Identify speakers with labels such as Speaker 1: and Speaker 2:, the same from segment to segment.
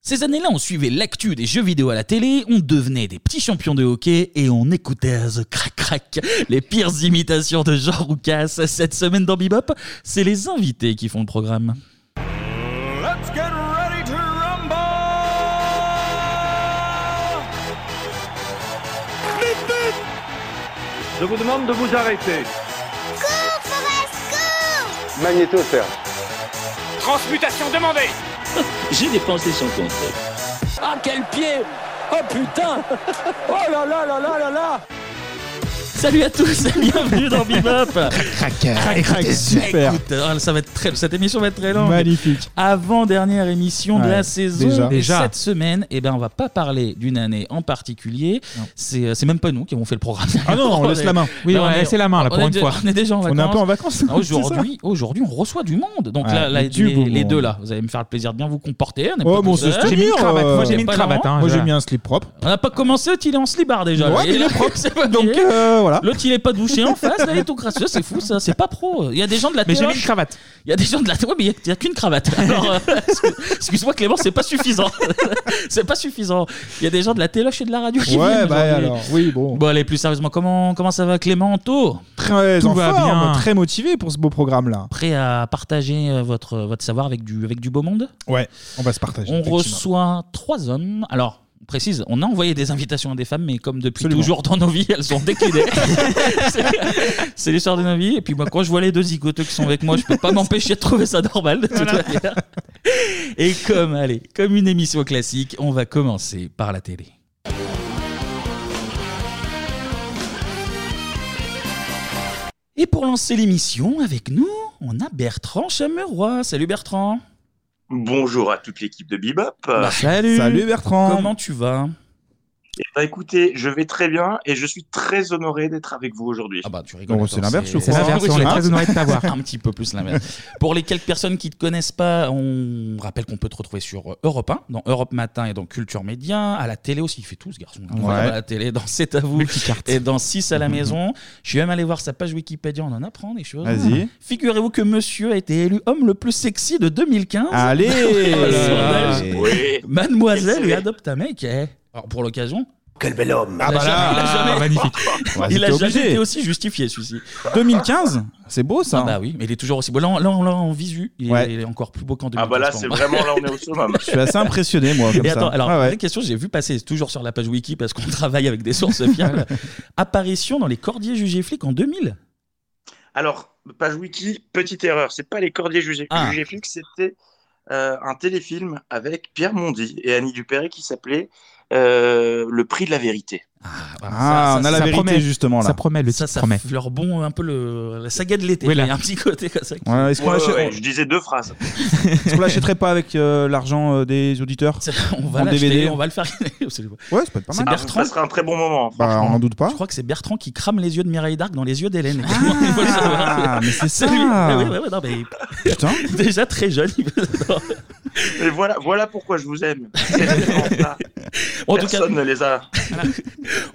Speaker 1: Ces années-là, on suivait l'actu des jeux vidéo à la télé, on devenait des petits champions de hockey et on écoutait à The Crac Crac les pires imitations de Jean Roucas. Cette semaine dans Bebop, c'est les invités qui font le programme.
Speaker 2: Let's get ready to rumble! Vite, vite!
Speaker 3: Je vous demande de vous arrêter.
Speaker 4: Magnétosphère.
Speaker 2: Transmutation demandée!
Speaker 5: J'ai dépensé sans compter.
Speaker 2: Ah, quel pied! Oh putain! Oh là là là là là là!
Speaker 1: Salut à tous, bienvenue dans Bebop Crac, crac,
Speaker 6: écoutez, super.
Speaker 1: écoute, ah, ça va être très- cette émission va être très longue.
Speaker 6: Magnifique.
Speaker 1: Avant-dernière émission de
Speaker 6: Ouais,
Speaker 1: la saison.
Speaker 6: déjà.
Speaker 1: Et
Speaker 6: Déjà.
Speaker 1: Cette semaine, eh ben, on va pas parler d'une année en particulier. C'est euh, c'est même pas nous qui avons fait le programme.
Speaker 6: Ah non, on laisse la main. Oui, on a
Speaker 1: est-
Speaker 6: laissé la main, là,
Speaker 1: on
Speaker 6: pour
Speaker 1: est
Speaker 6: une
Speaker 1: dé-
Speaker 6: fois.
Speaker 1: On est déjà en
Speaker 6: On est
Speaker 1: vacances.
Speaker 6: un peu en vacances.
Speaker 1: Ah, Aujourd'hui, aujourd'hui, on reçoit du monde. Donc
Speaker 6: Ouais,
Speaker 1: là, là,
Speaker 6: mais du
Speaker 1: les,
Speaker 6: beau
Speaker 1: les
Speaker 6: monde.
Speaker 1: deux là, vous allez me faire le plaisir de bien vous comporter. On est
Speaker 6: Oh,
Speaker 1: pas
Speaker 6: mon
Speaker 1: tout seul.
Speaker 6: c'est euh,
Speaker 1: Pas marrant.
Speaker 6: Moi, j'ai mis un slip propre.
Speaker 1: On n'a pas commencé, l'autre, il est en slibard déjà.
Speaker 6: Ouais,
Speaker 1: là.
Speaker 6: il est propre.
Speaker 1: C'est pas
Speaker 6: Donc,
Speaker 1: grillé.
Speaker 6: euh, voilà.
Speaker 1: L'autre, il est pas douché en face, là, il est tout crasseux, c'est fou ça, c'est pas pro. Il y a des gens de la
Speaker 6: Mais j'ai
Speaker 1: télé-
Speaker 6: mis une cravate.
Speaker 1: Il y a des gens de la Ouais, mais il y a- il y a, qu'une cravate. Alors, euh, excuse- excuse-moi Clément, c'est pas suffisant. c'est pas suffisant. Il y a des gens de la téloche et de la radio qui
Speaker 6: Ouais,
Speaker 1: viennent
Speaker 6: bah
Speaker 1: aujourd'hui.
Speaker 6: alors, oui, bon.
Speaker 1: Bon, allez, plus sérieusement, comment, comment ça va Clémento
Speaker 6: Très
Speaker 1: Tout
Speaker 6: en
Speaker 1: va
Speaker 6: forme,
Speaker 1: bien.
Speaker 6: très motivé pour ce beau programme-là.
Speaker 1: Prêt à partager euh, votre, votre savoir avec du, avec du beau monde
Speaker 6: Ouais, on va se partager.
Speaker 1: On
Speaker 6: effectivement.
Speaker 1: reçoit trois hommes. Alors, on précise, on a envoyé des invitations à des femmes, mais comme depuis
Speaker 6: Absolument.
Speaker 1: toujours dans nos vies, elles sont déclinées. C'est- C'est l'histoire de nos vies. Et puis, moi, quand je vois les deux zigoteux qui sont avec moi, je peux pas m'empêcher de trouver ça normal. de toute manière. Et comme, allez, comme une émission classique, on va commencer par la télé. Et pour lancer l'émission avec nous, on a Bertrand Chameroy. Salut Bertrand.
Speaker 7: Bonjour à toute l'équipe de Bebop. Euh,
Speaker 1: Bah,
Speaker 6: Salut. Euh, Salut Bertrand.
Speaker 1: Comment tu vas
Speaker 7: Eh ben, écoutez, je vais très bien et je suis très honoré d'être avec vous aujourd'hui.
Speaker 1: Ah bah tu
Speaker 6: Bon, c'est l'inverse, je
Speaker 1: Ah
Speaker 6: crois.
Speaker 1: c'est l'inverse,
Speaker 6: Oui,
Speaker 1: on
Speaker 6: c'est
Speaker 1: est
Speaker 6: l'inverse.
Speaker 1: très honoré de t'avoir. Un petit peu plus l'inverse. Pour les quelques personnes qui ne te connaissent pas, on rappelle qu'on peut te retrouver sur euh, Europe 1, dans Europe Matin et dans Culture Média, à la télé aussi, il fait tout ce garçon. incroyable,
Speaker 6: Ouais. Mm-hmm.
Speaker 1: À la télé, dans C'est à vous et dans 6 à la maison. Je suis même allé voir sa page Wikipédia, on en apprend des choses.
Speaker 6: Vas-y.
Speaker 1: Figurez-vous que monsieur a été élu homme le plus sexy de 2015.
Speaker 6: Allez Oh
Speaker 1: Sondage.
Speaker 7: Oui.
Speaker 1: Mademoiselle
Speaker 7: Quel
Speaker 1: et
Speaker 7: sourire.
Speaker 1: adopte un mec. eh. Alors pour l'occasion,
Speaker 7: Quel bel homme.
Speaker 6: Ah bah là,
Speaker 1: Il a jamais-
Speaker 6: magnifique. Ouais,
Speaker 1: il a
Speaker 6: c'était
Speaker 1: jamais
Speaker 6: obligé.
Speaker 1: été aussi justifié celui-ci.
Speaker 6: 2015, c'est beau ça.
Speaker 1: Ah bah oui, mais il est toujours aussi beau. Là, on- là, on- là, en visu, il, est-
Speaker 6: Ouais.
Speaker 1: il est encore plus beau qu'en 2015.
Speaker 7: Ah bah là, c'est
Speaker 1: pardon.
Speaker 7: vraiment là, on est au summum.
Speaker 6: Je suis assez impressionné moi comme
Speaker 1: Et attends,
Speaker 6: ça.
Speaker 1: alors,
Speaker 6: Ouais, ouais.
Speaker 1: vraie question, j'ai vu passer, c'est toujours sur la page wiki parce qu'on travaille avec des sources fiables. Apparition dans les Cordiers jugés flics en 2000.
Speaker 7: Alors, page wiki, petite erreur. C'est pas les Cordiers jugés
Speaker 1: Ah.
Speaker 7: jugés flics, c'était euh, un téléfilm avec Pierre Mondy et Annie Dupéré qui s'appelait euh, Le Prix de la vérité.
Speaker 6: Ah, on a la
Speaker 1: ça
Speaker 6: vérité
Speaker 1: promet.
Speaker 6: justement là.
Speaker 8: Ça promet, le
Speaker 1: Ça,
Speaker 8: titre
Speaker 1: ça
Speaker 8: promet.
Speaker 1: leur bon un peu le, la saga de l'été.
Speaker 8: Oui,
Speaker 1: Il y
Speaker 8: là.
Speaker 1: a un petit côté comme ça. qui-
Speaker 6: Ouais, Est-ce qu'on
Speaker 7: Ouais,
Speaker 6: l'achète-
Speaker 7: ouais, Je disais deux phrases.
Speaker 6: est-ce qu'on l'achèterait pas avec euh, l'argent euh, des auditeurs
Speaker 1: On va
Speaker 6: En
Speaker 1: l'acheter,
Speaker 6: DVD.
Speaker 1: on va le faire. Absolument.
Speaker 6: Ouais, ça peut être pas
Speaker 1: C'est
Speaker 6: mal.
Speaker 7: Ah,
Speaker 1: Bertrand.
Speaker 7: ça sera un très bon moment.
Speaker 6: Bah, on
Speaker 7: franchement.
Speaker 6: n'en doute pas.
Speaker 1: Je crois que c'est Bertrand qui crame les yeux de Mireille Darc dans les yeux d'Hélène.
Speaker 6: Ah, mais c'est
Speaker 1: C'est lui. Ah oui,
Speaker 6: ça.
Speaker 1: ouais, ouais, non, mais
Speaker 6: Putain.
Speaker 1: déjà très jeune. il- non.
Speaker 7: Et voilà, voilà pourquoi je vous aime. Ces références-là,
Speaker 1: En tout cas,
Speaker 7: Personne ne les a.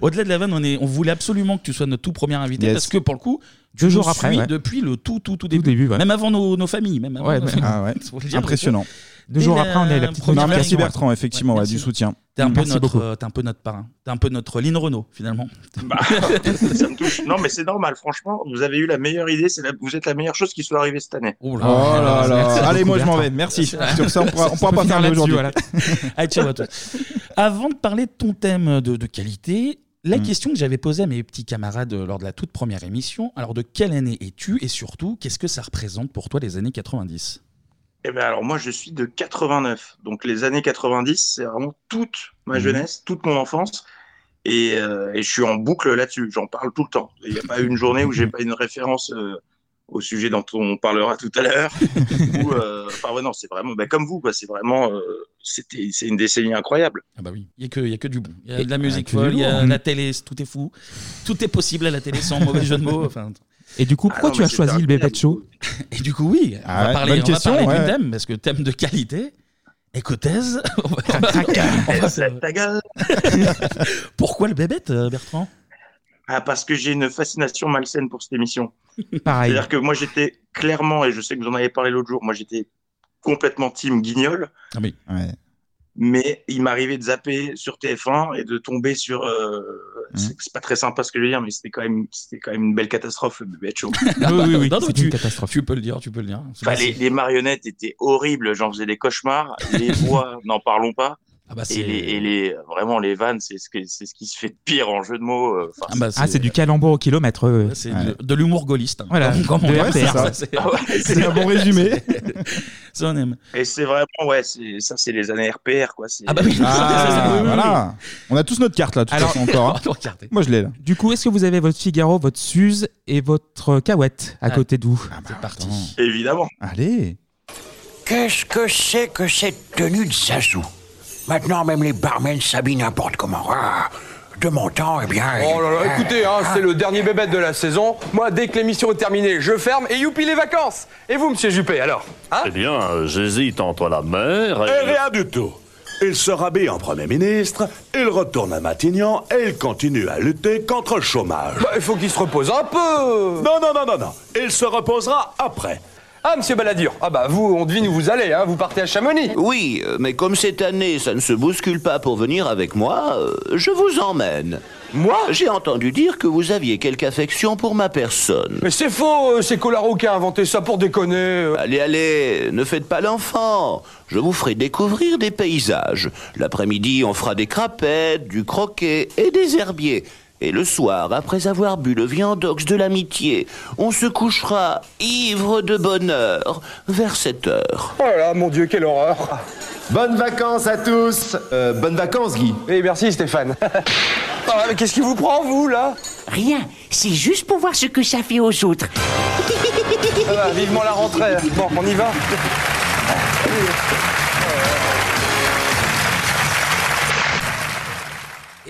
Speaker 1: Au-delà de la vanne, on, est, on voulait absolument que tu sois notre tout premier invité
Speaker 6: Yes.
Speaker 1: parce que pour le coup, deux
Speaker 8: jours après, ouais.
Speaker 1: depuis le tout, tout, tout
Speaker 8: Tout
Speaker 1: début.
Speaker 8: début, ouais.
Speaker 1: Même avant nos, nos familles, même avant
Speaker 8: Ouais,
Speaker 1: nos
Speaker 8: mais-
Speaker 1: familles.
Speaker 6: Ah ouais.
Speaker 1: Faut le dire,
Speaker 6: Impressionnant.
Speaker 8: Deux
Speaker 1: Dès
Speaker 8: jours
Speaker 1: la
Speaker 8: après, on a eu la petite
Speaker 1: euh, première
Speaker 6: Non,
Speaker 1: Première
Speaker 6: merci
Speaker 1: question,
Speaker 8: notification.
Speaker 6: Bertrand, effectivement,
Speaker 1: Ouais,
Speaker 6: ouais,
Speaker 1: merci.
Speaker 6: du soutien.
Speaker 1: T'es un, peu
Speaker 8: Merci
Speaker 1: notre,
Speaker 8: beaucoup.
Speaker 1: euh, t'es un peu notre parrain. T'es un peu notre Lynn Renault, finalement.
Speaker 6: Bah.
Speaker 7: Ça me touche. Non, mais c'est normal. Franchement, vous avez eu la meilleure idée. C'est la- Vous êtes la meilleure chose qui soit arrivée cette année.
Speaker 1: Oh
Speaker 6: Oh là
Speaker 8: Merci
Speaker 6: là. Allez,
Speaker 8: beaucoup,
Speaker 6: moi je m'en
Speaker 8: Bertrand.
Speaker 6: vais. Merci. Sur ça, on pourra, on pourra
Speaker 8: peut
Speaker 6: pas
Speaker 8: finir
Speaker 6: parler
Speaker 8: là-dessus,
Speaker 6: aujourd'hui.
Speaker 8: voilà.
Speaker 1: Allez, ciao à tous. Avant de parler de ton thème de, de qualité, la
Speaker 6: Mm.
Speaker 1: question que j'avais posée à mes petits camarades euh, lors de la toute première émission, alors de quelle année es-tu et surtout, qu'est-ce que ça représente pour toi les années 90
Speaker 7: Eh bien, alors moi, je suis de 89. Donc, les années 90, c'est vraiment toute
Speaker 1: Mhm.
Speaker 7: ma jeunesse, toute mon enfance. Et, euh, et je suis en boucle là-dessus. J'en parle tout le temps. Il n'y a pas une journée où j'ai pas une référence euh, au sujet dont on parlera tout à l'heure. Ou, euh, Enfin, ouais, non, c'est vraiment ben, comme vous. quoi. C'est vraiment. euh, c'était- c'est une décennie incroyable.
Speaker 1: Ah bah oui, il n'y a, que- il y a que du bon. Il y a
Speaker 8: Et-
Speaker 1: de la musique
Speaker 8: que du
Speaker 1: folle, il y a
Speaker 8: lourd.
Speaker 1: de la télé, tout est fou. Tout est possible à la télé sans mauvais jeu de mots. Enfin,
Speaker 8: Et du coup,
Speaker 7: Ah
Speaker 8: pourquoi
Speaker 7: non,
Speaker 8: tu
Speaker 7: mais
Speaker 8: as
Speaker 7: c'est
Speaker 8: choisi
Speaker 7: un-
Speaker 8: le Bébé de Show
Speaker 1: et du coup, oui, on
Speaker 6: Ah
Speaker 1: va
Speaker 6: ouais,
Speaker 1: parler,
Speaker 6: bonne
Speaker 1: on va
Speaker 6: question,
Speaker 1: parler du
Speaker 6: ouais.
Speaker 1: thème, parce que thème de qualité, écoutez-se.
Speaker 7: Eh, ta- ta gueule.
Speaker 1: Pourquoi le bébête, euh, Bertrand
Speaker 7: Ah, parce que j'ai une fascination malsaine pour cette émission.
Speaker 8: Pareil.
Speaker 7: C'est-à-dire que moi, j'étais clairement, et je sais que vous en avez parlé l'autre jour, moi, j'étais complètement team guignol.
Speaker 6: Ah, Ouais.
Speaker 7: mais il m'arrivait de zapper sur TF1 et de tomber sur. euh,
Speaker 1: Mmh.
Speaker 7: C'est c'est pas très sympa ce que je veux dire, mais c'était quand même, c'était quand même une belle catastrophe, le bébé show.
Speaker 1: Ah bah,
Speaker 4: oui, oui, oui,
Speaker 1: non, non,
Speaker 4: c'est
Speaker 1: tu-
Speaker 4: une catastrophe.
Speaker 1: Tu peux le dire, tu peux le dire. C'est
Speaker 7: Enfin,
Speaker 1: pas-
Speaker 7: les, les marionnettes étaient horribles, j'en faisais des cauchemars. Les voix, n'en parlons pas.
Speaker 1: Ah bah,
Speaker 7: Et
Speaker 1: c'est-
Speaker 7: les, et les- vraiment, les vannes, c'est ce, que- c'est ce qui se fait de pire en jeu de mots. euh, enfin,
Speaker 1: Ah bah,
Speaker 4: Ah, c'est du calembour au kilomètre. euh.
Speaker 1: c'est
Speaker 4: Ouais.
Speaker 1: de, de l'humour gaulliste. hein.
Speaker 4: Voilà.
Speaker 1: Comme- comme on
Speaker 4: De
Speaker 1: aime
Speaker 4: RTR,
Speaker 1: faire,
Speaker 6: ça.
Speaker 1: ça, c'est-
Speaker 7: Ah ouais,
Speaker 6: C'est un bon résumé.
Speaker 1: ça, on aime.
Speaker 7: Et c'est vraiment, ouais, c'est- ça, c'est les années RPR, quoi. c'est-
Speaker 1: Ah bah oui, ça, ça, ça,
Speaker 6: Ah,
Speaker 1: oui, oui,
Speaker 6: voilà. On a tous notre carte là, de toute
Speaker 4: Alors-
Speaker 6: façon, encore. hein.
Speaker 1: oui. Regardez.
Speaker 6: Moi, je l'ai là.
Speaker 4: Du coup, est-ce que vous avez votre Figaro, votre Suze et votre Cahouette à
Speaker 1: Ah.
Speaker 4: côté de vous
Speaker 1: C'est parti.
Speaker 7: Évidemment.
Speaker 6: Allez.
Speaker 9: Qu'est-ce que c'est que cette tenue de Zazu Maintenant, même les barmen s'habillent n'importe comment. Ah, de mon temps, eh bien...
Speaker 10: Oh là là, écoutez, hein, c'est le dernier bébête de la saison. Moi, dès que l'émission est terminée, je ferme et youpi les vacances. Et vous, monsieur Juppé, alors hein
Speaker 11: Eh bien, euh, j'hésite entre la mer
Speaker 12: Et
Speaker 11: et...
Speaker 12: rien Eh du tout. Il se rabille en Premier ministre, il retourne à Matignon et il continue à lutter contre le chômage.
Speaker 10: Bah, Il faut qu'il se repose un peu.
Speaker 12: Non, non, non, non, non. Il se reposera après.
Speaker 10: Ah, monsieur Balladur. Ah bah vous, on devine où vous allez, hein. Vous partez à Chamonix.
Speaker 11: Oui, euh, mais comme cette année, ça ne se bouscule pas pour venir avec moi, euh, je vous emmène.
Speaker 10: Moi
Speaker 11: J'ai entendu dire que vous aviez quelque affection pour ma personne.
Speaker 10: Mais c'est faux, euh, c'est Colaro qui a inventé ça pour déconner. euh.
Speaker 11: Allez, allez, ne faites pas l'enfant. Je vous ferai découvrir des paysages. L'après-midi, on fera des crapettes, du croquet et des herbiers. Et le soir, après avoir bu le viandox de l'amitié, on se couchera ivre de bonheur vers 7 heures.
Speaker 10: Oh là là, mon Dieu, quelle horreur.
Speaker 12: Bonnes vacances à tous. Euh, bonnes vacances, Guy.
Speaker 10: Et Eh, merci, Stéphane. ah, mais qu'est-ce qui vous prend, vous, là
Speaker 9: Rien, c'est juste pour voir ce que ça fait aux autres.
Speaker 10: Ah bah, Vivement la rentrée. Bon, on y va.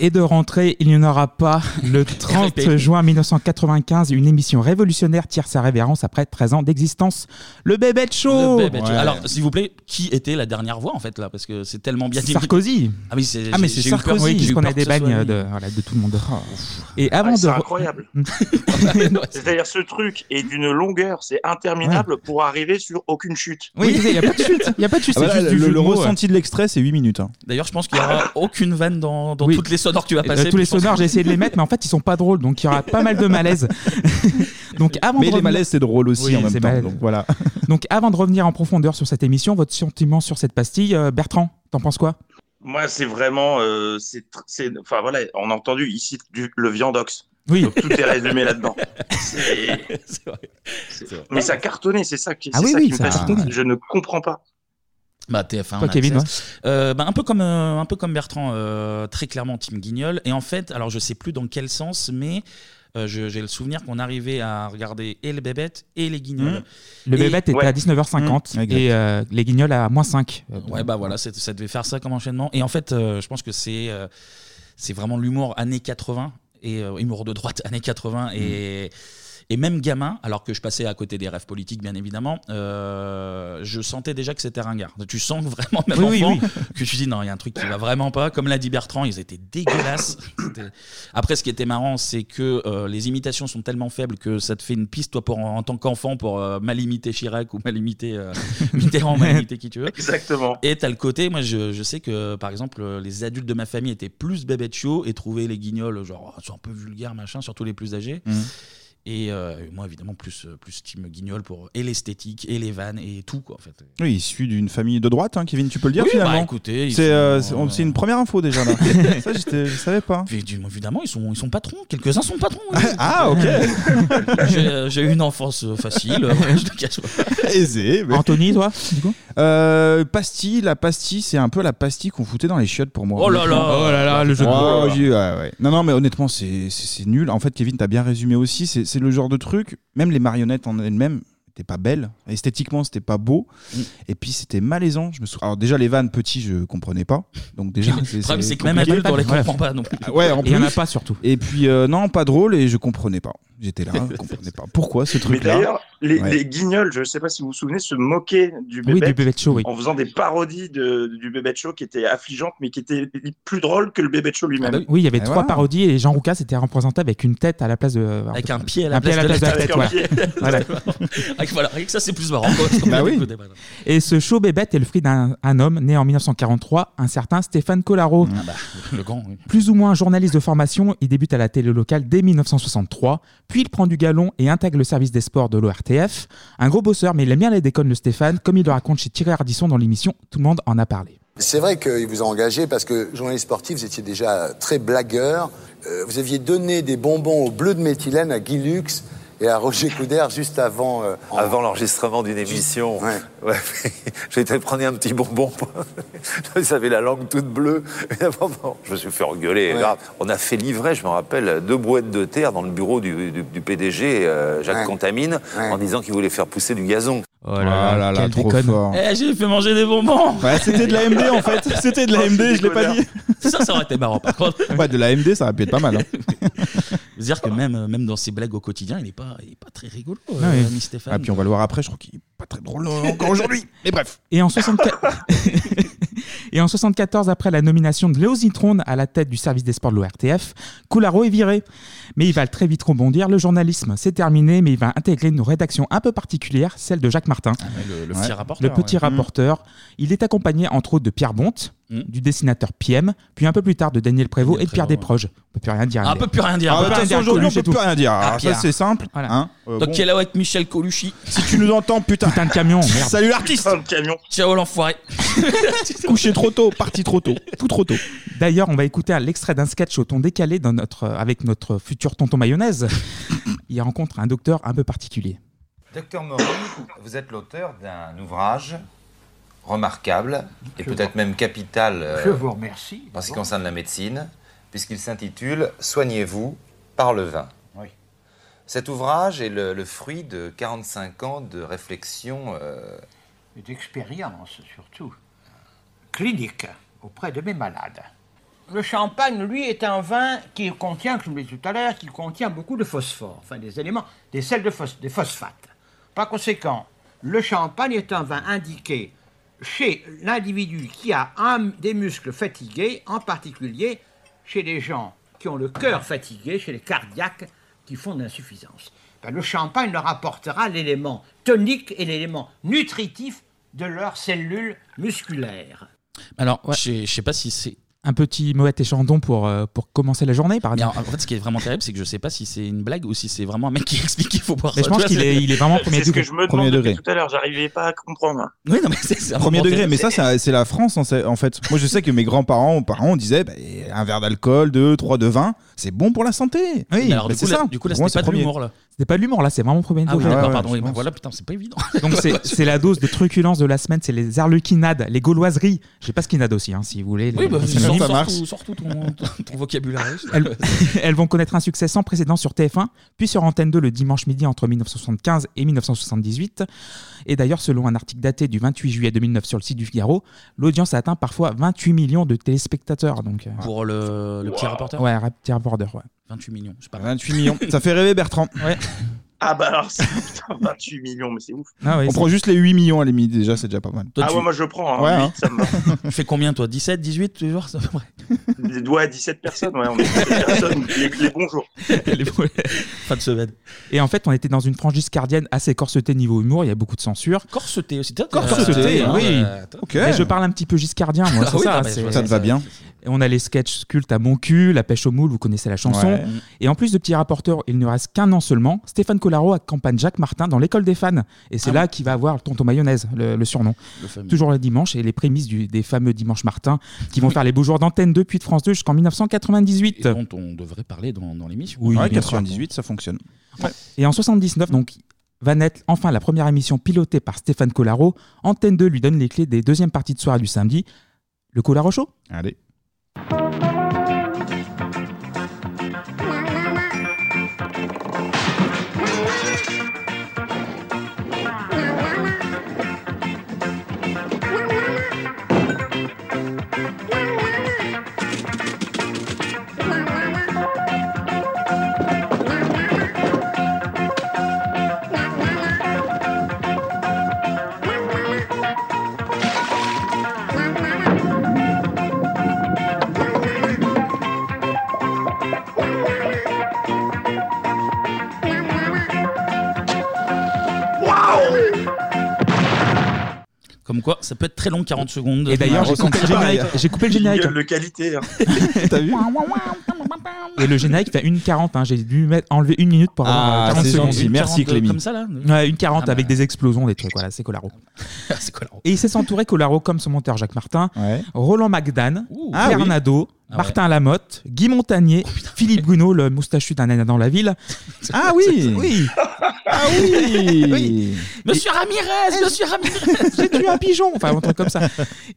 Speaker 4: Et de rentrée, il n'y en aura pas. Le 30
Speaker 1: Répète.
Speaker 4: juin 1995, une émission révolutionnaire tire sa révérence après 13 ans d'existence. Le bébé de
Speaker 1: Le
Speaker 4: show
Speaker 1: bébé.
Speaker 6: Ouais.
Speaker 1: Alors, s'il vous plaît, qui était la dernière voix en fait là Parce que c'est tellement bien dit.
Speaker 4: Sarkozy
Speaker 1: Ah, mais c'est
Speaker 4: Ah mais
Speaker 1: j'ai-
Speaker 4: c'est
Speaker 1: j'ai eu peur-
Speaker 4: Sarkozy
Speaker 1: oui, j'ai
Speaker 4: qui
Speaker 1: eu
Speaker 4: prenait
Speaker 1: peur
Speaker 4: des
Speaker 1: que ce soit
Speaker 4: bagnes
Speaker 1: lui.
Speaker 4: euh, de, voilà, de tout le monde.
Speaker 6: Oh.
Speaker 4: Et
Speaker 7: Ah,
Speaker 4: avant de... Ah,
Speaker 7: c'est incroyable. C'est-à-dire, ce truc est d'une longueur, c'est interminable pour arriver sur aucune chute.
Speaker 4: Oui, il n'y a pas de chute, il n'y a pas de chute,
Speaker 6: Ah bah
Speaker 4: c'est
Speaker 6: là,
Speaker 4: juste
Speaker 6: le
Speaker 4: du jeu
Speaker 6: le
Speaker 4: de mots, ouais.
Speaker 6: ressenti de l'extrait, c'est 8 minutes. hein.
Speaker 1: D'ailleurs, je pense qu'il n'y aura aucune vanne dans, dans
Speaker 4: Ah. Oui.
Speaker 1: toutes les sonores que tu vas
Speaker 4: Euh,
Speaker 1: passer.
Speaker 4: tous les
Speaker 1: puis je pense
Speaker 4: sonores, j'ai essayé de les mettre, mais en fait, ils sont pas drôles, donc il y aura pas mal de malaise. donc, avant de
Speaker 6: Mais les
Speaker 4: revenir-
Speaker 6: malaises, c'est drôle aussi
Speaker 4: Oui,
Speaker 6: en même
Speaker 4: c'est
Speaker 6: temps.
Speaker 4: malaise.
Speaker 6: Donc voilà.
Speaker 4: donc, avant de revenir en profondeur sur cette émission, votre sentiment sur cette pastille, euh, Bertrand, t'en penses quoi
Speaker 7: Moi, c'est vraiment. euh, c'est tr- c'est- enfin, voilà, on a entendu ici du, le viandox.
Speaker 4: Oui.
Speaker 7: Donc, tout est résumé là-dedans. C'est-
Speaker 1: que- C'est vrai. C'est vrai.
Speaker 7: Mais ça cartonnait, c'est ça qui,
Speaker 4: Ah
Speaker 7: c'est
Speaker 4: oui,
Speaker 7: ça
Speaker 4: oui,
Speaker 7: qui
Speaker 4: ça
Speaker 7: me
Speaker 4: a
Speaker 7: fascine.
Speaker 4: cartonné.
Speaker 7: Je ne comprends pas.
Speaker 1: Bah, TF1.
Speaker 4: Toi,
Speaker 1: on a
Speaker 4: Kevin,
Speaker 1: access. Euh, bah, un, peu comme, euh, un peu comme Bertrand, euh, très clairement Tim Guignol. Et en fait, alors je sais plus dans quel sens, mais euh, je- j'ai le souvenir qu'on arrivait à regarder et les bébêtes et les
Speaker 4: Mmh.
Speaker 1: guignols.
Speaker 4: Le
Speaker 1: Et-
Speaker 4: bébé était
Speaker 7: ouais.
Speaker 4: à 19h50
Speaker 6: Mmh, exact.
Speaker 4: et euh, les guignols à moins Euh, 5.
Speaker 1: Ouais, bah voilà, c'est- ça devait faire ça comme enchaînement. Et en fait, euh, je pense que c'est euh, c'est vraiment l'humour années 80, et euh, humour de droite années
Speaker 4: Mmh.
Speaker 1: 80, et, et même gamin, alors que je passais à côté des rêves politiques, bien évidemment, euh, je sentais déjà que c'était ringard. Tu sens vraiment, même
Speaker 4: Oui, oui,
Speaker 1: enfant, que tu dis non, il y a un truc qui va vraiment pas. Comme l'a dit Bertrand, ils étaient dégueulasses. C'était- Après, ce qui était marrant, c'est que euh, les imitations sont tellement faibles que ça te fait une piste, toi, pour, en, en tant qu'enfant, pour euh, mal imiter Chirac ou mal imiter euh, Mitterrand, mal imiter qui tu veux.
Speaker 7: Exactement.
Speaker 1: Et t'as le côté, moi je, je sais que par exemple euh, les adultes de ma famille étaient plus bébés de chiot et trouvaient les guignols genre oh, c'est un peu vulgaire machin, surtout les plus âgés.
Speaker 6: Mhm.
Speaker 1: Et euh, moi évidemment plus euh, plus team guignol pour et l'esthétique et les vannes et tout quoi en fait.
Speaker 6: Oui, issu d'une famille de droite, hein, Kevin, tu peux le dire
Speaker 1: Oui, bah,
Speaker 6: finalement.
Speaker 1: écoutez, ils
Speaker 6: C'est
Speaker 1: sont,
Speaker 6: euh, c'est- on-
Speaker 1: euh,
Speaker 6: c'est une première info déjà là. ça, j'étais- je savais pas.
Speaker 1: puis, du- évidemment ils sont ils sont patrons, quelques-uns sont patrons. oui.
Speaker 6: Ah, ok.
Speaker 1: J'ai euh, j'ai eu une enfance euh, facile, euh, je te cache pas.
Speaker 6: Aisé. mais-
Speaker 4: Anthony, toi du coup
Speaker 6: Euh, pastille, la pastille, c'est un peu la pastille qu'on foutait dans les chiottes pour moi.
Speaker 1: Oh là là.
Speaker 4: Oh là là, le jeu de
Speaker 6: Ouais,
Speaker 4: mots.
Speaker 6: j'ai- ouais, ouais. Non, non, mais honnêtement, c'est- c'est c'est nul. En fait, Kevin, t'as bien résumé aussi. C'est c'est le genre de truc, même les marionnettes en elles-mêmes, c'était pas belles. Esthétiquement, c'était pas beau.
Speaker 1: Mm.
Speaker 6: Et puis, c'était malaisant. Je me souviens. Alors, déjà, les vannes petits, je comprenais pas. Donc, déjà,
Speaker 1: Le problème c'est que même adulte on les comprend pas non plus.
Speaker 6: Ah Ouais, en
Speaker 4: Il n'y en
Speaker 6: plus.
Speaker 4: a pas surtout.
Speaker 6: Et puis, euh, non, pas drôle et je comprenais pas. J'étais là, je comprenais pas. Pourquoi ce
Speaker 7: Mais
Speaker 6: truc-là
Speaker 7: d'ailleurs, les,
Speaker 6: Ouais.
Speaker 7: les guignols, je ne sais pas si vous vous souvenez, se moquaient du
Speaker 6: Oui,
Speaker 7: bébé,
Speaker 6: du Bébête Show, oui.
Speaker 7: en faisant des parodies de, du bébé de show qui étaient affligeantes, mais qui étaient plus drôles que le bébé de show lui-même.
Speaker 4: Ah bah Oui, il y avait trois parodies et Jean Roucas était représenté avec une tête à la place de. euh,
Speaker 1: Avec un pied à la place de
Speaker 4: de
Speaker 1: la
Speaker 4: tête.
Speaker 1: tête.
Speaker 4: voilà.
Speaker 1: Avec un pied.
Speaker 4: Voilà.
Speaker 1: Ah, voilà, rien que ça, c'est plus marrant. quoi.
Speaker 4: Bah oui. Et ce show bébête est le fruit d'un un homme né en 1943, un certain Stéphane Collaro.
Speaker 1: Le grand, oui.
Speaker 4: Plus ou moins journaliste de formation, il débute à la télé locale dès 1963, puis il prend du galon et intègre le service des sports de l'ORTF. Un gros bosseur, mais il aime bien les déconnes de Stéphane, comme il le raconte chez Thierry Ardisson dans l'émission Tout le monde en a parlé.
Speaker 13: C'est vrai qu'il vous a engagé parce que, journaliste sportif, vous étiez déjà très blagueur. Euh, vous aviez donné des bonbons au bleu de méthylène à Guy Lux et à Roger Coudert juste avant. euh, en-
Speaker 11: Avant l'enregistrement d'une émission, ouais. j'ai été prendre un petit bonbon. Vous avez la langue toute bleue. Je me suis fait engueuler. grave. On a fait livrer, je me rappelle, deux boîtes de terre dans le bureau du, du- du PDG, euh, Jacques Contamine, en disant qu'il voulait faire pousser du gazon.
Speaker 1: Oh
Speaker 6: là là, Ah là là, quel trop déconne. fort.
Speaker 1: Eh, j'ai fait manger des bonbons
Speaker 6: Ouais, c'était de la MD, en fait. C'était de la
Speaker 1: Oh,
Speaker 6: MD, je l'ai pas
Speaker 1: déconneur.
Speaker 6: dit.
Speaker 1: Ça, ça aurait été marrant, par contre.
Speaker 6: Ouais, de la MD, ça aurait pu être pas mal. hein.
Speaker 1: C'est-à-dire que même, euh, même dans ses blagues au quotidien, il n'est pas, il est pas très rigolo, euh,
Speaker 6: Ouais.
Speaker 1: ami Stéphane.
Speaker 6: Ah, puis on va le voir après, je crois qu'il est pas très drôle euh, encore aujourd'hui. Mais bref.
Speaker 4: Et en 64...
Speaker 6: Euh,
Speaker 4: Et en 74, après la nomination de Léo Zitrone à la tête du service des sports de l'ORTF, Coularo est viré. Mais il va très vite rebondir, le journalisme c'est terminé, mais il va intégrer une rédaction un peu particulière, celle de Jacques Martin.
Speaker 1: le- le petit rapporteur,
Speaker 4: Le petit
Speaker 1: ouais. Mmh.
Speaker 4: rapporteur. Il est accompagné entre autres de Pierre Bonte, du dessinateur Piem, puis un peu plus tard de Daniel Prévost et de Pierre Desproges. On peut plus rien dire.
Speaker 1: Ah, on
Speaker 4: mais-
Speaker 1: peut plus rien dire.
Speaker 4: Ah,
Speaker 1: Ah,
Speaker 4: on peut
Speaker 1: bah,
Speaker 4: plus
Speaker 1: attention,
Speaker 4: rien dire,
Speaker 1: aujourd'hui, on
Speaker 4: Coluche et
Speaker 1: peut
Speaker 4: tout.
Speaker 1: plus rien dire. Ah,
Speaker 6: ça,
Speaker 4: Pierre.
Speaker 6: c'est simple,
Speaker 4: Voilà.
Speaker 6: hein. Euh,
Speaker 1: Donc,
Speaker 6: bon.
Speaker 1: il est là avec Michel Colucci.
Speaker 6: Si tu nous entends, putain.
Speaker 4: Putain de camion, Oh, merde.
Speaker 6: Salut l'artiste
Speaker 7: Putain de Oh, camion
Speaker 1: Ciao l'enfoiré
Speaker 6: Couché trop tôt, parti trop tôt, tout trop tôt.
Speaker 4: D'ailleurs, on va écouter un- l'extrait d'un sketch au ton décalé dans notre, euh, avec notre futur tonton mayonnaise. Il rencontre un docteur un peu particulier.
Speaker 14: Docteur Maury, vous êtes l'auteur d'un ouvrage remarquable et peut-être même capital euh,
Speaker 9: Je vous remercie.
Speaker 14: en ce qui concerne la médecine, puisqu'il s'intitule Soignez-vous par le vin.
Speaker 9: Oui.
Speaker 14: Cet ouvrage est le, le fruit de 45 ans de réflexion. euh,
Speaker 9: Et d'expérience surtout, clinique, auprès de mes malades. Le champagne, lui, est un vin qui contient, comme je vous l'ai dit tout à l'heure, qui contient beaucoup de phosphore, enfin des éléments, des sels de phos- des phosphates. Par conséquent, le champagne est un vin indiqué chez l'individu qui a un, des muscles fatigués, en particulier chez les gens qui ont le cœur fatigué, chez les cardiaques qui font de l'insuffisance. Ben, le champagne leur apportera l'élément tonique et l'élément nutritif de leurs cellules musculaires.
Speaker 1: Alors, je je sais pas si c'est
Speaker 4: Un petit Moët et Chandon pour, euh, pour commencer la journée, par
Speaker 1: Mais en,
Speaker 4: exemple.
Speaker 1: en fait, ce qui est vraiment terrible, c'est que je sais pas si c'est une blague ou si c'est vraiment un mec qui explique qu'il faut boire
Speaker 4: Mais
Speaker 1: ça.
Speaker 4: je pense
Speaker 1: Tu vois,
Speaker 4: qu'il
Speaker 1: c'est-
Speaker 4: est- il est vraiment premier
Speaker 7: C'est ce que je me demande depuis tout à l'heure, j'arrivais pas à comprendre.
Speaker 1: Oui, non, mais c'est- c'est un
Speaker 6: Premier
Speaker 1: moment
Speaker 6: degré, mais ça,
Speaker 1: terrible.
Speaker 6: c'est c'est la France en fait- en fait. Moi, je sais que mes grands-parents, aux parents, disaient bah, un verre d'alcool, deux, trois de vin, c'est bon pour la santé.
Speaker 1: Mais
Speaker 6: Oui,
Speaker 1: alors,
Speaker 6: bah,
Speaker 1: du
Speaker 6: c'est
Speaker 1: coup, là-
Speaker 6: ça.
Speaker 1: du coup, là,
Speaker 6: Pour moi,
Speaker 1: c'était
Speaker 6: c'est
Speaker 1: pas de
Speaker 6: premier.
Speaker 1: l'humour, là.
Speaker 4: C'était pas de l'humour, là, c'est vraiment premier
Speaker 1: Ah oui,
Speaker 4: degré.
Speaker 1: d'accord, pardon. oui, bah voilà, putain, c'est pas évident.
Speaker 4: Donc c'est- c'est la dose de truculence de la semaine, c'est les arlequinades, les gauloiseries. Je sais pas ce qu'il y en a aussi, hein, si vous voulez.
Speaker 1: Oui,
Speaker 4: les-
Speaker 1: bah,
Speaker 4: les-
Speaker 1: sors,
Speaker 4: les-
Speaker 1: sors tout, sors tout ton, ton- ton vocabulaire.
Speaker 4: Elles, elles vont connaître un succès sans précédent sur TF1, puis sur Antenne 2 le dimanche midi entre 1975 et 1978. Et d'ailleurs, selon un article daté du 28 juillet 2009 sur le site du Figaro, l'audience a atteint parfois 28 millions de téléspectateurs. Donc, euh,
Speaker 1: Pour le, le petit rapporteur
Speaker 4: Ouais, rap- petit rapporteur, ouais.
Speaker 1: 28 millions, je sais
Speaker 4: Ah,
Speaker 1: pas.
Speaker 6: 28 millions. Ça fait rêver Bertrand.
Speaker 7: Ah bah alors, c'est- putain, 28 millions, mais Ah c'est ouf.
Speaker 4: Ah
Speaker 6: On prend juste les 8 millions à la limite, déjà, c'est déjà pas mal.
Speaker 7: Ah ouais, moi je prends, hein,
Speaker 6: Ouais,
Speaker 7: huit,
Speaker 6: hein.
Speaker 7: ça me va.
Speaker 1: Tu fais combien, toi 17, 18, toujours c'est à peu près
Speaker 7: Des doigts à 17 personnes, ouais, on est 17 personnes, les, les bons jours.
Speaker 1: Fin de semaine.
Speaker 4: Et en fait, on était dans une frange discardienne assez corsetée niveau humour, il y a beaucoup de censure.
Speaker 1: Corseté aussi.
Speaker 4: Corseté,
Speaker 1: hein,
Speaker 4: oui.
Speaker 1: euh, Ok.
Speaker 4: Mais je parle un petit peu giscardien, moi.
Speaker 1: Ah
Speaker 4: c'est
Speaker 1: oui,
Speaker 4: ça,
Speaker 1: non, mais
Speaker 4: c'est-
Speaker 1: ça te va bien.
Speaker 4: Et on a les sketchs cultes à mon cul, la pêche au moule, vous connaissez la chanson.
Speaker 1: Ouais.
Speaker 4: Et en plus de petits rapporteurs, il ne reste qu'un an seulement. Stéphane Collaro accompagne Jacques Martin dans l'école des fans. Et c'est là qu'il va avoir le tonton mayonnaise, le, le surnom.
Speaker 1: Ah Le fameux.
Speaker 4: Toujours le dimanche et les prémices du- des fameux dimanches Martin qui vont faire les beaux jours d'antenne 2 puis de France 2 jusqu'en 1998.
Speaker 1: Et dont on devrait parler dans, dans l'émission.
Speaker 4: Oui,
Speaker 6: Ouais,
Speaker 4: bien
Speaker 6: 98, ça fonctionne.
Speaker 4: Et en 79, donc, va naître enfin la première émission pilotée par Stéphane Collaro. Antenne 2 lui donne les clés des deuxièmes parties de soirée du samedi. Le Collaro Show
Speaker 6: Allez.
Speaker 15: Thank
Speaker 1: Comme quoi, ça peut être très long, 40 secondes.
Speaker 4: Et d'ailleurs, j'ai coupé le générique. J'ai coupé le générique.
Speaker 7: Gueule de qualité. hein.
Speaker 4: T'as vu Et le générique fait 1,40. hein. J'ai dû mettre, enlever une minute pour avoir
Speaker 6: Ah,
Speaker 4: euh, 40
Speaker 6: c'est
Speaker 4: secondes.
Speaker 6: gentil. Une Merci, 40, Clémy. comme ça, là
Speaker 4: Ouais, une 40
Speaker 6: Ah, bah.
Speaker 4: avec des explosions, des trucs. Voilà, c'est Colaro.
Speaker 1: c'est Colaro.
Speaker 4: Et il s'est entouré Colaro comme son monteur Jacques Martin, Roland Magdan,
Speaker 6: Ah oui.
Speaker 4: Bernardo,
Speaker 6: Ah ouais. Oh,
Speaker 4: Martin Lamotte, Guy Montagnier, Philippe Bruno, le moustachu d'un nain dans la ville. Ah oui Oui Ah oui,
Speaker 1: Monsieur Ramirez, monsieur Ramirez
Speaker 4: J'ai tué un pigeon Enfin, un truc comme ça.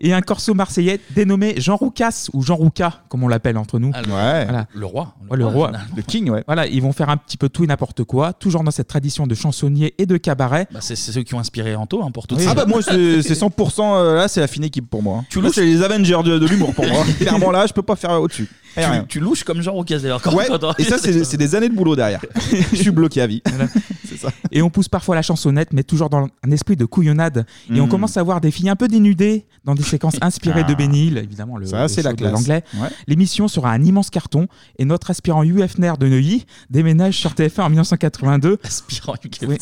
Speaker 4: Et un corso marseillais dénommé Jean Roucas, ou Jean Rouca, comme on l'appelle entre nous. Voilà.
Speaker 1: Le roi.
Speaker 4: Ouais, le roi. Le king, ouais. Voilà, ils vont faire un petit peu tout et n'importe quoi, toujours dans cette tradition de chansonnier et de cabaret.
Speaker 1: Bah, c'est c'est ceux qui ont inspiré Anto hein, pour tout
Speaker 4: Oui.
Speaker 1: ça.
Speaker 4: Ah bah, moi,
Speaker 6: C'est c'est 100%, euh, là, c'est la fine équipe pour moi. hein.
Speaker 1: Tu
Speaker 6: Là,
Speaker 1: louches-
Speaker 6: c'est les Avengers de, de l'humour pour moi. hein. Clairement, là, je peux pas faire au-dessus.
Speaker 1: Tu, tu louches comme Jean Roucas d'ailleurs. quand-
Speaker 6: Ouais,
Speaker 1: quand on-
Speaker 6: et ça, c'est c'est des années de boulot derrière. Je suis bloqué à vie.
Speaker 4: Et on pousse parfois la chansonnette, mais toujours dans un esprit de couillonnade. Et on
Speaker 6: Mm.
Speaker 4: commence à voir des filles un peu dénudées dans des séquences inspirées de
Speaker 6: Ah.
Speaker 4: Benny Hill, évidemment, le,
Speaker 6: Ça,
Speaker 4: le
Speaker 6: c'est
Speaker 4: show
Speaker 6: la
Speaker 4: de
Speaker 6: classe.
Speaker 4: l'anglais.
Speaker 6: Ouais.
Speaker 4: L'émission sera un immense carton et notre aspirant UFNR de Neuilly déménage sur TF1 en 1982.
Speaker 1: Aspirant UFNR.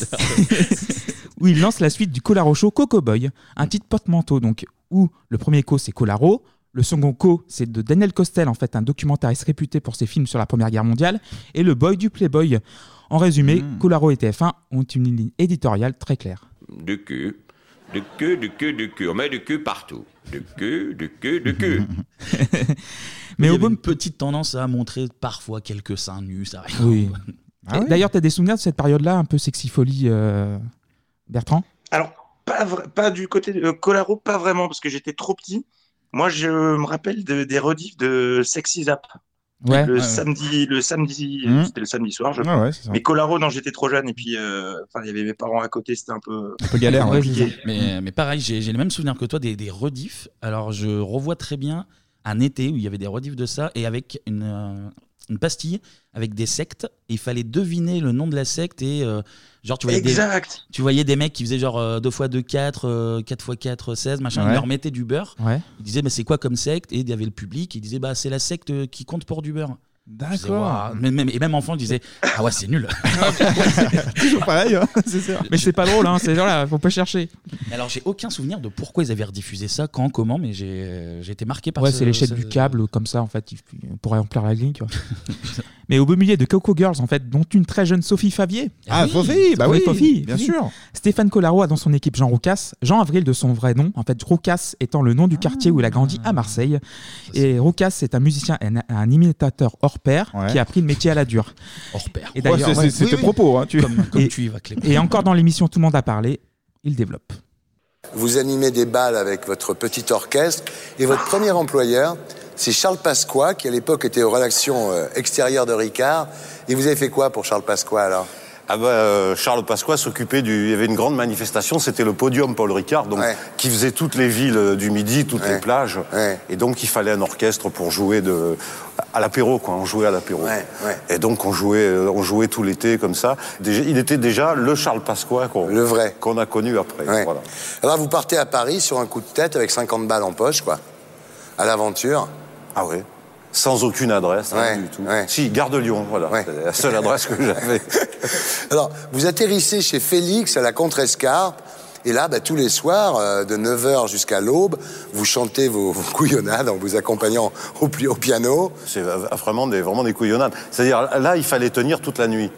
Speaker 4: où il lance la suite du Colaro Show Coco Boy, un titre porte-manteau, donc où le premier co c'est Colaro. Le second co, c'est de Daniel Costel, en fait, un documentariste réputé pour ses films sur la Première Guerre mondiale, et le boy du Playboy. En résumé, Colaro et TF1 ont une ligne éditoriale très claire.
Speaker 15: Du cul. Du cul, du cul, du cul. On met du cul partout. Du cul, du cul, du cul.
Speaker 1: Mais au une petite tendance à montrer parfois quelques seins nus, ça arrive.
Speaker 4: Oui.
Speaker 6: Ah
Speaker 4: Et D'ailleurs, tu as des souvenirs de cette période-là, un peu sexy folie, euh, Bertrand
Speaker 7: Alors, pas, vra- pas du côté de euh, Colaro, pas vraiment, parce que j'étais trop petit. Moi, je me rappelle de- des rediffs de Sexy Zap.
Speaker 4: Ouais.
Speaker 7: le,
Speaker 4: Ouais, ouais.
Speaker 7: samedi, le samedi,
Speaker 6: Hmm.
Speaker 4: Mhm.
Speaker 7: c'était le samedi soir, je
Speaker 4: Ouais,
Speaker 6: Ah
Speaker 7: crois.
Speaker 4: ouais, c'est ça.
Speaker 7: mais Colaro, non, j'étais trop jeune, et puis, euh, enfin, il y avait mes parents à côté, c'était un peu.
Speaker 1: Ouais,
Speaker 7: compliqué.
Speaker 1: c'est ça.
Speaker 4: Mm.
Speaker 1: mais, mais pareil, j'ai j'ai les mêmes souvenirs que toi des, des rediffs. Alors, je revois très bien un été où il y avait des rediffs de ça et avec une, euh, une pastille avec des sectes. Et il fallait deviner le nom de la secte et euh, genre, tu voyais, des,
Speaker 7: Exact.
Speaker 1: tu voyais des mecs qui faisaient genre euh, 2x2, 4, 4x4, 16, machin.
Speaker 4: Ouais.
Speaker 1: Ils leur mettaient du beurre.
Speaker 4: Ouais.
Speaker 1: Ils disaient, mais c'est quoi comme secte Et il y avait le public qui disait, bah, c'est la secte qui compte pour du beurre. Je disais,
Speaker 4: D'accord.
Speaker 1: Waouh. Même- même- Et même enfant, je disais, ah ouais, c'est nul.
Speaker 4: Toujours pareil, hein, c'est ça. Mais c'est pas drôle, hein, ces gens-là, faut pas chercher.
Speaker 1: Mais alors, j'ai aucun souvenir de pourquoi ils avaient rediffusé ça, quand, comment, mais j'ai euh, j'ai été marqué par
Speaker 4: Ouais,
Speaker 1: ce-
Speaker 4: c'est l'échelle
Speaker 1: ce-
Speaker 4: du câble, comme ça, en fait, il- on pourrait remplir la ligne, tu vois. Mais au beau milieu de Coco Girls, en fait, dont une très jeune Sophie Favier.
Speaker 6: Ah,
Speaker 4: Oui.
Speaker 6: Sophie, bah oui,
Speaker 4: Sophie,
Speaker 6: bien
Speaker 4: Sophie.
Speaker 6: sûr.
Speaker 4: Stéphane Collaro a dans son équipe Jean Roucas, Jean Avril de son vrai nom, en fait, Roucas étant le nom du quartier où il a grandi
Speaker 6: Ah.
Speaker 4: à Marseille. Et Roucas, c'est un musicien, et un, un imitateur hors pair
Speaker 6: Ouais.
Speaker 4: qui a pris le métier à la dure.
Speaker 1: Hors pair.
Speaker 6: Ouais, c'est- c'est- c'est tes propos, hein, tu- Comme-
Speaker 1: comme
Speaker 4: et,
Speaker 1: tu y vas, Clément.
Speaker 4: Et encore dans l'émission Tout le monde a parlé, il développe.
Speaker 13: Vous animez des balles avec votre petit orchestre et votre premier employeur, c'est Charles Pasqua, qui à l'époque était aux rédactions euh, extérieures de Ricard. Et vous avez fait quoi pour Charles Pasqua alors
Speaker 16: Ah bah, euh, Charles Pasqua s'occupait du. Il y avait une grande manifestation, c'était le podium Paul Ricard, donc, qui faisait toutes les villes euh, du Midi, toutes les plages. Et donc, il fallait un orchestre pour jouer de, à l'apéro, quoi. On jouait à l'apéro. Et donc, on jouait, euh, on jouait tout l'été comme ça. Déjà- il était déjà le Charles Pasqua qu'on qu'on a connu après. Voilà.
Speaker 13: Alors Eh ben, vous partez à Paris sur un coup de tête avec 50 balles en poche, quoi. À l'aventure.
Speaker 16: Ah oui. Sans aucune adresse, rien du tout. Si, Gare de Lyon, voilà. C'est la seule adresse que j'avais.
Speaker 13: Alors, vous atterrissez chez Félix à la Contrescarpe. Et là, bah, tous les soirs, euh, de 9h jusqu'à l'aube, vous chantez vos, vos couillonnades en vous accompagnant au, pi- au piano.
Speaker 16: C'est euh, vraiment des, vraiment des couillonnades. C'est-à-dire, là, il fallait tenir toute la nuit.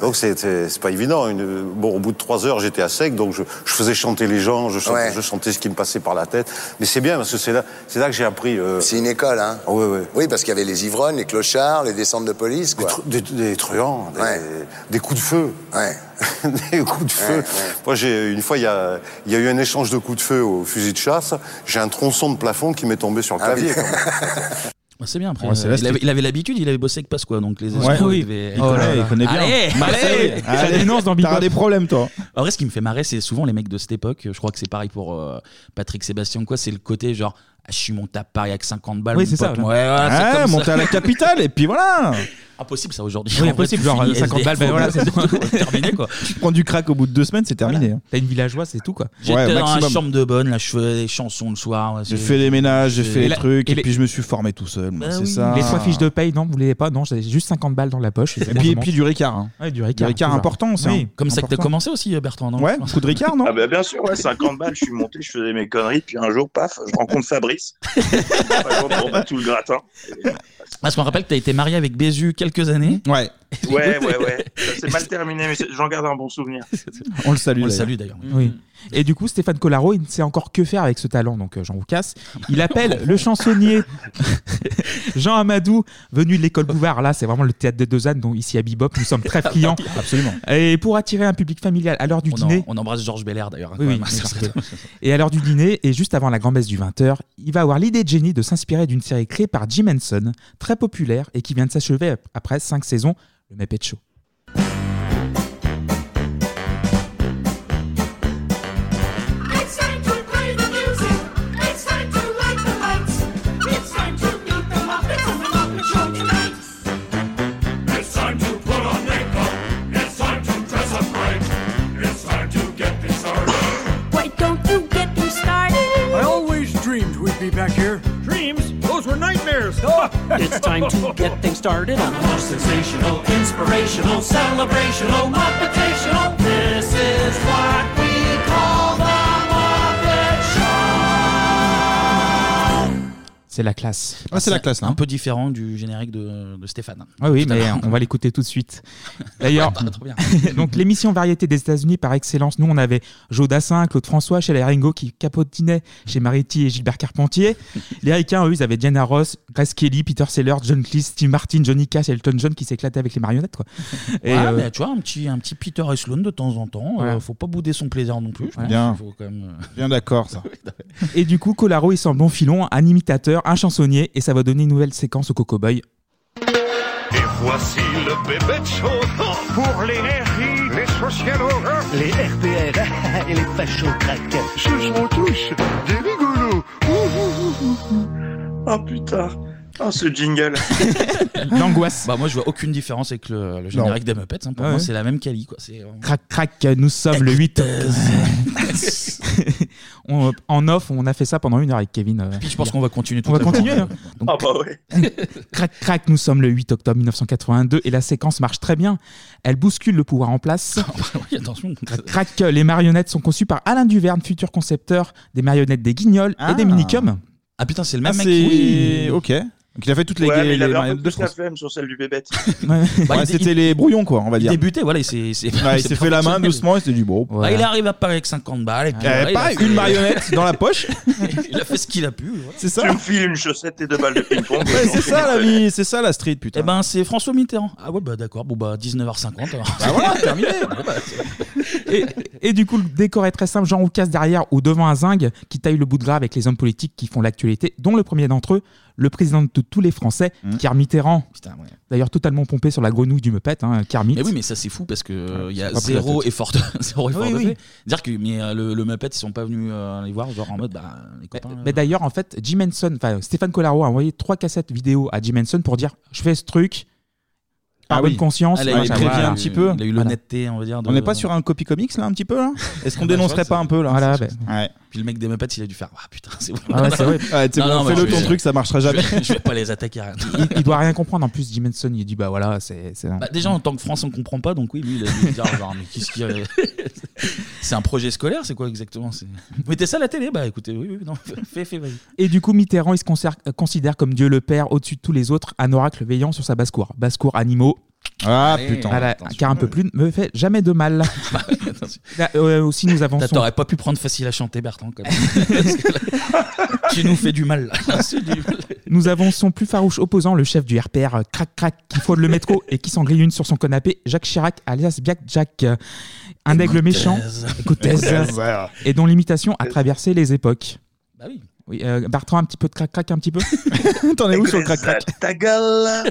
Speaker 16: Donc, c'est- c'est c'est pas évident. Une- bon, au bout de trois heures, j'étais à sec, donc je, je faisais chanter les gens, je chantais, je chantais ce qui me passait par la tête. Mais c'est bien, parce que c'est là, c'est là que j'ai appris.
Speaker 13: C'est une école, hein
Speaker 16: Oui, oui.
Speaker 13: Oui, parce qu'il y avait les ivrognes, les clochards, les descentes de police, quoi.
Speaker 16: Des, des truands, des, des coups de feu.
Speaker 13: Ouais.
Speaker 16: des coups de feu.
Speaker 13: Ouais, ouais.
Speaker 16: Moi, j'ai une fois, il y a, il y a eu un échange de coups de feu au fusil de chasse. J'ai un tronçon de plafond qui m'est tombé sur le
Speaker 1: Ah oui.
Speaker 16: clavier. quand même.
Speaker 1: Ouais, c'est bien après. euh,
Speaker 16: Ouais, c'est là,
Speaker 1: il, avait,
Speaker 16: c'était-
Speaker 1: il avait l'habitude, il avait bossé avec Pasqua, donc les
Speaker 6: Ouais.
Speaker 1: escrocs,
Speaker 6: Oui.
Speaker 1: il devait-
Speaker 6: Il connaît, il connaît bien.
Speaker 1: Allez,
Speaker 6: Marseille.
Speaker 1: allez,
Speaker 6: Allez, t'auras des problèmes, toi.
Speaker 1: En vrai, ce qui me fait marrer, c'est souvent les mecs de cette époque. Je crois que c'est pareil pour euh, Patrick Sébastien, quoi. C'est le côté genre, ah, je suis monté à Paris avec 50 balles.
Speaker 6: Oui,
Speaker 1: mon
Speaker 6: c'est ça.
Speaker 1: pote. Ouais, ouais, c'est
Speaker 6: Ouais,
Speaker 1: comme ça.
Speaker 6: monter à la capitale, et puis voilà.
Speaker 1: Impossible ça aujourd'hui.
Speaker 4: Oui,
Speaker 1: On
Speaker 4: impossible,
Speaker 1: aurait tout
Speaker 4: genre
Speaker 1: fini,
Speaker 4: 50 balles,
Speaker 1: SDF,
Speaker 4: ben voilà, c'est
Speaker 1: tout, terminé quoi.
Speaker 6: Tu prends du crack au bout de deux semaines, c'est terminé. hein.
Speaker 4: T'as une villageoise, c'est tout quoi.
Speaker 1: J'étais
Speaker 6: Ouais,
Speaker 1: dans la
Speaker 6: maximum.
Speaker 1: chambre de bonne, là je faisais des chansons le soir. ouais,
Speaker 6: J'ai
Speaker 1: c'est-
Speaker 6: fait les ménages, j'ai
Speaker 1: c'est-
Speaker 6: fait les trucs, et,
Speaker 1: les-
Speaker 6: puis je me suis formé tout seul. moi,
Speaker 1: Bah
Speaker 6: c'est
Speaker 1: oui.
Speaker 6: ça.
Speaker 4: Les trois fiches de paye, non, vous les avez pas Non, j'avais juste 50 balles dans la poche.
Speaker 6: Et puis, et puis du Ricard. hein.
Speaker 4: Ouais, du Ricard. toujours.
Speaker 6: important, c'est
Speaker 4: Oui,
Speaker 6: un-
Speaker 1: Comme ça que t'as
Speaker 6: important.
Speaker 1: commencé aussi euh, Bertrand, non
Speaker 6: Ouais, coup de Ricard, non
Speaker 7: Ah bah bien sûr, ouais, 50 balles, je suis monté, je faisais mes conneries, puis un jour, paf, je rencontre Fabrice. Vraiment, pour pas tout le gratin.
Speaker 1: Parce qu'on rappelle que t'as été marié avec Bézu quelques années.
Speaker 6: Ouais.
Speaker 7: Ouais, ouais, ouais. Ça s'est mal terminé, mais c'est- j'en garde un bon souvenir.
Speaker 4: On le salue.
Speaker 1: On le
Speaker 4: d'ailleurs.
Speaker 1: salue d'ailleurs.
Speaker 4: Oui. Et du coup, Stéphane Collaro, il ne sait encore que faire avec ce talent, donc euh, j'en vous casse. Il appelle le chansonnier Jean Amadou, venu de l'école Bouvard. Là, c'est vraiment le théâtre des deux ânes, dont ici à Bibop, nous sommes très friands.
Speaker 1: Absolument.
Speaker 4: Et pour attirer un public familial à l'heure du
Speaker 1: On, en-
Speaker 4: dîner.
Speaker 1: on embrasse Georges Belair d'ailleurs. hein,
Speaker 4: Oui,
Speaker 1: quand
Speaker 4: oui,
Speaker 1: même.
Speaker 4: bien sûr. Et à l'heure du dîner, et juste avant la grand-messe du 20h, il va avoir l'idée de génie de s'inspirer d'une série créée par Jim Henson, très populaire et qui vient de s'achever ap- après 5 saisons, le Muppet Show.
Speaker 17: It's time to play the music. It's time to light the lights. It's time to meet the Muppets on the Muppet Show tonight.
Speaker 18: It's time to put on makeup. It's time to dress up right. It's time to get this started.
Speaker 17: Why don't you get them started?
Speaker 19: I always dreamed we'd be back here. Dreams? Those were nightmares. it's time to get things started on the most sensational, inspirational, celebrational, motivational. This is what we call the
Speaker 6: Ah,
Speaker 4: C'est la classe.
Speaker 1: Ah, Un peu différent du générique de, de Stéphane.
Speaker 4: Oui, Ah oui,
Speaker 1: Tout à
Speaker 4: mais
Speaker 1: l'heure.
Speaker 4: on va l'écouter tout de suite. D'ailleurs,
Speaker 1: Ah, trop bien.
Speaker 4: donc l'émission variété des États-Unis par excellence, nous on avait Joe Dassin, Claude François, chez les Ringo qui capotinaient chez Mariti et Gilbert Carpentier. Les Ricains, eux, ils avaient Diana Ross, Grace Kelly, Peter Sellers, John Cleese, Steve Martin, Johnny Cash, Elton John qui s'éclataient avec les marionnettes. Quoi.
Speaker 1: Ouais,
Speaker 4: euh,
Speaker 1: mais tu vois, un petit, un petit Peter et Sloan de temps en temps.
Speaker 4: Ouais.
Speaker 1: euh, faut pas bouder son plaisir non plus. je pense.
Speaker 4: Bien.
Speaker 1: Faut quand même, euh,
Speaker 6: Bien d'accord, ça.
Speaker 4: Et du coup, Colaro, il semble bon filon, un imitateur, un chansonnier, et ça va donner une nouvelle séquence au Coco Boy.
Speaker 18: Et voici le bébé de chaudron. Pour les RI, les socialorats, les RPR et les fachocraques. Ce sont tous des rigolos.
Speaker 7: Oh putain. Oh ce jingle.
Speaker 4: L'angoisse.
Speaker 1: Bah, moi, je vois aucune différence avec le, le générique des Muppets. hein. Pour
Speaker 4: Ouais.
Speaker 1: moi, c'est la même quali. Quoi. C'est, euh,
Speaker 4: Crac, crac, nous sommes le 8. On- en off, on a fait ça pendant une heure avec Kevin. euh,
Speaker 1: je pense qu'on va continuer tout
Speaker 4: On va
Speaker 1: à l'heure.
Speaker 4: continuer. hein.
Speaker 7: Ah bah ouais.
Speaker 4: Crac, crac, nous sommes le 8 octobre 1982 et la séquence marche très bien. Elle bouscule le pouvoir en place.
Speaker 1: Oui, attention.
Speaker 4: Crac, les marionnettes sont conçues par Alain Duverne, futur concepteur des marionnettes des Guignols et des Minicums.
Speaker 1: Ah putain, c'est le
Speaker 4: même
Speaker 6: Ah,
Speaker 4: mec
Speaker 6: c'est-
Speaker 4: qui-
Speaker 6: Ok. Donc il a fait toutes les,
Speaker 7: ouais, mais il
Speaker 6: les
Speaker 7: avait un
Speaker 6: marionnettes
Speaker 7: peu
Speaker 6: de
Speaker 7: plus la
Speaker 6: France.
Speaker 7: flemme sur celle du bébête.
Speaker 4: Ah,
Speaker 1: Bah,
Speaker 6: Ouais,
Speaker 1: il-
Speaker 6: C'était
Speaker 1: il-
Speaker 6: les brouillons, quoi, on va
Speaker 1: Il
Speaker 6: dire.
Speaker 1: débutait, voilà, il s'est, c'est-
Speaker 6: Ouais, il
Speaker 1: c'est
Speaker 6: s'est fait la main
Speaker 1: professionnel.
Speaker 6: doucement, il s'est dit bon.
Speaker 1: Bah, il arrive à Paris avec 50 balles. Et puis,
Speaker 6: Euh,
Speaker 1: voilà, il
Speaker 6: pas
Speaker 1: a fait-
Speaker 6: une marionnette dans la poche.
Speaker 1: il a fait ce qu'il a pu.
Speaker 6: C'est ça.
Speaker 7: Tu me files une chaussette et deux balles de ping-pong.
Speaker 6: Ouais, c'est ça la vie, c'est ça la street, putain.
Speaker 1: Eh ben, c'est François Mitterrand. Ah ouais, bah d'accord, bon bah 19h50. alors.
Speaker 4: Et, et du coup, le décor est très simple. Jean Roucas derrière ou devant un zingue qui taille le bout de gras avec les hommes politiques qui font l'actualité, dont le premier d'entre eux, le président de tous les Français,
Speaker 6: Mmh.
Speaker 4: Pierre Mitterrand. D'ailleurs, totalement pompé sur la grenouille du Meupet, hein, Kermit.
Speaker 1: Mais oui, mais ça c'est fou parce que euh, il y a
Speaker 4: c'est pas pris la
Speaker 1: zéro
Speaker 4: tête.
Speaker 1: effort de, zéro effort
Speaker 4: Oui,
Speaker 1: de
Speaker 4: oui.
Speaker 1: fait. Dire que mais euh, le, le Muppet ils sont pas venus euh, les voir genre en mode bah les copains.
Speaker 4: Mais d'ailleurs, en fait, Jim Henson, enfin Stéphane Collaro a envoyé trois cassettes vidéo à Jim Henson pour dire Je fais ce truc, par bonne conscience.
Speaker 1: Allez,
Speaker 4: voilà,
Speaker 1: il
Speaker 4: ça-
Speaker 1: prévient
Speaker 4: voilà.
Speaker 1: un petit peu. Il a eu l'honnêteté, on va dire. de-
Speaker 6: Ah On n'est pas sur un copy comics là un petit peu là Est-ce qu'on
Speaker 1: Bah,
Speaker 6: dénoncerait
Speaker 1: je vois,
Speaker 6: pas un peu là
Speaker 4: Voilà, bah.
Speaker 1: Puis le mec des Muppets il a dû faire ah putain c'est bon.
Speaker 4: Ah ouais, c'est vrai.
Speaker 6: Ouais, c'est bon,
Speaker 1: mais
Speaker 6: fais-le
Speaker 1: je
Speaker 6: ton
Speaker 1: vais-
Speaker 6: truc, ça marchera jamais.
Speaker 1: Je vais, je vais pas les attaquer. Rien.
Speaker 4: Il, il doit rien comprendre en plus. Jim Henson, il dit Bah voilà, c'est. c'est un-
Speaker 1: Bah, déjà en tant que France on comprend pas donc oui lui il a dû dire genre mais qu'est-ce qu'il y a euh C'est un projet scolaire c'est quoi exactement c'est... Mettez ça à la télé bah écoutez oui oui non fais fais vas-y.
Speaker 4: Et du coup, Mitterrand, il se conser- euh, considère comme Dieu le Père au-dessus de tous les autres, un oracle veillant sur sa basse-cour. Basse-cour animaux.
Speaker 6: Ah
Speaker 1: Allez, putain.
Speaker 4: Voilà,
Speaker 1: attention.
Speaker 4: car un peu plus ne me fait jamais de mal. Là, euh, aussi, nous avons
Speaker 1: T'as-
Speaker 4: son-
Speaker 1: T'aurais pas pu prendre facile à chanter, Bertrand. Quand même. Parce que là, tu nous fais du mal. là. Là, c'est du-
Speaker 4: Nous avons son plus farouche opposant, le chef du RPR, euh, Crac Crac, qui fraude le métro et qui s'en grille une sur son canapé, Jacques Chirac, alias Biac Jack. euh, Un aigle méchant, écoutez,
Speaker 6: Écoutez, ouais.
Speaker 4: et dont l'imitation a traversé les époques.
Speaker 1: Bah oui.
Speaker 4: Oui, euh, Bertrand, un petit peu de Crac Crac, un petit peu
Speaker 6: T'en
Speaker 4: es où
Speaker 7: sur le crac Ta gueule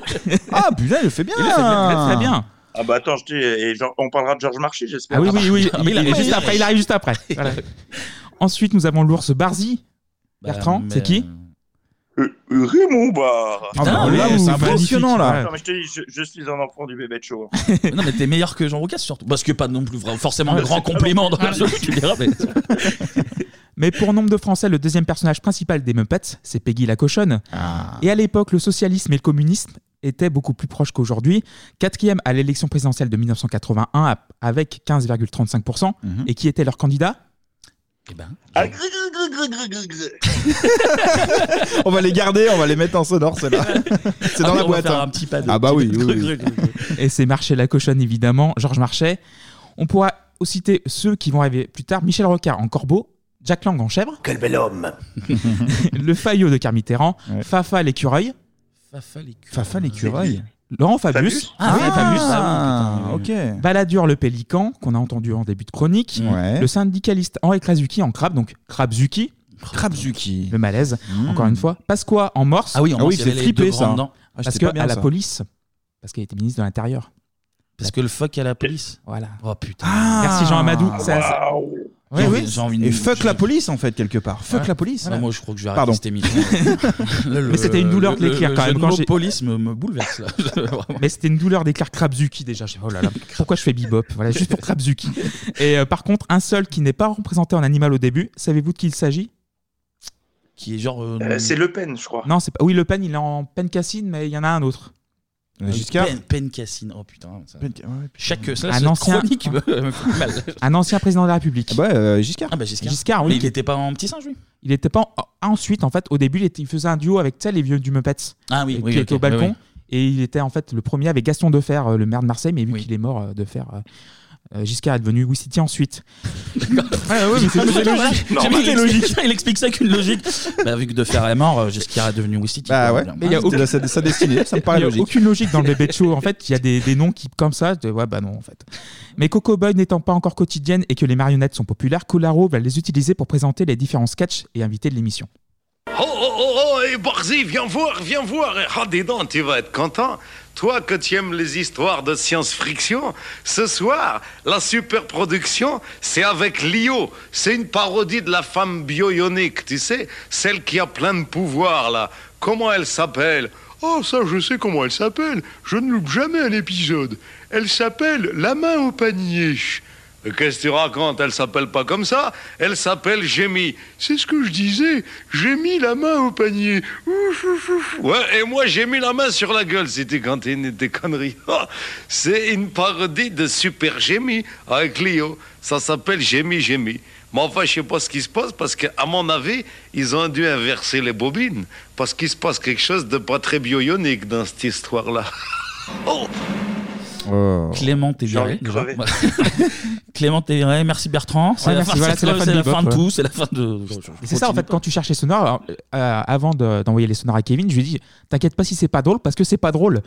Speaker 6: Ah putain, il le fait bien
Speaker 4: Il le fait bien, il le fait bien.
Speaker 7: Ah bah attends, je dis, et genre, on parlera de Georges Marchais, j'espère.
Speaker 4: Ah oui, oui, oui,
Speaker 7: Ah,
Speaker 4: il,
Speaker 7: mais
Speaker 4: il est juste
Speaker 7: il-
Speaker 4: après, il arrive juste après. Voilà. Ensuite, nous avons l'ours Barzi. Bertrand,
Speaker 1: mais-
Speaker 4: c'est qui
Speaker 7: euh, euh, Raymond Barre.
Speaker 1: Putain, Ah bah, mais là, c'est magnifique. impressionnant, là.
Speaker 7: Non, mais je te dis, je, je suis un enfant du bébé de show. hein.
Speaker 1: non, mais t'es meilleur que Jean Roucas surtout. Parce que pas non plus vra- forcément un grand compliment dans le jeu, tu diras. Mais...
Speaker 4: Mais pour nombre de Français, le deuxième personnage principal des Muppets, c'est Peggy la cochonne. Et à l'époque, le socialisme et le communisme étaient beaucoup plus proches qu'aujourd'hui. Quatrième à l'élection présidentielle de 1981 à- avec 15,35%. Et qui était leur candidat
Speaker 6: On va les garder, on va les mettre en sonore, ceux-là. C'est dans
Speaker 4: Ah oui, on
Speaker 6: la
Speaker 4: va
Speaker 6: boîte.
Speaker 4: faire
Speaker 6: hein.
Speaker 4: un petit pas de-
Speaker 6: ah bah oui. oui, oui.
Speaker 4: Et c'est Marchais la cochonne, évidemment, Georges Marchais. On pourra aussi citer ceux qui vont arriver plus tard Michel Rocard en corbeau, Jack Lang en chèvre.
Speaker 16: Quel bel homme
Speaker 4: Le Fayot de Carmitérant, Fafa l'écureuil.
Speaker 6: Fafa l'écureuil.
Speaker 4: Laurent Fabius.
Speaker 6: Ah,
Speaker 4: oui, Fabius.
Speaker 6: Ah,
Speaker 4: ok. Balladur le Pélican, qu'on a entendu en début de chronique.
Speaker 6: Ouais.
Speaker 4: Le syndicaliste Henri Krasuki en crabe, donc Krabzuki.
Speaker 6: Krabzuki.
Speaker 4: Le malaise, encore une fois. Pasqua en morse.
Speaker 1: Ah oui, en morse, il y
Speaker 4: c'est
Speaker 1: avait les deux
Speaker 4: flippé
Speaker 1: grands
Speaker 4: ça.
Speaker 1: dedans. Ah,
Speaker 4: parce
Speaker 1: j'étais
Speaker 4: que
Speaker 1: pas bien,
Speaker 4: à la
Speaker 1: ça.
Speaker 4: police. Parce qu'elle était ministre de l'Intérieur.
Speaker 1: Parce que le fuck à la police.
Speaker 4: Voilà.
Speaker 1: Oh putain.
Speaker 6: Ah.
Speaker 4: Merci Jean Amadou. Ça- ça-
Speaker 6: Ouais,
Speaker 1: J'ai
Speaker 6: oui.
Speaker 1: envie- j'ai envie de-
Speaker 6: Et fuck
Speaker 1: j'ai-
Speaker 6: la police en fait quelque part. Fuck
Speaker 1: Ouais.
Speaker 6: la police.
Speaker 1: Ouais, Moi, je crois que je vais arrêter
Speaker 6: Pardon.
Speaker 1: cette émission. Le- le-
Speaker 4: Mais c'était une douleur de
Speaker 1: le-
Speaker 4: l'écrire
Speaker 1: le
Speaker 4: quand
Speaker 1: jeu
Speaker 4: même.
Speaker 1: de
Speaker 4: Quand
Speaker 1: mots
Speaker 4: j'ai-
Speaker 1: police me, me bouleverse là.
Speaker 4: Mais c'était une douleur d'écrire Krabzuki déjà. Je sais pas, oh là là, pourquoi je fais bebop Voilà, juste pour Krabzuki. Et euh, par contre, un seul qui n'est pas représenté en animal au début, savez-vous de qui il s'agit
Speaker 1: Qui est genre. euh,
Speaker 7: Euh, c'est Le Pen, je crois.
Speaker 4: Non, c'est pas. Oui, Le Pen, il est en peine cassine, mais il y en a un autre.
Speaker 1: euh, Pen, Pen Cassine. Oh putain. ça- Chaque ça,
Speaker 4: Un
Speaker 1: cette
Speaker 4: ancien-
Speaker 1: chronique me, me fait mal.
Speaker 4: Un ancien président de la République.
Speaker 6: Ah bah, Giscard.
Speaker 1: Ah bah Giscard.
Speaker 4: Giscard, oui.
Speaker 1: Mais il était pas en petit singe lui.
Speaker 4: Il était pas en- ah, ensuite en fait au début il, était- il faisait un duo avec tu sais, les vieux du Muppets
Speaker 1: Ah oui,
Speaker 4: et-
Speaker 1: oui,
Speaker 4: euh, qui était
Speaker 1: ok,
Speaker 4: au balcon
Speaker 1: oui,
Speaker 4: et il était en fait le premier avec Gaston Defer euh, le maire de Marseille mais vu qu'il est mort euh, Defer euh, euh, Giscard est devenu Wissiti ensuite
Speaker 1: ouais,
Speaker 4: mais c'est- mais c'est logique. C'est logique.
Speaker 1: Il explique ça qu'une logique. Bah, vu que de faire la mort, euh, Giscard est devenu Wistiti. Bah ouais.
Speaker 4: Mais il y
Speaker 7: Ah,
Speaker 4: a aucune- Il y a aucune logique dans le bébé de show. En fait, il y a des, des noms qui, comme ça, je dis, ouais, bah non, en fait. Mais Coco Boy n'étant pas encore quotidienne et que les marionnettes sont populaires, Colaro va les utiliser pour présenter les différents sketchs et invités de l'émission.
Speaker 20: Oh, oh, oh, oh, et Barzy, viens voir, viens voir. Ah, dis donc, tu vas être content. Toi que tu aimes les histoires de science-fiction, ce soir, la superproduction, c'est avec Lio. C'est une parodie de la femme bioionique, tu sais, celle qui a plein de pouvoirs, là. Comment elle s'appelle Oh, ça, je sais comment elle s'appelle. Je ne loupe jamais un épisode. Elle s'appelle La main au panier. Mais Qu'est-ce que tu racontes Elle s'appelle pas comme ça. Elle s'appelle Gémy. C'est ce que je disais. J'ai mis la main au panier. Ouf, ouf, ouf. Ouais, et moi j'ai mis la main sur la gueule. C'était quand une des conneries. Ah, C'est une parodie de Super Gémy avec Lio. Ça s'appelle Gémy Gémy. Mais enfin, je sais pas ce qui se passe parce qu'à mon avis, ils ont dû inverser les bobines parce qu'il se passe quelque chose de pas très bioionique dans cette histoire-là. Oh
Speaker 1: Clément Tévéret. déjà. Clément Tévéret, merci Bertrand.
Speaker 4: Ouais, merci, voilà, c'est la fin de Bebop,
Speaker 1: de
Speaker 4: ouais.
Speaker 1: tout, c'est la fin de.
Speaker 4: Et C'est ça, en fait, quand tu cherches les sonores, alors, euh, avant de- d'envoyer les sonores à Kevin, je lui dis T'inquiète pas si c'est pas drôle, parce que c'est pas drôle.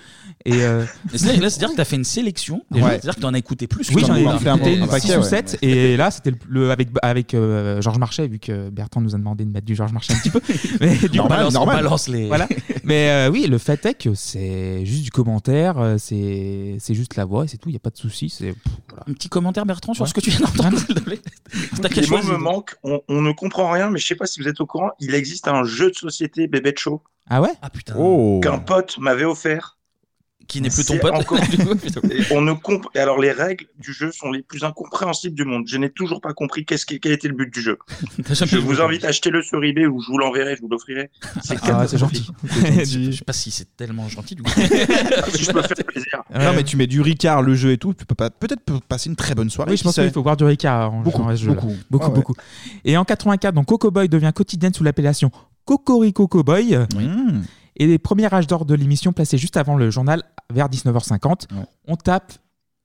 Speaker 4: Et euh,
Speaker 1: Et c'est- Là, c'est-à-dire que t'as fait une sélection. déjà.
Speaker 4: Ouais.
Speaker 1: C'est-à-dire que t'en as écouté plus.
Speaker 4: Oui,
Speaker 1: que hein. t'en
Speaker 4: j'en ai
Speaker 1: as
Speaker 4: écouté
Speaker 1: écouté
Speaker 4: 6 ou 7. Et là, c'était le, le- avec, avec euh, Georges Marchais, vu que Bertrand nous a demandé de mettre du Georges Marchais un petit peu. Mais du
Speaker 1: Normal, on balance les-
Speaker 4: Voilà. Mais euh, oui, le fait est que c'est juste du commentaire, euh, c'est c'est juste la voix, et c'est tout, il n'y a pas de souci. c'est- pff, voilà.
Speaker 1: Un petit commentaire, Bertrand, sur
Speaker 4: Ouais.
Speaker 1: ce que tu viens d'entendre. T'as
Speaker 7: Les
Speaker 1: quelque
Speaker 7: mots
Speaker 1: chose
Speaker 7: me manquent, on, on ne comprend rien, mais je sais pas si vous êtes au courant, il existe un jeu de société bébé de show
Speaker 4: Ah ouais
Speaker 1: Ah putain.
Speaker 7: qu'un pote m'avait offert.
Speaker 1: Qui n'est plus ton
Speaker 7: C'est
Speaker 1: pote.
Speaker 7: encore-
Speaker 1: du coup,
Speaker 7: Et on ne comp- et Alors les règles du jeu sont les plus incompréhensibles du monde. Je n'ai toujours pas compris qu'est-ce qui- quel était le but du jeu.
Speaker 1: T'as jamais
Speaker 7: je
Speaker 1: joué,
Speaker 7: vous
Speaker 1: toi.
Speaker 7: invite à acheter le sur eBay ou je vous l'enverrai, je vous l'offrirai. C'est
Speaker 1: Ah, ouais, c'est
Speaker 7: catastrophique.
Speaker 1: Je sais pas si c'est tellement gentil du coup.
Speaker 7: si je peux faire plaisir.
Speaker 6: Non mais tu mets du Ricard, le jeu et tout, tu peux pas- peut-être peut passer une très bonne soirée.
Speaker 4: Oui, je pense qu'il faut boire du Ricard hein, en jouant à ce jeu-là.
Speaker 6: beaucoup.
Speaker 4: beaucoup,
Speaker 6: Ah ouais.
Speaker 4: beaucoup. Et en 84, donc Coco Boy devient quotidienne sous l'appellation Cocorico Cowboy. Et les premiers âges d'or de l'émission placés juste avant le journal vers 19h50, on tape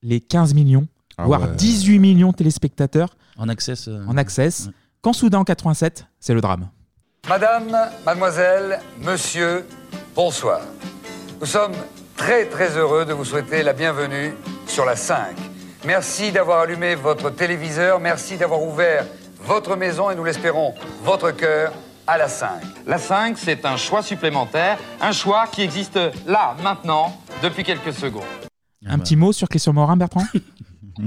Speaker 4: les 15 millions,
Speaker 1: Ah
Speaker 4: voire
Speaker 1: ouais.
Speaker 4: 18 millions de téléspectateurs
Speaker 6: Ah
Speaker 1: En access. euh,
Speaker 4: en access. Quand soudain en 87, c'est le drame.
Speaker 21: Madame, mademoiselle, monsieur, bonsoir. Nous sommes très très heureux de vous souhaiter la bienvenue sur la 5. Merci d'avoir allumé votre téléviseur, merci d'avoir ouvert votre maison et nous l'espérons, votre cœur à la 5. La 5, c'est un choix supplémentaire, un choix qui existe là, maintenant, depuis quelques secondes.
Speaker 6: Ah
Speaker 4: Un petit mot sur Christian Morin, Bertrand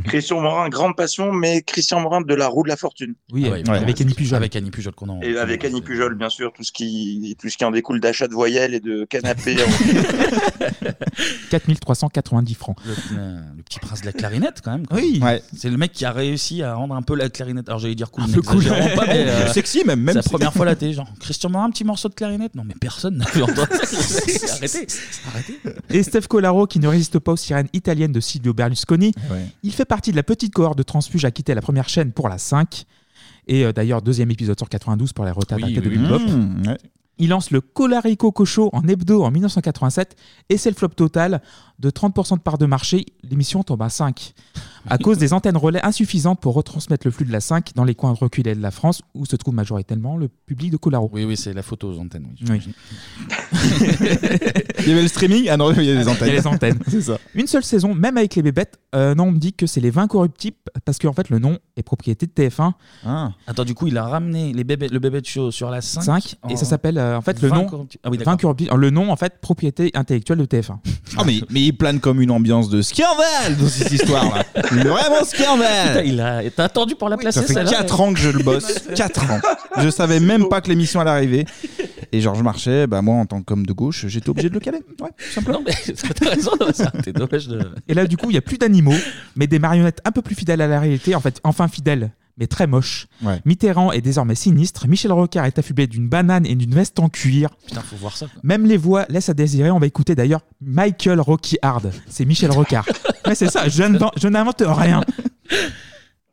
Speaker 7: Christian Morin, grande passion, mais Christian Morin de la roue de la fortune.
Speaker 4: Oui,
Speaker 1: Ah ouais, ouais.
Speaker 4: avec Annie Pujol.
Speaker 1: Avec Annie Pujol qu'on en.
Speaker 7: Et avec Annie Pujol, bien sûr, tout ce qui, tout ce qui en découle d'achat de voyelles et de canapés. en-
Speaker 4: 4390 francs.
Speaker 1: Le, le- le petit prince de la clarinette, quand même. quoi.
Speaker 4: Oui.
Speaker 1: C'est le mec qui a réussi à rendre un peu la clarinette. Alors j'allais dire cool,
Speaker 4: Un
Speaker 1: mais
Speaker 4: peu cool.
Speaker 1: exagérons pas, mais, euh,
Speaker 4: Sexy, même, même
Speaker 1: C'est la
Speaker 4: sexy.
Speaker 1: première fois là, t'es genre Christian Morin, un petit morceau de clarinette. Non, mais personne n'avait entendu. ça. Arrêtez, arrêtez.
Speaker 4: Et Steve Colaro, qui ne résiste pas aux sirènes italiennes de Silvio Berlusconi,
Speaker 1: Ouais.
Speaker 4: il fait partie de la petite cohorte de transfuges à quitter la première chaîne pour la 5. Et euh, d'ailleurs, deuxième épisode sur 92 pour la retraite
Speaker 6: Oui,
Speaker 4: arcade
Speaker 6: oui,
Speaker 4: de
Speaker 6: oui.
Speaker 4: Bebop.
Speaker 6: Mmh,
Speaker 4: Il lance le Colarico Cocho en hebdo en 1987 et c'est le flop total de 30% de part de marché. L'émission tombe à 5 à cause des antennes relais insuffisantes pour retransmettre le flux de la 5 dans les coins reculés de la France où se trouve majoritairement le public de Colaro.
Speaker 1: Oui, oui, c'est la photo aux antennes.
Speaker 4: il y avait le streaming Ah non, il y a les
Speaker 6: antennes.
Speaker 4: les antennes.
Speaker 6: C'est ça.
Speaker 4: Une seule saison, même avec les bébêtes, euh, non, on me dit que c'est les 20 corruptibles parce qu'en fait le nom est propriété de TF1.
Speaker 1: Ah. Attends, du coup, il a ramené les bébés, le bébé de show sur la 5.
Speaker 4: 5 et ça s'appelle euh, en fait le
Speaker 1: 20
Speaker 4: nom
Speaker 1: oh. corrupti- Ah oui,
Speaker 4: 20 corruptibles. le nom en fait propriété intellectuelle de TF1
Speaker 6: Ah, mais, mais il plane comme une ambiance de scandale dans cette histoire-là. Vraiment
Speaker 1: Putain,
Speaker 6: scandale.
Speaker 1: il a... T'as attendu pour la hein. placer
Speaker 6: Ça fait
Speaker 1: celle-là
Speaker 6: 4 ans que je le bosse. 4 ans. Je savais même pas que l'émission allait arriver. Et Georges Marchais, bah moi en tant qu'homme de gauche, j'étais obligé de le caler. Ouais, tout simplement.
Speaker 1: Non, mais t'as raison, non, ça, t'es dommage de.
Speaker 4: et là du coup il y a plus d'animaux mais des marionnettes un peu plus fidèles à la réalité en fait enfin fidèles mais très moches Mitterrand est désormais sinistre Michel Rocard est affublé d'une banane et d'une veste en cuir
Speaker 1: Putain, faut voir ça. quoi.
Speaker 4: même les voix laissent à désirer on va écouter d'ailleurs Michael Rocky Hard c'est Michel Rocard mais c'est ça je n'invente- je n'invente rien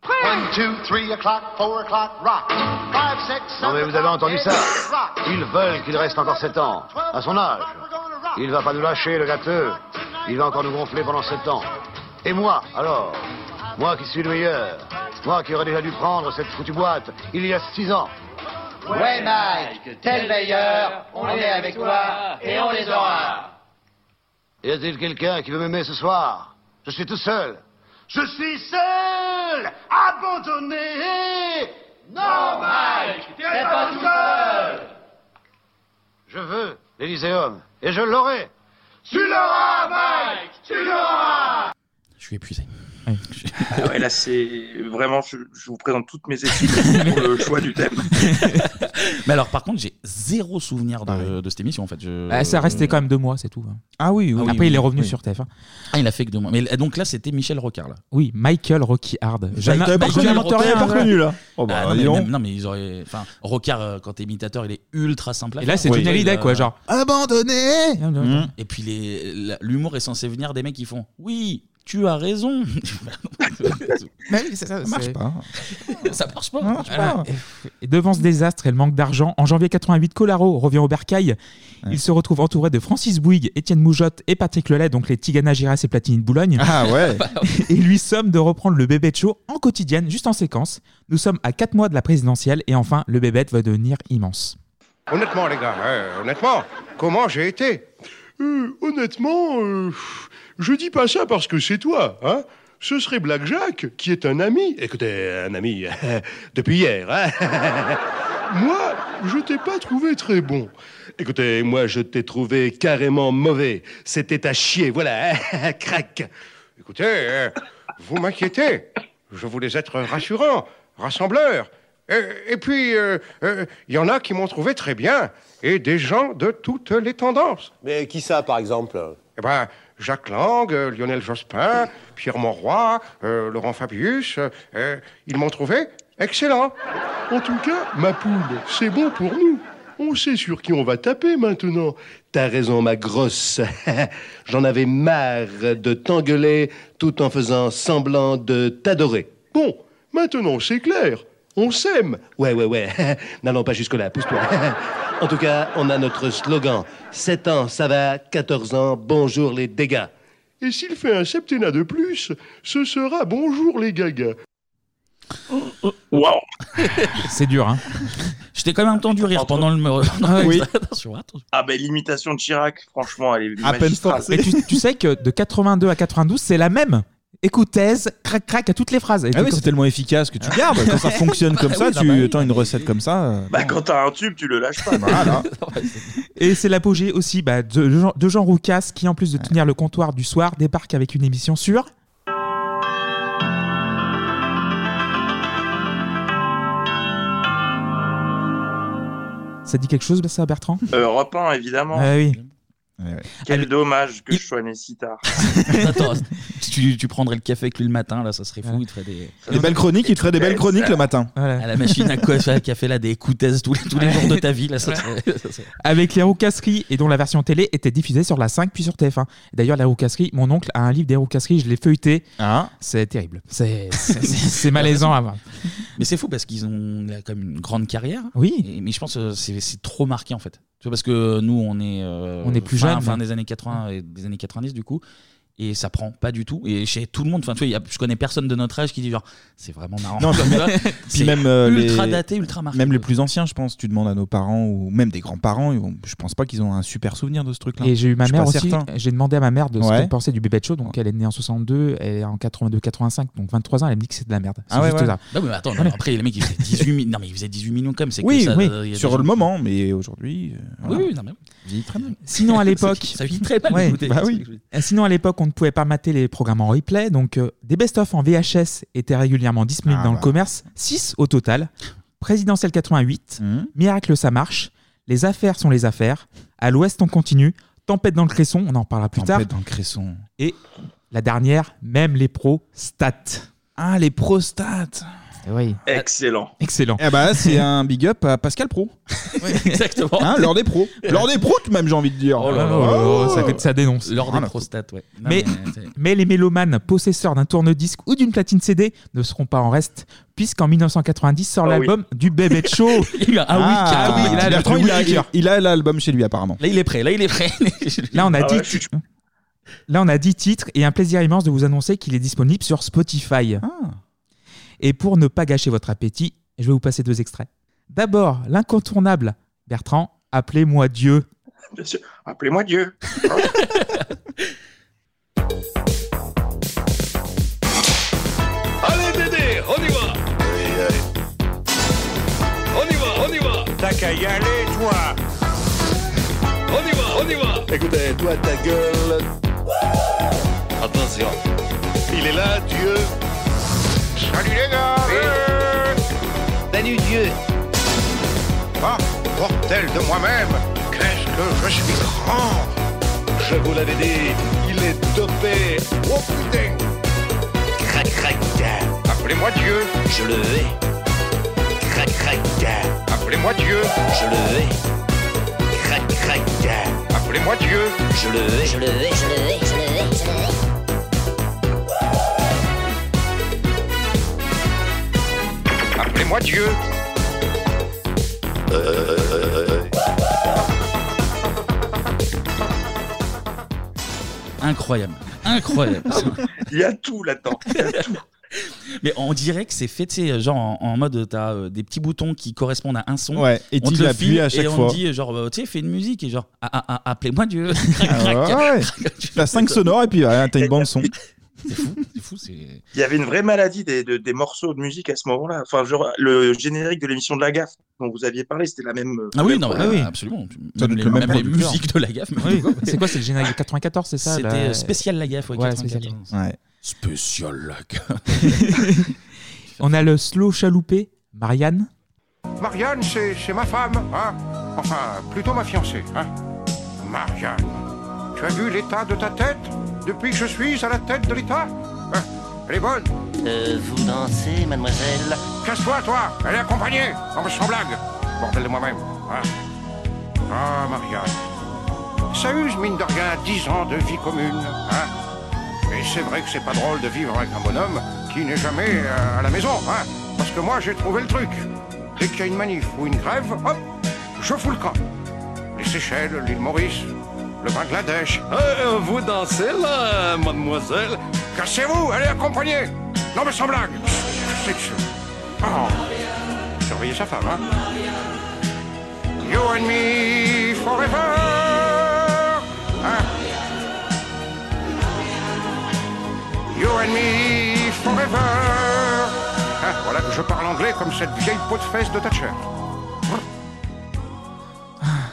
Speaker 18: One, two, three o'clock, four o'clock, rock. Five, six,
Speaker 22: Non mais
Speaker 18: seven
Speaker 22: vous avez entendu ça
Speaker 18: o'clock.
Speaker 22: Ils veulent qu'il reste encore 7 ans, à son âge. Il va pas nous lâcher, le gâteux. Il va encore nous gonfler pendant 7 ans. Et moi, alors Moi qui suis le meilleur. Moi qui aurais déjà dû prendre cette foutue boîte il y a 6 ans.
Speaker 23: Ouais, Mike, t'es le meilleur, on est avec toi et on les aura.
Speaker 22: Y a-t-il quelqu'un qui veut m'aimer ce soir Je suis tout seul.
Speaker 18: Je suis seul, abandonné. Non, Mike, t'es pas tout seul.
Speaker 22: Je veux l'Élyséeum. Et je l'aurai.
Speaker 18: Tu l'auras, Mike, tu l'auras.
Speaker 1: Je suis épuisé.
Speaker 7: Ah ouais, là, c'est vraiment, je, je vous présente toutes mes excuses pour le choix du thème.
Speaker 1: Mais alors, par contre, j'ai zéro souvenir
Speaker 6: Ah
Speaker 1: de, de cette émission en fait. Je-
Speaker 4: Bah, ça restait quand même deux mois c'est tout ah oui,
Speaker 1: Ah oui,
Speaker 4: après il est
Speaker 1: oui,
Speaker 4: revenu
Speaker 1: oui.
Speaker 4: sur hein. TF1
Speaker 1: Ah, il a fait que deux mois. Mais donc là, c'était Michel Rocard là.
Speaker 4: Oui, Michael Rocky Hard. Je
Speaker 1: Michael-
Speaker 4: n'in- je
Speaker 1: Michael
Speaker 4: n'invente
Speaker 1: Rocard,
Speaker 4: rien,
Speaker 1: ouais.
Speaker 4: voilà.
Speaker 1: Ah, non,
Speaker 4: Ah,
Speaker 1: mais,
Speaker 4: non, mais
Speaker 1: même- non, mais ils auraient. Enfin, Rocard, euh, quand t'es imitateur, il est ultra simple. à
Speaker 4: Et là,
Speaker 1: faire.
Speaker 4: c'est Johnny
Speaker 1: Il,
Speaker 4: Hallyday, quoi, genre, Mmh.
Speaker 1: Abandonné
Speaker 4: non.
Speaker 1: Et puis, les- la- l'humour est censé venir des mecs qui font Oui, tu as raison.
Speaker 4: ça,
Speaker 1: marche
Speaker 4: pas. hein.
Speaker 1: ça marche pas.
Speaker 4: Voilà.
Speaker 1: Voilà.
Speaker 4: hein. Et devant ce désastre et le manque d'argent, en janvier 88, Colaro revient au bercail. Il se retrouve entouré de Francis Bouygues, Étienne Moujotte et Patrick Lelay, donc les Tigana, Giras et Platini de Boulogne.
Speaker 6: Ah ouais.
Speaker 4: et lui somme de reprendre le bébé de show en quotidienne, juste en séquence. Nous sommes à 4 mois de la présidentielle et enfin, le bébête va devenir immense.
Speaker 24: Honnêtement, les gars, euh, honnêtement, comment j'ai été
Speaker 20: Euh, honnêtement, euh, je dis pas ça parce que c'est toi, hein. Ce serait Blackjack, qui est un ami. Écoutez, un ami depuis hier, hein. moi, je t'ai pas trouvé très bon. Écoutez, moi, je t'ai trouvé carrément mauvais. C'était à chier, voilà, hein, crac.
Speaker 24: Écoutez, euh, vous m'inquiétez. Je voulais être rassurant, rassembleur. Et, et puis, il y en a qui m'ont trouvé très bien, et des gens de toutes les tendances. Mais qui ça, par exemple Eh ben, Jacques Lang, euh, Lionel Jospin, Pierre Monroy, euh, Laurent Fabius, euh, euh, ils m'ont trouvé excellent.
Speaker 20: En tout cas, ma poule, c'est bon pour nous. On sait sur qui on va taper maintenant. T'as raison, ma grosse. J'en avais marre de t'engueuler tout en faisant semblant de t'adorer. Bon, maintenant c'est clair. On s'aime. Ouais, ouais, ouais. N'allons pas jusque-là, pousse-toi. en tout cas, on a notre slogan. 7 ans, ça va. 14 ans, bonjour les dégâts. Et s'il fait un septennat de plus, ce sera bonjour les gagas.
Speaker 7: Waouh
Speaker 4: C'est dur, hein
Speaker 1: J'étais quand même entendu rire pendant le. pendant le-
Speaker 7: Oui.
Speaker 1: Oh, Attention, attention.
Speaker 7: Ah ben l'imitation de Chirac, franchement, elle est magistrale.
Speaker 4: Mais tu, tu sais que de 82 à 92, c'est la même. Écoutez, crac crac à toutes les phrases. Et
Speaker 6: Ah
Speaker 4: tu- Ah
Speaker 6: oui, c'est tellement efficace que tu gardes. Quand ça fonctionne comme ça,
Speaker 4: bah
Speaker 6: tu tends une recette comme ça. euh,
Speaker 7: Bah quand t'as un tube, tu le lâches pas.
Speaker 4: Et c'est l'apogée aussi bah, de, Jean, de Jean Roucas qui, en plus de tenir le comptoir du soir, débarque avec une émission sur. Ça dit quelque chose, ça, Bertrand
Speaker 7: Euh, Europe 1, évidemment.
Speaker 1: Eh
Speaker 4: Ah oui.
Speaker 7: Quel dommage que je sois né si tard.
Speaker 1: Attends, tu, tu prendrais le café avec lui le matin, là, ça serait fou. Il te ferait des.
Speaker 6: Des belles chroniques, il te ferait des belles chroniques le matin.
Speaker 1: À la machine à quoi faire le café, là, des écoutaises tous les, tous les jours de ta vie, là, ça serait. ça serait-
Speaker 4: Avec les roucasseries et dont la version télé était diffusée sur la 5 puis sur TF1. D'ailleurs, les roucasseries, mon oncle a un livre des roucasseries, je l'ai feuilleté. C'est terrible. C'est- C'est c'est malaisant à voir.
Speaker 1: Mais c'est fou parce qu'ils ont là, comme une grande carrière.
Speaker 4: Oui.
Speaker 1: mais je pense que c'est c'est trop marqué en fait. Tu vois, parce que nous, on est, euh,
Speaker 4: On est plus
Speaker 1: fin,
Speaker 4: jeunes,
Speaker 1: Fin
Speaker 4: ouais.
Speaker 1: des années 80 et des années 90 du coup. Et ça prend pas du tout. Et chez tout le monde, enfin, tu vois, il y a- je connais personne de notre âge qui dit genre, c'est vraiment marrant.
Speaker 6: Non,
Speaker 1: Tu
Speaker 6: puis,
Speaker 1: vois,
Speaker 6: puis
Speaker 1: c'est
Speaker 6: même euh,
Speaker 1: ultra
Speaker 6: les-
Speaker 1: daté, ultra marqué.
Speaker 6: Même les plus anciens, je pense. Tu demandes à nos parents ou même des grands-parents, ils vont- je pense pas qu'ils ont un super souvenir de ce truc-là.
Speaker 4: Et j'ai eu ma
Speaker 6: Je suis
Speaker 4: mère
Speaker 6: pas
Speaker 4: aussi.
Speaker 6: certain.
Speaker 4: J'ai demandé à ma mère de ce
Speaker 6: Ouais.
Speaker 4: qu'elle pensait du bébé de show. Donc elle est née en 62, elle est en 82-85, donc 23 ans. Elle me dit que c'est de la merde. C'est
Speaker 6: Ah ouais,
Speaker 4: juste
Speaker 6: ouais.
Speaker 4: ça.
Speaker 1: Non, mais attends, mais après, les mecs, ils faisaient 18, mi- non, mais ils faisaient 18 millions quand même. Bah c'est que
Speaker 6: Oui,
Speaker 1: ça,
Speaker 6: oui.
Speaker 1: euh, il y a des
Speaker 6: sur
Speaker 1: gens-
Speaker 6: le moment, mais aujourd'hui. euh, voilà.
Speaker 1: Oui, oui, non, mais.
Speaker 6: Vieillit très mal.
Speaker 4: Sinon à l'époque,
Speaker 1: Ça vit très mal.
Speaker 4: Ouais,
Speaker 1: écoutez.
Speaker 4: bah oui. Et Sinon à l'époque, on ne pouvait pas mater les programmes en replay, donc euh, des best-of en VHS étaient régulièrement disponibles
Speaker 6: Ah
Speaker 4: dans le
Speaker 6: bah.
Speaker 4: commerce, 6 au total. Présidentiel 88,
Speaker 6: Mmh.
Speaker 4: Miracle ça marche, Les affaires sont les affaires, À l'ouest on continue, Tempête dans le cresson, on en reparlera plus
Speaker 6: Tempête
Speaker 4: tard.
Speaker 6: dans le cresson.
Speaker 4: Et la dernière, même les pros stats.
Speaker 6: Ah, les prostates.
Speaker 4: Eh Oui.
Speaker 7: Eh, Excellent.
Speaker 4: Excellent.
Speaker 6: Eh bah, c'est un big up à Pascal Pro.
Speaker 1: Exactement.
Speaker 6: Hein, l'heure des pros. L'heure des pros, même, j'ai envie de dire.
Speaker 4: Oh là là, oh, ça, ça dénonce.
Speaker 1: L'heure des
Speaker 4: Ah, là.
Speaker 1: prostates, ouais. Non,
Speaker 4: Mais,
Speaker 1: c'est-
Speaker 4: mais les mélomanes possesseurs d'un tourne-disque ou d'une platine CD ne seront pas en reste, puisqu'en 1990 sort
Speaker 1: Ah oui.
Speaker 4: l'album du Bébé de Show. Ah
Speaker 1: Il y a ah un week-end.
Speaker 4: oui, là,
Speaker 6: Bertrand,
Speaker 4: le
Speaker 6: il a-
Speaker 4: week-end.
Speaker 6: il a l'album chez lui, apparemment.
Speaker 1: Là, il est prêt. Là, il est prêt.
Speaker 4: Là, on a
Speaker 1: Ah
Speaker 4: dit
Speaker 1: ouais,
Speaker 4: Là, on a 10 titres et un plaisir immense de vous annoncer qu'il est disponible sur Spotify.
Speaker 6: Ah.
Speaker 4: Et pour ne pas gâcher votre appétit, je vais vous passer deux extraits. D'abord, l'incontournable Bertrand, appelez-moi Dieu.
Speaker 7: Bien sûr. Appelez-moi Dieu.
Speaker 18: Allez Dédé, on y va On y va, on y va T'as qu'à y aller, toi On y va, on y va Écoutez, toi, ta gueule Attention Il est là, Dieu Salut les gars Euh. Salut Dieu Ah, mortel de moi-même Qu'est-ce que je suis grand Je vous l'avais dit, il est dopé Oh putain Crac crac Appelez-moi Dieu. Je le vais. Crac crac Appelez-moi Dieu. Je le vais. Crac crac Appelez-moi Dieu. Je le vais. Je le vais. Je le vais. Je le vais. Je le vais. Appelez-moi Dieu. Euh,
Speaker 1: Incroyable. Incroyable.
Speaker 7: Il y a tout là-dedans. Il y a tout.
Speaker 1: Mais on dirait que c'est fait, tu sais, genre en, en mode t'as euh, des petits boutons qui correspondent à un son.
Speaker 6: Ouais, et
Speaker 1: on
Speaker 6: tu
Speaker 1: te le
Speaker 6: l'appuies
Speaker 1: file
Speaker 6: à chaque
Speaker 1: et on
Speaker 6: fois.
Speaker 1: te dit, genre, bah, tu sais, fais une musique et genre, ah, ah, ah, appelez-moi Dieu.
Speaker 6: Ah ouais. T'as 5 sonores et puis ouais, t'as une bande son.
Speaker 7: Il y avait une vraie maladie des, de- des morceaux de musique à ce moment-là. Enfin, genre, le générique de l'émission de la gaffe dont vous aviez parlé, c'était la même. euh,
Speaker 1: Ah oui, non,
Speaker 7: mais
Speaker 1: ah oui, absolument.
Speaker 4: Ça doit
Speaker 1: Même,
Speaker 4: être
Speaker 1: les,
Speaker 4: le même
Speaker 1: même les
Speaker 4: producteur.
Speaker 1: musiques de la gaffe. mais
Speaker 4: Oui.
Speaker 1: tout, ouais.
Speaker 4: C'est quoi, c'est le générique de 94, c'est ça
Speaker 1: C'était
Speaker 4: là
Speaker 1: euh, spécial la gaffe, ouais.
Speaker 4: Ouais,
Speaker 1: 94.
Speaker 4: spécial. Ouais.
Speaker 1: Spécial la gaffe.
Speaker 4: On a le slow chaloupé, Marianne.
Speaker 24: Marianne, c'est c'est ma femme, hein Enfin, plutôt ma fiancée, hein Marianne, tu as vu l'état de ta tête depuis que je suis à la tête de l'état Hein, Elle est bonne
Speaker 2: Euh, vous dansez, mademoiselle
Speaker 24: Casse-toi, toi Elle est accompagnée En me sans blague Bordel de moi-même, hein Ah, Marianne, ça use, mine de rien, 10 ans de vie commune, hein Et c'est vrai que c'est pas drôle de vivre avec un bonhomme qui n'est jamais euh, à la maison, hein Parce que moi, j'ai trouvé le truc. Dès qu'il y a une manif ou une grève, hop, je fous le camp. Les Seychelles, l'île Maurice, le Bangladesh.
Speaker 25: Euh, vous dansez là, mademoiselle
Speaker 24: Cassez-vous, allez accompagner Non mais sans blague C'est que... Oh Surveillez sa femme, hein You and me forever Hein You and me forever Hein, Voilà que je parle anglais comme cette vieille peau de fesse de Thatcher.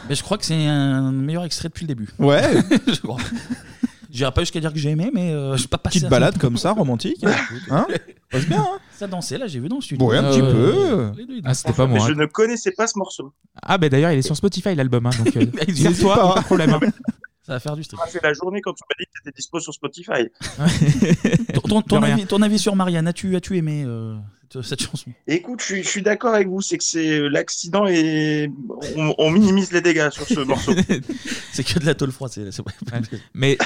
Speaker 1: Mais je crois que c'est un meilleur extrait depuis le début.
Speaker 6: Ouais.
Speaker 1: Je crois. J'irai pas jusqu'à dire que j'ai aimé, mais euh, je suis pas passé.
Speaker 6: Petite
Speaker 1: à-
Speaker 6: balade comme ça, romantique. Hein Passe bien. hein
Speaker 1: Ça dansait, là, j'ai vu dans le studio. Euh,
Speaker 4: Ouais, un petit peu. Ah, c'était pas moi.
Speaker 7: Mais je
Speaker 4: hein.
Speaker 7: ne connaissais pas ce morceau.
Speaker 4: Ah, bah d'ailleurs, il est sur Spotify l'album. Hein, donc, euh,
Speaker 7: Il
Speaker 4: c'est
Speaker 7: existe
Speaker 4: toi,
Speaker 7: pas.
Speaker 4: pas de problème. hein.
Speaker 1: Ça va faire du strip.
Speaker 7: Ah, c'est la journée quand tu m'as dit que c'était dispo sur Spotify.
Speaker 1: Ton, ton
Speaker 7: De rien.
Speaker 1: avis, ton avis sur Marianne, as-tu as-tu aimé euh, cette- cette chanson
Speaker 7: Écoute, je, suis- je suis d'accord avec vous, c'est que c'est euh, l'accident et on, on minimise les dégâts sur ce morceau.
Speaker 1: C'est que de la tôle froide, c'est c'est vrai.
Speaker 4: Mais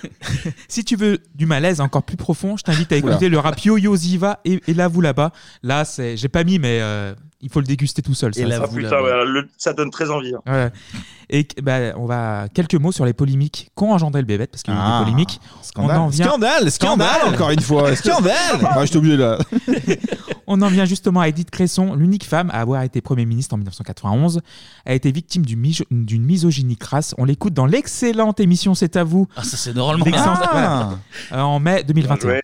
Speaker 4: si tu veux du malaise encore plus profond, je t'invite à
Speaker 1: Oula.
Speaker 4: écouter le rap Yo Yo Ziva et, et là vous là-bas. Là, c'est, j'ai pas mis, mais euh, il faut le déguster tout seul. ça.
Speaker 7: Ah, putain, ouais, le- ça donne très envie. hein.
Speaker 4: Ouais. Et que- bah, on va quelques mots sur les polémiques qu'ont engendré le bébête parce qu'il y a eu
Speaker 6: Ah,
Speaker 4: des polémiques.
Speaker 6: Scandale.
Speaker 4: On en vient...
Speaker 6: scandale, scandale, encore une fois, scandale. Enfin, je t'ai oublié là.
Speaker 4: On en vient justement à Edith Cresson, l'unique femme à avoir été Premier ministre en 1991. Elle a été victime du miso- d'une misogynie crasse. On l'écoute dans l'excellente émission C'est à vous.
Speaker 1: Ah, ça, c'est normalement
Speaker 4: L'excellente-
Speaker 1: bien.
Speaker 4: voilà. Euh, en mai 2021.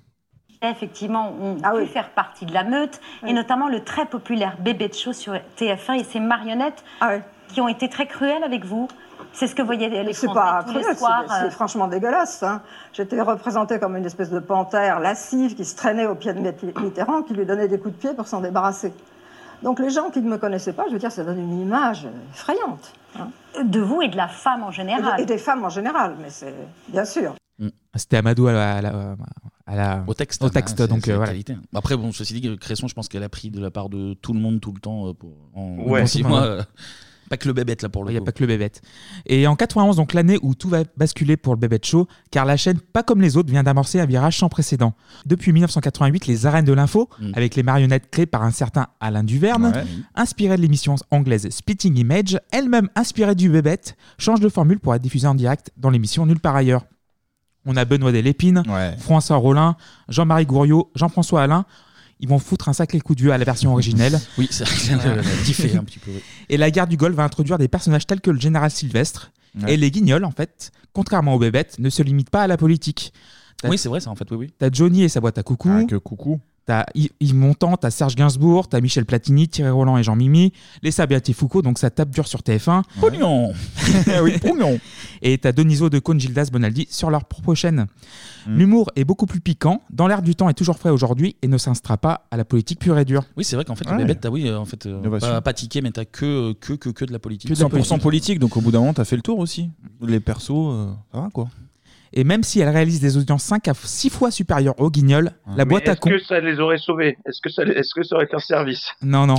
Speaker 3: Effectivement, on
Speaker 5: Ah
Speaker 3: peut faire partie de la meute, et notamment le très populaire Bébé de Show sur TF1 et ses marionnettes
Speaker 5: Ah
Speaker 3: qui ont été très cruelles avec vous. C'est ce que voyaient les
Speaker 5: C'est
Speaker 3: Français
Speaker 5: pas
Speaker 3: tous les
Speaker 5: cruel, c'est-
Speaker 3: soirs.
Speaker 5: Ah, c'est
Speaker 3: euh,
Speaker 5: franchement dégueulasse. hein. J'étais représentée comme une espèce de panthère lascive qui se traînait au pied de Mitt- Mitterrand, qui lui donnait des coups de pied pour s'en débarrasser. Donc les gens qui ne me connaissaient pas, je veux dire, ça donne une image effrayante. hein.
Speaker 3: De vous et de la femme en général.
Speaker 5: Et des femmes en général, mais c'est bien sûr.
Speaker 4: C'était Amadou à la, à la- à la-
Speaker 1: au texte.
Speaker 4: Au texte,
Speaker 1: Ah, c'est-
Speaker 4: donc
Speaker 1: c'est
Speaker 4: euh,
Speaker 1: la
Speaker 4: voilà.
Speaker 1: qualité. Après, bon, ceci dit, Cresson, je pense qu'elle a pris de la part de tout le monde tout le temps. euh, Pour, en
Speaker 4: Ouais.
Speaker 1: en six mois,
Speaker 4: Ouais.
Speaker 1: euh, pas que le bébête là pour le
Speaker 4: Il n'y a
Speaker 1: coup.
Speaker 4: pas que le bébête. Et en 91, donc l'année où tout va basculer pour le bébête show, car la chaîne, pas comme les autres, vient d'amorcer un virage sans précédent. Depuis 1988, les arènes de l'info,
Speaker 1: Mm.
Speaker 4: avec les marionnettes créées par un certain Alain Duverne,
Speaker 1: Ouais.
Speaker 4: inspirées de l'émission anglaise Spitting Image, elle-même inspirée du bébête, change de formule pour être diffusée en direct dans l'émission Nulle part ailleurs. On a Benoît Delépine, François Rollin, Jean-Marie Gouriot, Jean-François Alain. Ils vont foutre un sacré coup de vieux à la version originelle.
Speaker 1: Oui, ça
Speaker 4: Voilà.
Speaker 1: diffé un petit peu. oui.
Speaker 4: Et la guerre du Golfe va introduire des personnages tels que le général Sylvestre.
Speaker 1: Ouais.
Speaker 4: Et les guignols, en fait, contrairement aux bébêtes, ne se limitent pas à la politique. T'as-
Speaker 1: Oui, c'est vrai, Ah, ça en fait. Oui, oui.
Speaker 4: T'as Johnny et sa boîte à coucou. que coucou. T'as Y- Yves Montand, t'as Serge Gainsbourg, t'as Michel Platini, Thierry Roland et Jean Mimi, les Sabiati Foucault, donc ça tape dur sur TF1.
Speaker 1: Pognon
Speaker 4: Oui, pognon Et t'as Deniso de Cône, Gildas Bonaldi sur leur propre chaîne.
Speaker 1: Hmm.
Speaker 4: L'humour est beaucoup plus piquant, dans l'air du temps est toujours frais aujourd'hui et ne s'instera pas à la politique pure et dure.
Speaker 1: Oui, c'est vrai qu'en fait,
Speaker 4: Ah Ouais.
Speaker 1: le bébête, t'as oui, euh, en fait, euh,
Speaker 4: Innovation.
Speaker 1: pas, pas tiqué, mais t'as que, euh, que, que, que de la politique.
Speaker 6: 100% politique, donc au bout d'un moment, t'as fait le tour aussi. Les persos, euh, ça va quoi.
Speaker 4: Et même si elle réalise des audiences 5 à 6 fois supérieures aux guignols, la
Speaker 7: Mais
Speaker 4: boîte à
Speaker 7: Est-ce
Speaker 4: con.
Speaker 7: que ça les aurait sauvés Est-ce que, ça les- est-ce que ça aurait été un service
Speaker 4: Non, non.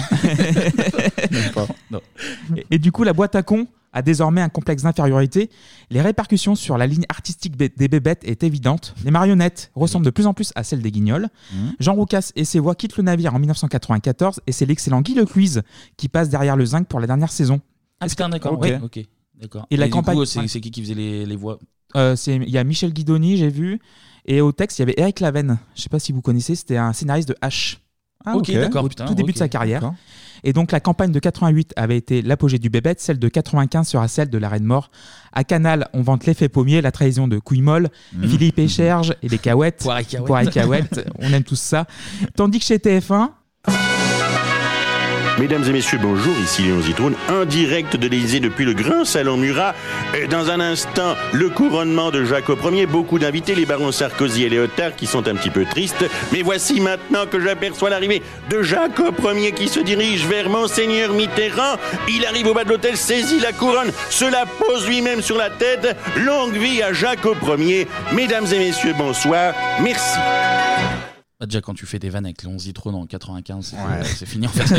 Speaker 4: Et, et du coup, la boîte à con a désormais un complexe d'infériorité. Les répercussions sur la ligne artistique bé- des bébêtes est évidente. Les marionnettes ressemblent de plus en plus à celles des guignols.
Speaker 6: Mm.
Speaker 4: Jean Roucas et ses voix quittent le navire en 1994 et c'est l'excellent Guy Lecuise qui passe derrière le zinc pour la dernière saison.
Speaker 1: Ah, putain, d'accord.
Speaker 4: Ok.
Speaker 1: ouais, Ok. D'accord.
Speaker 4: Et la
Speaker 1: du
Speaker 4: campagne-
Speaker 1: coup, c'est
Speaker 4: ouais.
Speaker 1: c'est qui qui faisait les, les voix
Speaker 4: Euh, c'est- Il y a Michel Guidoni, j'ai vu. Et au texte, il y avait Eric Laven. Je sais pas si vous connaissez, c'était un scénariste de H.
Speaker 1: Ah, ok, d'accord,
Speaker 4: Au
Speaker 1: putain,
Speaker 4: tout début
Speaker 1: ok,
Speaker 4: de sa carrière.
Speaker 1: d'accord.
Speaker 4: Et donc la campagne de 88 avait été l'apogée du bébête, celle de 95 sera celle de la Reine Mort. À Canal, on vante l'effet pommier, la trahison de Couille-Molle, Philippe Echerge et les Cahuètes. Poire
Speaker 1: Hmm. cahuètes.
Speaker 4: on aime tous ça. Tandis que chez TF1,
Speaker 10: Mesdames et messieurs, bonjour, ici Léon Zitrone, en direct de l'Élysée depuis le grand salon Murat. Et Dans un instant, le couronnement de Jacob Ier, beaucoup d'invités, les barons Sarkozy et Léotard qui sont un petit peu tristes. Mais voici maintenant que j'aperçois l'arrivée de Jacob Ier qui se dirige vers Monseigneur Mitterrand. Il arrive au bas de l'hôtel, saisit la couronne, se la pose lui-même sur la tête. Longue vie à Jacob Ier. Mesdames et messieurs, bonsoir. Merci.
Speaker 1: Bah, Déjà, quand tu fais des vannes avec Léon Zitrone en 95, c'est c'est fini en fait.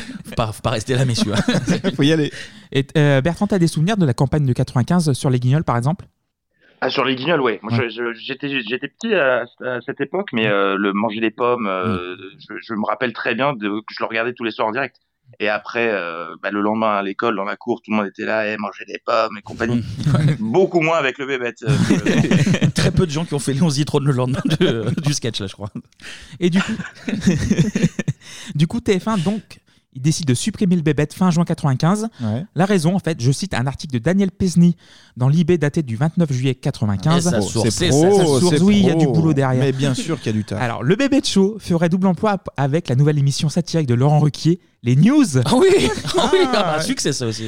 Speaker 1: faut, pas, faut pas rester là, messieurs. hein.
Speaker 4: faut y aller. Et, euh, Bertrand, t'as des souvenirs de la campagne de 95 sur les Guignols, par exemple
Speaker 7: Ah, sur les guignols, ouais. Moi, je- je- j'étais, j'étais petit à, à cette époque, mais euh, le manger des pommes, euh, je, je me rappelle très bien de, que je le regardais tous les soirs en direct. Et après, euh, bah, le lendemain à l'école, dans la cour, tout le monde était là, eh, manger des pommes et compagnie. Beaucoup moins avec le bébête. euh, que-
Speaker 1: Très peu de gens qui ont fait Léon Zitrone le lendemain de- du sketch, là, je crois.
Speaker 4: Et du coup, du coup, TF1, donc, il décide de supprimer le bébête fin juin 95.
Speaker 6: Ouais.
Speaker 4: La raison, en fait, je cite un article de Daniel Pesny dans l'IB daté du 29 juillet 95.
Speaker 6: Et ça source, Oh, C'est c'est pro, ça.
Speaker 4: Ça source,
Speaker 6: c'est
Speaker 4: oui, il y a
Speaker 6: pro.
Speaker 4: du boulot derrière.
Speaker 6: Mais bien sûr qu'il y a du taf.
Speaker 4: Alors, le bébé de show ferait double emploi ap- avec la nouvelle émission satirique de Laurent Ruquier, les news.
Speaker 1: Ah oui, ah oui, ah bah, succès ça aussi.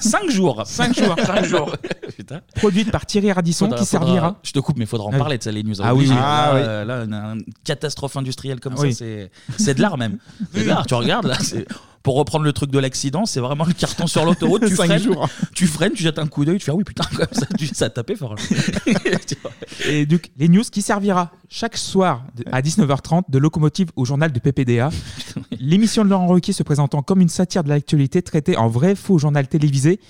Speaker 1: Cinq jours.
Speaker 4: Cinq jours.
Speaker 1: Cinq jours. Putain.
Speaker 4: Produite par Thierry Radisson
Speaker 1: Faudra-
Speaker 4: qui
Speaker 1: faudra-
Speaker 4: servira.
Speaker 1: Je te coupe, mais il faudra en
Speaker 4: Ah oui.
Speaker 1: parler de ça, les news.
Speaker 4: Ah oui,
Speaker 1: Obligé.
Speaker 4: oui. Ah
Speaker 1: là,
Speaker 4: oui.
Speaker 1: euh, là, on a une catastrophe industrielle comme
Speaker 4: Oui.
Speaker 1: ça, c'est- c'est de l'art même. C'est de l'art, tu regardes là. c'est- Pour reprendre le truc de l'accident, c'est vraiment le carton sur l'autoroute. Tu
Speaker 4: Cinq
Speaker 1: freines,
Speaker 4: jours.
Speaker 1: tu freines, tu jettes un coup d'œil, tu fais ah oui putain comme ça, tu- ça a tapé fort.
Speaker 4: Et donc, les news qui servira chaque soir de- à 19h30 de Locomotive au journal du PPDA. L'émission de Laurent Ruquier se présentant comme une satire de l'actualité traitée en vrai faux journal télévisé.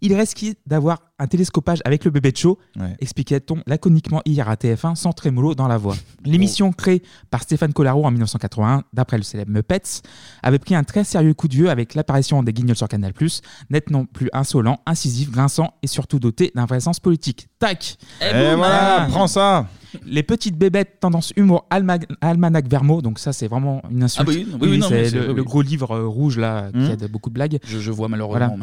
Speaker 4: Il risque d'avoir un télescopage avec le bébé de show, expliquait-on laconiquement hier à TF1 sans trémolo dans la voix. L'émission créée par Stéphane Collaro en 1981, d'après le célèbre Muppets, avait pris un très sérieux coup de vieux avec l'apparition des guignols sur Canal+, net non plus insolent, incisif, grinçant et surtout doté d'un vrai sens politique. Tac
Speaker 1: Eh,
Speaker 6: Et boum voilà, prends
Speaker 4: ça Les petites bébêtes tendance humour alma- almanach Vermo, donc ça c'est vraiment une insulte.
Speaker 1: Ah oui, oui, oui, non, mais
Speaker 4: c'est
Speaker 1: c'est-
Speaker 4: le,
Speaker 1: oui,
Speaker 4: le
Speaker 1: oui.
Speaker 4: gros livre euh, rouge là
Speaker 1: Hmm.
Speaker 4: qui a de- beaucoup de blagues.
Speaker 1: Je, je vois malheureusement.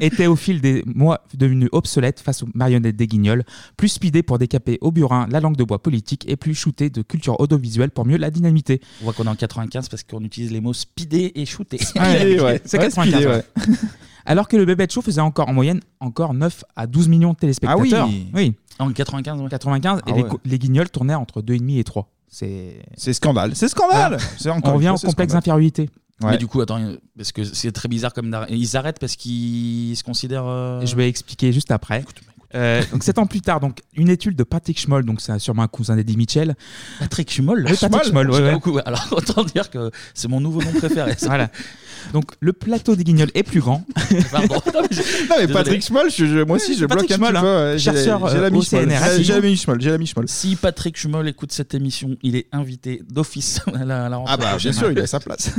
Speaker 4: Était au fil des mois devenu obsolète face aux marionnettes des guignols, plus speedé pour décaper au burin la langue de bois politique et plus shooté de culture audiovisuelle pour mieux la dynamiter.
Speaker 1: On voit qu'on est en 95 parce qu'on utilise les mots speeder et shooter.
Speaker 4: Ouais, C'est 95. ouais. Alors que le bébé de show faisait encore en moyenne encore 9 à 12 millions de téléspectateurs.
Speaker 1: Ah oui. En 95, ouais.
Speaker 4: 95 et
Speaker 1: Ah
Speaker 4: les,
Speaker 1: ouais.
Speaker 4: co- les guignols tournaient entre 2,5 et 3. C'est
Speaker 6: C'est scandale, c'est scandale.
Speaker 4: Voilà.
Speaker 6: C'est encore
Speaker 4: Ah. On
Speaker 6: une
Speaker 4: revient
Speaker 6: fois,
Speaker 4: au
Speaker 6: c'est
Speaker 4: complexe
Speaker 6: scandale.
Speaker 4: d'infériorité.
Speaker 1: Mais du coup, attends, euh, parce que c'est très bizarre comme narr- ils arrêtent parce qu'ils se considèrent. euh,
Speaker 4: Je vais expliquer juste après. Euh, donc sept ans plus tard, donc une étude de Patrick Schmoll, donc c'est sûrement un cousin d'Eddie Mitchell.
Speaker 1: Patrick
Speaker 6: Ah,
Speaker 1: Schmoll,
Speaker 4: oui, Patrick Schmoll, ouais,
Speaker 1: J'aime
Speaker 4: ouais.
Speaker 1: beaucoup, ouais. Alors autant dire que c'est mon nouveau nom préféré. ça.
Speaker 4: voilà. Donc le plateau des Guignols est plus grand.
Speaker 1: Pardon. Non, mais,
Speaker 6: Non mais Patrick Schmoll, je- je- moi aussi je bloque
Speaker 4: Patrick
Speaker 6: un
Speaker 4: Schmoll,
Speaker 6: petit peu.
Speaker 4: hein,
Speaker 6: euh, j'ai-
Speaker 4: chercheur,
Speaker 6: j'ai
Speaker 4: euh,
Speaker 6: l'ami
Speaker 4: au
Speaker 6: Schmoll.
Speaker 4: CNRS.
Speaker 6: J'ai l'ami Schmoll, j'ai l'ami Schmoll.
Speaker 1: Si Patrick Schmoll écoute cette émission, il est invité d'office à la, à la rentrée.
Speaker 6: Ah bah bien sûr, il a sa place.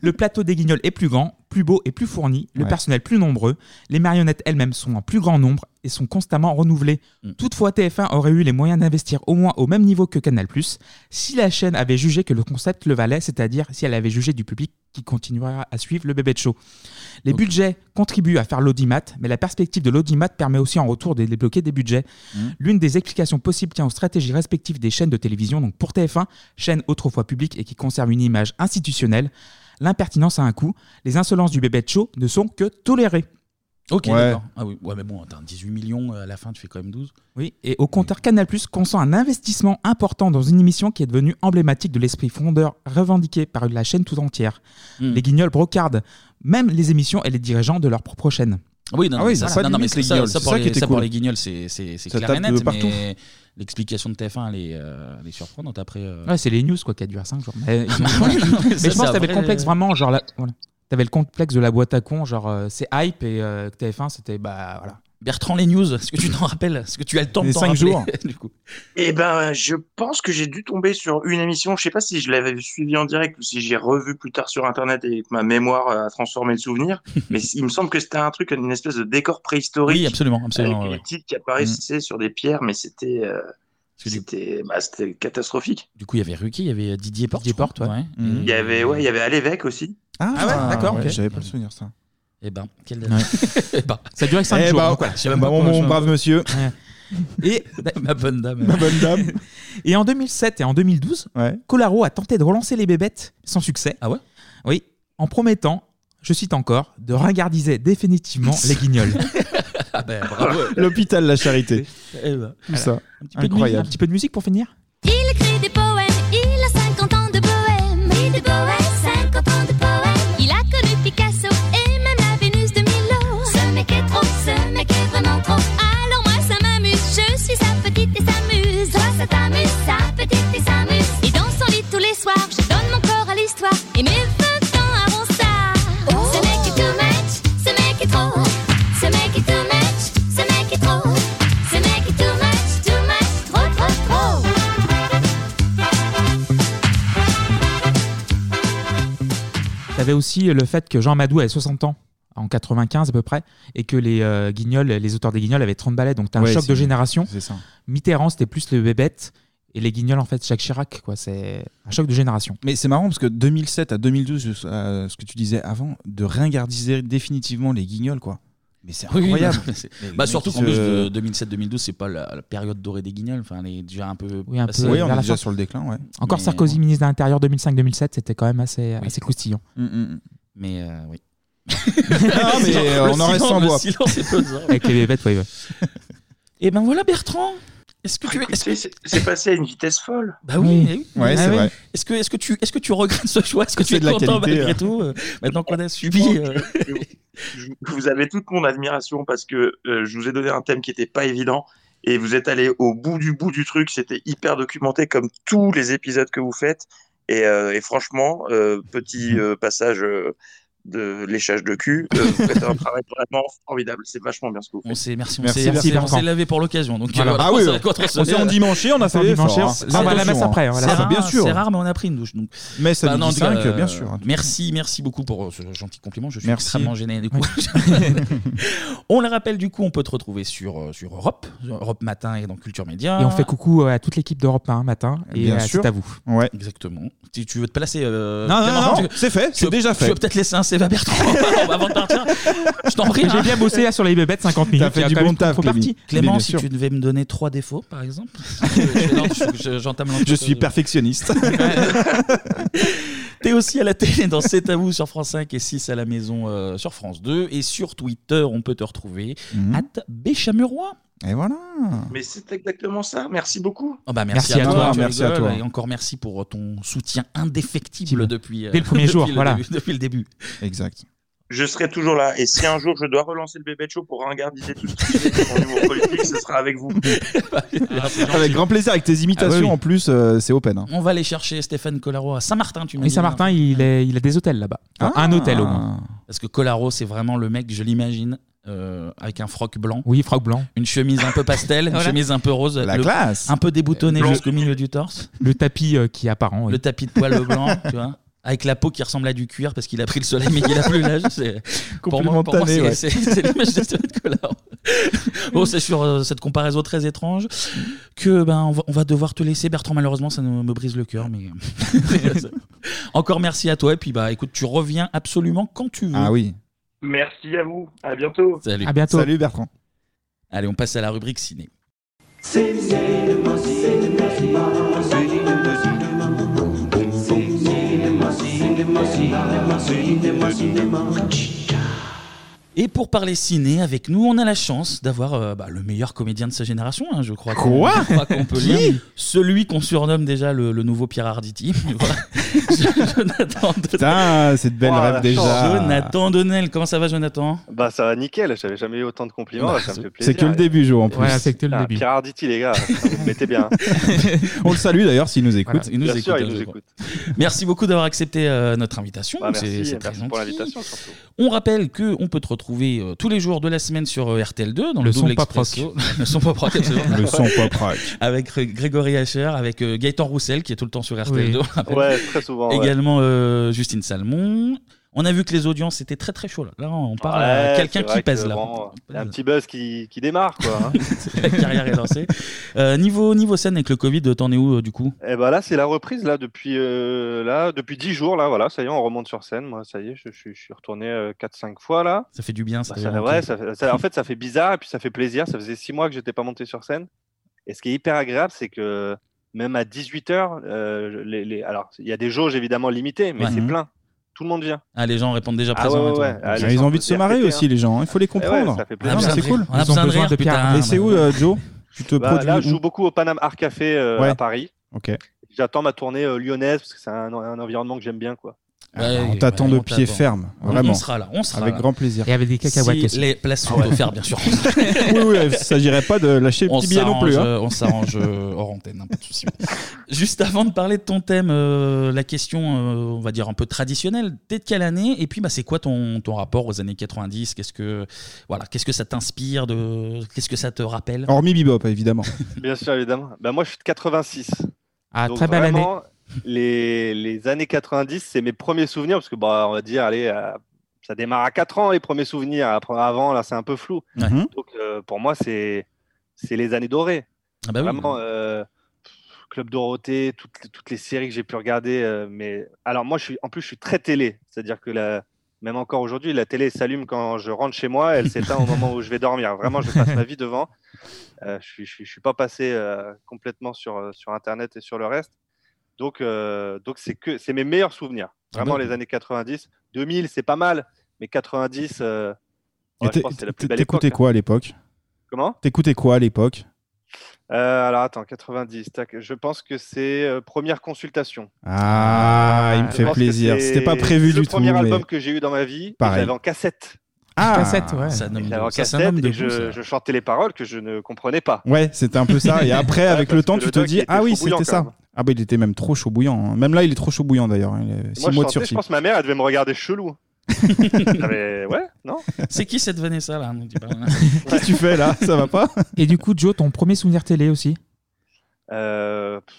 Speaker 4: Le plateau des Guignols est plus grand, plus beau et plus fourni, le
Speaker 6: Ouais.
Speaker 4: personnel plus nombreux, les marionnettes elles-mêmes sont en plus grand nombre et sont constamment renouvelées. Toutefois, TF1 aurait eu les moyens d'investir au moins au même niveau que Canal+, si la chaîne avait jugé que le concept le valait, c'est-à-dire si elle avait jugé du public qui continuera à suivre le bébé de show. Les budgets contribuent à faire l'audimat, mais la perspective de l'audimat permet aussi en retour de débloquer des budgets. L'une des explications possibles tient aux stratégies respectives des chaînes de télévision. Donc pour TF1, chaîne autrefois publique et qui conserve une image institutionnelle, l'impertinence a un coût. Les insolences du bébé de show ne sont que tolérées.
Speaker 1: Ok, d'accord. Ah oui, ouais, mais bon, attends, 18 millions euh, à la fin, tu fais quand même 12.
Speaker 4: Oui, et au compteur Canal+, consent un investissement important dans une émission qui est devenue emblématique de l'esprit fondeur revendiqué par la chaîne tout entière.
Speaker 1: Hmm.
Speaker 4: Les guignols brocardent même les émissions et les dirigeants de leur propre chaîne.
Speaker 1: Ah
Speaker 4: Ah
Speaker 1: Oui, non, non, mais ça, non, non, mais ça, ça, ça pour, les, ça pour les guignols, c'est c'est- c'est
Speaker 4: Ça
Speaker 1: clair et
Speaker 4: tape de
Speaker 1: net,
Speaker 4: partout.
Speaker 1: mais l'explication de TF1, elle est, euh, elle est surprenante après. euh,
Speaker 4: Ouais, c'est les news quoi, qui a duré 5 jours. Mais, ils ont-
Speaker 1: Ouais,
Speaker 4: voilà.
Speaker 1: non, mais
Speaker 4: Mais
Speaker 1: ça,
Speaker 4: je
Speaker 1: c'est
Speaker 4: pense que t'avais le
Speaker 1: après- euh,
Speaker 4: complexe vraiment, genre, la- voilà. t'avais le complexe de la boîte à con, genre euh, c'est hype et euh, TF1 c'était bah voilà.
Speaker 1: Bertrand, les news, est-ce que tu t'en rappelles Est-ce que tu as le temps de t'en rappeler du coup
Speaker 7: Eh ben, je pense que j'ai dû tomber sur une émission. Je sais pas si je l'avais suivie en direct ou si j'ai revu plus tard sur Internet et que ma mémoire a transformé le souvenir. mais il me semble que c'était un truc, une espèce de décor préhistorique.
Speaker 1: Oui, absolument, absolument,
Speaker 7: Avec
Speaker 1: ouais,
Speaker 7: les titres qui apparaissaient sur des pierres, mais c'était, euh, c'était, bah, c'était catastrophique.
Speaker 1: Du coup, il y avait Ruki, il y avait euh, Didier Porte. Didier Porte, ouais. Mm.
Speaker 7: Il y avait, ouais, il y avait à l'évêque aussi.
Speaker 6: Ah,
Speaker 1: Mmh. ouais, d'accord, ok.
Speaker 6: J'avais pas le souvenir ça.
Speaker 1: Eh ben, quelle Eh ben,
Speaker 4: Ça durait cinq
Speaker 6: Eh
Speaker 4: jours,
Speaker 6: bah,
Speaker 4: donc voilà.
Speaker 6: je sais même bah, pas mon- comment mon je- brave monsieur.
Speaker 4: Et bah,
Speaker 1: ma bonne dame.
Speaker 4: Et en 2007 et en 2012, Colaro a tenté de relancer les bébêtes sans succès.
Speaker 1: Ah ouais
Speaker 4: Oui, en promettant, je cite encore, de ringardiser définitivement les guignols.
Speaker 1: Ah ben, bravo.
Speaker 6: L'hôpital, la charité.
Speaker 1: Eh ben,
Speaker 6: Tout ça.
Speaker 1: Un petit peu de
Speaker 6: Incroyable.
Speaker 4: Un petit peu de musique pour finir
Speaker 8: Il écrit des poèmes, il a 50 ans de poèmes. Oui, des poèmes, 50 ans de poèmes. Il a connu Picasso et même la Vénus de Milo. Ce mec est trop, ce mec est vraiment trop. Alors moi ça m'amuse, je suis sa petite et s'amuse. Toi ça t'amuse, sa petite et s'amuse. Et dans son lit tous les soirs, je donne mon corps à l'histoire et mes 20 ans à Ronsard. Oh. Ce mec est too much, ce mec est trop. Ce mec est too much, ce mec est trop. Ce mec est too much, too much, trop, trop, trop.
Speaker 4: T'avais aussi le fait que Jean Madou avait 60 ans en 95 à peu près et que les euh, guignols, les auteurs des guignols avaient 30 balais. Donc t'as un
Speaker 6: Ouais,
Speaker 4: choc
Speaker 6: c'est-
Speaker 4: de génération.
Speaker 6: c'est ça.
Speaker 4: Mitterrand c'était plus le bébête et les guignols en fait Jacques Chirac quoi. C'est un choc de génération.
Speaker 6: Mais c'est marrant parce que 2007 à 2012, je- euh, ce que tu disais avant, de ringardiser définitivement les guignols, quoi. Mais c'est
Speaker 1: Oui, oui,
Speaker 6: incroyable.
Speaker 1: non, mais c'est-
Speaker 6: Mais le
Speaker 1: bah,
Speaker 6: mec
Speaker 1: surtout
Speaker 6: qui
Speaker 1: qu'en plus, de
Speaker 6: se-
Speaker 1: 2007-2012, c'est pas la, la période dorée des guignols. Enfin, elle est déjà un peu.
Speaker 4: Oui, un peu
Speaker 1: passée.
Speaker 4: vers la fin. Encore
Speaker 1: Mais-
Speaker 4: Sarkozy, ministre de l'Intérieur 2005-2007, c'était quand même assez, assez croustillant.
Speaker 1: Mm, mm, mm. Mais euh, oui.
Speaker 6: mais
Speaker 1: Le
Speaker 6: on en reste
Speaker 1: silence-
Speaker 6: sans
Speaker 1: le
Speaker 6: voix.
Speaker 1: silence est pesant.
Speaker 4: Avec les bébêtes, oui.
Speaker 1: Et ben voilà Bertrand. Est-ce que tu
Speaker 7: Écoutez, c'est- c'est passé à une vitesse folle.
Speaker 1: Bah oui. eh oui.
Speaker 7: Ouais, c'est
Speaker 1: oui.
Speaker 7: vrai.
Speaker 1: Est-ce que, est-ce que tu, est-ce que tu regrettes ce choix Est-ce que tu
Speaker 7: C'est
Speaker 1: es
Speaker 7: de la
Speaker 1: content
Speaker 7: qualité,
Speaker 1: malgré
Speaker 7: hein.
Speaker 1: tout euh, Maintenant qu'on a subi. euh,
Speaker 7: Vous avez toute mon admiration parce que euh, je vous ai donné un thème qui n'était pas évident et vous êtes allé au bout du bout du truc. C'était hyper documenté comme tous les épisodes que vous faites. Et, euh, et franchement, euh, petit euh, passage euh, de léchage de cul, euh, vous faites un travail vraiment formidable. C'est vachement bien ce que vous faites.
Speaker 1: On s'est, merci, on
Speaker 7: Merci,
Speaker 1: s'est,
Speaker 7: merci,
Speaker 1: on s'est- on
Speaker 7: Bertrand.
Speaker 1: s'est lavé pour l'occasion. Donc,
Speaker 7: Voilà.
Speaker 1: euh,
Speaker 7: Ah oui,
Speaker 1: on s'est
Speaker 7: ouais.
Speaker 1: réconcilié.
Speaker 6: On s'est endimanché, on a fait l'effort, hein.
Speaker 1: c'est-
Speaker 6: Là, on va la messe après, on va la
Speaker 1: c'est
Speaker 6: faire.
Speaker 1: rare,
Speaker 6: Bien sûr.
Speaker 1: C'est rare, mais on a pris une douche. Donc.
Speaker 6: Mais ça dit
Speaker 1: en tout cas,
Speaker 6: 5,
Speaker 1: euh,
Speaker 6: bien sûr.
Speaker 1: Merci, merci beaucoup pour euh, ce gentil compliment. Je suis
Speaker 6: Merci.
Speaker 1: extrêmement gêné du coup. on le rappelle, du coup, on peut te retrouver sur, euh, sur Europe, sur Europe Matin et dans Culture Média.
Speaker 4: Et on fait coucou euh, à toute l'équipe d'Europe 1 matin. Et
Speaker 1: Bien
Speaker 4: euh,
Speaker 1: sûr.
Speaker 4: c'est à vous.
Speaker 6: Ouais.
Speaker 1: Exactement. Tu, tu veux te placer euh,
Speaker 4: Non, non,
Speaker 1: Pierre
Speaker 4: non,
Speaker 1: Martin,
Speaker 4: non,
Speaker 1: tu-
Speaker 4: c'est fait,
Speaker 1: tu
Speaker 4: c'est
Speaker 1: veux-
Speaker 4: déjà fait.
Speaker 1: Tu veux peut-être laisser un CV à Bertrand avant de partir. Je t'en prie.
Speaker 4: J'ai
Speaker 1: hein.
Speaker 4: bien bossé là sur les bébêtes 50 minutes. il y a quand même trop parti.
Speaker 1: Clément, si tu devais me donner trois défauts, par exemple. Non, je- je- J'entame l'enquête,
Speaker 6: Je suis
Speaker 1: euh,
Speaker 6: perfectionniste.
Speaker 1: T'es aussi à la télé dans C'est à vous sur France 5 et 6 à la maison euh, sur France 2. Et sur Twitter, on peut te retrouver at Béchamerois.
Speaker 6: Mhm. Et voilà.
Speaker 7: Mais c'est exactement ça. Merci beaucoup.
Speaker 1: Oh bah merci, à, toi, tu
Speaker 6: merci à
Speaker 1: rigoles,
Speaker 6: toi.
Speaker 1: Et encore merci pour ton soutien indéfectible
Speaker 6: Type.
Speaker 1: depuis, euh,
Speaker 6: Dès le premier
Speaker 1: depuis
Speaker 6: jour, voilà.
Speaker 1: début- depuis le début.
Speaker 6: Exact.
Speaker 7: Je serai toujours là. Et si un jour je dois relancer le bébé de show pour ringardiser tout ce qui est au niveau politique, ce sera avec vous.
Speaker 6: Avec grand plaisir, avec tes imitations
Speaker 1: Ah oui, oui.
Speaker 6: en plus, euh, c'est open. hein.
Speaker 1: On va aller chercher Stéphane Collaro à Saint-Martin, tu m'as
Speaker 4: Et
Speaker 1: dit,
Speaker 4: Saint-Martin, il, est- il a des hôtels là-bas. Enfin,
Speaker 1: Ah.
Speaker 4: Un hôtel au moins.
Speaker 1: hein. Parce que Collaro, c'est vraiment le mec, je l'imagine, euh, avec un froc blanc.
Speaker 4: Oui, froc blanc.
Speaker 1: Une chemise un peu pastel, une
Speaker 4: Voilà.
Speaker 1: chemise un peu rose.
Speaker 4: La
Speaker 1: le-
Speaker 4: classe.
Speaker 1: Un peu déboutonné
Speaker 4: Blanc.
Speaker 1: jusqu'au milieu du torse.
Speaker 4: Le tapis euh, qui est apparent. oui.
Speaker 1: le tapis de poil blanc, tu vois. Avec la peau qui ressemble à du cuir parce qu'il a pris le soleil mais qu'il a plus l'âge. C'est- Pour moi,
Speaker 6: Complètement
Speaker 1: pour moi,
Speaker 6: tanné,
Speaker 1: c'est
Speaker 6: ouais.
Speaker 1: c'est- c'est l'image de cette couleur. Bon, c'est sur euh, cette comparaison très étrange que ben on va, on va devoir te laisser Bertrand. Malheureusement, ça nous- me brise le cœur, mais encore merci à toi. Et puis bah écoute, tu reviens absolument quand tu veux.
Speaker 6: Ah oui.
Speaker 7: Merci à vous. À bientôt.
Speaker 1: Salut.
Speaker 4: À bientôt. Salut,
Speaker 6: Bertrand.
Speaker 1: Allez, on passe à la rubrique ciné. Et pour parler ciné avec nous, on a la chance d'avoir euh, bah, le meilleur comédien de sa génération, hein, je crois. qu'on-
Speaker 6: Quoi
Speaker 1: je crois qu'on peut
Speaker 6: Qui
Speaker 1: lire. Celui qu'on surnomme déjà le, le nouveau Pierre Arditi. Voilà. Jonathan Donel.
Speaker 6: Putain, c'est de belles
Speaker 26: Oh, la
Speaker 6: rêves déjà.
Speaker 26: chance.
Speaker 1: Jonathan Donnel, comment ça va Jonathan
Speaker 26: Bah ça va nickel, j'avais jamais eu autant de compliments,
Speaker 6: Bah,
Speaker 26: ça me fait plaisir.
Speaker 6: c'est que le début, Jo, en plus.
Speaker 26: Ah,
Speaker 6: Voilà, c'est que le début.
Speaker 26: Pierre Arditi, les gars, vous me mettez bien.
Speaker 6: On le salue d'ailleurs s'il nous écoute.
Speaker 1: Il nous
Speaker 26: Bien
Speaker 1: écoute,
Speaker 26: sûr,
Speaker 1: hein,
Speaker 26: il nous
Speaker 1: je
Speaker 26: écoute.
Speaker 1: crois. Merci beaucoup d'avoir accepté euh, notre invitation.
Speaker 26: Bah,
Speaker 1: C'est-
Speaker 26: merci,
Speaker 1: c'est très
Speaker 26: merci pour
Speaker 1: gentil.
Speaker 26: l'invitation surtout.
Speaker 1: On rappelle que on peut te retrouver euh, tous les jours de la semaine sur euh, RTL2 dans le,
Speaker 4: Le
Speaker 1: double
Speaker 4: son pop
Speaker 1: expresso.
Speaker 4: rock.
Speaker 1: le son pop rock, absolument.
Speaker 4: Le son pop rock.
Speaker 1: Avec euh, Grégory Hacher, avec euh, Gaëtan Roussel qui est tout le temps sur RTL2.
Speaker 26: Oui.
Speaker 1: on rappelle.
Speaker 26: Ouais, très souvent, ouais.
Speaker 1: Également euh, Justine Salmon. On a vu que les audiences étaient très très chaudes. Là, Là, on parle à
Speaker 26: Ouais,
Speaker 1: Ah, euh, quelqu'un
Speaker 26: c'est vrai
Speaker 1: qui pèse
Speaker 26: que,
Speaker 1: là.
Speaker 26: bon, il y a un petit buzz qui, qui démarre quoi. hein.
Speaker 1: La carrière est lancée. Euh, niveau niveau scène avec le Covid, t'en es où euh, du coup
Speaker 26: Et bah là, c'est la reprise là depuis euh, là depuis 10 jours là, voilà, ça y est, on remonte sur scène. Moi, ça y est, je, je- je suis retourné 4-5 fois là.
Speaker 1: Ça fait du bien. Ça,
Speaker 26: Bah,
Speaker 1: fait
Speaker 26: ça-
Speaker 1: vraiment
Speaker 26: ouais,
Speaker 1: plaisir.
Speaker 26: ça fait- ça- en fait, ça fait bizarre et puis ça fait plaisir. Ça faisait six mois que j'étais pas monté sur scène. Et ce qui est hyper agréable, c'est que même à 18h, les, les- alors il y a des jauges évidemment limitées, mais
Speaker 1: Ouais.
Speaker 26: c'est
Speaker 1: Mhm.
Speaker 26: plein. Tout le monde vient.
Speaker 1: Ah, les gens répondent déjà
Speaker 26: Ah
Speaker 1: présents.
Speaker 26: ouais,
Speaker 1: et tout.
Speaker 26: ouais, ouais. Ah,
Speaker 6: Ah, ils ont envie de se marrer aussi, les gens. hein. Il faut les comprendre.
Speaker 26: Eh ça fait
Speaker 6: Ah,
Speaker 26: plaisir.
Speaker 6: mais
Speaker 26: On a besoin
Speaker 6: c'est
Speaker 26: de
Speaker 6: cool.
Speaker 26: rire. On a Ils ont besoin de besoin de rire, Pierre. putain.
Speaker 6: Et c'est où, euh, Joe Tu te
Speaker 26: Bah, là, je
Speaker 6: produis
Speaker 26: joue
Speaker 6: où
Speaker 26: beaucoup au Paname Art Café euh,
Speaker 6: Ouais.
Speaker 26: à Paris.
Speaker 6: Ok.
Speaker 26: J'attends ma tournée euh, lyonnaise parce que c'est un, un environnement que j'aime bien. quoi.
Speaker 4: Ah, bah
Speaker 1: Ouais,
Speaker 6: on t'attend
Speaker 1: ouais,
Speaker 6: de
Speaker 1: on
Speaker 6: pied
Speaker 1: t'attend.
Speaker 6: ferme,
Speaker 1: On-
Speaker 6: vraiment.
Speaker 1: On sera là, on sera
Speaker 6: Avec
Speaker 1: là.
Speaker 6: grand plaisir. Et avec des cacahuètes
Speaker 1: Si
Speaker 6: aussi.
Speaker 1: les places sont
Speaker 6: Ah ouais.
Speaker 1: offertes, bien sûr.
Speaker 6: Oui, oui, il s'agirait pas de lâcher le
Speaker 1: on
Speaker 6: petit billet non plus.
Speaker 1: s'arrange,
Speaker 6: hein.
Speaker 1: euh, on s'arrange euh, hors antenne, hein, pas de souci. Juste avant de parler de ton thème, euh, la question, euh, on va dire un peu traditionnelle, t'es de quelle année Et puis, bah, c'est quoi ton, ton rapport aux années 90 Qu'est-ce que voilà, qu'est-ce que ça t'inspire de Qu'est-ce que ça te rappelle
Speaker 6: Hormis Bebop, évidemment.
Speaker 26: Bien sûr, évidemment. Bah, moi, je suis de 86.
Speaker 4: Ah,
Speaker 26: Donc,
Speaker 4: très belle année.
Speaker 26: vraiment, Les, les années 90, c'est mes premiers souvenirs, parce que, bah, on va dire, allez, euh, ça démarre à 4 ans, les premiers souvenirs. Après, avant, là, c'est un peu flou.
Speaker 1: Mhm.
Speaker 26: Donc, euh, pour moi, c'est c'est les années dorées.
Speaker 1: Ah bah oui.
Speaker 26: Vraiment, euh, Club Dorothée, toutes, les- toutes les séries que j'ai pu regarder. euh, mais alors moi, je suis, en plus, je suis très télé. C'est-à-dire que la- même encore aujourd'hui, la télé s'allume quand je rentre chez moi, elle s'éteint au moment où je vais dormir. Vraiment, je passe ma vie devant. Euh, je suis, je suis, je suis pas passé euh, complètement sur, euh, sur Internet et sur le reste. Donc, euh, donc c'est que c'est mes meilleurs souvenirs. Vraiment
Speaker 6: Ah bah.
Speaker 26: les années 90, 2000, c'est pas mal, mais 90, euh, ouais,
Speaker 6: Et
Speaker 26: je
Speaker 6: t'é-
Speaker 26: pense que c'est la plus
Speaker 6: t'é-
Speaker 26: belle époque. hein.
Speaker 6: T'écoutais quoi à l'époque
Speaker 26: Comment
Speaker 6: T'écoutais quoi à l'époque
Speaker 26: Euh, alors attends, 90, tac, je pense que c'est euh, première consultation. Euh,
Speaker 6: Ah, il me
Speaker 26: Je
Speaker 6: fait
Speaker 26: pense que
Speaker 6: plaisir.
Speaker 26: c'est
Speaker 6: C'était pas prévu
Speaker 26: le
Speaker 6: du tout.
Speaker 26: premier album
Speaker 6: mais-
Speaker 26: que j'ai eu dans ma vie, et je
Speaker 6: Pareil.
Speaker 26: l'avais en cassette.
Speaker 6: Ah, Cassette, ouais.
Speaker 1: Ça nomme
Speaker 26: Je l'avais
Speaker 1: de-
Speaker 26: en
Speaker 1: ça, ça
Speaker 26: cassette
Speaker 1: nomme de
Speaker 26: et
Speaker 1: vous, ça.
Speaker 26: je, je chantais les paroles que je ne comprenais pas.
Speaker 6: Ouais, c'était un peu ça. Et après, avec
Speaker 26: Ah, parce
Speaker 6: le temps,
Speaker 26: que
Speaker 6: tu
Speaker 26: le
Speaker 6: te
Speaker 26: doc, il
Speaker 6: dis
Speaker 26: était
Speaker 6: Ah oui,
Speaker 26: trop bouillant,
Speaker 6: c'était
Speaker 26: quand
Speaker 6: ça.
Speaker 26: même.
Speaker 6: Ah bah il était même trop chaud bouillant. hein. Même là, il est trop chaud bouillant d'ailleurs. hein. Il est Six
Speaker 26: Moi, je
Speaker 6: mois
Speaker 26: chantais,
Speaker 6: de
Speaker 26: je
Speaker 6: sursis.
Speaker 26: pense que ma mère, elle devait me regarder chelou. Ah, Mais ouais, non
Speaker 1: C'est qui cette Vanessa là On dit pas.
Speaker 6: Qu'est-ce que tu fais là Ça va pas
Speaker 4: Et du coup, Joe, ton premier souvenir télé aussi
Speaker 26: Euh, pff,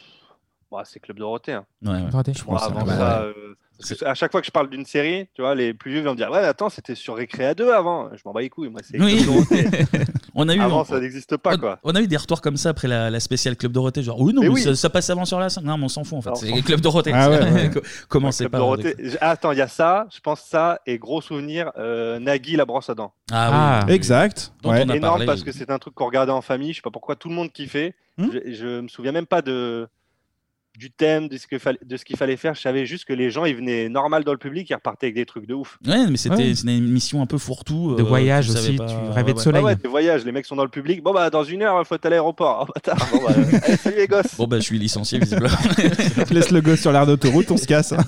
Speaker 26: bah, c'est Club Dorothée. hein.
Speaker 1: Ouais, ouais.
Speaker 4: Dorothée.
Speaker 1: Je pense,
Speaker 26: Moi, avant
Speaker 1: ouais.
Speaker 26: ça,
Speaker 1: Ouais.
Speaker 26: euh, parce que à chaque fois que je parle d'une série, tu vois, les plus vieux vont me dire Ouais, mais attends, c'était sur Récréa 2 avant. Je m'en bats les couilles, moi, c'est
Speaker 1: Oui.
Speaker 26: Club Dorothée.
Speaker 1: On a eu, hein.
Speaker 26: avant,
Speaker 1: on-
Speaker 26: ça n'existe pas, quoi.
Speaker 1: On a eu des retours comme ça après la, la spéciale Club Dorothée, genre oui non
Speaker 26: Mais
Speaker 1: mais,
Speaker 26: oui.
Speaker 1: ça, ça passe avant sur la scène. Non mais on s'en fout en fait.
Speaker 26: Alors, on
Speaker 1: C'est
Speaker 26: s'en
Speaker 1: Club
Speaker 26: fout.
Speaker 1: Dorothée.
Speaker 26: Ah ouais, ouais.
Speaker 1: Comment c'est
Speaker 26: Club
Speaker 1: pas
Speaker 26: Dorothée. J- ah, attends, il y a ça, je pense ça, et gros souvenir, euh, Nagui la brosse à dents.
Speaker 1: Ah oui.
Speaker 6: Exact.
Speaker 1: Dont
Speaker 6: ouais.
Speaker 1: on a
Speaker 26: énorme
Speaker 1: parlé.
Speaker 26: parce que c'est un truc qu'on regardait en famille. Je sais pas pourquoi tout le monde kiffait. je, je me souviens même pas de du thème, de ce que fallait- de ce qu'il fallait faire. Je savais juste que les gens ils venaient normal dans le public, ils repartaient avec des trucs de ouf.
Speaker 1: Ouais mais c'était
Speaker 26: Ouais.
Speaker 1: c'était une émission un peu fourre-tout. euh,
Speaker 4: De voyage aussi, tu rêvais de soleil.
Speaker 26: Ah ouais, des voyages, les mecs sont dans le public. Bon bah dans une heure, il faut être à l'aéroport. Oh, bâtard. Bon, bah, euh, allez, salut les gosses.
Speaker 1: Bon bah je suis licencié visiblement.
Speaker 6: Laisse le gosse sur l'air d'autoroute, on se casse. hein.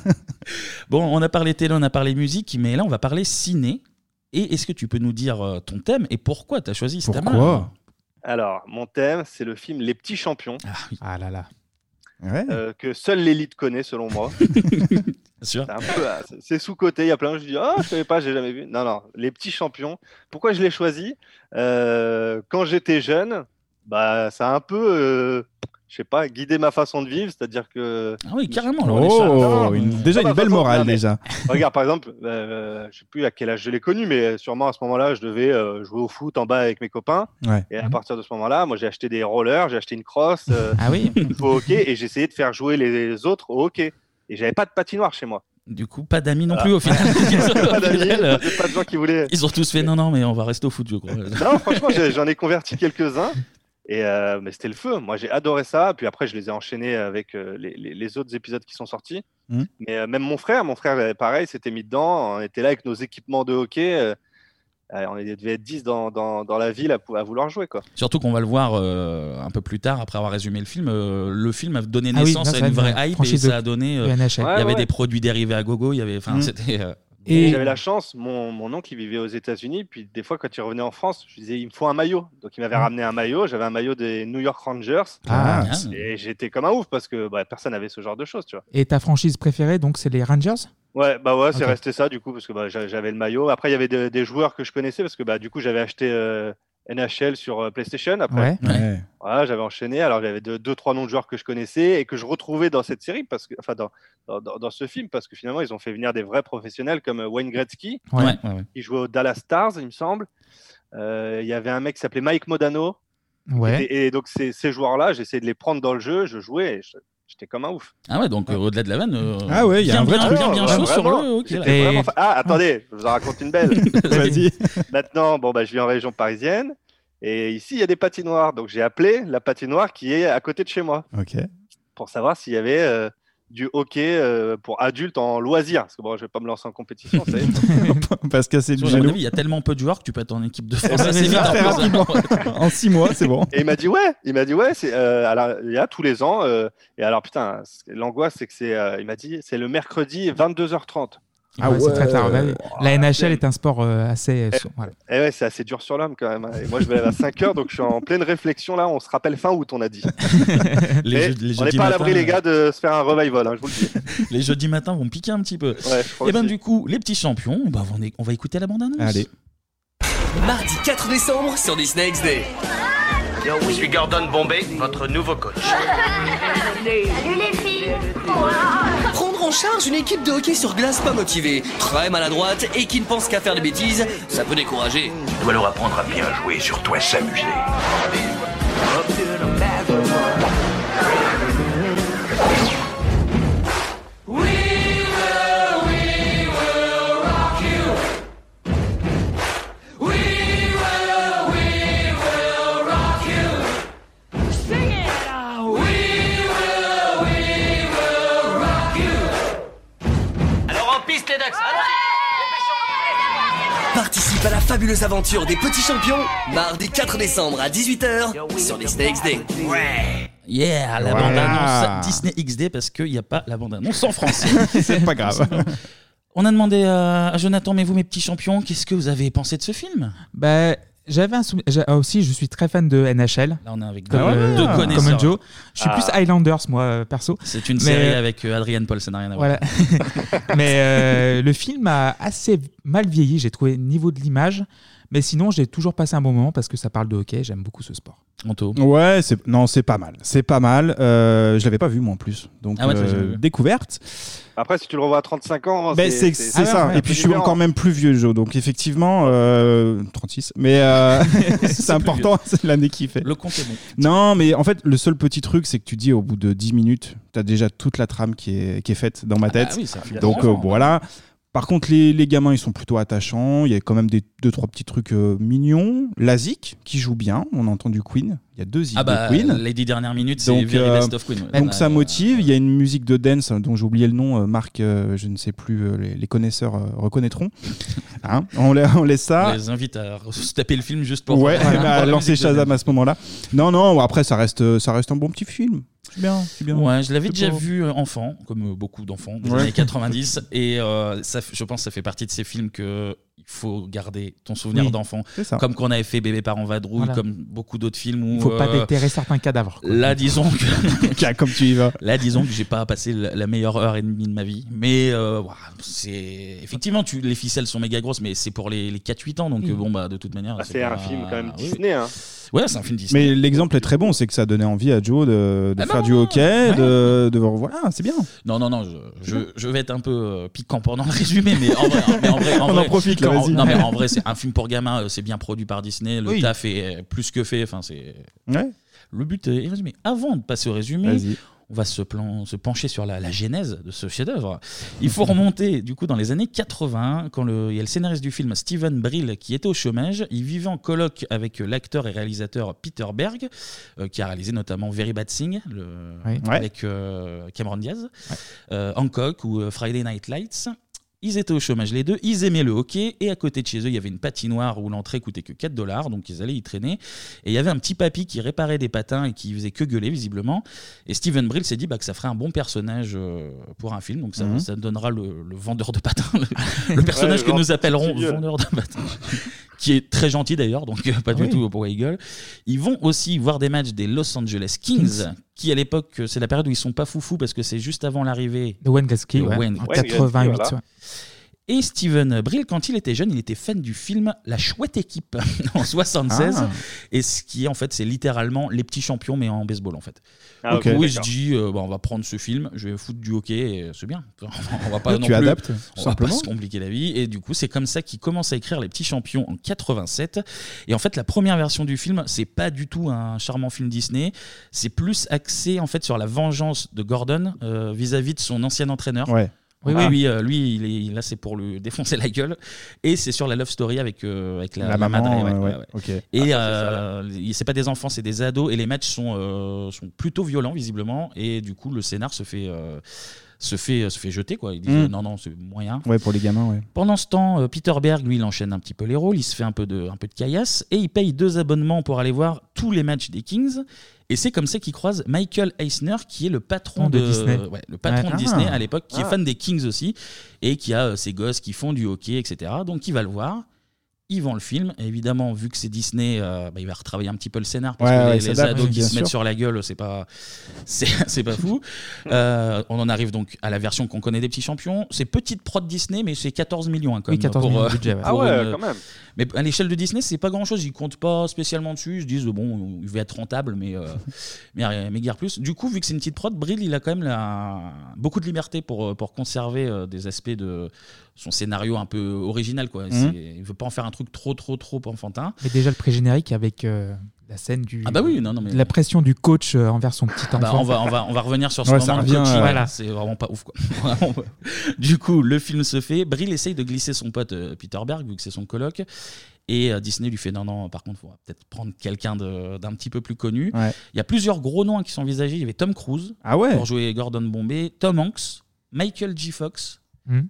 Speaker 1: Bon, on a parlé télé, on a parlé musique, mais là, on va parler ciné. Et est-ce que tu peux nous dire euh, ton thème et pourquoi tu as choisi ce thème
Speaker 26: Alors mon thème, c'est le film Les Petits Champions.
Speaker 4: Ah là là.
Speaker 26: Euh, que seule l'élite connaît, selon moi.
Speaker 1: sûr.
Speaker 26: C'est un peu, euh, c'est- C'est sous-côté. Il y a plein de gens qui disent Ah, je savais pas, j'ai jamais vu. Non, non, les petits champions. Pourquoi je l'ai choisi Euh, Quand j'étais jeune, bah, ça a un peu, euh, je sais pas, guidé ma façon de vivre. C'est-à-dire que.
Speaker 1: Ah oui, carrément.
Speaker 26: alors, les
Speaker 6: Oh,
Speaker 26: chats. Non, non,
Speaker 6: une-
Speaker 26: non,
Speaker 6: déjà
Speaker 26: pas
Speaker 6: une
Speaker 26: ma
Speaker 6: belle
Speaker 26: façon de-
Speaker 6: morale,
Speaker 26: non, mais
Speaker 6: déjà.
Speaker 26: Regarde, par exemple, euh, je sais plus à quel âge je l'ai connu, mais sûrement à ce moment-là, je devais euh, jouer au foot en bas avec mes copains.
Speaker 6: Ouais.
Speaker 26: Et euh, à partir de ce moment-là, moi, j'ai acheté des rollers, j'ai acheté une crosse euh,
Speaker 1: Mhm. Ah oui.
Speaker 26: au hockey et j'essayais de faire jouer les, les autres au hockey. Et j'avais pas de patinoire chez moi.
Speaker 1: Du coup, pas d'amis non
Speaker 26: Voilà.
Speaker 1: plus au final.
Speaker 26: Pas d'amis,
Speaker 1: Au final, euh,
Speaker 26: pas de gens qui voulaient.
Speaker 1: Ils ont tous fait non, non, mais on va rester au foot, je crois.
Speaker 26: Non, franchement, j'ai- j'en ai converti quelques-uns. Et euh, mais c'était le feu. Moi, j'ai adoré ça. Puis après, je les ai enchaînés avec euh, les, les- les autres épisodes qui sont sortis.
Speaker 6: Mhm.
Speaker 26: Mais euh, même mon frère, mon frère, euh, pareil, s'était mis dedans. On était là avec nos équipements de hockey. euh, euh, on était- devait être 10 dans, dans- dans la ville à, pou- à vouloir jouer. Quoi.
Speaker 1: Surtout qu'on va le voir euh, un peu plus tard, après avoir résumé le film. euh, le film a donné
Speaker 4: Ah oui,
Speaker 1: naissance
Speaker 4: non, c'est
Speaker 1: à une
Speaker 4: vrai,
Speaker 1: vraie hype et
Speaker 4: franchise de-
Speaker 1: ça a donné. euh,
Speaker 4: de NHL.
Speaker 1: il y
Speaker 26: Ouais,
Speaker 1: avait
Speaker 26: ouais.
Speaker 1: des produits dérivés à gogo, il y avait. Enfin,
Speaker 26: Mm.
Speaker 1: c'était. euh,
Speaker 26: Et j'avais la chance, mon, mon oncle il vivait aux États-Unis, puis des fois quand il revenait en France, je lui disais il me faut un maillot. Donc il m'avait ramené un maillot, j'avais un maillot des New York Rangers.
Speaker 4: Ah.
Speaker 26: Et j'étais comme un ouf parce que bah, personne n'avait ce genre de choses, tu vois.
Speaker 4: Et ta franchise préférée, donc, c'est les Rangers
Speaker 26: Ouais, bah ouais, c'est
Speaker 4: Ok.
Speaker 26: resté ça du coup parce que bah, j'a- j'avais le maillot. Après, il y avait des, des joueurs que je connaissais parce que bah, du coup, j'avais acheté euh, NHL sur euh, PlayStation après.
Speaker 4: Ouais. Ouais.
Speaker 26: Voilà, j'avais enchaîné. Alors, j'avais deux, deux, trois noms de joueurs que je connaissais et que je retrouvais dans cette série parce que, enfin, dans, dans, dans- dans ce film parce que finalement, ils ont fait venir des vrais professionnels comme euh, Wayne Gretzky
Speaker 1: Ouais. Ouais, ouais, ouais.
Speaker 26: qui jouait au Dallas Stars, il me semble. Euh, Il y avait un mec qui s'appelait Mike Modano.
Speaker 1: Ouais.
Speaker 26: Et, et donc, ces, ces joueurs-là, j'essayais de les prendre dans le jeu, je jouais et je- j'étais comme un ouf.
Speaker 1: Ah ouais, donc euh, au-delà de la vanne. euh,
Speaker 6: Ah ouais, il y a
Speaker 1: bien,
Speaker 6: un vrai
Speaker 1: bien,
Speaker 6: truc.
Speaker 1: bien, bien
Speaker 26: Ouais,
Speaker 1: chaud sur
Speaker 26: vraiment.
Speaker 1: le. ok, là.
Speaker 26: J'étais vraiment fa- Ah, attendez, je vous en raconte une belle.
Speaker 6: Vas-y.
Speaker 26: Maintenant, bon, bah, je vis en région parisienne. Et ici, il y a des patinoires. Donc, j'ai appelé la patinoire qui est à côté de chez moi
Speaker 6: Ok.
Speaker 26: pour savoir s'il y avait euh, du hockey euh, pour adultes en loisirs. Parce que bon, je vais pas me lancer en compétition. vous savez.
Speaker 6: Parce que c'est
Speaker 1: Sur-
Speaker 6: du
Speaker 1: à mon
Speaker 6: genou.
Speaker 1: avis, il y a tellement peu de joueurs que tu peux être en équipe de
Speaker 6: Eh
Speaker 1: France
Speaker 6: ben,
Speaker 1: assez
Speaker 6: c'est
Speaker 1: vite. hein.
Speaker 6: ça,
Speaker 1: en
Speaker 6: très
Speaker 1: plus.
Speaker 6: rapidement. En six mois, c'est bon.
Speaker 26: Et il m'a dit ouais, il m'a dit ouais, c'est euh, alors il y a tous les ans euh, et alors putain, c'est- l'angoisse c'est que c'est euh, il m'a dit c'est le mercredi 22h30.
Speaker 6: Ah
Speaker 4: c'est très tard. Ah ouais, ouais.
Speaker 6: Oh,
Speaker 4: La NHL est un sport euh, assez.
Speaker 26: Eh,
Speaker 4: voilà.
Speaker 26: eh ouais, c'est assez dur sur l'homme quand même. hein. Et moi, je vais à 5 heures, donc je suis en pleine réflexion là. On se rappelle fin août, on a dit.
Speaker 1: Les
Speaker 26: Mais
Speaker 1: jeux- les
Speaker 26: on
Speaker 1: jeudis
Speaker 26: n'est pas à l'abri,
Speaker 1: matins, euh.
Speaker 26: les gars, de se faire un revival, hein, je vous le dis.
Speaker 1: Les jeudis matins vont piquer un petit peu.
Speaker 26: crois
Speaker 1: et ben
Speaker 26: aussi.
Speaker 1: du coup, les petits champions, bah, on, est- on va écouter la bande-annonce.
Speaker 6: Allez.
Speaker 13: Mardi 4 décembre sur Disney XD. Je suis Gordon Bombay, votre nouveau coach.
Speaker 17: Salut les filles
Speaker 13: Prendre en charge une équipe de hockey sur glace pas motivée, très maladroite et qui ne pense qu'à faire des bêtises, ça peut décourager.
Speaker 2: Tu dois leur apprendre à bien jouer, surtout à s'amuser.
Speaker 17: Sing it! We will, we will
Speaker 13: fabuleuse aventure des petits champions, mardi 4 décembre à 18h sur Disney XD. Ouais
Speaker 1: Yeah, la
Speaker 13: Voilà.
Speaker 1: bande-annonce Disney XD parce qu'il n'y a pas la bande-annonce en français.
Speaker 4: C'est pas grave.
Speaker 1: On a demandé à à Jonathan, mais vous, mes petits champions, qu'est-ce que vous avez pensé de ce film
Speaker 4: Bah, j'avais un souvenir. j'ai- ah, aussi, je suis très fan de NHL.
Speaker 1: Là, on est avec
Speaker 4: comme,
Speaker 1: deux-
Speaker 4: euh,
Speaker 1: deux connaisseurs.
Speaker 4: comme Joe. Je suis
Speaker 1: Ah.
Speaker 4: plus Highlanders, moi, euh, perso.
Speaker 1: C'est une
Speaker 4: Mais-
Speaker 1: série avec euh, Adrian Paul, ça n'a rien à voir.
Speaker 4: Voilà. mais euh, le film a assez mal vieilli, j'ai trouvé, niveau de l'image. Mais sinon, j'ai toujours passé un bon moment parce que ça parle de hockey. J'aime beaucoup ce sport.
Speaker 6: Ouais, c'est non, c'est pas mal, c'est pas mal. Euh, je l'avais pas vu moi en plus, donc
Speaker 4: Ah ouais, toi,
Speaker 6: euh,
Speaker 4: tu l'avais vu.
Speaker 6: découverte.
Speaker 26: Après, si tu le revois à 35 ans,
Speaker 6: Ben, c'est c'est
Speaker 26: Ah ouais,
Speaker 6: ça.
Speaker 26: ouais,
Speaker 6: Et puis
Speaker 26: c'est
Speaker 6: je suis
Speaker 26: différent.
Speaker 6: encore même plus vieux, Joe. Donc effectivement, euh, 36. Mais euh, c'est important, c'est l'année qui fait.
Speaker 1: Le compte est bon.
Speaker 6: Non, mais en fait, le seul petit truc, c'est que tu dis au bout de 10 minutes, t'as déjà toute la trame qui est, qui est faite dans ma
Speaker 1: bah
Speaker 6: tête.
Speaker 1: oui, c'est un film
Speaker 6: Donc
Speaker 1: d'enfant.
Speaker 6: euh, voilà. Par contre, les, les gamins, ils sont plutôt attachants. Il y a quand même des deux trois petits trucs euh, mignons. Lazik qui joue bien. On a entendu Queen. Il y a deux idées
Speaker 1: Ah bah,
Speaker 6: Queen.
Speaker 1: les dix dernières minutes, c'est Very
Speaker 6: euh,
Speaker 1: Best of Queen, ouais. Ah bah,
Speaker 6: donc
Speaker 1: Ouais,
Speaker 6: ça
Speaker 1: ouais.
Speaker 6: motive. Il y a une musique de dance euh, dont j'ai oublié le nom. euh, Marc, euh, je ne sais plus. euh, les, les connaisseurs euh, reconnaîtront. Hein on, la- on laisse ça.
Speaker 1: On les invite à re- se taper le film juste pour.
Speaker 6: ouais.
Speaker 1: pour
Speaker 6: eh ben,
Speaker 1: la
Speaker 6: lancer
Speaker 1: musique de
Speaker 6: Shazam à ce moment-là. Non, non. Après, ça reste, euh, ça reste un bon petit film. C'est bien, c'est bien.
Speaker 1: Ouais, je l'avais
Speaker 6: C'est
Speaker 1: déjà
Speaker 6: pas-
Speaker 1: vu euh, enfant, comme euh, beaucoup d'enfants des
Speaker 6: Ouais.
Speaker 1: années 90, et euh, ça, f- je pense que ça fait partie de ces films que il faut garder ton souvenir
Speaker 4: Oui,
Speaker 1: d'enfant,
Speaker 4: c'est ça.
Speaker 1: comme qu'on avait fait Bébé parents vadrouille,
Speaker 4: Voilà.
Speaker 1: comme beaucoup d'autres films où.
Speaker 4: Il faut pas
Speaker 1: euh,
Speaker 4: déterrer certains cadavres. quoi.
Speaker 1: Là, disons que.
Speaker 6: comme tu y vas.
Speaker 1: Là, disons que j'ai pas passé la la meilleure heure et demie de ma vie. Mais euh, ouah, c'est. Effectivement, tu... les ficelles sont méga grosses, mais c'est pour les, les 4-8 ans. Donc,
Speaker 26: Mm.
Speaker 1: euh, bon, bah, de toute manière.
Speaker 26: Ah, c'est un
Speaker 1: pas-
Speaker 26: film quand même
Speaker 1: Oui, oui.
Speaker 26: Disney. Hein.
Speaker 1: Ouais, c'est un film Disney. Ah bah
Speaker 6: Mais l'exemple est très bon, c'est que ça donnait envie à Joe de, de faire du hockey, de, de voilà, Ah, c'est bien.
Speaker 1: Non, non, non, je, je, je vais être un peu euh, piquant pendant le résumé, mais en vrai, mais en vrai,
Speaker 6: On en
Speaker 1: vrai-
Speaker 6: profite, là,
Speaker 1: en-
Speaker 6: vas-y.
Speaker 1: Non, mais en vrai, c'est un film pour gamins, euh, c'est bien produit par Disney, le
Speaker 6: Oui.
Speaker 1: taf est euh, plus que fait, enfin, c'est.
Speaker 6: Ouais.
Speaker 1: Le but est résumé. Avant de passer au résumé,
Speaker 6: Vas-y.
Speaker 1: on va se, plan- se pencher sur la, la genèse de ce chef-d'œuvre. Il faut remonter, du coup, dans les années 80, quand le, il y a le scénariste du film, Steven Brill, qui était au chômage. Il vivait en colloque avec euh, l'acteur et réalisateur Peter Berg, euh, qui a réalisé notamment Very Bad Thing, le,
Speaker 4: Oui. Ouais.
Speaker 1: avec euh, Cameron Diaz, euh, Hancock ou euh, Friday Night Lights. Ils étaient au chômage les deux, ils aimaient le hockey, et à côté de chez eux, il y avait une patinoire où l'entrée coûtait que 4 dollars, donc ils allaient y traîner. Et il y avait un petit papy qui réparait des patins et qui faisait que gueuler, visiblement. Et Steven Brill s'est dit bah, que ça ferait un bon personnage euh, pour un film, donc ça,
Speaker 6: Mhm.
Speaker 1: ça donnera le, le vendeur de patins, le, le personnage
Speaker 6: Ouais,
Speaker 1: que
Speaker 6: genre
Speaker 1: nous appellerons
Speaker 6: petit vieux.
Speaker 1: vendeur de patins qui est très gentil d'ailleurs, donc euh, pas
Speaker 6: Oui.
Speaker 1: du tout pour Eagle. Ils vont aussi voir des matchs des Los Angeles Kings,
Speaker 4: Kings.
Speaker 1: qui à l'époque, euh, c'est la période où ils sont pas foufous parce que c'est juste avant l'arrivée
Speaker 4: De Wayne Gretzky,
Speaker 1: de
Speaker 4: ouais,
Speaker 1: Wayne
Speaker 4: en
Speaker 1: Gretzky.
Speaker 4: 88, ouais.
Speaker 1: Et Steven Brill, quand il était jeune, il était fan du film La Chouette Équipe en 76.
Speaker 6: Ah.
Speaker 1: Et ce qui est en fait, c'est littéralement Les Petits Champions, mais en baseball en fait.
Speaker 6: Ah,
Speaker 1: Donc
Speaker 6: ok,
Speaker 1: oui, je
Speaker 6: d'accord.
Speaker 1: dis, euh, bah, on va prendre ce film, je vais foutre du hockey, et c'est bien. On va pas
Speaker 6: Oui,
Speaker 1: non
Speaker 6: tu
Speaker 1: plus-
Speaker 6: adaptes, tout
Speaker 1: on va pas
Speaker 6: simplement.
Speaker 1: se compliquer la vie. Et du coup, c'est comme ça qu'il commence à écrire Les Petits Champions en 87. Et en fait, la première version du film, c'est pas du tout un charmant film Disney. C'est plus axé en fait sur la vengeance de Gordon euh, vis-à-vis de son ancien entraîneur.
Speaker 6: Ouais.
Speaker 1: Oui,
Speaker 6: Ah.
Speaker 1: oui, lui, euh, lui, il est, là, c'est pour lui défoncer la gueule. Et c'est sur la love story avec, euh, avec la,
Speaker 6: La
Speaker 1: la
Speaker 6: maman,
Speaker 1: madre,
Speaker 6: euh, ouais, ok.
Speaker 1: Et euh, il- c'est pas des enfants, c'est des ados. Et les matchs sont, euh, sont plutôt violents, visiblement. Et du coup, le scénar se fait, euh, se fait, se fait jeter. Quoi. Ils disent
Speaker 6: Mm.
Speaker 1: non, non, c'est moyen.
Speaker 6: Ouais, pour les gamins, Ah, ouais.
Speaker 1: Pendant ce temps, euh, Peter Berg, lui, il enchaîne un petit peu les rôles, il se fait un peu de, un peu de caillasse et il paye deux abonnements pour aller voir tous les matchs des Kings. Et c'est comme ça qu'il croise Michael Eisner, qui est le patron
Speaker 4: De
Speaker 1: de,
Speaker 4: Disney.
Speaker 1: ouais, le patron
Speaker 4: Ouais.
Speaker 1: de Disney
Speaker 4: Ah.
Speaker 1: à l'époque, qui
Speaker 4: Ah.
Speaker 1: est fan des Kings aussi et qui a euh, ses gosses qui font du hockey, etc. Donc il va le voir. Ils vend le film. Et évidemment, vu que c'est Disney, euh, bah, il va retravailler un petit peu le scénar parce
Speaker 6: Ouais,
Speaker 1: que
Speaker 6: ouais,
Speaker 1: les,
Speaker 6: il
Speaker 1: les
Speaker 6: s'adapte,
Speaker 1: ados
Speaker 6: oui,
Speaker 1: qui
Speaker 6: bien
Speaker 1: se mettent
Speaker 6: sûr.
Speaker 1: sur la gueule, c'est pas, c'est c'est pas fou. Euh, on en arrive donc à la version qu'on connaît des petits champions. C'est petite prod Disney, mais c'est 14 millions hein, quand
Speaker 4: Oui,
Speaker 1: même,
Speaker 4: 14 millions de
Speaker 1: euh,
Speaker 4: budget, ouais.
Speaker 1: pour
Speaker 4: Ah ouais,
Speaker 1: une-
Speaker 4: quand même.
Speaker 1: Mais à l'échelle de Disney, c'est pas grand chose. Ils comptent pas spécialement dessus. Ils se disent bon, il va être rentable, mais euh, mais, rien- mais guère plus. Du coup, vu que c'est une petite prod, Brill, il a quand même la... beaucoup de liberté pour euh, pour conserver euh, des aspects de son scénario un peu original quoi.
Speaker 4: Mhm.
Speaker 1: C'est- Il veut pas en faire un truc trop trop trop enfantin.
Speaker 4: Mais déjà le pré-générique avec euh, la scène du.
Speaker 1: Ah bah oui, non, non, mais-
Speaker 4: La pression du coach euh, envers son petit enfant.
Speaker 1: Bah, on, va, on, va, on va revenir sur ce
Speaker 4: Ouais, ça
Speaker 1: moment de
Speaker 4: revient,
Speaker 1: coaching.
Speaker 4: euh, voilà.
Speaker 1: C'est vraiment pas ouf. Quoi. Vraiment pas. du coup, le film se fait. Brill essaye de glisser son pote euh, Peter Berg, vu que c'est son coloc. Et euh, Disney lui fait non, non, par contre, on va peut-être prendre quelqu'un de- d'un petit peu plus connu. Il
Speaker 6: Ouais.
Speaker 1: y a plusieurs gros noms qui sont envisagés. Il y avait Tom Cruise
Speaker 6: Ah ouais
Speaker 1: pour jouer Gordon Bombay, Tom Hanks, Michael G. Fox.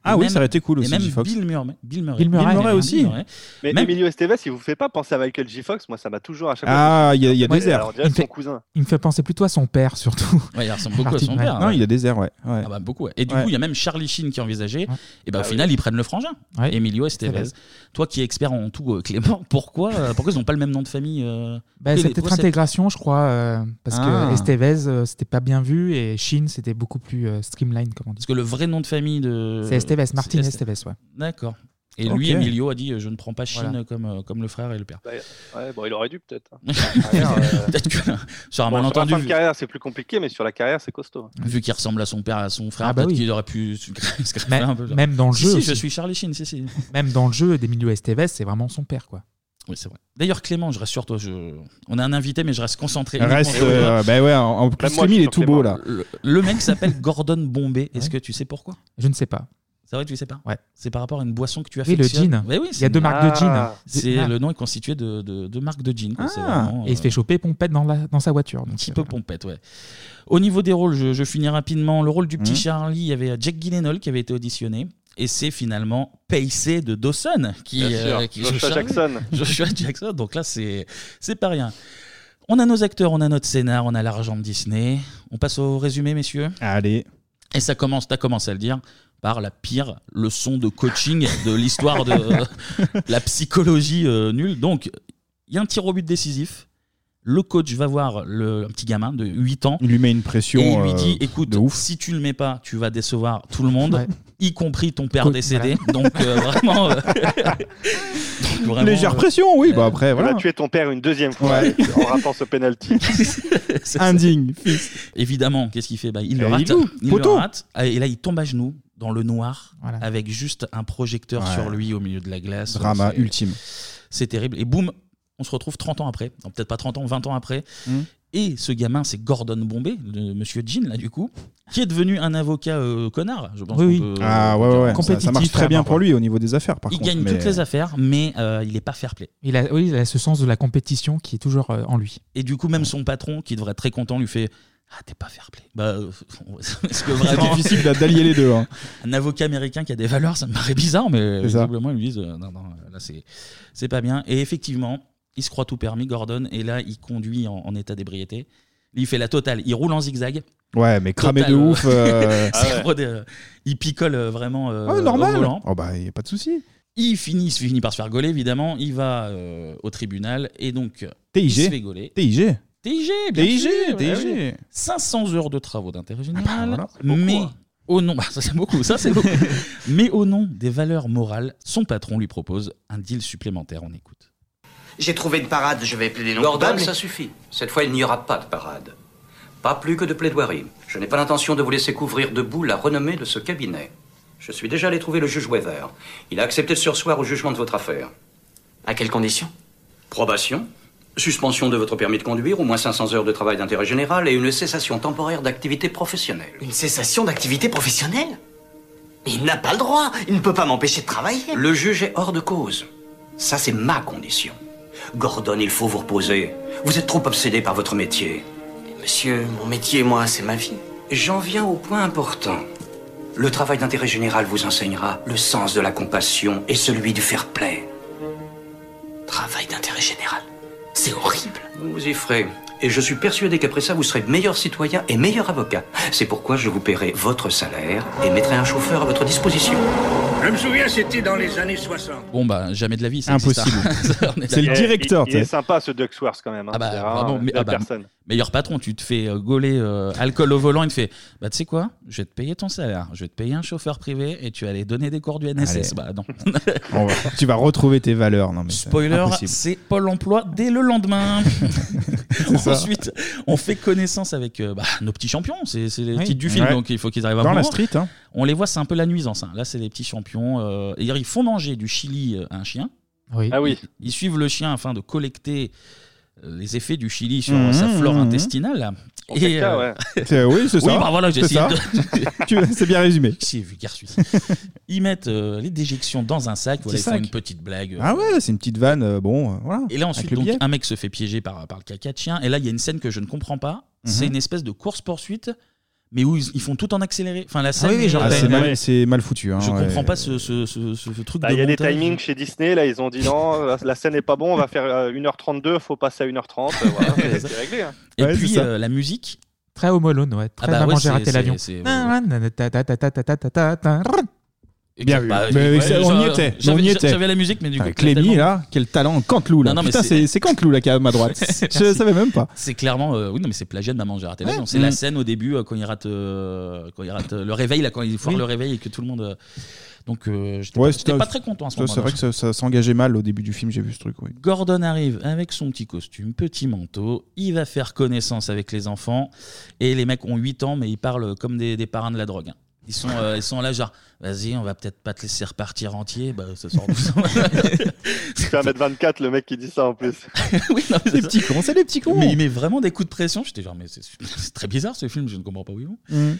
Speaker 6: Ah
Speaker 1: Et
Speaker 6: oui,
Speaker 1: même-
Speaker 6: ça aurait été cool
Speaker 1: et
Speaker 6: aussi,
Speaker 1: même
Speaker 6: J-Fox.
Speaker 1: Bill Murray. Bill Murray,
Speaker 6: Bill Murray,
Speaker 1: Bill Murray
Speaker 6: aussi.
Speaker 1: Bill Murray.
Speaker 26: Mais
Speaker 1: Même-
Speaker 26: Emilio Estevez, il vous fait pas penser à Michael J. Fox Moi, ça m'a toujours à chaque fois.
Speaker 6: Ah, il y
Speaker 1: hein.
Speaker 6: a, il y a
Speaker 26: Ouais,
Speaker 6: des airs.
Speaker 26: alors, on dirait son cousin.
Speaker 4: Il me fait penser plutôt à son père, surtout.
Speaker 1: Ouais, il ressemble beaucoup à
Speaker 4: Parti-
Speaker 1: son
Speaker 4: ouais.
Speaker 1: père.
Speaker 6: Non,
Speaker 1: ouais.
Speaker 6: il y a des airs, ouais. ouais.
Speaker 1: Ah bah, beaucoup. ouais. Et du
Speaker 6: Ouais.
Speaker 1: coup, il y a même Charlie Sheen qui est envisagé. Et ben
Speaker 6: Ah
Speaker 1: au
Speaker 6: oui.
Speaker 1: final, ils prennent le frangin. Emilio Estevez.
Speaker 4: Estevez.
Speaker 1: Toi qui es expert en tout, euh, Clément, pourquoi, euh, pourquoi ils n'ont pas le même nom de famille euh
Speaker 4: Bah,
Speaker 1: Toi,
Speaker 4: c'est
Speaker 1: les-
Speaker 4: peut-être
Speaker 1: toi, c'est-
Speaker 4: intégration, je crois, euh, parce
Speaker 1: Ah.
Speaker 4: que Estevez, euh, c'était pas bien vu, et Shin, c'était beaucoup plus euh, streamline, comme on dit.
Speaker 1: Parce que le vrai nom de famille de.
Speaker 4: C'est Estevez, Martin
Speaker 1: Est-
Speaker 4: Estevez, ouais.
Speaker 1: D'accord. Et
Speaker 4: Ok.
Speaker 1: lui, Emilio, a dit euh, Je ne prends pas Chine
Speaker 4: Voilà.
Speaker 1: comme, euh, comme le frère et le père.
Speaker 26: bah, Ouais, bon, il aurait dû peut-être. hein.
Speaker 1: Peut-être que sur un
Speaker 26: Bon, Sur
Speaker 1: malentendu,
Speaker 26: la fin de carrière, c'est plus compliqué, mais sur la carrière, c'est costaud. hein.
Speaker 1: vu qu'il ressemble à son père, à son frère,
Speaker 4: Ah bah
Speaker 1: peut-être
Speaker 4: oui.
Speaker 1: qu'il aurait pu se se gratter
Speaker 4: Même-
Speaker 1: un peu. genre.
Speaker 4: même dans le
Speaker 1: Si,
Speaker 4: jeu
Speaker 1: si,
Speaker 4: aussi.
Speaker 1: je suis Charlie Sheen, si, si.
Speaker 4: Même dans le jeu d'Emilio Estevez, c'est vraiment son père, quoi.
Speaker 1: Oui, c'est vrai. D'ailleurs, Clément, je rassure toi, je... on a un invité, mais je reste concentré.
Speaker 6: Reste,
Speaker 1: uniquement sur-
Speaker 6: euh, bah ouais, en, en plus, Slimmy, il est tout beau, là.
Speaker 1: Le, le mec s'appelle Gordon Bombay. Est-ce que tu sais pourquoi
Speaker 4: Je ne sais pas.
Speaker 1: C'est vrai, que tu sais pas
Speaker 4: Ouais.
Speaker 1: C'est par rapport à une boisson que tu as
Speaker 4: Oui, le gin.
Speaker 1: Oui, oui,
Speaker 4: Il y
Speaker 1: c'est
Speaker 4: a deux
Speaker 1: une-
Speaker 4: marques de gin. Ah.
Speaker 1: C'est
Speaker 4: Ah.
Speaker 1: le nom est constitué de, de, de marques de gin. quoi. C'est vraiment, euh,
Speaker 4: Et il se fait choper pompette dans, la, dans sa voiture.
Speaker 1: un petit peu pompette, ouais. Au niveau des rôles, je, je finis rapidement. Le rôle du
Speaker 4: Mmh.
Speaker 1: petit Charlie, il y avait Jack Gyllenhaal qui avait été auditionné. Et c'est finalement Pacey de Dawson qui, euh,
Speaker 26: Bien sûr,
Speaker 1: qui
Speaker 26: Joshua
Speaker 1: Charlie.
Speaker 26: Jackson.
Speaker 1: Joshua Jackson. Donc là, c'est c'est pas rien. On a nos acteurs, on a notre scénar, on a l'argent de Disney. On passe au résumé, messieurs.
Speaker 6: Allez.
Speaker 1: Et ça commence, t'as commencé à le dire, par la pire leçon de coaching de l'histoire de la psychologie euh, nulle. Donc, il y a un tir au but décisif. Le coach va voir le, un petit gamin de 8 ans.
Speaker 6: Il lui met une pression.
Speaker 1: Et il lui
Speaker 6: euh,
Speaker 1: dit, écoute, si tu le mets pas, tu vas décevoir tout le monde,
Speaker 6: Ouais.
Speaker 1: y compris ton père
Speaker 6: Co-
Speaker 1: décédé.
Speaker 6: voilà.
Speaker 1: Donc euh, vraiment, euh, donc, vraiment,
Speaker 6: Légère
Speaker 1: euh,
Speaker 6: pression, oui, bah après,
Speaker 26: On
Speaker 6: voilà.
Speaker 26: a tué ben, ton père une deuxième fois
Speaker 6: Ouais.
Speaker 26: en ratant ce penalty.
Speaker 1: c'est ça.
Speaker 6: Indigne.
Speaker 1: Évidemment, qu'est-ce qu'il fait Bah, Il le
Speaker 6: Et
Speaker 1: rate.
Speaker 6: il loue.
Speaker 1: Il le
Speaker 6: Poteau.
Speaker 1: rate. Ah, Et là, il tombe à genoux dans le noir
Speaker 4: Voilà.
Speaker 1: avec juste un projecteur
Speaker 6: Ouais.
Speaker 1: sur lui au milieu de la glace.
Speaker 6: Drama
Speaker 1: C'est-
Speaker 6: ultime.
Speaker 1: C'est terrible. Et boum, on se retrouve 30 ans après. Non, Peut-être pas 30 ans, 20 ans après.
Speaker 6: Mm.
Speaker 1: Et ce gamin, c'est Gordon Bombay, le monsieur Jean, là, du coup, qui est devenu un avocat euh, connard, je pense. qu'on peut-
Speaker 6: Ah ouais,
Speaker 1: on peut
Speaker 6: ouais,
Speaker 1: dire.
Speaker 6: ouais. Ça, ça marche très bien pour lui au niveau des affaires, par
Speaker 1: Il
Speaker 6: contre.
Speaker 1: gagne
Speaker 6: mais-
Speaker 1: toutes les affaires, mais euh, il n'est pas fair play.
Speaker 4: Il a, oui, il a ce sens de la compétition qui est toujours euh, en lui.
Speaker 1: Et du coup, même son patron, qui devrait être très content, lui fait Ah, t'es pas fair play. Bah, euh, est-ce que vraiment.
Speaker 6: C'est difficile d'a- d'allier les deux, hein.
Speaker 1: Un avocat américain qui a des valeurs, ça me paraît bizarre, mais
Speaker 6: C'est ça.
Speaker 1: visiblement, ils lui disent euh, Non, non, là, c'est, c'est pas bien. Et effectivement, il se croit tout permis, Gordon, et là, il conduit en, en état d'ébriété. Il fait la totale. Il roule en zigzag.
Speaker 6: Ouais, mais cramé
Speaker 1: Total,
Speaker 6: de
Speaker 1: euh,
Speaker 6: ouf. euh,
Speaker 1: c'est rodé, euh, Il picole euh, vraiment. euh,
Speaker 6: Ah,
Speaker 1: au
Speaker 6: normal.
Speaker 1: volant.
Speaker 6: Oh bah, y a pas de souci.
Speaker 1: Il finit, il se finit par se faire gauler, évidemment. Il va euh, au tribunal et donc. euh, Il
Speaker 6: TIG.
Speaker 1: se fait gauler.
Speaker 6: TIG.
Speaker 1: TIG, bien
Speaker 6: TIG,
Speaker 1: sûr,
Speaker 6: TIG.
Speaker 1: bah
Speaker 2: Ah
Speaker 1: oui. 500 heures de travaux d'intérêt général.
Speaker 6: Ah bah, voilà,
Speaker 1: mais au nom, bah, ça c'est beaucoup, ça c'est beaucoup. mais au nom des valeurs morales, son patron lui propose un deal supplémentaire. On écoute.
Speaker 27: J'ai trouvé une parade, je vais plaider non Gordon, coupable, mais- ça suffit. Cette fois, il n'y aura pas de parade. Pas plus que de plaidoirie. Je n'ai pas l'intention de vous laisser couvrir debout la renommée de ce cabinet. Je suis déjà allé trouver le juge Weaver. Il a accepté de sursoir au jugement de votre affaire. À quelles conditions Probation, suspension de votre permis de conduire, au moins 500 heures de travail d'intérêt général et une cessation temporaire d'activité professionnelle. Une cessation d'activité professionnelle Mais il n'a pas le droit, il ne peut pas m'empêcher de travailler. Le juge est hors de cause. Ça, c'est ma condition. Gordon, il faut vous reposer. Vous êtes trop obsédé par votre métier. Monsieur, mon métier, moi, c'est ma vie. J'en viens au point important. Le travail d'intérêt général vous enseignera le sens de la compassion et celui du fair-play. Travail d'intérêt général C'est horrible. Vous vous y ferez. Et je suis persuadé qu'après ça, vous serez meilleur citoyen et meilleur avocat. C'est pourquoi je vous paierai votre salaire et mettrai un chauffeur à votre disposition.
Speaker 15: Je me souviens, c'était dans les années 60.
Speaker 1: Bon, bah, jamais de la vie. ça
Speaker 6: Impossible.
Speaker 1: existe, ça. On est
Speaker 6: C'est le
Speaker 1: d'accord.
Speaker 6: directeur,
Speaker 26: Il est sympa ce Ducksworth quand même. hein.
Speaker 1: Ah bah,
Speaker 26: C'est vraiment
Speaker 1: pardon,
Speaker 26: une
Speaker 1: mais-
Speaker 26: belle
Speaker 1: ah bah,
Speaker 26: personne.
Speaker 1: meilleur patron, tu te fais euh, gauler euh, alcool au volant, il te fait Bah, tu sais quoi Je vais te payer ton salaire, je vais te payer un chauffeur privé et tu vas aller donner des cours du NSS.
Speaker 6: Allez.
Speaker 1: Bah, non.
Speaker 6: On va- tu vas retrouver tes valeurs. Non, mais c'est
Speaker 1: Spoiler,
Speaker 6: impossible.
Speaker 1: c'est Pôle emploi dès le lendemain.
Speaker 6: ça.
Speaker 1: Ensuite, on fait connaissance avec euh, bah, nos petits champions. C'est c'est les
Speaker 6: Oui.
Speaker 1: titres du film,
Speaker 6: Ouais.
Speaker 1: donc il faut qu'ils arrivent à
Speaker 6: Dans
Speaker 1: bon
Speaker 6: la
Speaker 1: moment.
Speaker 6: street, hein.
Speaker 1: On les voit, c'est un peu la nuisance. hein. Là, c'est les petits champions. euh, et ils font manger du chili euh, à un chien.
Speaker 4: Oui. Ah oui.
Speaker 1: Ils, ils suivent le chien afin de collecter euh, les effets du chili sur
Speaker 6: Mhm,
Speaker 1: sa flore
Speaker 6: mhm.
Speaker 1: intestinale. euh,
Speaker 6: En fait, ça, ouais. euh, C'est- oui, c'est ça.
Speaker 1: bah voilà, j'ai
Speaker 6: C'est
Speaker 1: essayé
Speaker 6: ça.
Speaker 1: de-
Speaker 6: Tu- c'est bien résumé.
Speaker 1: C'est vulgaire, celui-ci. Ils mettent euh, les déjections dans un sac. Voilà, ils
Speaker 6: Petit
Speaker 1: font
Speaker 6: sac.
Speaker 1: une petite blague.
Speaker 6: Ah ouais, c'est une petite vanne. euh, bon, euh, voilà.
Speaker 1: Et là ensuite,
Speaker 6: Avec le
Speaker 1: donc,
Speaker 6: billet.
Speaker 1: un mec se fait piéger par, par le caca de chien. Et là, il y a une scène que je ne comprends pas.
Speaker 6: Mhm.
Speaker 1: C'est une espèce de course-poursuite, mais où ils, ils font tout en accéléré. Enfin, la scène.
Speaker 6: oui, oui,
Speaker 1: est- euh,
Speaker 6: genre, Ah, c'est t'as- mal- c'est mal foutu, hein,
Speaker 1: je
Speaker 6: ouais.
Speaker 1: comprends pas ce, ce- ce- ce truc
Speaker 26: Bah,
Speaker 1: de.
Speaker 26: Il y a des
Speaker 1: montage.
Speaker 26: timings chez Disney, là ils ont dit non, la, la scène n'est pas bon, on va faire euh, 1h32, faut passer à 1h30. euh, voilà, c'est- c'est réglé. hein.
Speaker 1: Et puis euh, la musique.
Speaker 4: Très Home Alone, ouais. Très
Speaker 1: Ah bah
Speaker 4: maman,
Speaker 1: ouais,
Speaker 4: j'ai raté
Speaker 1: c'est-
Speaker 4: l'avion.
Speaker 1: c'est- c'est-
Speaker 6: Bien vu.
Speaker 1: Bah,
Speaker 6: mais
Speaker 1: ouais,
Speaker 6: c'est- on y était.
Speaker 1: j'avais-
Speaker 6: on y
Speaker 1: j'a-
Speaker 6: était.
Speaker 1: j'avais la musique, mais du coup,
Speaker 6: Avec
Speaker 1: t'as
Speaker 6: Ah, Clémy,
Speaker 1: tellement-
Speaker 6: là, quel talent. Cantelou, là.
Speaker 1: Non, non, mais
Speaker 6: Putain,
Speaker 1: c'est-
Speaker 6: c'est c'est Cantelou, là, qui est à ma droite. Je
Speaker 1: Merci.
Speaker 6: savais même pas.
Speaker 1: C'est clairement, euh, oui, non, mais c'est plagiat de Maman, j'ai raté l'avion.
Speaker 6: Ouais.
Speaker 1: C'est la
Speaker 6: Mm.
Speaker 1: scène au début euh, quand il rate, euh, quand il rate euh, le réveil, là, quand il foire
Speaker 6: Oui.
Speaker 1: le réveil et que tout le monde. euh, Donc, euh, j'étais
Speaker 6: Ouais,
Speaker 1: pas, j'étais
Speaker 6: c'était-
Speaker 1: pas très content à ce
Speaker 6: ça,
Speaker 1: moment-là.
Speaker 6: C'est vrai que ça, ça s'engageait mal au début du film, j'ai vu ce truc, oui.
Speaker 1: Gordon arrive avec son petit costume, petit manteau, il va faire connaissance avec les enfants, et les mecs ont 8 ans, mais ils parlent comme des, des parrains de la drogue. hein. Ils sont, euh, ils sont là genre, vas-y, on va peut-être pas te laisser repartir entier, bah, ça sort d'où ça
Speaker 26: C'est 1m24 le mec qui dit ça en plus.
Speaker 1: Les petits
Speaker 6: cons, c'est les petits cons.
Speaker 1: Mais il met vraiment des coups de pression. J'étais genre, mais c'est c'est très bizarre ce film, je ne comprends pas où ils vont.
Speaker 6: Mm.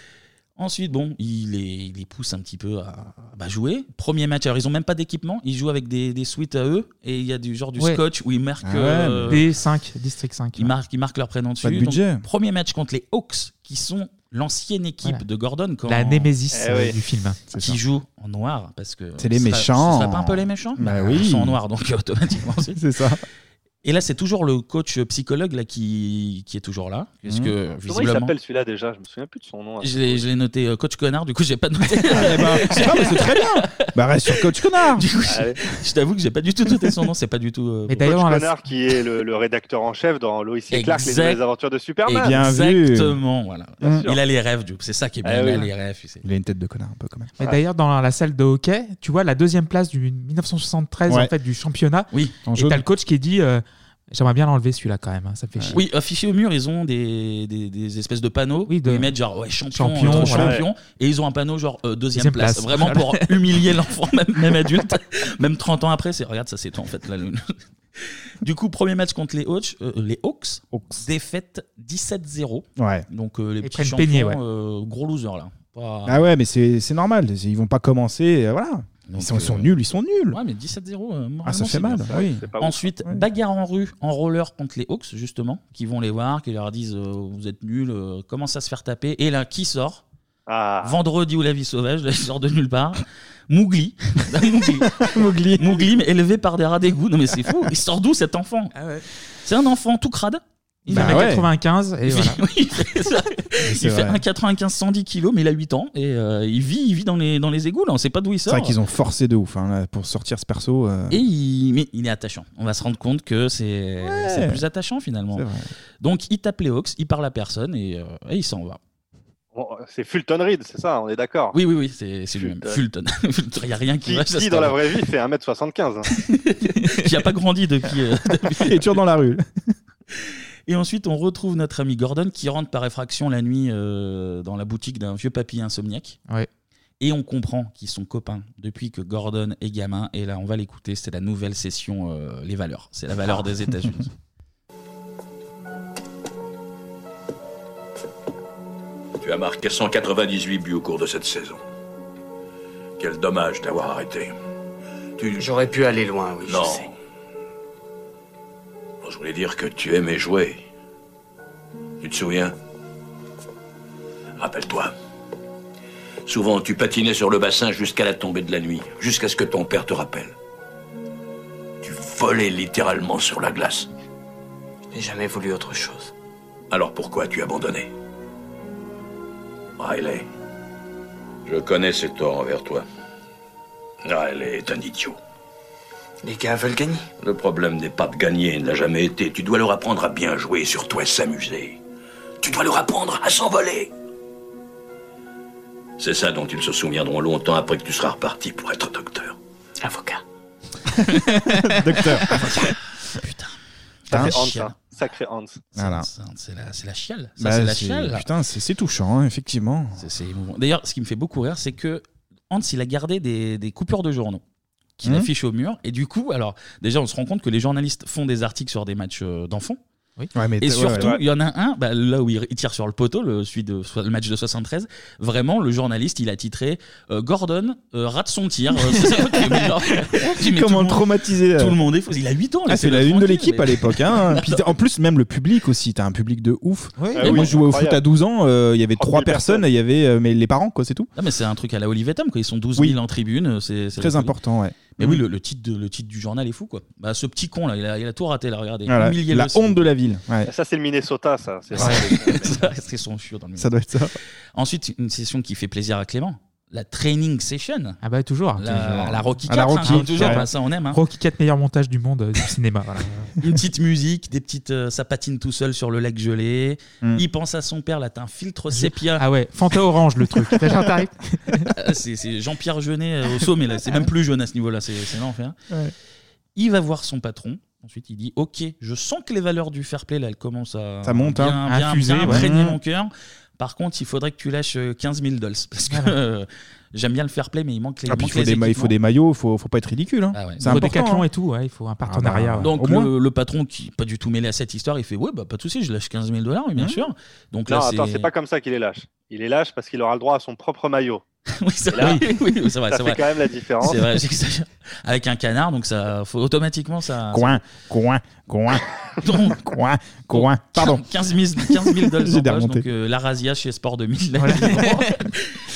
Speaker 1: Ensuite, bon, il les, il les pousse un petit peu à bah, jouer. Premier match, alors ils ont même pas d'équipement, ils jouent avec des, des suites à eux et il y a du genre du
Speaker 4: Ouais.
Speaker 1: scotch où ils marquent.
Speaker 4: Ah ouais,
Speaker 1: euh,
Speaker 4: mais- D5, District 5.
Speaker 1: Ils marquent, ils marquent leur prénom dessus.
Speaker 4: de budget.
Speaker 1: Donc, premier match contre les Hawks qui sont l'ancienne équipe
Speaker 4: Voilà.
Speaker 1: de Gordon. Quand...
Speaker 4: La némésis,
Speaker 6: Eh
Speaker 4: euh, du film. C'est
Speaker 1: Qui
Speaker 4: ça.
Speaker 1: joue en noir parce que.
Speaker 6: C'est les
Speaker 1: ce sera-
Speaker 6: méchants.
Speaker 1: Ce serait pas un peu les méchants
Speaker 6: Bah oui.
Speaker 1: Ils sont en noir donc automatiquement. c'est-
Speaker 6: C'est ça.
Speaker 1: et là, c'est toujours le coach psychologue là, qui, qui est toujours là. Parce
Speaker 26: Mmh.
Speaker 1: que,
Speaker 26: Comment il
Speaker 1: visiblement.
Speaker 26: s'appelle celui-là déjà Je me souviens plus de son nom. hein.
Speaker 1: Je l'ai je l'ai noté euh, coach connard, du coup, j'ai pas noté.
Speaker 6: Ah,
Speaker 1: ben,
Speaker 6: eh ben, c'est très bien. Bah, reste sur coach connard.
Speaker 1: Du coup, je, je t'avoue que j'ai pas du tout noté son nom, c'est pas du tout. euh,
Speaker 26: Coach Connard qui est le, le rédacteur en chef dans Lois et Clark, les
Speaker 1: Exact-
Speaker 26: nouvelles aventures de
Speaker 6: Eh
Speaker 26: Superman.
Speaker 1: Exactement, voilà.
Speaker 26: Bien sûr.
Speaker 1: Il a les rêves, du coup, c'est ça qui est bien,
Speaker 26: Ah
Speaker 1: il a
Speaker 26: oui.
Speaker 1: les rêves.
Speaker 6: Il a une tête de connard un peu quand même.
Speaker 4: Mais d'ailleurs, dans la salle de hockey, tu vois la deuxième place du 1973
Speaker 1: Ouais.
Speaker 4: en fait du championnat.
Speaker 1: Oui. En
Speaker 4: Et
Speaker 1: jaune.
Speaker 4: t'as le coach qui dit, euh, j'aimerais bien l'enlever celui-là quand même. hein, ça me fait chier.
Speaker 1: Oui, affichés au mur, ils ont des, des, des espèces de panneaux.
Speaker 4: de-
Speaker 1: Ils mettent genre ouais, champion,
Speaker 4: Champion,
Speaker 1: euh,
Speaker 4: voilà.
Speaker 1: champion, et ils ont un panneau genre euh, deuxième,
Speaker 4: Deuxième
Speaker 1: place.
Speaker 4: place.
Speaker 1: Vraiment pour
Speaker 4: Voilà.
Speaker 1: humilier l'enfant, même, même adulte, même 30 ans après. C'est regarde, ça c'est toi en fait. Là, le- Du coup, premier match contre les Hawks, euh, les Hawks, défaite 17-0.
Speaker 6: Ouais.
Speaker 1: Donc euh, les petits
Speaker 6: prennent
Speaker 1: champions,
Speaker 6: peigné, ouais.
Speaker 1: euh, gros loser là. Pas-
Speaker 6: Ah ouais, mais c'est c'est normal. Ils vont pas commencer. euh, Voilà.
Speaker 1: Donc,
Speaker 6: Ils sont, ils sont
Speaker 1: euh,
Speaker 6: nuls, ils sont nuls.
Speaker 1: Ouais, mais 17-0. euh, moralement,
Speaker 6: Ah, ça fait
Speaker 1: c'est
Speaker 6: mal,
Speaker 1: bien.
Speaker 6: C'est oui. vrai, c'est pas ouf.
Speaker 1: Ensuite, bagarre en rue, en roller contre les Hawks, justement, qui vont les voir, qui leur disent euh, Vous êtes nuls, euh, commence à se faire taper. Et là, qui sort
Speaker 6: Ah.
Speaker 1: Vendredi ou la vie sauvage, là, il sort de nulle part. Mougli. Mougli.
Speaker 6: Mougli.
Speaker 1: mais élevé par des rats d'égout. Non, mais c'est fou. Il sort d'où cet enfant
Speaker 4: Ah
Speaker 1: C'est un enfant tout crade.
Speaker 6: Bah,
Speaker 4: Il en a 95 et
Speaker 1: Il fait-
Speaker 4: voilà.
Speaker 1: oui, il fait ça.
Speaker 4: c'est
Speaker 1: Il fait
Speaker 4: vrai.
Speaker 1: 1,95 110 kg, mais il a 8 ans et euh, il vit, il vit dans les dans les égouts. Là, on sait pas d'où il
Speaker 6: C'est
Speaker 1: sort.
Speaker 6: vrai qu'ils ont forcé de ouf hein, là, pour sortir ce perso. euh.
Speaker 1: Et il, mais il est attachant. On va se rendre compte que c'est c'est plus attachant finalement.
Speaker 6: C'est vrai.
Speaker 1: Donc il tape les Hawks, il parle à personne et, euh, et il s'en va.
Speaker 26: Bon, c'est Fulton Reed, c'est ça, on est d'accord.
Speaker 1: Oui, oui, oui, c'est c'est lui-même. Fulton.
Speaker 26: Fulton.
Speaker 1: Il n'y a rien qui,
Speaker 26: Qui,
Speaker 1: va.
Speaker 26: qui, dans la vraie vie fait 1m75. hein.
Speaker 1: Qui n'a pas grandi depuis. euh, depuis-
Speaker 6: Il est toujours dans la rue.
Speaker 1: Et ensuite, on retrouve notre ami Gordon qui rentre par effraction la nuit euh, dans la boutique d'un vieux papy insomniaque.
Speaker 4: Ouais.
Speaker 1: Et on comprend qu'ils sont copains depuis que Gordon est gamin. Et là, on va l'écouter. C'est la nouvelle session euh, Les valeurs. C'est la
Speaker 6: Ah.
Speaker 1: valeur des États-Unis.
Speaker 2: Tu as marqué 198 buts au cours de cette saison. Quel dommage d'avoir arrêté.
Speaker 23: J'aurais pu aller loin, oui,
Speaker 2: Non.
Speaker 23: je sais.
Speaker 2: Je voulais dire que tu aimais jouer. Tu te souviens Rappelle-toi. Souvent, tu patinais sur le bassin jusqu'à la tombée de la nuit, jusqu'à ce que ton père te rappelle. Tu volais littéralement sur la glace.
Speaker 23: J'ai jamais voulu autre chose.
Speaker 2: Alors pourquoi tu as abandonné Riley, je connais ses torts envers toi. Riley est un idiot.
Speaker 23: Les gars veulent gagner.
Speaker 2: Le problème n'est pas de gagner, il ne l'a jamais été. Tu dois leur apprendre à bien jouer et surtout à s'amuser. Tu dois leur apprendre à s'envoler. C'est ça dont ils se souviendront longtemps après que tu seras reparti pour être docteur.
Speaker 23: Avocat.
Speaker 6: Docteur.
Speaker 1: Putain.
Speaker 6: Putain,
Speaker 26: Sacré Hans,
Speaker 6: chien.
Speaker 26: hein. Sacré Hans.
Speaker 6: Voilà.
Speaker 1: C'est la, c'est la chiale. Ça,
Speaker 6: Bah,
Speaker 1: c'est la
Speaker 6: c'est-
Speaker 1: chiale. là.
Speaker 6: Putain, c'est c'est touchant,
Speaker 1: Eh,
Speaker 6: hein, effectivement.
Speaker 1: C'est émouvant. D'ailleurs, ce qui me fait beaucoup rire, c'est que Hans, il a gardé des, des coupures de journaux qu'il
Speaker 6: Mhm.
Speaker 1: affiche au mur. Et du coup, alors, déjà, on se rend compte que les journalistes font des articles sur des matchs euh, d'enfants.
Speaker 6: Ouais, mais
Speaker 1: et
Speaker 6: t'as- ouais,
Speaker 1: surtout,
Speaker 6: ouais.
Speaker 1: il y en a un, bah, là où il il tire sur le poteau, le, celui de, le match de 73, vraiment, le journaliste, il a titré euh, Gordon euh, rate son tir. Euh, c'est ça, tu mets- alors, tu mets Ah, tout le
Speaker 6: Comment le
Speaker 1: monde-
Speaker 6: traumatiser euh,
Speaker 1: Tout le monde est fou. Il a 8 ans.
Speaker 6: Ah,
Speaker 1: laissez-le
Speaker 6: c'est la une de
Speaker 1: tranquille,
Speaker 6: l'équipe
Speaker 1: mais-
Speaker 6: à l'époque. Hein. Puis, en plus, même le public aussi. T'as un public de ouf.
Speaker 1: Oui.
Speaker 6: Et
Speaker 1: Ah oui,
Speaker 6: moi, je jouais au foot
Speaker 1: incroyable. Ah,
Speaker 6: à 12 ans. euh, Il y avait trois personnes.
Speaker 1: personnes.
Speaker 6: Il y avait euh, mais les parents, quoi, c'est tout.
Speaker 1: Non, mais c'est un truc à la Olivetum, quoi. Ils sont 12 000 en tribune. C'est c'est
Speaker 6: Très
Speaker 1: la folie.
Speaker 6: important, ouais.
Speaker 1: Mais oui,
Speaker 6: Mhm.
Speaker 1: le, le titre de- le titre du journal est fou, quoi. Bah, ce petit con, là, il a, il a tout raté, là, regardez.
Speaker 6: Voilà.
Speaker 1: Humilié-le,
Speaker 6: La
Speaker 1: c'est-
Speaker 6: honte de la ville. Ouais.
Speaker 26: Ça, c'est le Minnesota, ça. C'est
Speaker 1: Ouais.
Speaker 26: vrai.
Speaker 1: Ça, c'est son chiot dans le milieu.
Speaker 6: Ça doit être ça.
Speaker 1: Ensuite, une session qui fait plaisir à Clément. La training session.
Speaker 4: Ah bah toujours.
Speaker 1: La,
Speaker 4: toujours.
Speaker 1: la Rocky
Speaker 6: Ah,
Speaker 1: 4.
Speaker 4: À la Rocky,
Speaker 1: toujours,
Speaker 4: ouais.
Speaker 1: bah, ça on aime. hein.
Speaker 4: Rocky 4, meilleur montage du monde euh, du cinéma. voilà.
Speaker 1: Une petite musique, des petites, euh, ça patine tout seul sur le lac gelé.
Speaker 4: Mm.
Speaker 1: Il pense à son père, là, t'as un filtre sépia.
Speaker 4: Ah ouais, Fanta Orange le truc. T'as genre, t'arrives.
Speaker 1: Ah, c'est c'est Jean-Pierre Jeunet euh, au sommet, là. C'est même plus jeune à ce niveau-là, c'est c'est l'enfer.
Speaker 4: Ouais.
Speaker 1: Il va voir son patron. Ensuite, il dit Ok, je sens que les valeurs du fair play, là, elles commencent à
Speaker 6: Ça monte, hein.
Speaker 1: bien, bien-
Speaker 6: Infuser,
Speaker 1: bien
Speaker 6: ouais.
Speaker 1: imprégner
Speaker 6: Mmh.
Speaker 1: mon cœur. Par contre, il faudrait que tu lâches euh, 15 000 dollars. Parce que euh, j'aime bien le fair play, mais il manque les.
Speaker 6: Ah, puis, il,
Speaker 1: manque
Speaker 6: faut
Speaker 1: les
Speaker 6: des ma- il faut
Speaker 1: équipements.
Speaker 6: des maillots. Faut, faut pas être ridicule. Hein.
Speaker 1: Ah ouais.
Speaker 6: C'est
Speaker 1: Faut des
Speaker 6: important.
Speaker 1: cathlons
Speaker 6: hein.
Speaker 4: et tout, ouais, il faut un partenariat.
Speaker 1: Ah bah,
Speaker 4: ouais.
Speaker 1: Donc
Speaker 4: Au moins.
Speaker 1: le, le patron qui pas du tout mêlé à cette histoire, il fait ouais bah pas de souci, je lâche 15 000 dollars, bien
Speaker 26: Mmh.
Speaker 1: sûr. Donc
Speaker 26: non,
Speaker 1: là
Speaker 26: attends, c'est pas comme ça qu'il est lâche. Il est lâche parce qu'il aura le droit à son propre maillot.
Speaker 1: oui, c'est
Speaker 26: Et là,
Speaker 1: oui, oui, c'est vrai,
Speaker 26: ça
Speaker 1: c'est
Speaker 26: fait
Speaker 1: vrai.
Speaker 26: quand même la différence.
Speaker 1: C'est vrai, j'exagère. Avec un canard, donc ça faut automatiquement ça.
Speaker 6: Coin, coin, coin, coin, coin. Pardon.
Speaker 1: 15 000, 15 000 dollars
Speaker 6: J'ai
Speaker 1: en poche,
Speaker 6: démonté.
Speaker 1: donc euh, la razzia chez Sport 2000. là,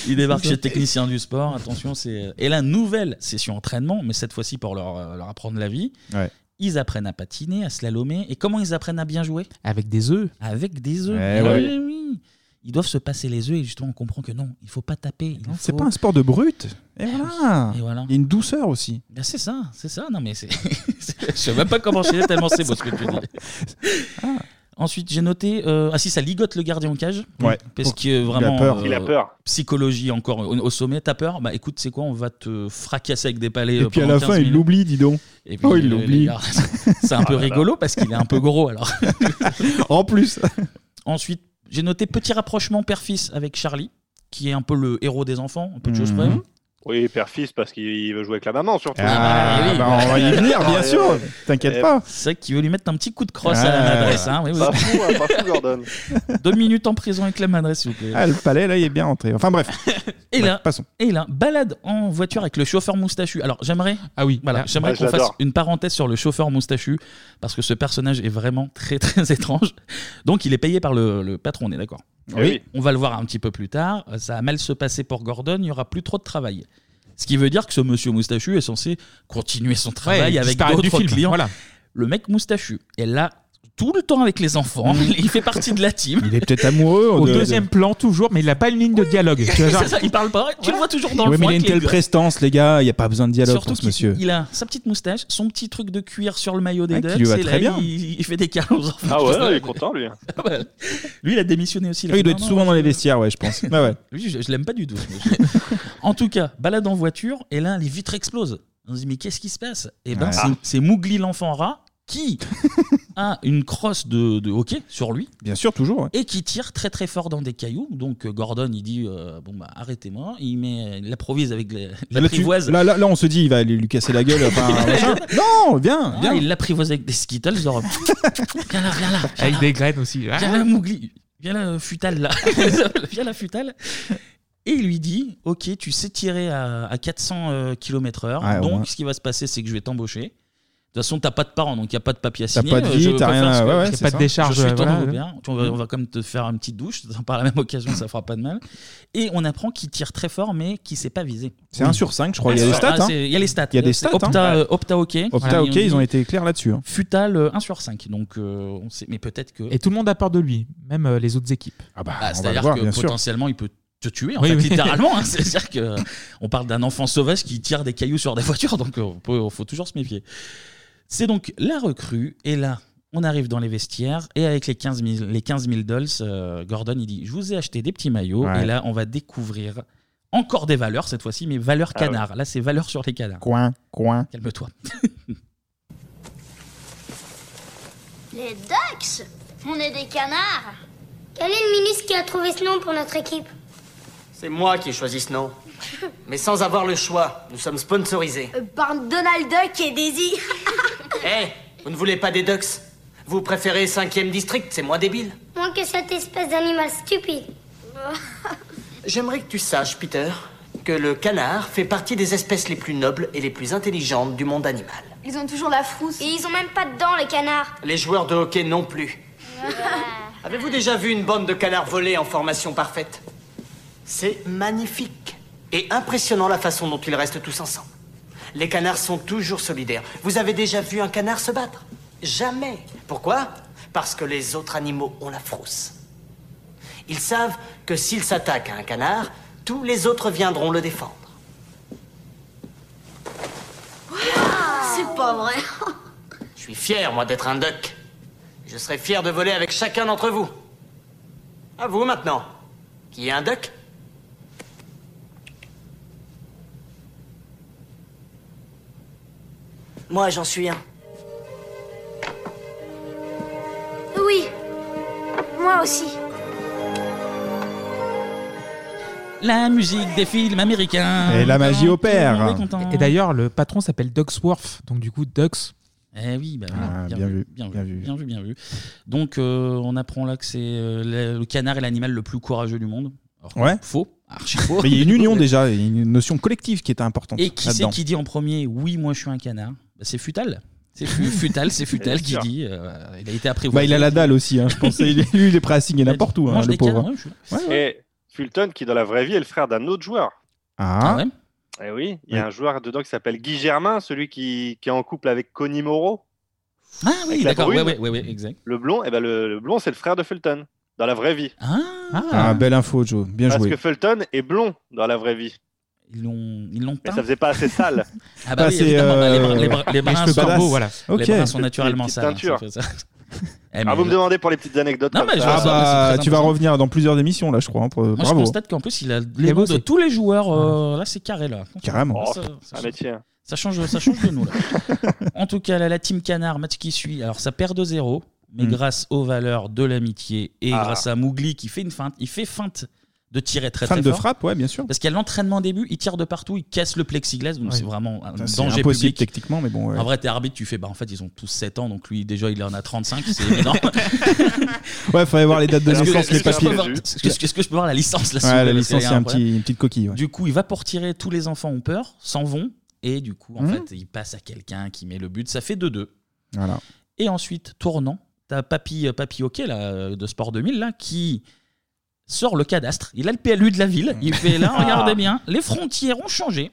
Speaker 1: il débarque chez technicien du sport. Attention, c'est euh, et la nouvelle session entraînement, mais cette fois-ci pour leur, euh, leur apprendre la vie.
Speaker 6: Ouais.
Speaker 1: Ils apprennent à patiner, à slalomer. Et comment ils apprennent à bien jouer
Speaker 4: Avec des œufs.
Speaker 1: Avec des œufs.
Speaker 6: Eh
Speaker 1: Eh
Speaker 6: ouais.
Speaker 1: oui, oui. Ils doivent se passer les œufs et justement on comprend que non, il faut pas taper. il
Speaker 6: C'est
Speaker 1: faut-
Speaker 6: pas un sport de brut. Et
Speaker 1: Eh
Speaker 6: voilà.
Speaker 1: oui, et voilà.
Speaker 6: Il y a une douceur aussi.
Speaker 1: Ben, c'est ça, c'est ça. Non mais c'est, c'est- je sais même pas comment enchaîner tellement c'est beau ce que tu dis.
Speaker 6: Ah.
Speaker 1: Ensuite, j'ai noté. euh, Ah si, ça ligote le gardien en cage.
Speaker 6: Ouais.
Speaker 1: Parce que
Speaker 6: Oh, Il a
Speaker 1: vraiment. euh,
Speaker 6: peur. Il a peur.
Speaker 1: Psychologie encore au, au sommet. T'as peur Bah écoute, c'est quoi On va te fracasser avec des palets.
Speaker 6: Et
Speaker 1: euh,
Speaker 6: puis à
Speaker 1: pendant
Speaker 6: la
Speaker 1: 15
Speaker 6: fin, il
Speaker 1: minutes.
Speaker 6: l'oublie, dis donc.
Speaker 1: Et puis,
Speaker 6: Oh, il
Speaker 1: euh, les
Speaker 6: l'oublie.
Speaker 1: gars, C'est un peu rigolo parce qu'il est un peu gros alors.
Speaker 6: en plus.
Speaker 1: Ensuite, j'ai noté petit rapprochement père-fils avec Charlie, qui est un peu le héros des enfants, un peu de choses
Speaker 6: Mhm.
Speaker 1: près.
Speaker 6: Mmh.
Speaker 26: Oui, père-fils, parce qu'il veut jouer avec la maman, surtout.
Speaker 1: Ah, Ah, oui. bah, on va y venir, bien sûr.
Speaker 6: T'inquiète
Speaker 1: pas. C'est vrai qu'il veut lui mettre un petit coup de crosse à la
Speaker 6: Ah.
Speaker 1: madresse. Hein, oui, oui.
Speaker 26: Pas fou, hein, pas fou, Gordon.
Speaker 1: Deux minutes en prison avec la madresse, s'il vous plaît.
Speaker 6: Ah, le palais, là, il est bien rentré. Enfin bref.
Speaker 1: Et là, et là, balade en voiture avec le chauffeur moustachu. Alors j'aimerais, ah oui, voilà, j'aimerais
Speaker 6: Ah,
Speaker 1: qu'on
Speaker 6: j'adore.
Speaker 1: fasse une parenthèse sur le chauffeur moustachu parce que ce personnage est vraiment très très étrange. Donc il est payé par le, le patron, on est d'accord.
Speaker 6: Ah oui.
Speaker 1: On va le voir un petit peu plus tard. Ça va mal se passer pour Gordon. Il y aura plus trop de travail. Ce qui veut dire que ce monsieur moustachu est censé continuer son travail
Speaker 4: Ouais,
Speaker 1: avec
Speaker 4: disparaître du
Speaker 1: d'autres
Speaker 4: film,
Speaker 1: clients.
Speaker 4: voilà.
Speaker 1: Le mec moustachu est là tout le temps avec les enfants. Il fait partie de la team.
Speaker 6: Il est peut-être amoureux.
Speaker 4: Au
Speaker 6: de- de-
Speaker 4: deuxième plan, toujours, mais il n'a pas une ligne de dialogue. Tu vois, genre-
Speaker 1: C'est ça, il parle pas. Tu le vois toujours dans
Speaker 6: Oui,
Speaker 1: le
Speaker 6: mais
Speaker 1: fond
Speaker 6: il a
Speaker 1: avec
Speaker 6: une
Speaker 1: les
Speaker 6: telle
Speaker 1: gars.
Speaker 6: prestance, les gars. Il n'y a pas besoin de dialogue
Speaker 1: Surtout
Speaker 6: pour ce
Speaker 1: qu'il-
Speaker 6: monsieur.
Speaker 1: Il a sa petite moustache, son petit truc de cuir sur le maillot des
Speaker 6: Ouais, qui
Speaker 1: Ducks,
Speaker 6: lui va
Speaker 1: et
Speaker 6: très
Speaker 1: là,
Speaker 6: bien.
Speaker 1: Il, il fait des câlins aux enfants.
Speaker 26: Ah ouais, il est content, lui.
Speaker 1: Ah ouais. Lui, il a démissionné aussi.
Speaker 6: Ah,
Speaker 1: fait,
Speaker 6: il doit
Speaker 1: non,
Speaker 6: être
Speaker 1: non,
Speaker 6: souvent dans les vestiaires, ouais, je pense. Ah ouais.
Speaker 1: Lui, je, je l'aime pas du tout. ce monsieur. en tout cas, balade en voiture, et là, les vitres explosent. On se dit, mais qu'est-ce qui se passe Et ben,
Speaker 6: Ouais.
Speaker 1: c'est-
Speaker 6: Ah.
Speaker 1: c'est Mougli l'enfant rat qui a une crosse de, de hockey sur lui.
Speaker 6: Bien sûr, toujours. ouais.
Speaker 1: Et qui tire très très fort dans des cailloux. Donc euh, Gordon, il dit euh, bon bah arrêtez-moi. Il met il l'improvise avec les- la
Speaker 6: Là, Ah, tu-
Speaker 1: privoise.
Speaker 6: là, là, là, on se dit, il va aller lui casser la gueule. enfin, un machin. non, viens,
Speaker 1: Ah,
Speaker 6: viens.
Speaker 1: il l'apprivoise avec des skittles. Genre, viens là, viens là. viens
Speaker 4: Avec
Speaker 1: là.
Speaker 4: des graines aussi.
Speaker 6: hein.
Speaker 1: Viens là, Mougli. Viens là, euh, Futal, là. Viens là, Futal. Et il lui dit Ok, tu sais tirer à, à 400 km/h.
Speaker 6: Ouais, au
Speaker 1: donc,
Speaker 6: moins.
Speaker 1: ce qui va se passer, c'est que je vais t'embaucher. De toute façon, t'as pas de parents, donc il n'y a pas de papier à
Speaker 6: T'as
Speaker 1: signer.
Speaker 6: pas de
Speaker 1: Euh,
Speaker 6: vie,
Speaker 1: je veux
Speaker 6: t'as
Speaker 1: pas
Speaker 6: rien
Speaker 1: faire
Speaker 6: à-
Speaker 1: ce que-
Speaker 6: ouais, ouais,
Speaker 1: j'ai
Speaker 6: c'est
Speaker 1: pas de
Speaker 6: ça.
Speaker 1: décharge. Je
Speaker 6: Je
Speaker 1: suis
Speaker 6: suis
Speaker 1: ton
Speaker 6: voilà.
Speaker 1: nouveau père. Tu- On va, on va quand même te faire une petite douche. Par la même occasion, ça fera pas de mal. Et on apprend qu'il tire très fort, mais qu'il sait pas viser.
Speaker 6: C'est un sur cinq, je crois. Il y a les stats,
Speaker 1: Ah,
Speaker 6: hein.
Speaker 1: c'est- Il y a les stats.
Speaker 6: Il y a des
Speaker 1: C'est
Speaker 6: stats, hein.
Speaker 1: Opta, euh, Opta Hockey.
Speaker 6: Opta, ok,
Speaker 1: dit-
Speaker 6: ils ont été clairs là-dessus. hein.
Speaker 1: Futal euh, 1 sur 5. Donc, euh, on sait, mais peut-être que.
Speaker 4: Et tout le monde a peur de lui, même euh, les autres équipes.
Speaker 6: Ah
Speaker 1: Ah, C'est-à-dire que potentiellement, il peut te tuer, en
Speaker 4: Oui,
Speaker 1: fait,
Speaker 4: oui.
Speaker 1: littéralement. hein. C'est-à-dire que on parle d'un enfant sauvage qui tire des cailloux sur des voitures, donc euh, il faut toujours se méfier. C'est donc la recrue, et là, on arrive dans les vestiaires, et avec les 15 000, les 15 000 dollars, euh, Gordon, il dit Je vous ai acheté des petits maillots,
Speaker 6: Ouais.
Speaker 1: et là, on va découvrir encore des valeurs cette fois-ci, mais valeurs
Speaker 6: Ah ouais.
Speaker 1: canards. Là, c'est valeurs sur les canards.
Speaker 6: Coin, coin.
Speaker 1: Calme-toi.
Speaker 21: Les Ducks On est des canards Quel est le ministre qui a trouvé ce nom pour notre équipe
Speaker 13: C'est moi qui ai choisi ce nom. Mais sans avoir le choix, nous sommes
Speaker 16: Euh, ben,
Speaker 13: sponsorisés.
Speaker 21: Par Donald Duck et Daisy
Speaker 16: Eh,
Speaker 13: Hé, vous ne voulez pas des Ducks
Speaker 16: Vous préférez 5e district, c'est moins débile.
Speaker 21: Moins que cette espèce d'animal stupide. Oh.
Speaker 16: J'aimerais que tu saches, Peter, que le canard fait partie des espèces les plus nobles et les plus intelligentes du monde animal.
Speaker 21: Ils ont toujours la frousse. Et ils ont même pas de dents, les canards.
Speaker 16: Les joueurs de hockey non plus.
Speaker 21: Ah.
Speaker 16: Avez-vous déjà vu une bande de canards voler en formation parfaite C'est magnifique et impressionnant la façon dont ils restent tous ensemble. Les canards sont toujours solidaires. Vous avez déjà vu un canard se battre Jamais. Pourquoi Parce que les autres animaux ont la frousse. Ils savent que s'ils s'attaquent à un canard, tous les autres viendront le défendre.
Speaker 21: C'est pas vrai.
Speaker 16: Je suis fier, moi, d'être un duck. Je serais fier de voler avec chacun d'entre vous. À vous maintenant. Qui est un duck Moi, j'en suis un.
Speaker 21: Oui. Moi aussi.
Speaker 1: La musique des films américains.
Speaker 6: Et la magie opère.
Speaker 1: content.
Speaker 4: Et d'ailleurs, le patron s'appelle Ducksworth, donc du coup, Ducks.
Speaker 1: Eh oui, bah,
Speaker 4: Ah,
Speaker 1: bien,
Speaker 4: bien
Speaker 1: vu,
Speaker 4: vu,
Speaker 1: bien, vu, bien vu, bien vu. Donc, euh, on apprend là que c'est euh, le- le canard est l'animal le plus courageux du monde. Alors,
Speaker 6: Ouais.
Speaker 1: Faux, archi faux.
Speaker 6: Mais il y a une union déjà, il y a une notion collective qui est importante.
Speaker 1: Et qui c'est
Speaker 6: là-dedans.
Speaker 1: qui dit en premier Oui, moi je suis un canard Bah, C'est Futal. C'est Fu- Futal, c'est Futal
Speaker 6: Bien
Speaker 1: qui
Speaker 6: sûr.
Speaker 1: dit. euh, il a été après.
Speaker 6: Bah, il a la dalle aussi, hein, je pensais. Il est- Lui, il est prêt à signer n'importe où, hein, le pauvre.
Speaker 26: Et Fulton, qui dans la vraie vie est le frère d'un autre joueur.
Speaker 6: Ah,
Speaker 26: Eh oui, il y a un joueur dedans qui s'appelle Guy Germain, celui qui, qui est en couple avec Connie Moreau.
Speaker 1: Ah
Speaker 26: Avec
Speaker 1: oui,
Speaker 26: la
Speaker 1: d'accord.
Speaker 26: brune.
Speaker 1: Ouais, ouais, ouais, ouais, exact.
Speaker 26: Le blond, eh ben le, le blond, c'est le frère de Fulton, dans la vraie vie.
Speaker 6: Ah, belle info, Joe. Bien
Speaker 26: Parce
Speaker 6: joué.
Speaker 26: que Fulton est blond dans la vraie vie.
Speaker 1: Ils l'ont, ils l'ont
Speaker 26: Mais ça faisait pas assez sale.
Speaker 1: Ah bah
Speaker 6: Ah,
Speaker 1: oui,
Speaker 6: c'est,
Speaker 1: évidemment, bah, les,
Speaker 6: euh,
Speaker 1: bras- les, bras- les
Speaker 6: les
Speaker 1: brins
Speaker 6: cheveux
Speaker 1: sont
Speaker 6: badass.
Speaker 1: beaux, voilà.
Speaker 6: Ok.
Speaker 1: Les brins sont
Speaker 6: Les
Speaker 1: naturellement
Speaker 26: petites
Speaker 1: sales. hein,
Speaker 26: teintures.
Speaker 1: ça fait ça. Eh, mais
Speaker 26: Ah, vous me
Speaker 1: là-
Speaker 26: demandez pour les petites anecdotes.
Speaker 1: Non,
Speaker 26: comme
Speaker 1: mais je
Speaker 26: ça.
Speaker 1: vois
Speaker 6: Ah
Speaker 1: ça, mais c'est
Speaker 6: bah,
Speaker 1: très
Speaker 6: tu vas
Speaker 1: important.
Speaker 6: revenir dans plusieurs émissions, là, je crois. hein, pour-
Speaker 1: Moi, je
Speaker 6: Bravo.
Speaker 1: constate qu'en plus, il a les noms de tous les joueurs. euh, là, c'est carré, là.
Speaker 6: Carrément.
Speaker 1: Ça, ça-
Speaker 26: Ah, mais tiens.
Speaker 1: ça change, ça change de nous, là. en tout cas, là, la team Canard, match qui suit. Alors, ça perd 2-0, mais
Speaker 6: Mm.
Speaker 1: grâce aux valeurs de l'amitié et
Speaker 6: Ah.
Speaker 1: grâce à Mougli qui fait une feinte. Il fait feinte de tirer très
Speaker 6: Femme
Speaker 1: très
Speaker 6: de
Speaker 1: fort.
Speaker 6: frappe, ouais, bien sûr.
Speaker 1: Parce qu'il y a l'entraînement début, il tire de partout, il casse le plexiglas, donc
Speaker 6: Ouais.
Speaker 1: c'est vraiment un
Speaker 6: Ça, c'est
Speaker 1: danger
Speaker 6: impossible
Speaker 1: public.
Speaker 6: techniquement, mais bon, ouais.
Speaker 1: En Ah, vrai, t'es arbitre, tu fais, bah en fait, ils ont tous 7 ans, donc lui, déjà, il en a 35, c'est énorme.
Speaker 6: Ouais, faudrait voir les dates de
Speaker 1: Est-ce que-
Speaker 6: naissance,
Speaker 1: est-ce
Speaker 6: les
Speaker 1: que je peux
Speaker 6: papiers.
Speaker 1: avoir- Est-ce que, est-ce que je peux voir la licence là, s'il vous
Speaker 6: Ouais,
Speaker 1: plaît,
Speaker 6: la
Speaker 1: parce qu'il
Speaker 6: licence,
Speaker 1: y a
Speaker 6: c'est
Speaker 1: un
Speaker 6: un
Speaker 1: problème.
Speaker 6: petit- une petite coquille. ouais.
Speaker 1: Du coup, il va pour tirer, tous les enfants ont peur, s'en vont, et du coup, en
Speaker 6: Mhm.
Speaker 1: fait, il passe à quelqu'un qui met le but, ça fait 2-2.
Speaker 6: Voilà.
Speaker 1: Et ensuite, tournant, t'as Papy, euh, Papy Hockey là, euh, de Sport 2000 là, qui sort le cadastre. Il a le PLU de la ville. Il fait là,
Speaker 6: Ah.
Speaker 1: regardez bien, les frontières ont changé.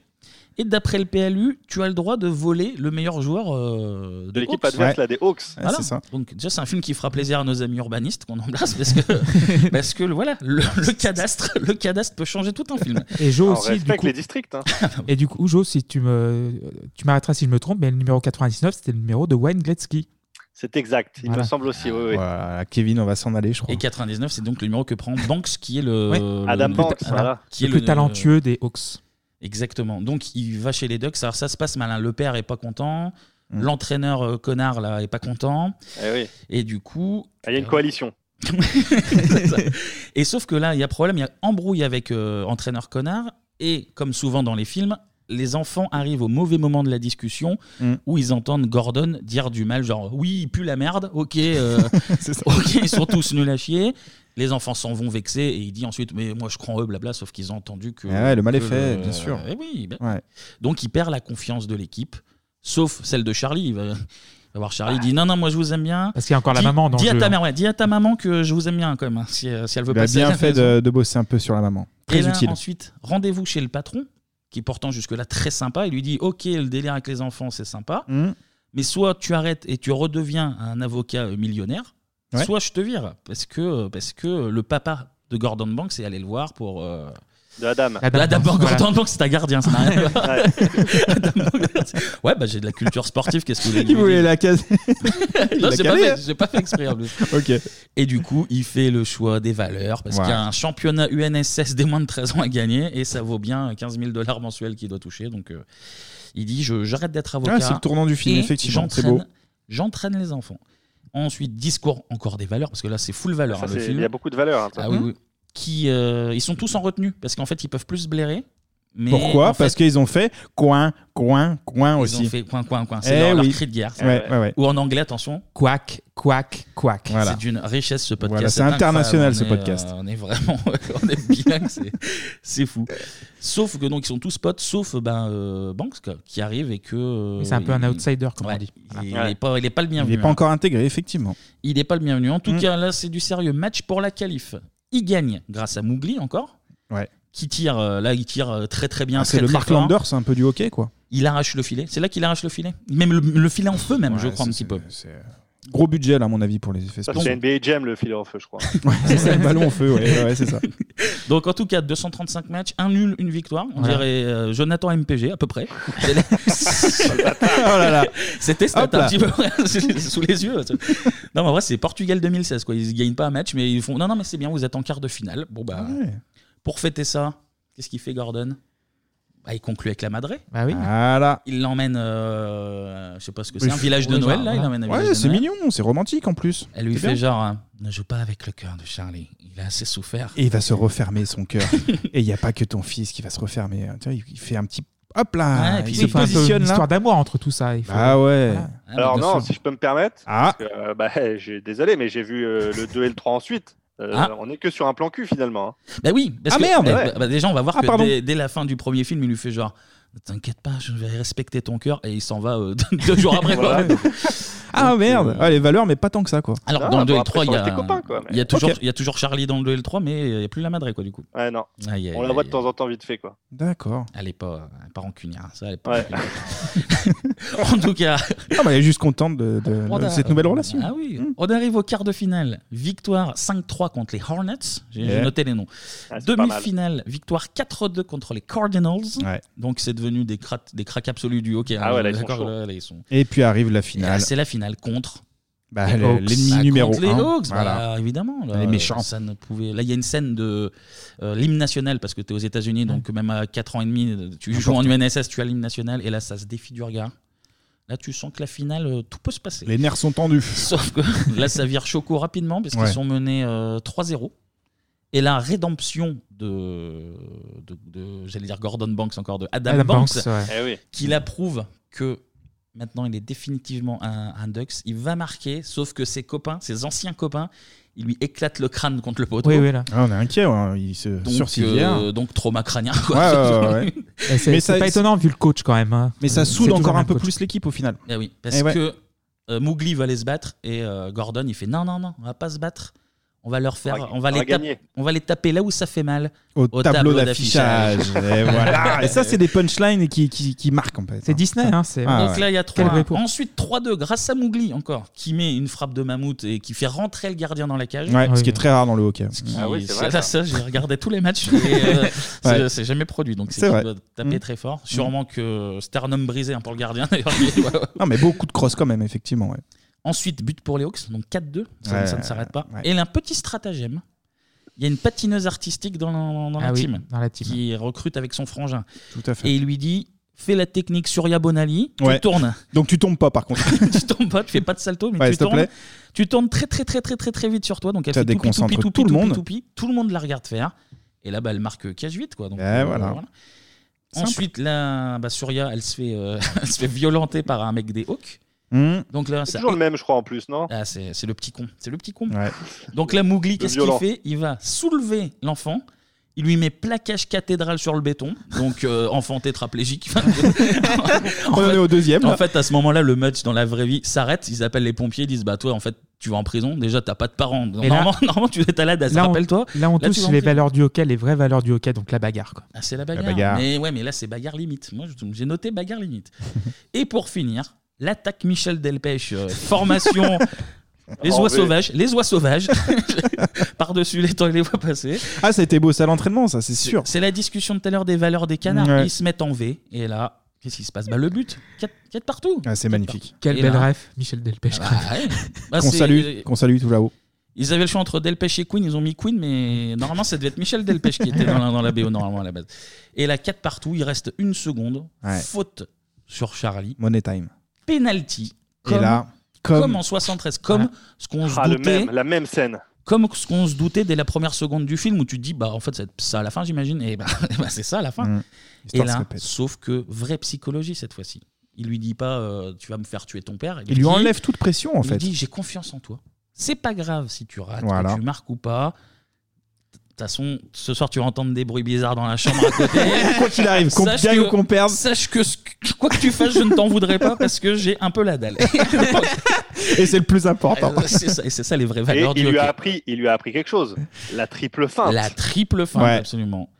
Speaker 1: Et d'après le PLU, tu as le droit de voler le meilleur joueur euh,
Speaker 26: De l'équipe
Speaker 1: Hawks.
Speaker 26: adverse, Ouais. là, des Hawks. Ouais,
Speaker 1: Voilà.
Speaker 26: c'est ça.
Speaker 1: Donc déjà, c'est un film qui fera plaisir à nos amis urbanistes qu'on embrasse parce que parce que voilà, le, le cadastre, le cadastre peut changer tout un film.
Speaker 4: Et
Speaker 26: Ah,
Speaker 4: Joe aussi. Du coup...
Speaker 26: districts. hein.
Speaker 4: Et du coup, Joe, si tu me, tu m'arrêteras si je me trompe, mais le numéro 99, c'était le numéro de Wayne Gretzky.
Speaker 26: C'est exact, il me semble aussi. Oui, oui.
Speaker 6: Voilà, Kevin, on va s'en aller, je crois.
Speaker 1: Et 99, c'est donc le numéro que prend Banks, qui est le,
Speaker 4: Ouais.
Speaker 1: le-
Speaker 26: Adam
Speaker 1: le-
Speaker 26: Banks,
Speaker 1: le-
Speaker 26: voilà.
Speaker 1: qui est
Speaker 4: Le plus talentueux des Hawks.
Speaker 1: Exactement. Donc il va chez les Ducks. Alors ça se passe mal. hein. Le père est pas content.
Speaker 4: Mm.
Speaker 1: L'entraîneur euh, connard là est pas content.
Speaker 26: Eh oui.
Speaker 1: Et du coup,
Speaker 26: Ah, Il y a une coalition.
Speaker 1: C'est ça. et sauf que là, il y a problème, il y a embrouille avec euh, entraîneur connard. Et comme souvent dans les films, les enfants arrivent au mauvais moment de la discussion
Speaker 6: Mm.
Speaker 1: où ils entendent Gordon dire du mal, genre oui, il pue la merde, ok, euh, ok, ils sont tous nuls à chier. Les enfants s'en vont vexés et il dit ensuite mais moi je crois en eux blabla sauf qu'ils ont entendu que
Speaker 6: Ah ouais, le mal est
Speaker 1: que
Speaker 6: fait, bien sûr.
Speaker 1: Eh oui, ben-
Speaker 6: Ouais.
Speaker 1: donc il perd la confiance de l'équipe sauf celle de Charlie il va, il va voir Charlie il dit non non moi je vous aime bien
Speaker 4: Parce qu'il y a encore la
Speaker 1: Dis-
Speaker 4: maman dans
Speaker 1: dis
Speaker 4: le
Speaker 1: à
Speaker 4: jeu,
Speaker 1: ta
Speaker 4: hein.
Speaker 1: mère, Ah ouais, dis à ta maman que je vous aime bien quand même, hein, si, euh, si elle veut
Speaker 6: Il a
Speaker 1: passer.
Speaker 6: Bah, bien fait de, de bosser un peu sur la maman.
Speaker 1: Et
Speaker 6: Très
Speaker 1: là,
Speaker 6: utile.
Speaker 1: ensuite, rendez-vous chez le patron, qui est pourtant jusque-là très sympa. Il lui dit Ok, le délire avec les enfants, c'est sympa,
Speaker 6: Mm.
Speaker 1: mais soit tu arrêtes et tu redeviens un avocat euh, millionnaire,
Speaker 6: Ouais.
Speaker 1: soit je te vire, parce que, euh, parce que le papa de Gordon Banks est allé le voir pour. euh,
Speaker 26: De la dame.
Speaker 1: Là, d'abord, Gordon Banks, c'est un gardien, ça n'a rien à voir. Adam Banks. Ouais, bah j'ai de la culture sportive, qu'est-ce que vous voulez que
Speaker 6: Il
Speaker 1: je vous
Speaker 6: voulait
Speaker 1: dise
Speaker 6: la caser. Il
Speaker 1: non,
Speaker 6: l'a
Speaker 1: j'ai pas,
Speaker 6: calé,
Speaker 1: fait-
Speaker 6: hein.
Speaker 1: j'ai pas fait exprès en plus. Et du coup, il fait le choix des valeurs parce
Speaker 6: Ouais.
Speaker 1: qu'il y a un championnat UNSS des moins de 13 ans à gagner et ça vaut bien 15 000 dollars mensuels qu'il doit toucher. Donc, euh, il dit je- J'arrête d'être avocat.
Speaker 6: Ah, c'est le tournant du film,
Speaker 1: et
Speaker 6: effectivement, c'est
Speaker 1: j'entraîne-
Speaker 6: beau.
Speaker 1: J'entraîne les enfants. Ensuite, discours encore des valeurs parce que là, c'est full valeur.
Speaker 26: Ça,
Speaker 1: hein, le
Speaker 26: c'est-
Speaker 1: film.
Speaker 26: il y a beaucoup de valeurs, hein, ça.
Speaker 1: ah oui,
Speaker 26: Mhm.
Speaker 1: oui. Qui, euh, ils sont tous en retenue parce qu'en fait, ils peuvent plus se blairer. Mais
Speaker 6: Pourquoi
Speaker 1: en fait-
Speaker 6: Parce qu'ils ont fait coin, coin, coin aussi.
Speaker 1: Ils ont fait coin, coin, coin.
Speaker 6: Eh
Speaker 1: C'est leur, leur
Speaker 6: oui.
Speaker 1: cri de guerre. ça.
Speaker 6: Ouais, ouais, ouais.
Speaker 1: Ou en anglais, attention.
Speaker 4: Quack, quack, quack.
Speaker 1: C'est d'une richesse ce podcast.
Speaker 6: Voilà, c'est
Speaker 1: incroyable.
Speaker 6: international, ce
Speaker 1: On est, euh,
Speaker 6: podcast.
Speaker 1: on est vraiment, on est bilingue, c'est- c'est fou. Sauf que donc ils sont tous potes, sauf ben euh, Banks quoi, qui arrive et que. euh,
Speaker 4: Oui, c'est un peu un
Speaker 1: il-
Speaker 4: outsider, comme on
Speaker 1: ouais,
Speaker 4: dit.
Speaker 1: Il n'est
Speaker 4: Voilà.
Speaker 1: pas, il est pas le bienvenu.
Speaker 6: Il n'est pas
Speaker 1: hein.
Speaker 6: encore intégré, effectivement.
Speaker 1: Il n'est pas le bienvenu. En tout
Speaker 6: Mm.
Speaker 1: cas, là, c'est du sérieux. Match pour la qualif. Il gagne grâce à Mougli encore.
Speaker 6: Ouais.
Speaker 1: Qui tire, euh, là, il tire euh, très très bien.
Speaker 6: Ah,
Speaker 1: très,
Speaker 6: c'est le
Speaker 1: très
Speaker 6: Mark
Speaker 1: fort.
Speaker 6: Landers, c'est un peu du hockey, quoi.
Speaker 1: Il arrache le filet. C'est là qu'il arrache le filet. Même le, le filet en feu, même, je crois, un petit peu.
Speaker 6: Gros budget, là, à mon avis, pour les effets
Speaker 26: Ça,
Speaker 6: spéciaux.
Speaker 26: c'est NBA Jam, le filet en feu, je crois.
Speaker 6: C'est ça, le ballon au feu, ouais, ouais, c'est ça.
Speaker 1: Donc, en tout cas, 235 matchs, un nul, une victoire. On
Speaker 6: Voilà.
Speaker 1: dirait euh, Jonathan MPG, à peu près. C'est- C'était stat,
Speaker 6: Oh Hop
Speaker 1: un
Speaker 6: là.
Speaker 1: petit peu c'est sous les yeux. Non, mais en vrai, c'est Portugal 2016. Quoi. Ils gagnent pas un match, mais ils font Non, non, mais c'est bien, vous êtes en quart de finale. Bon, bah,
Speaker 6: Ouais.
Speaker 1: pour fêter ça, qu'est-ce qu'il fait, Gordon Bah, il conclut avec la Madré.
Speaker 4: Bah oui.
Speaker 1: Il l'emmène, euh, je sais pas ce que c'est,
Speaker 6: Oui,
Speaker 1: un village de
Speaker 6: oui,
Speaker 1: Noël,
Speaker 6: bah,
Speaker 1: là. Il
Speaker 6: ouais.
Speaker 1: l'emmène à un village
Speaker 6: Ouais,
Speaker 1: de
Speaker 6: c'est
Speaker 1: Noël.
Speaker 6: mignon, c'est romantique en plus.
Speaker 1: Elle lui
Speaker 6: C'est
Speaker 1: fait
Speaker 6: bien.
Speaker 1: genre hein, Ne joue pas avec le cœur de Charlie, il a assez souffert.
Speaker 6: Et il va se refermer son cœur. et il n'y a pas que ton fils qui va se refermer. Tu vois, il il fait un petit. Hop là
Speaker 4: Ouais, et
Speaker 6: Il
Speaker 4: puis
Speaker 6: se
Speaker 4: il fait un peu
Speaker 6: positionne
Speaker 4: une
Speaker 6: là.
Speaker 4: histoire d'amour entre tout ça. il faut-
Speaker 6: Ah ouais.
Speaker 4: voilà.
Speaker 26: Alors
Speaker 4: bien
Speaker 26: non,
Speaker 4: sûr.
Speaker 26: si je peux me permettre,
Speaker 6: ah.
Speaker 26: parce que, euh, bah, j'ai- désolé, mais j'ai vu euh, le 2 et le 3 ensuite. Euh,
Speaker 1: Ah.
Speaker 26: On est que sur un plan cul finalement. hein.
Speaker 1: Bah oui, parce
Speaker 26: Ah
Speaker 1: que,
Speaker 26: merde
Speaker 1: eh,
Speaker 26: Ouais.
Speaker 1: bah, bah, Déjà, on va voir
Speaker 26: Ah,
Speaker 1: que
Speaker 26: pardon.
Speaker 1: dès, dès la fin du premier film, il lui fait genre Ne t'inquiète pas, je vais respecter ton cœur, et il s'en va euh, deux jours après. quoi.
Speaker 6: Voilà. Ah merde Ah, Les valeurs, mais pas tant que ça, quoi.
Speaker 1: Alors, dans le 2
Speaker 26: bon,
Speaker 1: et le
Speaker 26: après,
Speaker 1: 3,
Speaker 26: ils
Speaker 1: il y,
Speaker 26: ont été
Speaker 1: a-
Speaker 26: copains, quoi, mais-
Speaker 1: il y a toujours-
Speaker 26: Ok.
Speaker 1: il y a toujours Charlie dans le 2 et le 3, mais il n'y a plus la madrée, quoi, du coup.
Speaker 26: Ouais, non.
Speaker 1: Aïe, aïe,
Speaker 26: on la
Speaker 1: aïe,
Speaker 26: voit de temps en temps vite fait quoi.
Speaker 6: D'accord.
Speaker 1: Elle est pas, elle est pas rancunière, ça, elle est pas rancunière. en tout cas,
Speaker 6: Ah, bah, elle est juste contente de, de-
Speaker 1: On
Speaker 6: de
Speaker 1: a-
Speaker 6: euh, cette nouvelle relation. Hmm.
Speaker 1: Ah oui. On arrive au quart de finale. Victoire 5-3 contre les Hornets. J'ai j'ai
Speaker 6: Ouais.
Speaker 1: noté les noms.
Speaker 6: Ah, c'est pas mal.
Speaker 1: Demi-finale, victoire 4-2 contre les Cardinals. Donc c'est devenu des, crat- des cracks absolus du hockey.
Speaker 26: Ah
Speaker 1: hein.
Speaker 26: ouais, là, ils sont
Speaker 1: D'accord,
Speaker 26: chauds.
Speaker 1: là, là, ils sont-
Speaker 6: Et puis arrive la
Speaker 1: Et là,
Speaker 6: finale.
Speaker 1: C'est la finale contre.
Speaker 6: Bah,
Speaker 1: les
Speaker 6: le-
Speaker 1: Hawks.
Speaker 6: l'ennemi
Speaker 1: Bah,
Speaker 6: numéro
Speaker 1: contre les
Speaker 6: un.
Speaker 1: Hawks, bah,
Speaker 6: Voilà.
Speaker 1: évidemment. Là,
Speaker 6: Les méchants.
Speaker 1: Ça ne pouvait... Là, il y a une scène de euh, l'hymne national, parce que tu es aux États-Unis, donc même à 4 ans et demi, tu joues en UNSS, tu as l'hymne national, et là, ça se défie du regard. Là, tu sens que la finale, euh, tout peut se passer.
Speaker 6: Les nerfs sont tendus.
Speaker 1: Sauf que là, ça vire choco rapidement parce qu'ils
Speaker 6: Ouais.
Speaker 1: sont menés euh, 3-0. Et la rédemption de, de, de- j'allais dire Gordon Banks encore, de Adam,
Speaker 4: Adam
Speaker 1: Banks,
Speaker 4: Banks, ouais. Eh oui.
Speaker 1: qui l'approuve que maintenant il est définitivement un, un Ducks. Il va marquer, sauf que ses copains, ses anciens copains, ils lui éclatent le crâne contre le poteau.
Speaker 6: Ah, on est inquiet, ouais. il se
Speaker 1: Donc,
Speaker 6: surcivière.
Speaker 1: euh, donc trauma crânien.
Speaker 6: Ouais,
Speaker 1: Quoi.
Speaker 6: ouais, ouais, ouais.
Speaker 4: Et c'est- c'est pas étonnant vu le coach quand même. hein.
Speaker 6: Mais ça
Speaker 4: Euh, c'est
Speaker 6: soude
Speaker 4: toujours
Speaker 6: encore un
Speaker 4: même
Speaker 6: peu
Speaker 4: coach.
Speaker 6: plus l'équipe au final.
Speaker 1: Eh oui, parce
Speaker 6: Eh ouais.
Speaker 1: que euh, Mowgli va aller se battre et euh, Gordon il fait non non non, on va pas se battre. On va leur faire,
Speaker 6: On va-
Speaker 1: on va,
Speaker 6: on va
Speaker 1: les taper-
Speaker 6: gagner.
Speaker 1: on va les taper là où ça fait mal.
Speaker 6: Au, tableau, d'affichage. et voilà. Et
Speaker 1: euh,
Speaker 6: ça, c'est des punchlines qui, qui, qui marquent en fait. Ah, C'est
Speaker 4: Disney, hein, c'est-
Speaker 1: Donc là, il y a 3. Ensuite, 3-2 grâce à Mowgli encore, qui met une frappe de mammouth et qui fait rentrer le gardien dans la cage.
Speaker 6: Ouais, ce qui est très rare dans le hockey.
Speaker 1: Qui-
Speaker 6: Ah oui,
Speaker 1: ça,
Speaker 6: c'est vrai,
Speaker 1: là, ça, j'ai regardé tous les matchs. et, euh, c'est-
Speaker 6: Ouais.
Speaker 1: C'est jamais produit, donc c'est
Speaker 6: C'est
Speaker 1: qu'il
Speaker 6: vrai.
Speaker 1: doit taper
Speaker 6: Mm.
Speaker 1: très fort. Sûrement que sternum brisé hein, pour le gardien. d'ailleurs. Il doit-
Speaker 6: Non, mais beaucoup de cross quand même, effectivement. ouais.
Speaker 1: Ensuite, but pour les Hawks, donc 4-2, ça,
Speaker 6: Ouais,
Speaker 1: ça ne s'arrête pas.
Speaker 6: ouais.
Speaker 1: Et il a un petit stratagème. Il y a une patineuse artistique dans, dans la
Speaker 4: Ah oui,
Speaker 1: team,
Speaker 4: dans la team.
Speaker 1: qui recrute avec son frangin.
Speaker 6: Tout à fait.
Speaker 1: Et il lui dit fais la technique sur Bonali, tu
Speaker 6: Ouais.
Speaker 1: tournes.
Speaker 6: Donc tu tombes pas par contre.
Speaker 1: tu tombes pas, tu fais pas de salto, mais
Speaker 6: Ouais,
Speaker 1: tu
Speaker 6: s'il te
Speaker 1: tournes.
Speaker 6: plaît.
Speaker 1: Tu tournes très très très très très très vite sur toi, donc elle
Speaker 6: Ça
Speaker 1: fait toupi,
Speaker 6: déconcentre
Speaker 1: toupi, toupi,
Speaker 6: tout le
Speaker 1: toupi,
Speaker 6: monde.
Speaker 1: toupi. tout le monde la regarde faire. Et là, bah, elle marque cage vite, quoi. Donc, euh,
Speaker 6: Eh, voilà. Simple.
Speaker 1: Ensuite, là, bah, Surya, elle se fait, euh, elle se fait violenter par un mec des Hawks.
Speaker 6: Hmm.
Speaker 1: Donc là,
Speaker 26: c'est
Speaker 1: Ah, ça-
Speaker 26: toujours le même, je crois, en plus, non
Speaker 1: Ah, c'est c'est le petit con. C'est le petit con. Donc là, Mowgli,
Speaker 26: Le
Speaker 1: qu'est-ce qu'il
Speaker 26: violent.
Speaker 1: fait Il va soulever l'enfant. Il lui met plaquage cathédrale sur le béton, donc euh, enfant tétraplégique.
Speaker 6: On en est au deuxième.
Speaker 1: En
Speaker 6: là.
Speaker 1: fait, à ce moment-là, le match dans la vraie vie s'arrête. Ils appellent les pompiers, ils disent Bah, toi, en fait, tu vas en prison. Déjà, t'as pas de parents. Donc,
Speaker 4: Et là-
Speaker 1: normalement, normalement, tu es à la DAS.
Speaker 4: Là, on-
Speaker 1: Rappelle-toi.
Speaker 4: Là, on
Speaker 1: tu
Speaker 4: touche
Speaker 1: vas en
Speaker 4: les
Speaker 1: prison.
Speaker 4: valeurs du hockey, les vraies valeurs du hockey, donc la bagarre. quoi.
Speaker 1: Ah, c'est la bagarre.
Speaker 4: bagarre.
Speaker 1: Mais ouais, mais là, c'est bagarre limite. Moi, je- j'ai noté bagarre limite. Et pour finir, l'attaque Michel Delpech, euh, formation. Les
Speaker 6: En
Speaker 1: oies
Speaker 6: V.
Speaker 1: sauvages, les oies sauvages, par-dessus les temps et les voies passées.
Speaker 6: Ah, ça a été beau, ça l'entraînement, ça, c'est sûr.
Speaker 1: C'est la discussion de tout à l'heure des valeurs des canards.
Speaker 6: Ouais.
Speaker 1: Ils se mettent en V. Et là, qu'est-ce qui se passe bah, Le but, 4 partout.
Speaker 6: Ah, c'est magnifique.
Speaker 1: Quel Et bel là- ref,
Speaker 4: Michel Delpech.
Speaker 1: Ah bah ouais. Bah,
Speaker 6: qu'on
Speaker 1: c'est-
Speaker 6: salue, qu'on salue tout là-haut.
Speaker 1: Ils avaient le choix entre Delpech et Queen, ils ont mis Queen, mais normalement ça devait être Michel Delpech qui était dans la, dans la BO normalement à la base. Et là, 4 partout, il reste une seconde,
Speaker 6: Ouais.
Speaker 1: faute sur Charlie,
Speaker 6: Money time.
Speaker 1: penalty,
Speaker 6: Et
Speaker 1: comme,
Speaker 6: là,
Speaker 1: comme...
Speaker 6: comme-
Speaker 1: en 73, comme ce qu'on se
Speaker 26: Ah, le
Speaker 1: doutait.
Speaker 26: même, la même scène.
Speaker 1: Comme ce qu'on se doutait dès la première seconde du film, où tu te dis, bah en fait, c'est ça à la fin, j'imagine, et bah, bah, c'est ça à la fin.
Speaker 6: Mm.
Speaker 1: Et
Speaker 6: L'histoire se
Speaker 1: là,
Speaker 6: répète.
Speaker 1: sauf que vraie psychologie cette fois-ci. Il lui dit pas, euh, tu vas me faire tuer ton père.
Speaker 6: Il lui
Speaker 1: dit-
Speaker 6: enlève toute pression, en
Speaker 1: il
Speaker 6: fait.
Speaker 1: dit, j'ai confiance en toi. C'est pas grave si tu rates,
Speaker 6: Voilà.
Speaker 1: que tu marques ou pas. De toute façon, ce soir, tu vas entendre des bruits bizarres dans la chambre à côté.
Speaker 6: Quoi qu'il arrive, qu'on
Speaker 1: Sache
Speaker 6: gagne ou
Speaker 1: que-
Speaker 6: qu'on perde.
Speaker 1: Sache que ce que- quoi que tu fasses, je ne t'en voudrais pas parce que j'ai un peu la dalle.
Speaker 6: Et c'est le plus important.
Speaker 1: c'est ça, et c'est ça les vraies
Speaker 26: Et
Speaker 1: valeurs
Speaker 26: il
Speaker 1: du
Speaker 26: lui, a
Speaker 1: hockey.
Speaker 26: appris, il lui a appris quelque chose. La triple feinte.
Speaker 1: La triple feinte,
Speaker 26: Ouais.
Speaker 1: absolument.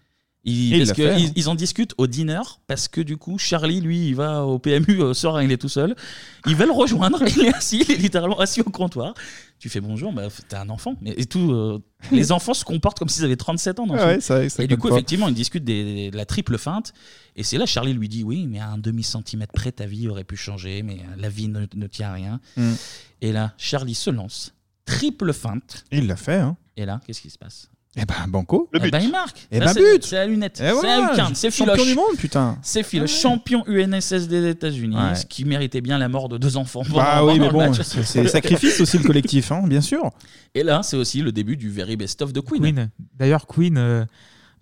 Speaker 1: Ils,
Speaker 26: Et il
Speaker 1: parce
Speaker 26: l'a
Speaker 1: que
Speaker 26: fait,
Speaker 1: ils,
Speaker 26: hein.
Speaker 1: ils en discutent au dîner parce que du coup Charlie lui il va au PMU euh, au soir il est tout seul il va le rejoindre il est assis il est littéralement assis au comptoir tu fais bonjour bah t'es un enfant et, et tout euh, les enfants se comportent comme s'ils avaient 37 ans dans le
Speaker 6: Ouais,
Speaker 1: film.
Speaker 6: c'est vrai que ça
Speaker 1: et du
Speaker 6: compte
Speaker 1: coup
Speaker 6: pas.
Speaker 1: effectivement ils discutent des- de la triple feinte et c'est là Charlie lui dit oui mais à un demi centimètre près ta vie aurait pu changer mais euh, la vie ne, ne tient à rien
Speaker 6: Mm.
Speaker 1: et là Charlie se lance triple feinte
Speaker 6: Il l'a fait, hein.
Speaker 1: et là qu'est-ce qui se passe
Speaker 6: Eh ben, Banco.
Speaker 1: Eh ben, il marque.
Speaker 6: Eh
Speaker 1: Là,
Speaker 6: ben,
Speaker 1: c'est-
Speaker 6: but.
Speaker 1: C'est la lunette.
Speaker 6: Eh
Speaker 1: c'est
Speaker 6: voilà,
Speaker 1: la lucarne, C'est
Speaker 6: champion
Speaker 1: Philoche.
Speaker 6: du monde, putain.
Speaker 1: C'est Philoche,
Speaker 6: Ah ouais.
Speaker 1: champion UNSS des États-Unis,
Speaker 6: Ouais.
Speaker 1: ce qui méritait bien la mort de deux enfants.
Speaker 6: Bah
Speaker 1: Pendant
Speaker 6: oui, mais
Speaker 1: le
Speaker 6: bon,
Speaker 1: match.
Speaker 6: c'est c'est sacrifice aussi le collectif, hein, bien sûr.
Speaker 1: Et là, c'est aussi le début du very best of de Queen.
Speaker 4: Queen. D'ailleurs, Queen, euh,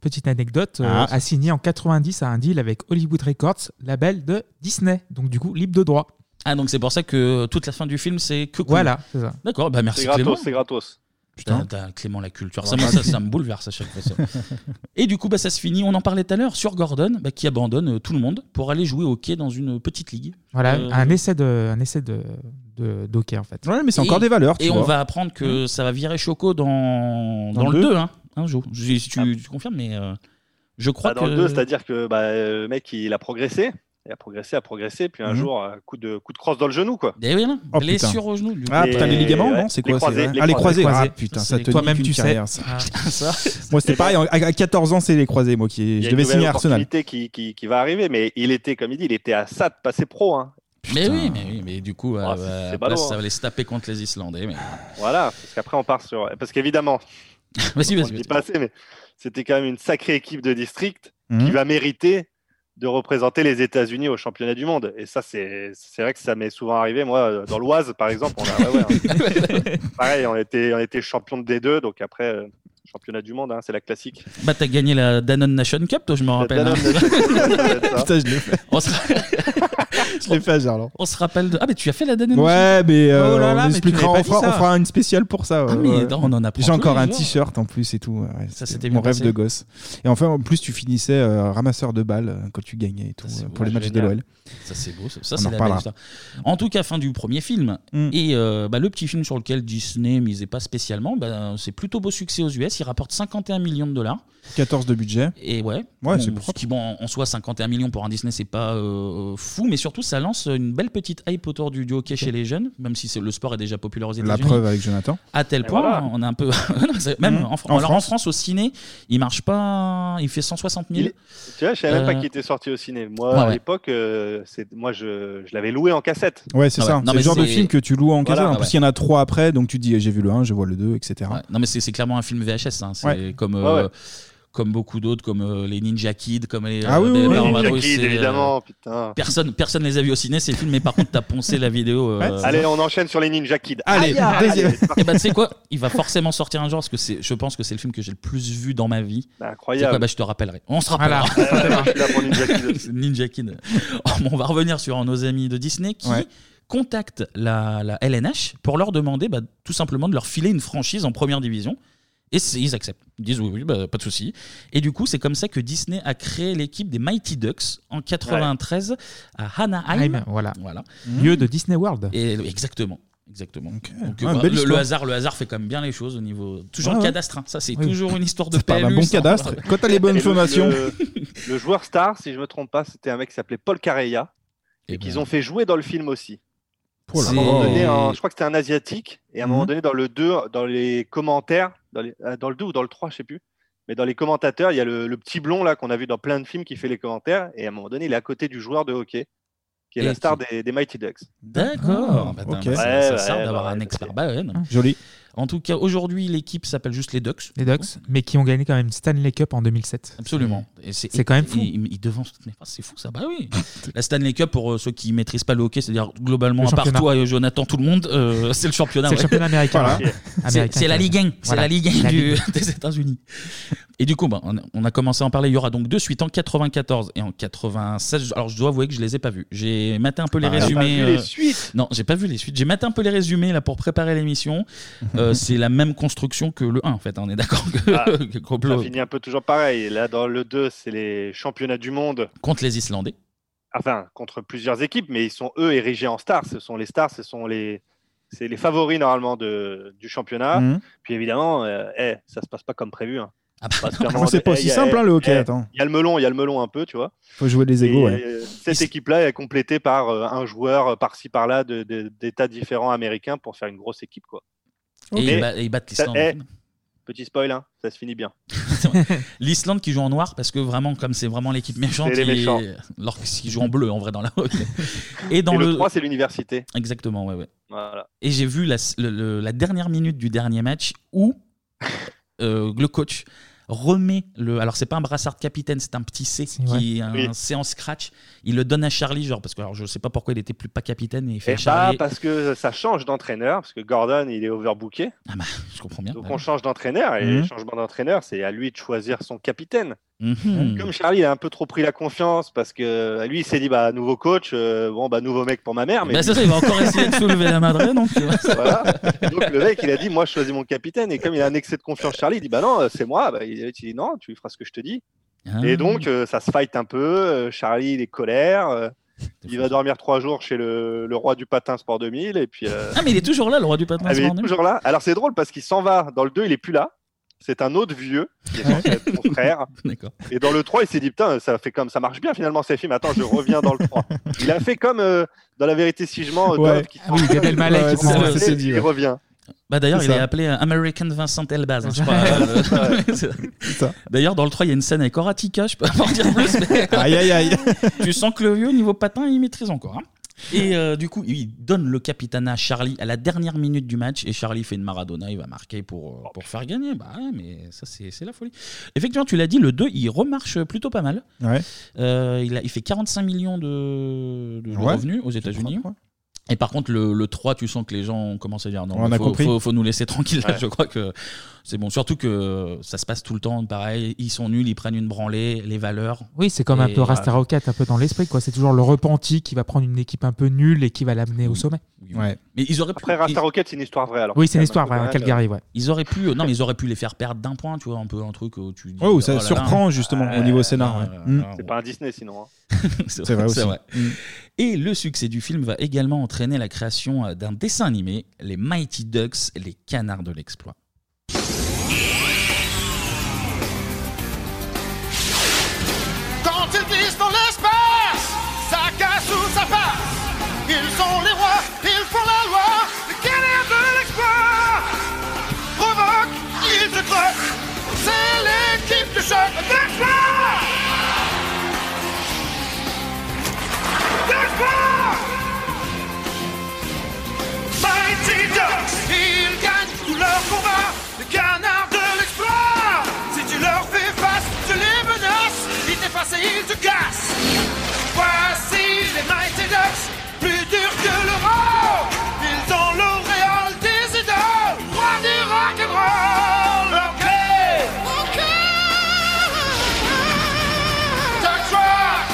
Speaker 4: petite anecdote, euh,
Speaker 1: Ah.
Speaker 4: a signé en 90 à un deal avec Hollywood Records, label de Disney. Donc, du coup, libre de droit.
Speaker 1: Ah, donc c'est pour ça que toute la fin du film, c'est que Queen.
Speaker 4: Voilà, c'est ça.
Speaker 1: D'accord, bah merci
Speaker 26: C'est gratos,
Speaker 1: Clément.
Speaker 26: c'est gratos.
Speaker 1: Putain, t'as Clément la culture. Ça,
Speaker 26: Ouais.
Speaker 1: moi, ça, ça me bouleverse à chaque fois. ça. Et du coup, bah, ça se finit. On en parlait tout à l'heure sur Gordon, bah, qui abandonne euh, tout le monde pour aller jouer au hockey dans une petite ligue.
Speaker 4: Voilà,
Speaker 1: Euh,
Speaker 4: un essai de, un essai de, de d'hockey, en fait.
Speaker 1: Et- Et on va apprendre que ça va virer Choco dans,
Speaker 4: Dans
Speaker 1: dans,
Speaker 4: le
Speaker 1: le
Speaker 4: deux.
Speaker 1: 2, hein, un jour. Je- si tu, tu confirmes, mais euh, je crois
Speaker 26: Ah. Bah, dans
Speaker 1: que.
Speaker 26: le 2, c'est-à-dire que bah, euh, le mec, il a progressé. Il a progressé, a progressé. Puis un
Speaker 1: Mhm.
Speaker 26: jour, euh, coup de, coup de crosse dans le genou, quoi.
Speaker 1: Eh oui, non.
Speaker 26: Oh,
Speaker 1: blessure
Speaker 26: putain.
Speaker 1: au genou. du
Speaker 26: Ah, putain, les ligaments,
Speaker 1: Et
Speaker 26: non C'est quoi,
Speaker 1: les
Speaker 26: c'est
Speaker 1: croisés,
Speaker 26: vrai
Speaker 1: les
Speaker 26: Ah, les
Speaker 1: croisés.
Speaker 26: croisés.
Speaker 6: Ah putain, ça
Speaker 1: les
Speaker 6: te
Speaker 1: croisés.
Speaker 6: nique une carrière, ça.
Speaker 1: Ah, ça.
Speaker 6: Moi, c'était pareil. en- À à 14 ans, c'est les croisés, moi, qui
Speaker 26: Eh ben, Il y
Speaker 6: je
Speaker 26: a une
Speaker 6: devais
Speaker 26: nouvelle
Speaker 6: signer à Arsenal.
Speaker 26: opportunité qui, qui, qui va arriver, mais il était, comme il dit, il était à ça de passer pro. hein.
Speaker 1: Mais Eh oui, mais oui, mais du coup, euh, bah,
Speaker 26: c'est pas
Speaker 1: là,
Speaker 26: lourd,
Speaker 1: ça
Speaker 26: hein.
Speaker 1: va les se taper contre les Islandais. Mais...
Speaker 26: Voilà, parce qu'après, on part sur. Parce qu'évidemment,
Speaker 1: Vas-y,
Speaker 26: on
Speaker 1: vas-y,
Speaker 26: le dit
Speaker 1: vas-y.
Speaker 26: pas assez, mais c'était quand même une sacrée équipe de district
Speaker 1: Mhm.
Speaker 6: Mmh.
Speaker 26: qui va mériter de représenter les États-Unis au championnat du monde. Et ça, c'est c'est vrai que ça m'est souvent arrivé. Moi, euh, dans l'Oise, par exemple, on a- ouais, ouais, hein. pareil, on était, on était champion de D2, donc après, euh, championnat du monde, hein, c'est la classique.
Speaker 1: Bah, t'as gagné la Danone Nation Cup, toi, je m'en rappelle.
Speaker 26: Danone Nation
Speaker 1: hein.
Speaker 6: Putain, je l'ai fait.
Speaker 1: On se,
Speaker 6: Je l'ai fait à Gerland.
Speaker 1: on se rappelle de. Ah, mais tu as fait la Danone
Speaker 6: Ouais,
Speaker 1: Nation
Speaker 6: mais euh,
Speaker 1: Oh là là,
Speaker 6: on
Speaker 1: mais tu
Speaker 6: expliquera,
Speaker 1: l'avais
Speaker 6: on
Speaker 1: pas dit
Speaker 6: fera, on
Speaker 1: ça. Ah,
Speaker 6: fera une spéciale pour ça. ouais,
Speaker 1: mais
Speaker 6: ouais.
Speaker 1: attends, on en apprend
Speaker 6: J'ai
Speaker 1: tous
Speaker 6: encore
Speaker 1: les
Speaker 6: un
Speaker 1: jours.
Speaker 6: t-shirt en plus et tout. ouais, ouais,
Speaker 1: Ça
Speaker 6: c'est
Speaker 1: s'était
Speaker 6: mon
Speaker 1: bien
Speaker 6: rêve
Speaker 1: passé.
Speaker 6: de gosse. Et enfin, en plus, tu finissais euh, ramasseur de balles euh, quand tu gagnais et tout euh, pour les matchs de l'OL.
Speaker 1: Ça, c'est beau. Ça, ça,
Speaker 6: On en
Speaker 1: c'est la belle
Speaker 6: reparlera. Mm.
Speaker 1: histoire. En tout cas, fin du premier film. Et euh, bah, le petit film sur lequel Disney misait pas spécialement, bah, c'est plutôt beau succès aux US. Il rapporte 51 millions de dollars.
Speaker 6: 14 de budget.
Speaker 1: Et ouais. Bon,
Speaker 6: Ouais, c'est
Speaker 1: ce
Speaker 6: propre.
Speaker 1: qui, bon, en soi, 51 millions pour un Disney, c'est pas euh, fou, mais surtout, ça lance une belle petite hype autour du, du hockey chez les jeunes, même si c'est- le sport est déjà populaire aux
Speaker 6: La
Speaker 1: États-Unis.
Speaker 6: preuve avec Jonathan.
Speaker 1: À tel
Speaker 6: Et
Speaker 1: point,
Speaker 6: voilà.
Speaker 1: on a un peu. Non, c'est- même
Speaker 6: Mhm.
Speaker 1: en, Fran-
Speaker 6: En
Speaker 1: alors,
Speaker 6: France.
Speaker 1: en France, au ciné, il marche pas. Il fait 160 000.
Speaker 26: Il est- Tu vois, je savais même pas
Speaker 1: Euh,
Speaker 26: qu'il était sorti au ciné. Moi,
Speaker 1: ouais,
Speaker 26: à
Speaker 1: ouais.
Speaker 26: l'époque, euh, c'est- moi, je, je l'avais loué en cassette.
Speaker 6: Ouais,
Speaker 1: Ah
Speaker 6: c'est ça. C'est le genre de film que tu loues
Speaker 1: Voilà, ah
Speaker 6: en casette. en
Speaker 1: ouais.
Speaker 6: plus, il y en a trois après, donc tu te dis eh, j'ai vu le 1, je vois le 2, etc.
Speaker 1: Non, mais c'est c'est clairement un film VHS. hein. C'est
Speaker 6: Ouais.
Speaker 1: comme,
Speaker 6: Ouais,
Speaker 1: euh,
Speaker 6: ouais.
Speaker 1: comme beaucoup d'autres, comme euh, les Ninja Kids, comme les.
Speaker 6: Ah oui,
Speaker 1: les
Speaker 6: oui, oui,
Speaker 1: Norman
Speaker 26: Ninja
Speaker 1: Russe,
Speaker 26: Kids,
Speaker 1: c'est, euh,
Speaker 26: évidemment, putain.
Speaker 1: Personne, personne les a vus au ciné ces films, mais par contre, t'as poncé la vidéo. euh,
Speaker 26: Allez, on enchaîne sur les Ninja Kids.
Speaker 1: Allez,
Speaker 26: Aïe, aïe,
Speaker 1: deuxième.
Speaker 26: aïe.
Speaker 1: Et bah, tu sais quoi Il va forcément sortir un jour parce que c'est, je pense que c'est le film que j'ai le plus vu dans ma vie.
Speaker 26: incroyable.
Speaker 1: C'est quoi Bah, je te rappellerai. On se
Speaker 26: Voilà.
Speaker 1: rappellera.
Speaker 26: Ouais, ouais, je suis là pour Ninja Kid.
Speaker 1: Ninja Kid. Oh, bon, on va revenir sur nos amis de Disney qui
Speaker 6: Ouais.
Speaker 1: contactent la, la LNH pour leur demander bah, tout simplement de leur filer une franchise en première division. Et c'est- ils acceptent. Ils disent oui, oui, bah, pas de souci. Et du coup, c'est comme ça que Disney a créé l'équipe des Mighty Ducks en 93 à Anaheim.
Speaker 4: Anaheim, voilà.
Speaker 1: voilà.
Speaker 4: Lieu de Disney World.
Speaker 1: Et, exactement. Exactement. Donc,
Speaker 4: Ah,
Speaker 1: euh,
Speaker 4: belle
Speaker 1: le, le
Speaker 4: histoire.
Speaker 1: hasard, le hasard fait quand même bien les choses au niveau. Toujours
Speaker 6: Ouais,
Speaker 1: le
Speaker 6: ouais.
Speaker 1: cadastre. hein. Ça, c'est
Speaker 6: Oui.
Speaker 1: toujours une histoire de
Speaker 6: Ça parle d'un
Speaker 1: PLU,
Speaker 6: bon
Speaker 1: ça.
Speaker 6: cadastre. Quand t'as les bonnes
Speaker 26: Et le-
Speaker 6: informations.
Speaker 26: Le, le joueur star, si je me trompe pas, c'était un mec qui s'appelait Paul Carreya
Speaker 1: Eh
Speaker 26: et,
Speaker 1: ben.
Speaker 26: qu'ils ont fait jouer dans le film aussi.
Speaker 6: Oh là
Speaker 26: À un moment
Speaker 6: là.
Speaker 26: donné, un- je crois que c'était un asiatique et à un moment
Speaker 6: Mhm.
Speaker 26: donné dans le 2 dans les commentaires dans, les- euh, dans le 2 ou dans le 3 je sais plus mais dans les commentateurs il y a le, le petit blond là qu'on a vu dans plein de films qui fait les commentaires et à un moment donné il est à côté du joueur de hockey qui est
Speaker 1: Et
Speaker 26: la star des, des Mighty Ducks
Speaker 1: D'accord.
Speaker 6: Ah,
Speaker 1: Bah, attends,
Speaker 6: ok.
Speaker 1: bah, ça,
Speaker 26: Ouais,
Speaker 1: ça
Speaker 26: ouais,
Speaker 1: sert
Speaker 26: ouais,
Speaker 1: d'avoir
Speaker 26: ouais,
Speaker 1: un expert. Bah, ouais, non.
Speaker 6: Joli.
Speaker 1: En tout cas, aujourd'hui, l'équipe s'appelle juste les Ducks.
Speaker 4: Les Ducks, mais qui ont gagné quand même une Stanley Cup en 2007.
Speaker 1: Absolument. Et
Speaker 4: C'est quand même fou.
Speaker 1: Ils il devancent. mais C'est fou ça. Bah oui. la Stanley Cup, pour euh, ceux qui ne maîtrisent pas le hockey, c'est-à-dire globalement,
Speaker 4: Le
Speaker 1: à part
Speaker 4: championnat.
Speaker 1: toi et Jonathan, tout le monde, euh, c'est le championnat.
Speaker 4: C'est le
Speaker 1: ouais.
Speaker 4: championnat américain, ouais.
Speaker 1: C'est-
Speaker 4: Américain,
Speaker 1: C'est la
Speaker 4: quand
Speaker 1: Ligue 1.
Speaker 4: même.
Speaker 1: C'est
Speaker 4: Voilà.
Speaker 1: la Ligue 1
Speaker 4: La
Speaker 1: du-
Speaker 4: Ligue
Speaker 1: des États-Unis. Et du coup, bah, on a- on a commencé à en parler. Il y aura donc deux suites en 94 et en 96. Alors, je dois avouer que je les ai pas vues. J'ai maté un peu les
Speaker 27: Ah, t'as pas
Speaker 1: résumés.
Speaker 27: vu les
Speaker 1: suites Non, j'ai pas vu les suites. J'ai maté un peu les résumés là pour préparer l'émission. Euh, c'est la même construction que le 1, en fait. hein, on est d'accord que,
Speaker 26: Ah,
Speaker 1: que Croplo-
Speaker 26: Ça finit un peu toujours pareil. Là, dans le 2, c'est les championnats du monde.
Speaker 1: contre les Islandais.
Speaker 26: Enfin, contre plusieurs équipes, mais ils sont eux érigés en stars. Ce sont les stars, ce sont les, c'est les favoris normalement de, du championnat.
Speaker 6: Mhm.
Speaker 26: Puis évidemment, euh, eh, ça se passe pas comme prévu. hein. Pas de faire
Speaker 6: Ah,
Speaker 26: demander,
Speaker 6: c'est pas
Speaker 26: eh,
Speaker 6: aussi
Speaker 26: y a-
Speaker 6: simple, hein, le hockey,
Speaker 26: eh,
Speaker 6: attends.
Speaker 26: Il y a le melon, il y a le melon un peu, tu vois.
Speaker 6: Faut jouer les
Speaker 26: Et,
Speaker 6: égaux, ouais.
Speaker 26: euh, cette équipe-là est complétée par euh, un joueur euh, par-ci par-là de- de- d'États différents américains pour faire une grosse équipe, quoi.
Speaker 1: Et ils
Speaker 26: Mais
Speaker 1: ba- et ils battent
Speaker 26: ça-
Speaker 1: l'Islande.
Speaker 26: eh, Petit spoil, hein, ça se finit bien.
Speaker 1: L'Islande qui joue en noir parce que vraiment, comme c'est vraiment l'équipe méchante,
Speaker 26: C'est les
Speaker 1: ils-
Speaker 26: méchants.
Speaker 1: alors qu'ils jouent en bleu en vrai dans la Et dans
Speaker 26: Et le
Speaker 1: le
Speaker 26: 3, c'est l'université.
Speaker 1: Exactement, ouais, ouais.
Speaker 26: Voilà.
Speaker 1: Et j'ai vu la, le- le- la dernière minute du dernier match où euh, le coach remet le. Alors, c'est pas un brassard de capitaine, c'est un petit C qui
Speaker 4: ouais.
Speaker 1: est un
Speaker 4: Oui.
Speaker 1: C en scratch. Il le donne à Charlie, genre, parce que alors, je sais pas pourquoi il était plus pas capitaine et il fait
Speaker 26: Et
Speaker 1: Charlie.
Speaker 26: Eh ben, bah, parce que ça change d'entraîneur, parce que Gordon, il est overbooké.
Speaker 1: Ah bah, Je comprends bien.
Speaker 26: Donc on change d'entraîneur, et
Speaker 1: Mhm.
Speaker 26: le changement d'entraîneur, c'est à lui de choisir son capitaine.
Speaker 1: Mhm.
Speaker 26: Hein, Comme Charlie il a un peu trop pris la confiance, parce que lui, il s'est dit, bah, nouveau coach, euh, bon, bah, nouveau mec pour ma mère. Mais
Speaker 1: Bah, c'est ça, il va encore essayer de soulever la madrée, donc.
Speaker 26: Voilà. Donc le mec, il a dit, moi, je choisis mon capitaine. Et comme il a un excès de confiance, Charlie, il dit, bah non, euh, c'est moi. Bah, il il dit, non, tu feras ce que je te dis.
Speaker 1: Ah.
Speaker 26: Et donc, euh, ça se fight un peu. euh, Charlie, il est colère. euh, il va dormir trois jours chez le, le roi du patin Sport 2000. Et puis, euh,
Speaker 1: Ah, mais il est toujours là, le roi du patin.
Speaker 26: ah, mais
Speaker 1: ce
Speaker 26: il est
Speaker 1: bordel.
Speaker 26: toujours là. Alors c'est drôle parce qu'il s'en va. Dans le 2, il est plus là. C'est un autre vieux qui est censé être son frère. Et dans le 3, il s'est dit putain, ça fait comme ça marche bien finalement ces films. Attends, je reviens dans le 3. Il a fait comme euh, dans la vérité si je mens, euh,
Speaker 4: Ouais.
Speaker 26: Dove qui
Speaker 4: Ah oui,
Speaker 26: s'en va,
Speaker 4: Gad
Speaker 26: il
Speaker 4: Elmaleh qui
Speaker 26: revient,
Speaker 4: s'en va, ça s'est dit,
Speaker 26: il
Speaker 4: ouais.
Speaker 26: revient.
Speaker 1: Bah d'ailleurs,
Speaker 4: C'est
Speaker 1: il est
Speaker 4: ça.
Speaker 1: appelé euh, American Vincent Elbaz, hein, je crois. Euh, c'est ça. d'ailleurs, dans le 3, il y a une scène avec Horatica, je peux pas en dire plus. mais-
Speaker 6: Aïe, aïe, aïe.
Speaker 1: tu sens que le vieux, niveau patin, il maîtrise encore. hein. Et euh, du coup, il donne le capitana à Charlie à la dernière minute du match. Et Charlie fait une Maradona, il va marquer pour, euh, pour faire gagner. Bah ouais, mais ça, c'est c'est la folie. Effectivement, tu l'as dit, le 2, il remarche plutôt pas mal.
Speaker 6: Ouais.
Speaker 1: Euh, il, a, il fait 45 millions de, de- de
Speaker 6: Ouais.
Speaker 1: revenus aux États-Unis. Et par contre, le, le 3, tu sens que les gens commencent à dire non,
Speaker 6: On
Speaker 1: mais
Speaker 6: a
Speaker 1: faut,
Speaker 6: compris.
Speaker 1: Faut, faut nous laisser tranquille. là,
Speaker 6: Ouais.
Speaker 1: Je crois que c'est bon. Surtout que ça se passe tout le temps, pareil. Ils sont nuls, ils prennent une branlée, les valeurs.
Speaker 4: Oui, c'est comme un
Speaker 1: Et ah,
Speaker 4: peu Rasta
Speaker 1: voilà.
Speaker 4: Rocket, un peu dans l'esprit. quoi. C'est toujours le repenti qui va prendre une équipe un peu nulle et qui va l'amener au sommet.
Speaker 1: Ouais. Mais ils auraient pu.
Speaker 26: Après Rasta Rocket, c'est une histoire vraie alors.
Speaker 4: Oui, c'est une histoire vraie, hein, Calgary, ouais.
Speaker 1: Ils auraient pu. euh, non, mais ils auraient pu les faire perdre d'un point, tu vois, un peu un truc où tu. dis, oh
Speaker 6: Ouais, où ça
Speaker 1: là là.
Speaker 6: surprend, justement, au niveau scénar, ouais.
Speaker 1: là
Speaker 6: Mm.
Speaker 1: là,
Speaker 26: C'est pas un Disney sinon. hein.
Speaker 1: C'est
Speaker 6: C'est vrai aussi.
Speaker 1: Mm. Et le succès du film va également entraîner la création euh, d'un dessin animé, les Mighty Ducks, les canards de l'exploit.
Speaker 17: Quand ils glissent dans l'espace, ça casse ou ça passe. Ils sont les rois, ils font la loi, les galères de l'exploit. Provoque, ils se croquent, c'est l'équipe du choc d'exploit. D'exploit! Mighty Ducks, ils gagnent tous leurs combats, les canards de l'exploit. Si tu leur fais face, tu les menaces, ils t'effacent et ils te cassent. Voici les Mighty Ducks, plus durs que le rock. Ils ont l'auréole des idoles, roi du rock'n'roll. Anglais, Ducks Rock,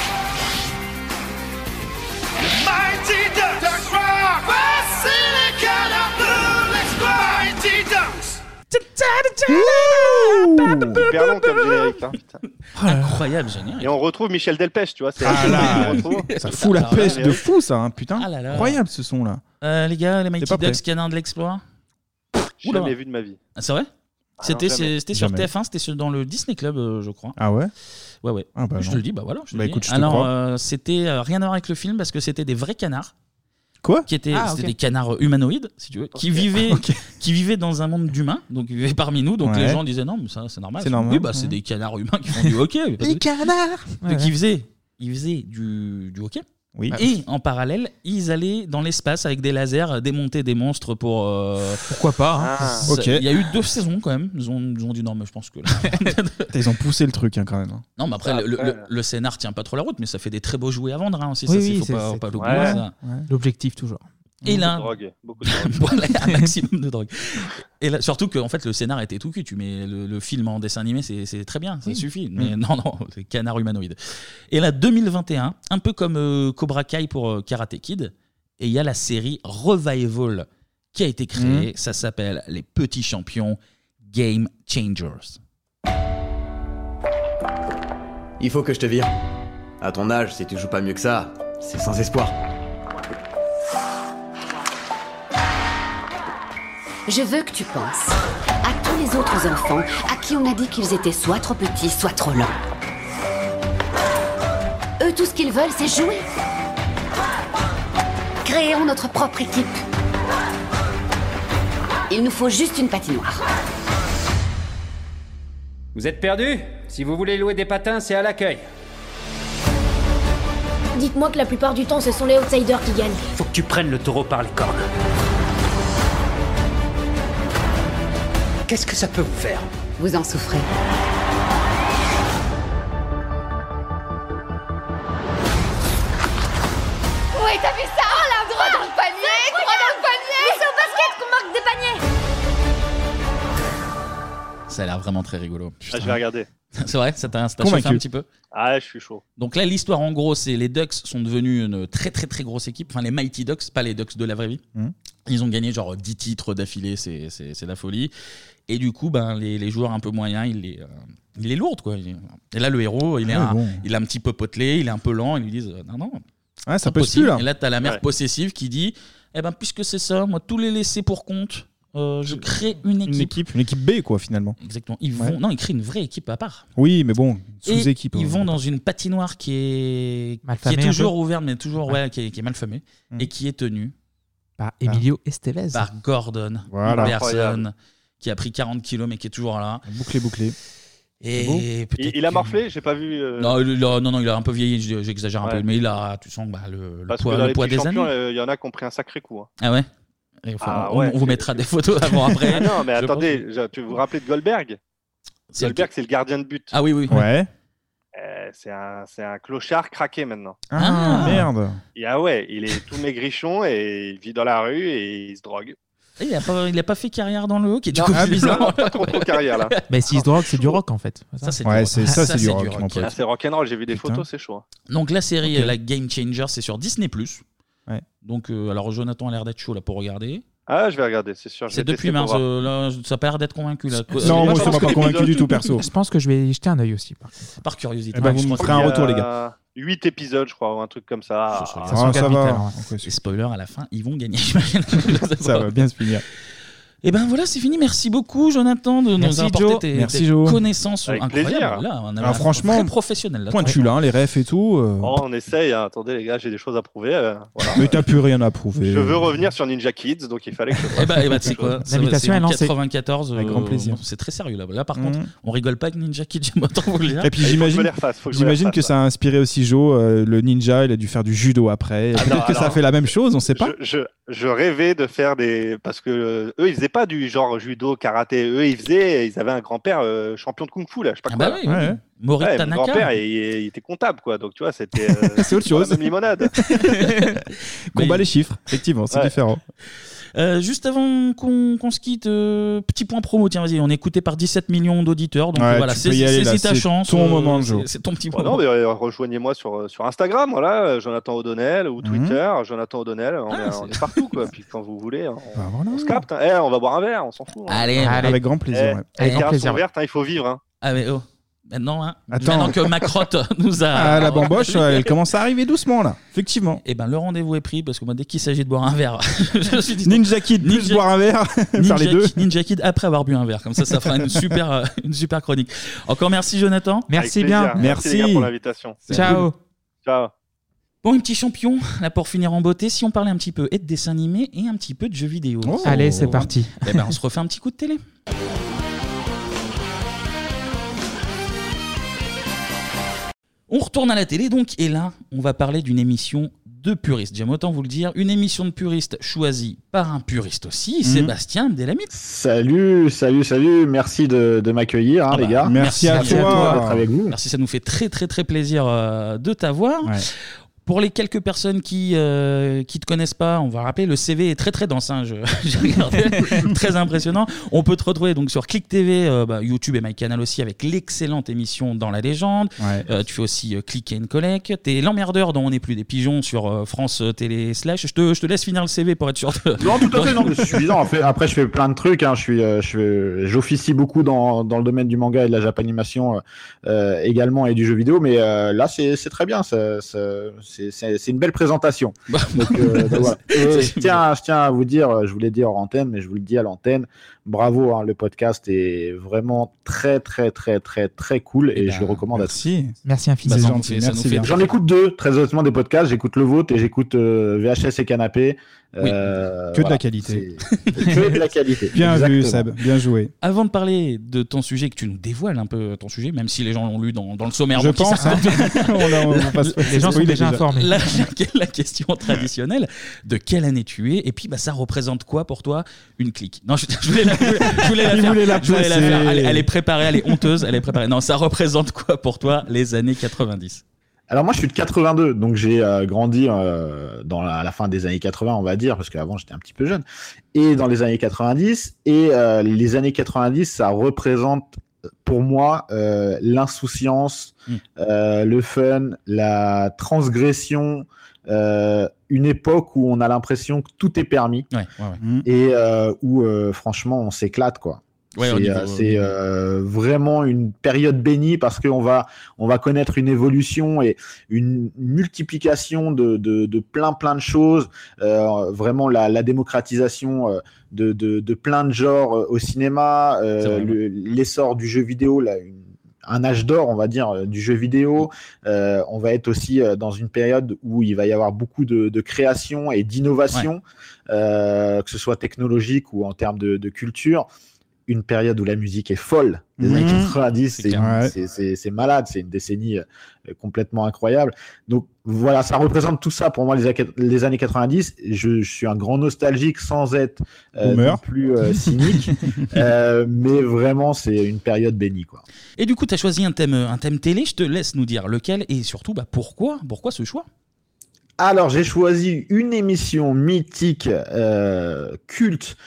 Speaker 17: Mighty Ducks, Ducks Rock. Voici les canards de l'exploit, Mighty Ducks.
Speaker 26: Hyper long comme générique. hein, putain.
Speaker 1: Incroyable génial.
Speaker 26: Et on retrouve Michel Delpech, tu vois. c'est-
Speaker 6: Oh Ah là,
Speaker 26: on retrouve-
Speaker 6: ça fout la
Speaker 26: Alors là,
Speaker 6: pêche
Speaker 26: mais
Speaker 6: de
Speaker 26: oui.
Speaker 6: fou, ça, hein, putain.
Speaker 1: Ah là là.
Speaker 6: Incroyable ce son là.
Speaker 1: Euh, les gars, les
Speaker 6: pas
Speaker 1: Mighty
Speaker 6: prêt.
Speaker 1: Ducks, canards de l'exploit.
Speaker 26: J'ai
Speaker 1: Oula.
Speaker 26: jamais vu de ma vie.
Speaker 1: Ah, c'est vrai
Speaker 26: Ah
Speaker 1: C'était
Speaker 26: non,
Speaker 1: c'est-
Speaker 26: jamais.
Speaker 1: c'était sur
Speaker 26: Jamais.
Speaker 1: TF1, c'était sur- dans le Disney Club, euh, je crois.
Speaker 6: Ah ouais
Speaker 1: Ouais, ouais.
Speaker 6: Ah bah
Speaker 1: je
Speaker 6: non.
Speaker 1: te le dis, bah voilà. Je te
Speaker 6: Bah
Speaker 1: le dis.
Speaker 6: écoute, je te
Speaker 1: Alors,
Speaker 6: crois.
Speaker 1: euh, c'était euh, rien à voir avec le film parce que c'était des vrais canards.
Speaker 6: Quoi
Speaker 1: Qui étaient,
Speaker 6: Ah,
Speaker 1: c'était
Speaker 6: ok.
Speaker 1: des canards humanoïdes, si tu veux, qui, vivaient, qui vivaient dans un monde d'humains, donc ils vivaient parmi nous. Donc
Speaker 6: Ouais.
Speaker 1: les gens disaient non, mais ça c'est normal.
Speaker 6: C'est normal,
Speaker 1: Oui, bah
Speaker 6: ouais.
Speaker 1: c'est des canards humains qui font du hockey. mais pas de
Speaker 4: Les
Speaker 1: doute.
Speaker 4: canards
Speaker 1: Donc
Speaker 4: Ouais, ouais.
Speaker 1: ils faisaient, ils faisaient du, du hockey.
Speaker 6: Oui.
Speaker 1: Et en parallèle, ils allaient dans l'espace avec des lasers démonter des monstres pour. euh,
Speaker 4: Pourquoi pas hein.
Speaker 1: Ça-
Speaker 4: Ok.
Speaker 1: Il y a eu deux saisons quand même. Ils ont, ils ont dit non, mais je pense que. là-
Speaker 6: Ils ont poussé le truc hein, quand même. hein.
Speaker 1: non, mais après,
Speaker 6: Après,
Speaker 1: le, le-
Speaker 6: là.
Speaker 1: le scénar tient pas trop la route, mais ça fait des très beaux jouets à vendre hein, aussi.
Speaker 4: Oui,
Speaker 1: ça, c'est-
Speaker 4: oui,
Speaker 1: faut
Speaker 4: c'est-
Speaker 1: pas,
Speaker 4: c'est-
Speaker 1: pas l'oublier.
Speaker 4: ouais,
Speaker 1: ça.
Speaker 4: ouais. L'objectif toujours.
Speaker 1: Et
Speaker 4: Beaucoup
Speaker 1: là,
Speaker 4: de drogue,
Speaker 26: beaucoup de drogue.
Speaker 1: Voilà, un maximum de drogue. Et là, surtout que en fait le scénar était tout cul. Tu mets le, le film en dessin animé, c'est c'est très bien, ça
Speaker 26: Oui.
Speaker 1: suffit. Mais
Speaker 26: Mm.
Speaker 1: non, non, c'est canard humanoïde. Et là, 2021, un peu comme euh, Cobra Kai pour euh, Karate Kid, et il y a la série Revival qui a été créée.
Speaker 6: Mm.
Speaker 1: Ça s'appelle Les Petits Champions Game Changers.
Speaker 19: Il faut que je te vire. À ton âge, si tu joues pas mieux que ça, c'est sans espoir.
Speaker 20: Je veux que tu penses à tous les autres enfants à qui on a dit qu'ils étaient soit trop petits, soit trop lents. Eux, tout ce qu'ils veulent, c'est jouer. Créons notre propre équipe. Il nous faut juste une patinoire.
Speaker 22: Vous êtes perdu Si vous voulez louer des patins, c'est à l'accueil.
Speaker 21: Dites-moi que la plupart du temps, ce sont les outsiders qui gagnent.
Speaker 22: Faut que tu prennes le taureau par les cornes. Qu'est-ce que ça peut vous faire
Speaker 20: Vous en souffrez.
Speaker 21: Oui, t'as fait ça Oh la Trois dans le panier Trois dans le panier Mais c'est au basket qu'on marque des paniers
Speaker 1: Ça a l'air vraiment très rigolo.
Speaker 26: Ah, je vais regarder.
Speaker 1: C'est vrai, ça t'a ça t'a
Speaker 26: Convaincu.
Speaker 1: chauffé un petit peu.
Speaker 26: Ah, je suis chaud.
Speaker 1: Donc là, l'histoire en gros, c'est les Ducks sont devenus une très très très grosse équipe. Enfin, les Mighty Ducks, pas les Ducks de la vraie vie.
Speaker 6: Mhm.
Speaker 1: Ils ont gagné genre 10 titres d'affilée, c'est c'est- c'est la folie. Et du coup, ben, les, les joueurs un peu moyens, ils les, euh, ils les lourdent. Quoi. Et là, le héros, il est,
Speaker 6: Ah,
Speaker 1: un,
Speaker 6: bon.
Speaker 1: il est un petit peu potelé, il est un peu lent. Ils lui disent euh, Non, non.
Speaker 6: Ouais, ça
Speaker 1: c'est
Speaker 6: pèse
Speaker 1: impossible.
Speaker 6: plus, là.
Speaker 1: Et là, t'as la mère
Speaker 6: Ouais.
Speaker 1: possessive qui dit Eh ben, puisque c'est ça, moi, tous les laisser pour compte, euh, je crée une équipe.
Speaker 6: Une équipe, une équipe B, quoi, finalement.
Speaker 1: Exactement. Ils
Speaker 6: Ouais.
Speaker 1: vont, non, ils créent une vraie équipe à part.
Speaker 6: Oui, mais bon,
Speaker 1: Et
Speaker 6: sous-équipe.
Speaker 1: Ils
Speaker 6: hein.
Speaker 1: vont dans une patinoire qui est,
Speaker 4: Malfamée
Speaker 1: qui
Speaker 4: un
Speaker 1: est
Speaker 4: peu.
Speaker 1: toujours ouverte, mais toujours ouais, qui est, qui est malfamée
Speaker 6: Mm.
Speaker 1: et qui est tenue
Speaker 4: Par Emilio Estevez.
Speaker 1: par Gordon,
Speaker 4: Voilà.
Speaker 1: une personne
Speaker 4: Incroyable.
Speaker 1: qui a pris 40 kilos mais qui est toujours là.
Speaker 6: Bouclé, bouclé.
Speaker 1: Et
Speaker 26: Bon.
Speaker 1: peut-être
Speaker 26: Il, il a
Speaker 1: que-
Speaker 26: morflé, j'ai pas vu. euh,
Speaker 1: Non, il- il a- non, non, il a un peu vieilli, je- j'exagère un
Speaker 26: Ouais.
Speaker 1: peu, mais il a, tu sens bah, le, le
Speaker 26: parce
Speaker 1: poids,
Speaker 26: que dans
Speaker 1: le
Speaker 26: les
Speaker 1: poids
Speaker 26: petits
Speaker 1: des
Speaker 26: champions,
Speaker 1: années.
Speaker 26: euh, il y en a qui ont pris un sacré coup. hein.
Speaker 1: Ah ouais Et enfin,
Speaker 26: Ah
Speaker 1: on,
Speaker 26: ouais,
Speaker 1: on vous mettra des photos avant après.
Speaker 26: Ah non, mais
Speaker 1: Je pense.
Speaker 26: attendez, je- tu vous vous rappelez de Goldberg Goldberg, c'est le gardien de but.
Speaker 1: Ah oui, oui.
Speaker 6: Ouais.
Speaker 26: Euh, c'est un, c'est un clochard craqué maintenant.
Speaker 6: Ah, merde.
Speaker 26: Et ah ouais, il est tout maigrichon et il vit dans la rue et il se drogue.
Speaker 1: Et Il a pas, il a pas fait carrière dans le hockey, du
Speaker 26: Non,
Speaker 1: coup,
Speaker 26: ah,
Speaker 1: bizarre.
Speaker 26: bizarre, pas trop pour carrière, là.
Speaker 4: Mais s'il se drogue, c'est du rock en fait.
Speaker 1: Ça, c'est
Speaker 6: Ouais,
Speaker 1: du
Speaker 6: c'est-
Speaker 1: rock.
Speaker 6: ça, c'est du rock, mon
Speaker 26: Ah, c'est rock'n'roll, j'ai vu des photos, c'est chaud. hein.
Speaker 1: Donc la série,
Speaker 26: Ok.
Speaker 1: euh, la Game Changer, c'est sur Disney+.
Speaker 6: Ouais.
Speaker 1: Donc euh, alors Jonathan a l'air d'être chaud là pour regarder.
Speaker 26: Ah, je vais regarder, c'est sûr. je
Speaker 1: C'est
Speaker 26: vais tester
Speaker 1: depuis
Speaker 26: pour
Speaker 1: mars.
Speaker 26: voir.
Speaker 1: euh, là, ça a pas l'air d'être convaincu là. euh,
Speaker 6: Non, moi, je suis pas convaincu du tout, perso.
Speaker 4: Je pense que je vais y jeter un œil aussi. Par,
Speaker 1: Par curiosité.
Speaker 6: Eh ben, vous me ferez un retour, les gars.
Speaker 26: 8 épisodes, je crois, ou un truc comme ça.
Speaker 6: ça sent Ah, le ça capital, va. hein.
Speaker 1: Et spoiler à la fin, ils vont gagner. j'imagine.
Speaker 6: Ça va bien se finir.
Speaker 1: Et ben voilà, c'est fini. Merci beaucoup, Jonathan, de nous
Speaker 6: Merci,
Speaker 1: apporter
Speaker 6: Joe.
Speaker 1: tes,
Speaker 6: Merci,
Speaker 1: tes
Speaker 6: Joe.
Speaker 1: connaissances
Speaker 26: Avec
Speaker 1: incroyables.
Speaker 26: plaisir.
Speaker 1: Là, on a
Speaker 6: Ah,
Speaker 1: un
Speaker 6: franchement,
Speaker 1: vrai professionnel. Là,
Speaker 6: Pointu, là, hein, les refs et tout. euh,
Speaker 26: Oh, on essaye, hein. attendez les gars, j'ai des choses à prouver. euh, voilà.
Speaker 6: Mais t'as plus rien à prouver.
Speaker 26: Je veux revenir sur Ninja Kids, donc il fallait que je fasse
Speaker 1: Eh ben, eh ben, tu sais
Speaker 26: quelque
Speaker 1: quoi
Speaker 26: chose.
Speaker 1: ça va, c'est en 94.
Speaker 6: Avec
Speaker 1: euh,
Speaker 6: grand plaisir.
Speaker 1: C'est très sérieux là. Là, par
Speaker 6: Mhm.
Speaker 1: contre, on rigole pas avec Ninja Kid. Moi, tant vous le dire.
Speaker 6: Et puis j'imagine, j'imagine que ça a inspiré aussi Joe, euh, le ninja, il a dû faire du judo après. Et
Speaker 26: Ah,
Speaker 6: Peut-être
Speaker 26: non,
Speaker 6: que ça a
Speaker 26: alors-
Speaker 6: fait la même chose, on sait pas.
Speaker 26: Je, je rêvais de faire des. Parce que euh, eux, ils faisaient pas du genre judo, karaté. Eux, ils faisaient. Ils avaient un grand-père euh, champion de kung-fu, là. Je sais pas
Speaker 1: Ah
Speaker 26: quoi.
Speaker 1: bah
Speaker 26: là.
Speaker 1: oui, oui. Ouais. Maurice
Speaker 26: Ouais,
Speaker 1: Tanaka.
Speaker 26: Mon grand-père, il, il était comptable, quoi. Donc, tu vois, c'était. euh,
Speaker 6: C'est autre
Speaker 26: pas la
Speaker 6: chose.
Speaker 26: même limonade.
Speaker 6: Combat les chiffres, effectivement, c'est différent.
Speaker 1: Euh, juste avant qu'on qu'on se quitte, euh, petit point promo. Tiens, vas-y, on est écouté par 17 millions d'auditeurs. Donc
Speaker 6: Ouais,
Speaker 1: voilà,
Speaker 6: tu
Speaker 1: c'est
Speaker 6: peux y aller, là,
Speaker 1: c'est ta
Speaker 6: c'est
Speaker 1: chance.
Speaker 6: ton
Speaker 1: euh,
Speaker 6: moment,
Speaker 1: c'est-
Speaker 6: Joe.
Speaker 1: C'est ton petit
Speaker 26: Bon,
Speaker 1: point.
Speaker 26: non, mais euh, rejoignez-moi sur, euh, sur Instagram, voilà, euh, Jonathan O'Donnell,
Speaker 6: Mhm.
Speaker 26: ou Twitter, Jonathan O'Donnell. On,
Speaker 1: Ah,
Speaker 26: est, on est partout, quoi. Puis quand vous voulez, hein, on,
Speaker 6: Bah,
Speaker 26: on se capte. hein. Eh, on va boire un verre, on s'en fout. hein.
Speaker 1: Allez,
Speaker 6: Ah,
Speaker 1: Allez. avec grand plaisir,
Speaker 26: Eh,
Speaker 1: ouais.
Speaker 26: les
Speaker 1: Avec grand
Speaker 26: terrasses
Speaker 1: plaisir,
Speaker 26: sont
Speaker 1: ouais.
Speaker 26: vertes, hein, il faut vivre. hein.
Speaker 1: Ah, mais oh. Maintenant, hein,
Speaker 6: Attends.
Speaker 1: maintenant que ma crotte nous a.
Speaker 6: Ah, la bamboche, ouais, elle commence à arriver doucement là, effectivement.
Speaker 1: Et ben le rendez-vous est pris parce que moi, dès qu'il s'agit de boire un verre, je me suis dit,
Speaker 6: Ninja Kid, plus boire un verre,
Speaker 1: Ninja,
Speaker 6: faire les deux.
Speaker 1: Kid- Ninja Kid après avoir bu un verre. Comme ça, ça fera une super, euh, une super chronique. Encore merci, Jonathan.
Speaker 4: Merci Avec bien. plaisir.
Speaker 26: Merci, les gars, pour l'invitation.
Speaker 1: C'est
Speaker 4: Ciao.
Speaker 1: cool.
Speaker 26: Ciao.
Speaker 1: Bon, les petits champions, là pour finir en beauté, si on parlait un petit peu et de dessin animé et un petit peu de jeux vidéo.
Speaker 4: Allez, c'est parti.
Speaker 1: Eh ben, on se refait un petit coup de télé. On retourne à la télé donc, et là, on va parler d'une émission de puristes. J'aime autant vous le dire. Une émission de puristes choisie par un puriste aussi, Sébastien Delamite.
Speaker 25: Salut, salut, salut. Merci de, de m'accueillir,
Speaker 1: Ah
Speaker 6: Bah,
Speaker 25: hein, les
Speaker 1: bah,
Speaker 25: gars. d'être avec vous.
Speaker 1: Merci, ça nous fait très très très plaisir euh, de t'avoir. Pour les quelques personnes qui ne qui te connaissent pas, on va rappeler, le CV est très très dense. hein, je- J'ai regardé, très impressionnant. On peut te retrouver donc sur Click TV, euh, bah, YouTube et MyCanal aussi avec l'excellente émission Dans la légende. Euh, tu fais aussi euh, Click and Collect. T'es l'emmerdeur dont on n'est plus des pigeons sur euh, France Télé Slash. Je te, je te laisse finir le CV pour être sûr de.
Speaker 25: Non, tout à fait, non, mais c'est suffisant. En fait, après, je fais plein de trucs. Hein. Je suis, euh, je fais- j'officie beaucoup dans, dans le domaine du manga et de la japanimation euh, euh, également et du jeu vidéo. Mais euh, là, c'est c'est très bien. Ça- ça- C'est c'est- c'est une belle présentation. Donc, euh, donc voilà. Et je, tiens, je tiens à vous dire, euh, je voulais dire en antenne, mais je vous le dis à l'antenne. Bravo, hein, le podcast est vraiment très, très, très, très, très cool et, je le recommande à tous.
Speaker 4: Merci infiniment.
Speaker 25: J'en écoute deux, très honnêtement, des podcasts. J'écoute Le Vôtre et j'écoute euh, VHS et Canapé.
Speaker 6: Oui.
Speaker 25: Euh,
Speaker 6: Que de la
Speaker 25: voilà.
Speaker 6: qualité.
Speaker 25: C'est- Que de la qualité.
Speaker 6: Bien vu,
Speaker 25: Exactement.
Speaker 6: Seb. Bien joué.
Speaker 1: Avant de parler de ton sujet, que tu nous dévoiles un peu ton sujet, même si les gens l'ont lu dans, dans le sommaire.
Speaker 6: Je
Speaker 1: donc ils
Speaker 6: pense,
Speaker 1: savent.
Speaker 6: hein. On l'a- on va pas se-
Speaker 1: Les gens sont
Speaker 6: spoiler
Speaker 1: déjà
Speaker 6: déjà.
Speaker 1: informés. La, la question traditionnelle de quelle année tu es et puis bah, ça représente quoi pour toi une clique Non, je, je voulais la, je voulais la
Speaker 6: Il
Speaker 1: faire.
Speaker 6: voulait la
Speaker 1: je voulais la
Speaker 6: placer.
Speaker 1: faire. Elle, elle est préparée, elle est honteuse, elle est préparée. Non, ça représente quoi pour toi les années 90
Speaker 25: Alors moi je suis de 82, donc j'ai euh, grandi euh, dans la, à la fin des années 80, on va dire, parce qu'avant j'étais un petit peu jeune, et dans les années 90, et euh, les années 90, ça représente pour moi euh, l'insouciance,
Speaker 1: Mm.
Speaker 25: euh, le fun, la transgression, euh, une époque où on a l'impression que tout est permis, et euh, où euh, franchement on s'éclate quoi.
Speaker 1: Ouais, au
Speaker 25: C'est,
Speaker 1: niveau-
Speaker 25: euh, c'est, euh, vraiment une période bénie parce qu'on va, on va connaître une évolution et une multiplication de, de, de plein plein de choses. Euh, vraiment la, la démocratisation euh, de, de, de plein de genres euh, au cinéma, euh, le- l'essor du jeu vidéo, là, une- un âge d'or, on va dire, euh, du jeu vidéo. Euh, on va être aussi euh, dans une période où il va y avoir beaucoup de, de création et d'innovation, euh, que ce soit technologique ou en termes de, de culture une période où la musique est folle. Les
Speaker 6: Mhm.
Speaker 25: années 90, c'est-
Speaker 6: clair.
Speaker 25: c'est- c'est c'est malade, c'est une décennie euh, complètement incroyable. Donc voilà, ça représente tout ça pour moi, les, a- les années 90. Je, je suis un grand nostalgique sans être euh,
Speaker 6: Boomer.
Speaker 25: non plus euh, cynique, Euh, mais vraiment, c'est une période bénie. Quoi.
Speaker 1: Et du coup, tu as choisi un thème, un thème télé. Je te laisse nous dire lequel et surtout bah, pourquoi, pourquoi ce choix
Speaker 25: Alors, j'ai choisi une émission mythique euh, culte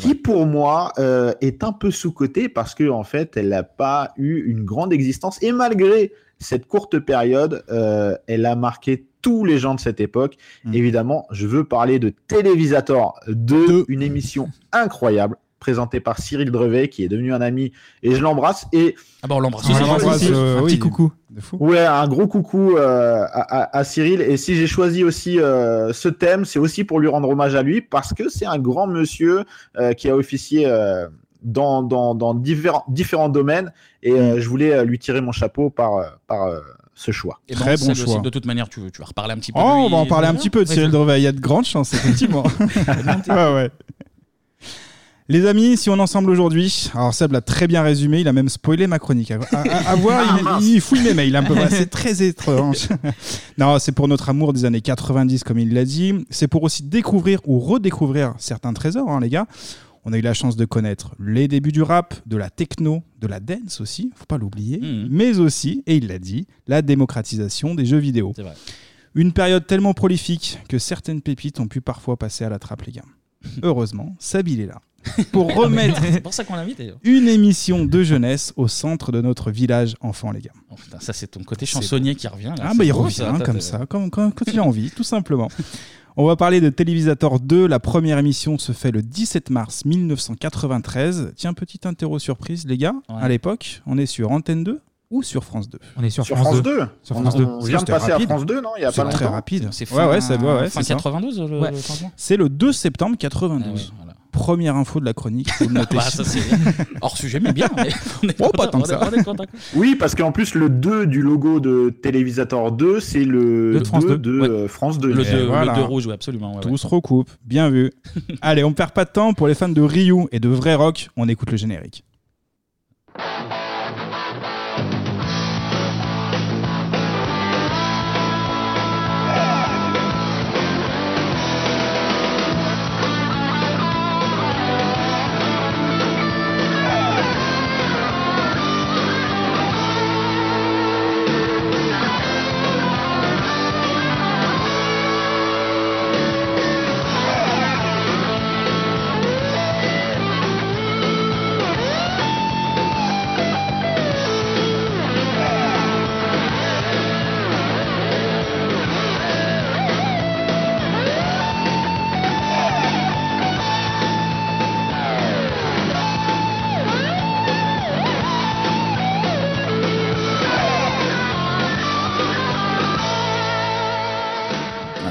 Speaker 25: qui, pour moi, euh, est un peu sous-cotée parce que en fait, elle n'a pas eu une grande existence. Et malgré cette courte période, euh, elle a marqué tous les gens de cette époque.
Speaker 1: Mm.
Speaker 25: Évidemment, je veux parler de Télévisator 2, une émission incroyable présentée par Cyril Drevet, qui est devenu un ami, et je l'embrasse. Et
Speaker 1: ah bah on l'embrasse.
Speaker 6: On l'embrasse, euh, oui.
Speaker 25: Ouais, un gros coucou euh, à, à- à Cyril. Et si j'ai choisi aussi euh, ce thème, c'est aussi pour lui rendre hommage à lui, parce que c'est un grand monsieur euh, qui a officié euh, dans, dans, dans différents, différents domaines. Et euh, je voulais euh, lui tirer mon chapeau par, euh, par euh, ce choix.
Speaker 1: Eh ben, c'est le- c'est- De toute manière, tu, tu vas reparler un petit peu.
Speaker 6: Oh,
Speaker 1: de lui
Speaker 6: on va en
Speaker 1: et-
Speaker 6: parler un petit peu de Cyril Drevet. Il y a de grandes chances, effectivement. ouais, ouais. Les amis, si on est ensemble aujourd'hui, alors Seb l'a très bien résumé, il a même spoilé ma chronique. À, à- à- à voir,
Speaker 1: Ah,
Speaker 6: il- il, fouille mes mails un peu. Voilà, c'est très étrange. non, c'est pour notre amour des années 90, comme il l'a dit. C'est pour aussi découvrir ou redécouvrir certains trésors, hein, les gars. On a eu la chance de connaître les débuts du rap, de la techno, de la dance aussi, faut pas l'oublier,
Speaker 1: Mmh.
Speaker 6: mais aussi, et il l'a dit, la démocratisation des jeux vidéo.
Speaker 1: C'est vrai.
Speaker 6: Une période tellement prolifique que certaines pépites ont pu parfois passer à la trappe, les gars. Heureusement, Sab, il est là. Pour remettre
Speaker 1: Ah, C'est pour ça qu'on l'invite d'ailleurs.
Speaker 6: une émission de jeunesse au centre de notre village enfant, les gars.
Speaker 1: Oh, putain, ça, c'est ton côté chansonnier qui revient. Là.
Speaker 6: Ah,
Speaker 1: C'est
Speaker 6: bah il
Speaker 1: beau,
Speaker 6: revient hein,
Speaker 1: t'as-
Speaker 6: comme
Speaker 1: t'as-
Speaker 6: ça, quand, quand, quand il a envie, tout simplement. On va parler de Télévisator 2. La première émission se fait le 17 mars 1993. Tiens, petite interro surprise, les gars. À l'époque, on est sur Antenne 2 ou sur France 2
Speaker 4: On est sur
Speaker 6: Sur
Speaker 4: France
Speaker 6: France
Speaker 4: 2.
Speaker 6: 2.
Speaker 4: Sur
Speaker 6: On-
Speaker 4: France
Speaker 6: on
Speaker 4: 2.
Speaker 6: vient de
Speaker 4: C'était
Speaker 6: passer à
Speaker 4: rapide.
Speaker 6: France 2, non, il y a pas
Speaker 4: C'est très
Speaker 6: longtemps.
Speaker 4: rapide.
Speaker 6: C'est Ouais, fin- ouais, ça doit, ouais,
Speaker 1: fin
Speaker 6: c'est ça.
Speaker 1: 92 le,
Speaker 6: Ouais.
Speaker 1: le changement Ah
Speaker 6: C'est le 2 septembre 92. Première info de la chronique, faut le noter.
Speaker 1: Bah, ça, c'est hors sujet, mais bien. mais on est
Speaker 6: Oh,
Speaker 1: content,
Speaker 6: pas tant que
Speaker 1: on est-
Speaker 6: ça.
Speaker 1: on est content.
Speaker 25: Oui, parce qu'en plus, le 2 du logo de Télévisator 2, c'est le 2
Speaker 6: France 2.
Speaker 25: de euh, France 2.
Speaker 1: Le
Speaker 6: Et
Speaker 1: 2
Speaker 6: voilà.
Speaker 1: rouge, ouais, absolument. ouais,
Speaker 6: Tout
Speaker 1: ouais.
Speaker 6: se recoupe, bien vu. Allez, on perd pas de temps. Pour les fans de Ryu et de vrai rock, on écoute le générique.
Speaker 17: Télé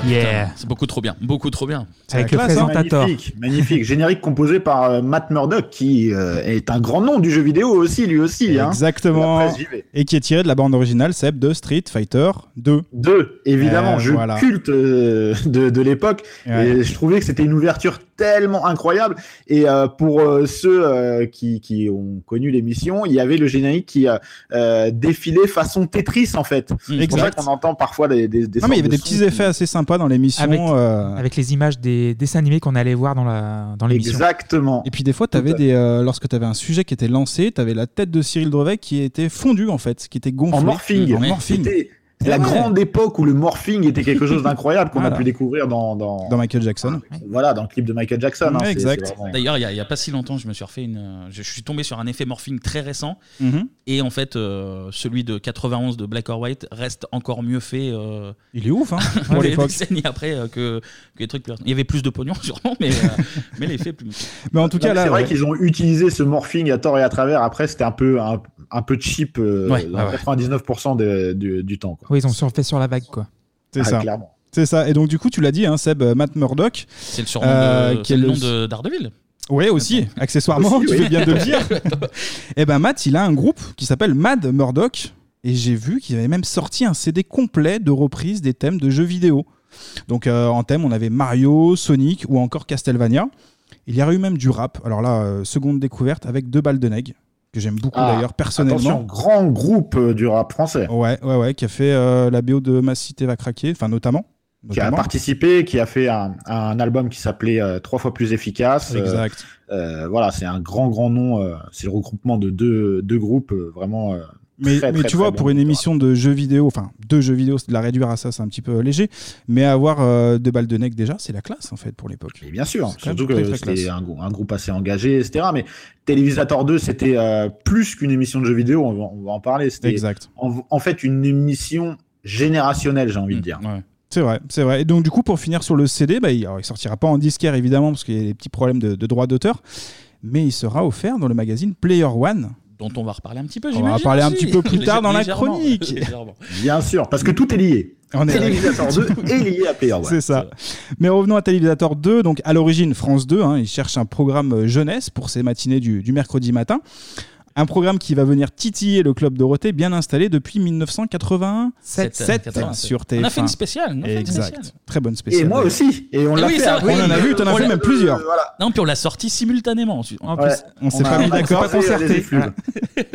Speaker 4: Yeah.
Speaker 1: C'est beaucoup trop bien, beaucoup trop bien.
Speaker 6: Euh,
Speaker 4: Avec le
Speaker 6: hein.
Speaker 4: présentateur.
Speaker 25: Magnifique, magnifique. Générique composé par euh, Matt Murdock, qui euh, est un grand nom du jeu vidéo aussi, lui aussi. hein. La
Speaker 6: Exactement.
Speaker 25: presse JV.
Speaker 6: Et qui est tiré de la bande originale, Seb, de Street Fighter 2.
Speaker 25: 2, évidemment,
Speaker 6: Euh,
Speaker 25: jeu
Speaker 6: voilà.
Speaker 25: culte euh, de, de l'époque.
Speaker 6: Ouais.
Speaker 25: Et je trouvais que c'était une ouverture tellement incroyable. Et euh, pour euh, ceux euh, qui, qui ont connu l'émission, il y avait le générique qui euh, euh, défilait façon Tetris, en fait. C'est pour ça
Speaker 6: Exact.
Speaker 25: qu'on entend parfois des, des, des
Speaker 6: Non, mais
Speaker 25: sortes
Speaker 6: il y avait
Speaker 25: de
Speaker 6: des
Speaker 25: sons
Speaker 6: petits effets assez sympas dans l'émission.
Speaker 4: Avec,
Speaker 6: euh,
Speaker 4: avec les images des dessins animés qu'on allait voir dans la dans l'émission.
Speaker 25: Exactement.
Speaker 6: Et puis des fois, t'avais
Speaker 4: Tout à
Speaker 6: des, euh, lorsque tu avais un sujet qui était lancé, tu avais la tête de Cyril Drevet qui était fondue en fait, qui était gonflée.
Speaker 25: En morphing.
Speaker 6: En morphing.
Speaker 25: C'était la
Speaker 6: Ouais.
Speaker 25: grande époque où le morphing était quelque chose d'incroyable qu'on
Speaker 6: Voilà.
Speaker 25: a pu découvrir dans, dans, Ah,
Speaker 6: Dans Michael Jackson.
Speaker 25: voilà, dans le clip de Michael Jackson. hein. C'est- c'est vraiment-
Speaker 1: D'ailleurs, il y a- il y a, pas si longtemps, je me suis refait une. euh, Je, je suis tombé sur un effet morphing très récent.
Speaker 6: Mhm.
Speaker 1: Et en fait, euh, celui de 91 de Black or White reste encore mieux fait. euh,
Speaker 6: Il est ouf, hein, pour
Speaker 1: des
Speaker 6: l'époque.
Speaker 1: décennies après euh, que, que les trucs. plus récents. Il y avait plus de pognon, sûrement, mais, euh, mais l'effet est plus.
Speaker 6: Mais en tout
Speaker 25: Non, mais c'est vrai qu'ils ont utilisé ce morphing à tort et à travers. Après, c'était un peu un, un peu cheap euh,
Speaker 4: Ouais,
Speaker 25: dans
Speaker 4: ouais, ouais.
Speaker 25: 99% de- du, du temps. quoi.
Speaker 4: Oui, ils ont surfé sur la vague quoi.
Speaker 6: C'est
Speaker 25: Ah,
Speaker 6: ça.
Speaker 25: clairement.
Speaker 6: C'est ça. Et donc, du coup, tu l'as dit, hein, Seb, euh, Matt Murdock.
Speaker 1: C'est le surnom de-
Speaker 6: Euh,
Speaker 1: c'est le nom de- d'Ardeville.
Speaker 6: Oui, aussi, accessoirement,
Speaker 1: Aussi,
Speaker 6: tu
Speaker 1: oui.
Speaker 6: veux bien de le dire. et ben, Matt, il a un groupe qui s'appelle Mad Murdock. Et j'ai vu qu'il avait même sorti un CD complet de reprises des thèmes de jeux vidéo. Donc, euh, en thème, on avait Mario, Sonic ou encore Castlevania. Il y aurait eu même du rap. Alors là, euh, seconde découverte avec deux balles de neg, que j'aime beaucoup
Speaker 25: Ah,
Speaker 6: d'ailleurs personnellement.
Speaker 25: attention, grand groupe euh, du rap français.
Speaker 6: Ouais, ouais, ouais, qui a fait euh, la BO de Ma Cité va craquer, enfin notamment.
Speaker 25: qui a
Speaker 6: Notamment.
Speaker 25: participé, qui a fait un, un album qui s'appelait euh, Trois fois plus efficace. Euh,
Speaker 6: Exact.
Speaker 25: euh, voilà, c'est un grand, grand nom. euh, c'est le regroupement de deux, deux groupes euh, vraiment. euh,
Speaker 6: Mais,
Speaker 25: très,
Speaker 6: mais
Speaker 25: très,
Speaker 6: tu
Speaker 25: très
Speaker 6: vois,
Speaker 25: bons.
Speaker 6: pour une émission de jeux vidéo, enfin, de jeux vidéo, c'est de la réduire à ça, c'est un petit peu léger. Mais avoir euh, deux balles de nec déjà, c'est la classe en fait pour l'époque.
Speaker 25: Bien sûr,
Speaker 6: C'est quand même
Speaker 25: surtout
Speaker 6: très,
Speaker 25: que
Speaker 6: très
Speaker 25: c'était
Speaker 6: classe.
Speaker 25: un, grou- un groupe assez engagé, etc. Mais Télévisateur 2, c'était euh, plus qu'une émission de jeux vidéo, on va, on va en parler. C'était
Speaker 6: Exact.
Speaker 25: en, en fait une émission générationnelle, j'ai envie de
Speaker 6: Mmh,
Speaker 25: dire.
Speaker 6: C'est vrai, c'est vrai. Et donc, du coup, pour finir sur le CD, bah, il, alors, il sortira pas en disquaire évidemment, parce qu'il y a des petits problèmes de, de droits d'auteur, mais il sera offert dans le magazine Player One.
Speaker 1: Dont on va reparler un petit peu,
Speaker 6: On va en
Speaker 1: j'imagine,
Speaker 6: parler un
Speaker 1: aussi.
Speaker 6: petit peu plus tard dans la
Speaker 1: Légèrement,
Speaker 6: chronique.
Speaker 1: légèrement.
Speaker 25: Bien sûr, parce que tout est lié.
Speaker 6: On est-
Speaker 25: Télévisateur 2 est lié à Player One.
Speaker 6: C'est ça. Mais revenons à Télévisateur 2. Donc, à l'origine, France 2, hein, ils cherchent un programme euh, jeunesse pour ces matinées du, du mercredi matin. Un programme qui va venir titiller le club Dorothée, bien installé depuis 1981
Speaker 1: Sept.
Speaker 6: 7
Speaker 1: 87.
Speaker 6: sur
Speaker 1: On
Speaker 6: TF1.
Speaker 1: a fait une spéciale, on a fait une
Speaker 6: exact.
Speaker 1: spéciale.
Speaker 6: Très bonne spéciale.
Speaker 25: Et moi aussi. Et on
Speaker 1: Ah
Speaker 25: l'a
Speaker 1: oui,
Speaker 25: fait.
Speaker 1: ça,
Speaker 25: après. Euh,
Speaker 1: oui.
Speaker 6: On en a vu, t'en as
Speaker 1: On
Speaker 6: fait
Speaker 1: l'a-
Speaker 6: même plusieurs.
Speaker 1: Non, puis on l'a sorti simultanément. ensuite. En
Speaker 6: Ouais,
Speaker 1: plus,
Speaker 6: on s'est pas mis d'accord.
Speaker 25: euh,
Speaker 1: s'est
Speaker 6: On a concerté.
Speaker 1: Voilà.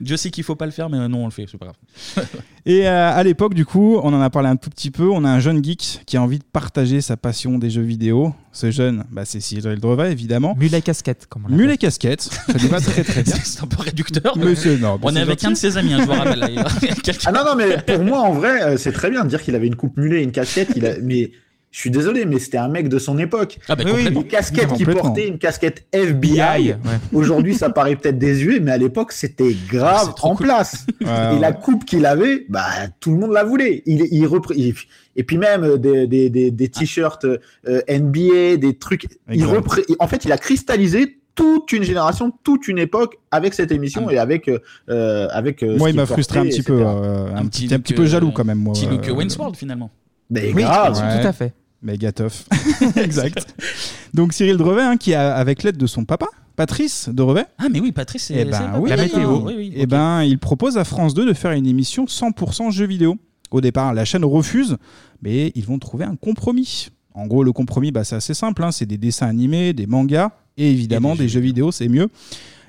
Speaker 1: Dieu sait qu'il faut pas le faire, mais non, on le fait, c'est pas grave.
Speaker 6: Et euh, à l'époque, du coup, on en a parlé un tout petit peu. On a un jeune geek qui a envie de partager sa passion des jeux vidéo. Ce jeune, bah, c'est Cyril Drevet, évidemment.
Speaker 4: Mulet casquette, comme on
Speaker 6: Mulet casquette. Ça lui va très très bien.
Speaker 1: C'est un peu réducteur. mais-
Speaker 6: Monsieur, non, mais
Speaker 1: on est
Speaker 6: c'est
Speaker 1: avec
Speaker 6: gentil.
Speaker 1: un de ses amis, hein, je vous rappelle. là, il-
Speaker 25: Ah non, non, mais pour moi, en vrai, euh, c'est très bien de dire qu'il avait une coupe mulet et une casquette. Il a... Mais je suis désolé, mais c'était un mec de son époque.
Speaker 1: Ah bah, Oui, complètement.
Speaker 25: Une casquette qui
Speaker 1: Complètement.
Speaker 25: portait, une casquette FBI.
Speaker 1: Ouais.
Speaker 25: Aujourd'hui, ça paraît peut-être désuet, mais à l'époque, c'était grave en place. et la coupe qu'il avait, bah, tout le monde la voulait. Il, il repre- il- Et puis même euh, des, des, des,
Speaker 1: Ah.
Speaker 25: des t-shirts euh, euh, NBA, des trucs. Il
Speaker 6: Exact.
Speaker 25: repré- En fait, il a cristallisé toute une génération, toute une époque avec cette émission
Speaker 1: Ah.
Speaker 25: et avec, euh, euh, avec euh,
Speaker 6: Moi,
Speaker 25: ce
Speaker 6: il
Speaker 25: qu'il
Speaker 6: m'a frustré un
Speaker 25: portait,
Speaker 6: petit peu,
Speaker 25: etc..
Speaker 6: euh, un petit, un petit
Speaker 1: look,
Speaker 6: peu
Speaker 1: euh,
Speaker 6: jaloux quand même. Moi,
Speaker 1: Petit look
Speaker 6: euh,
Speaker 1: Wayne's World, finalement.
Speaker 25: Mais
Speaker 6: Oui, Ah,
Speaker 25: grave.
Speaker 6: ouais. Méga tough. exact. Donc Cyril Drevet, hein, qui a, avec l'aide de son papa, Patrice Drevet.
Speaker 1: Ah, mais oui, Patrice, c'est
Speaker 6: eh
Speaker 1: c'est
Speaker 6: ben,
Speaker 1: pas
Speaker 6: oui,
Speaker 1: mal. Oui,
Speaker 6: Et
Speaker 1: oui.
Speaker 6: ben, il propose à France 2 de faire une émission 100% jeux vidéo. Au départ, la chaîne refuse, mais ils vont trouver un compromis. En gros, le compromis, bah, c'est assez simple. hein, c'est des dessins animés, des mangas et évidemment des, jeux vidéo, c'est mieux.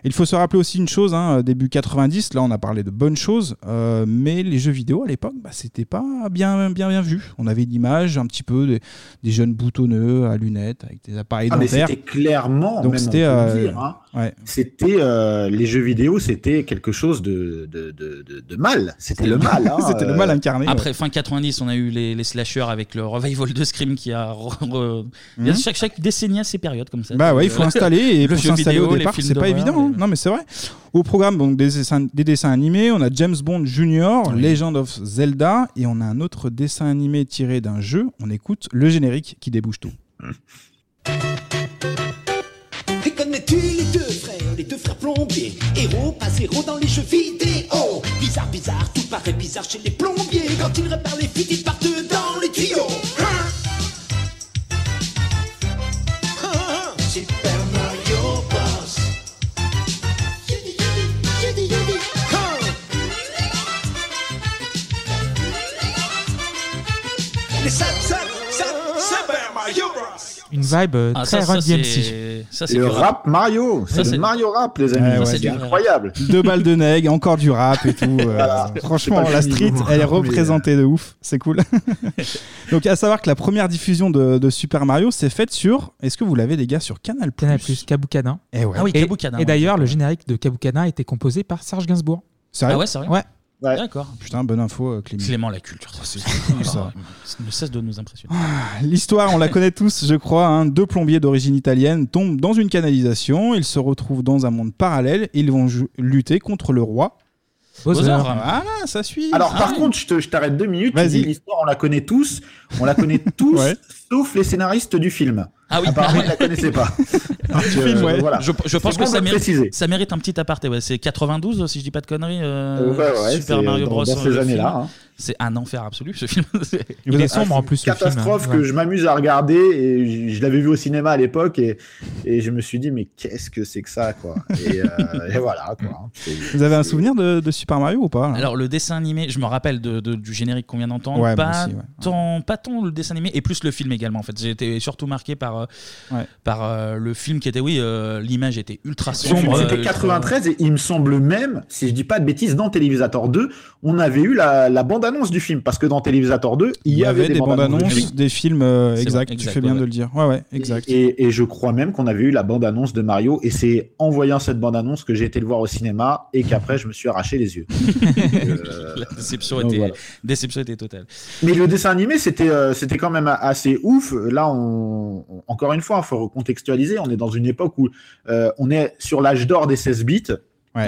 Speaker 6: Il faut se rappeler aussi une chose, hein, début 90, là on a parlé de bonnes choses, euh, mais les jeux vidéo à l'époque, bah, c'était pas bien, bien, bien vu. On avait l'image un petit peu des, des jeunes boutonneux à lunettes avec des appareils
Speaker 25: Ah, mais
Speaker 6: dentaires.
Speaker 25: c'était clairement,
Speaker 6: Donc
Speaker 25: même on
Speaker 6: c'était,
Speaker 25: peut le
Speaker 6: euh,
Speaker 25: dire, hein.
Speaker 6: ouais.
Speaker 25: C'était euh, les jeux vidéo, c'était quelque chose de, de, de, de- de mal. C'était le mal. hein. Euh,
Speaker 1: Après, fin 90, on a eu les, les slashers avec le revival de Scream qui a. re- re- Il y a
Speaker 6: Mhm.
Speaker 1: chaque, chaque décennie a ses périodes comme ça.
Speaker 6: Bah ouais, il faut
Speaker 1: Le-
Speaker 6: installer et
Speaker 1: Euh, le
Speaker 6: pour
Speaker 1: jeu
Speaker 6: s'installer
Speaker 1: vidéo,
Speaker 6: au
Speaker 1: les
Speaker 6: départ,
Speaker 1: films
Speaker 6: c'est pas
Speaker 1: d'horreur,
Speaker 6: évident. hein. Non mais c'est vrai. Au programme donc des dessins, des dessins animés, on a James Bond Junior, Legend of Zelda et on a un autre dessin animé tiré d'un jeu. On écoute le générique qui débouche tout.
Speaker 3: Et connais-tu les deux frères, les deux frères plombiers Héros, pas zéro dans les jeux vidéo Bizarre, bizarre, tout paraît bizarre chez les plombiers Quand ils réparent les fuites, ils partent dans les tuyaux Hein
Speaker 17: zap, zap, zap, Super Mario Bros.
Speaker 4: Une vibe euh,
Speaker 1: Ah,
Speaker 4: très
Speaker 1: ça, ça,
Speaker 4: Run
Speaker 1: c'est-
Speaker 4: DMC.
Speaker 1: ça,
Speaker 25: Le rap Mario,
Speaker 4: Ça,
Speaker 25: c'est
Speaker 4: c'est-
Speaker 25: le Mario rap, les amis.
Speaker 6: Eh ouais,
Speaker 25: c'est
Speaker 6: du-
Speaker 25: incroyable.
Speaker 6: Deux balles de neg, encore du rap et tout. euh,
Speaker 25: Voilà.
Speaker 6: Franchement,
Speaker 25: C'est pas
Speaker 6: la
Speaker 25: fini,
Speaker 6: street,
Speaker 25: mais-
Speaker 6: elle est représentée de ouf. C'est cool. Donc, à savoir que la première diffusion de, de Super Mario s'est faite sur. Est-ce que vous l'avez, les gars, sur Canal
Speaker 4: Canal Plus, Kaboukadin.
Speaker 6: Eh ouais.
Speaker 1: Ah oui,
Speaker 4: Et-
Speaker 1: Kaboukadin,
Speaker 4: Et,
Speaker 1: ouais,
Speaker 4: d'ailleurs, le générique de Kaboukadin a été composé par Serge Gainsbourg.
Speaker 1: Ah
Speaker 6: Sérieux
Speaker 4: Ouais.
Speaker 1: D'accord.
Speaker 6: Putain, bonne info, euh, Clément.
Speaker 1: Clément la culture.
Speaker 6: fou, ça.
Speaker 1: Il hein. ne cesse de nous impressionner.
Speaker 6: L'histoire, on la connaît tous, je crois. hein. Deux plombiers d'origine italienne tombent dans une canalisation. Ils se retrouvent dans un monde parallèle. Ils vont ju- lutter contre le roi. Voilà, Ah, ça suit. Ah,
Speaker 25: Alors, par contre, je te- je t'arrête deux minutes. Tu
Speaker 6: Vas-y.
Speaker 25: dis l'histoire, on la connaît tous. On la connaît tous, sauf les scénaristes du film.
Speaker 1: Ah oui.
Speaker 25: Apparemment, ils la connaissaient pas. Donc, euh, voilà.
Speaker 1: Je, je
Speaker 25: C'est
Speaker 1: pense
Speaker 25: bon
Speaker 1: que
Speaker 25: de
Speaker 1: ça
Speaker 25: le
Speaker 1: mérite,
Speaker 25: préciser.
Speaker 1: ça mérite un petit aparté. ouais. C'est 92, si je dis pas de conneries. euh,
Speaker 25: Euh, ouais, ouais,
Speaker 1: Super
Speaker 25: c'est
Speaker 1: Mario
Speaker 25: dans-
Speaker 1: Bros. euh,
Speaker 25: dans ces
Speaker 1: le film.
Speaker 25: années-là, hein.
Speaker 1: C'est un enfer absolu ce film. C'est-
Speaker 25: Ah, c'est une
Speaker 6: hein.
Speaker 25: Catastrophe que je m'amuse à regarder et je, je l'avais vu au cinéma à l'époque et, et je me suis dit mais qu'est-ce que c'est que ça quoi et, euh, et voilà quoi.
Speaker 6: Vous avez un souvenir de, de Super Mario ou pas là
Speaker 1: Alors le dessin animé, je me rappelle de- de- du générique qu'on vient d'entendre,
Speaker 6: Ouais, moi
Speaker 1: pas,
Speaker 6: aussi, ouais.
Speaker 1: tant, pas tant le dessin animé et plus le film également en fait. J'ai été surtout marqué par, euh, par euh, le film qui était oui, euh, l'image était ultra sombre. euh,
Speaker 25: C'était
Speaker 1: ultra-
Speaker 25: 93 et il me semble même, si je dis pas de bêtises, dans Télévisator 2, on avait eu la, la bande-annonce du film parce que dans Télévisator 2,
Speaker 6: Il y avait des bandes annonces, des films. euh,
Speaker 25: C'est
Speaker 6: exact,
Speaker 25: vrai,
Speaker 6: tu
Speaker 25: exact,
Speaker 6: fais bien
Speaker 25: ouais,
Speaker 6: de le dire. Ouais, ouais, exact.
Speaker 25: Et, et je crois même qu'on avait eu la bande-annonce de Mario et c'est en voyant cette bande-annonce que j'ai été le voir au cinéma et qu'après je me suis arraché les yeux.
Speaker 1: La déception
Speaker 25: Euh, donc
Speaker 1: était,
Speaker 25: voilà.
Speaker 1: déception était totale.
Speaker 25: Mais le dessin animé, c'était euh, c'était quand même assez ouf. Là, on, on- encore une fois, il faut recontextualiser. On est dans une époque où euh, on est sur l'âge d'or des 16 bits.
Speaker 6: Ouais.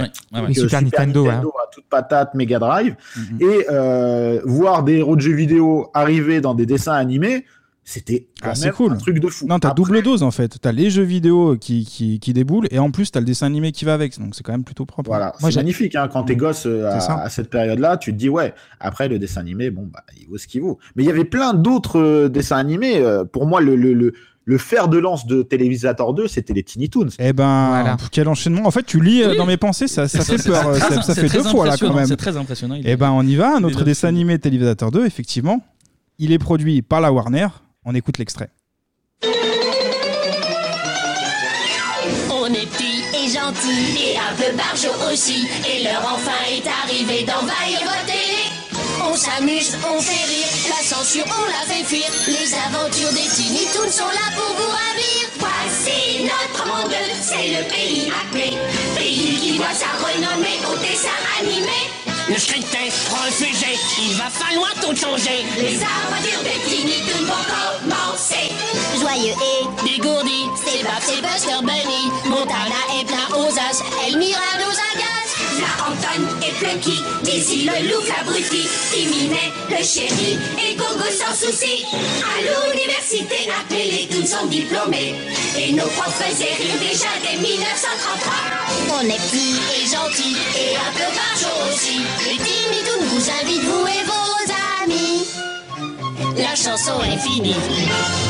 Speaker 1: ouais, ouais.
Speaker 25: Donc,
Speaker 1: Et
Speaker 25: euh,
Speaker 1: Super Nintendo,
Speaker 25: à toute patate, Mega Drive.
Speaker 6: Mm-hmm.
Speaker 25: Et euh, voir des héros de jeux vidéo arriver dans des dessins animés, c'était quand
Speaker 6: Ah, c'est
Speaker 25: même
Speaker 6: cool.
Speaker 25: un truc de fou.
Speaker 6: Non, t'as double dose en fait. T'as les jeux vidéo qui, qui, qui déboulent et en plus t'as le dessin animé qui va avec. Donc c'est quand même plutôt propre.
Speaker 25: Voilà, c'est magnifique hein, quand t'es gosse euh,
Speaker 6: C'est ça.
Speaker 25: à, à cette période-là, tu te dis ouais. Après le dessin animé, bon bah il vaut ce qu'il vaut. Mais il y avait plein d'autres euh, dessins animés. euh, pour moi, le, le, le, le fer de lance de Télévisator 2, c'était les Tiny Toons.
Speaker 6: Eh ben, pff, quel enchaînement. En fait, tu lis euh,
Speaker 25: Oui.
Speaker 6: dans mes pensées, ça, ça
Speaker 25: C'est
Speaker 6: fait
Speaker 25: ça,
Speaker 6: peur.
Speaker 25: c'est
Speaker 6: euh,
Speaker 25: très-
Speaker 6: Ça, ça
Speaker 25: c'est
Speaker 6: fait
Speaker 25: très
Speaker 6: deux fois là quand
Speaker 1: impressionnant,
Speaker 6: même.
Speaker 1: c'est très impressionnant, il
Speaker 6: Eh
Speaker 1: est-
Speaker 6: ben, on y va.
Speaker 1: il est
Speaker 6: Notre
Speaker 1: là-
Speaker 6: dessin animé Télévisateur 2, effectivement, il est produit par la Warner. On écoute l'extrait.
Speaker 5: On est petit et gentil, et un peu barjot aussi. Et l'heure enfin est arrivée d'envahir votre télé. On s'amuse, on fait rire, la censure on la fait fuir. Les aventures des Tiny Toons sont là pour vous ravir. Voici notre monde, c'est le pays appelé. Pays qui voit sa renommée au dessin animé.
Speaker 23: Ne shriek prends le sujet, il va falloir tout changer.
Speaker 5: Les aventures des Tiny Toons vont commencer. Joyeux et dégourdi, c'est Bob, c'est Buster Bunny. Montana est plein aux as, Elmira nous agace. La Anton est Plucky, Dizzy le loup abruti. Timinet, le chéri et Gogo sans souci. À l'université, appelés tous sont diplômés. Et nos profs faisaient rire déjà dès 1933. On est petit et gentil, et un peu barjot aussi. Les Tiny Toons vous invitent, vous et vos amis. La chanson est finie.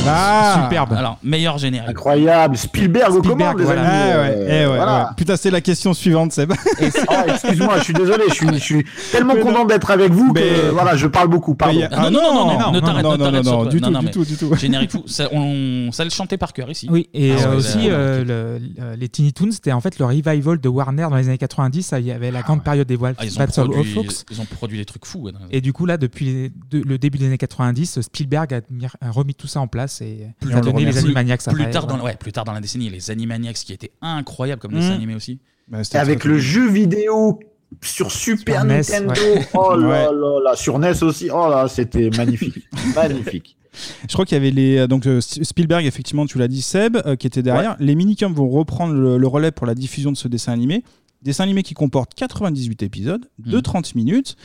Speaker 6: Bah Ah.
Speaker 1: Superbe. Alors meilleur générique.
Speaker 25: Incroyable. Spielberg, au
Speaker 1: Spielberg,
Speaker 25: commande, les
Speaker 1: voilà.
Speaker 25: amis.
Speaker 1: Ah
Speaker 25: Euh,
Speaker 1: ouais, eh ouais,
Speaker 25: voilà.
Speaker 1: ouais.
Speaker 6: Putain, c'est la question suivante, Seb.
Speaker 25: Ah, Excuse-moi, je suis désolé, je suis, je suis tellement content d'être avec vous que
Speaker 6: Mais-
Speaker 25: voilà, je parle beaucoup. Pardon.
Speaker 6: Mais- Ah, non, non, non, mais non,
Speaker 1: ne
Speaker 6: non,
Speaker 1: t'arrête,
Speaker 6: non,
Speaker 1: ne
Speaker 6: non,
Speaker 1: t'arrête
Speaker 6: non,
Speaker 1: surtout.
Speaker 6: du tout, du tout, du tout.
Speaker 1: Générique fou, ça, on, ça le chantait par cœur ici.
Speaker 4: Oui, et
Speaker 1: Ah ouais,
Speaker 4: euh,
Speaker 1: là,
Speaker 4: aussi,
Speaker 1: là, là.
Speaker 4: euh, le- le- les Tiny Toons, c'était en fait le revival de Warner dans les années 90. ça, Il y avait la grande période des Wal-
Speaker 1: Ah, ils, ont
Speaker 4: Battle of
Speaker 1: produit,
Speaker 4: Fox.
Speaker 1: ils ont produit des trucs fous. ouais, dans les-
Speaker 4: Et du coup, là, depuis les- de- le début des années 90, Spielberg a, mis- a remis tout ça en place et
Speaker 1: Plus-
Speaker 4: ça a donné les
Speaker 1: plus-
Speaker 4: Animaniacs.
Speaker 1: Plus,
Speaker 4: après,
Speaker 1: tard dans,
Speaker 4: voilà.
Speaker 1: ouais, plus tard dans la décennie, les Animaniacs qui étaient incroyables
Speaker 6: Mm.
Speaker 1: comme dessin
Speaker 25: Mhm.
Speaker 1: animé aussi.
Speaker 6: Bah,
Speaker 25: Et avec le jeu vidéo sur Super,
Speaker 1: Super NES,
Speaker 25: Nintendo,
Speaker 1: ouais.
Speaker 25: oh là
Speaker 1: Ouais.
Speaker 25: là là, sur NES aussi, oh là, c'était magnifique, magnifique.
Speaker 6: Je crois qu'il y avait les euh, donc euh, S- Spielberg effectivement tu l'as dit Seb euh, qui était derrière. Les Minicums vont reprendre le, le relais pour la diffusion de ce dessin animé. Dessin animé qui comporte 98 épisodes
Speaker 25: Hmm.
Speaker 6: de 30 minutes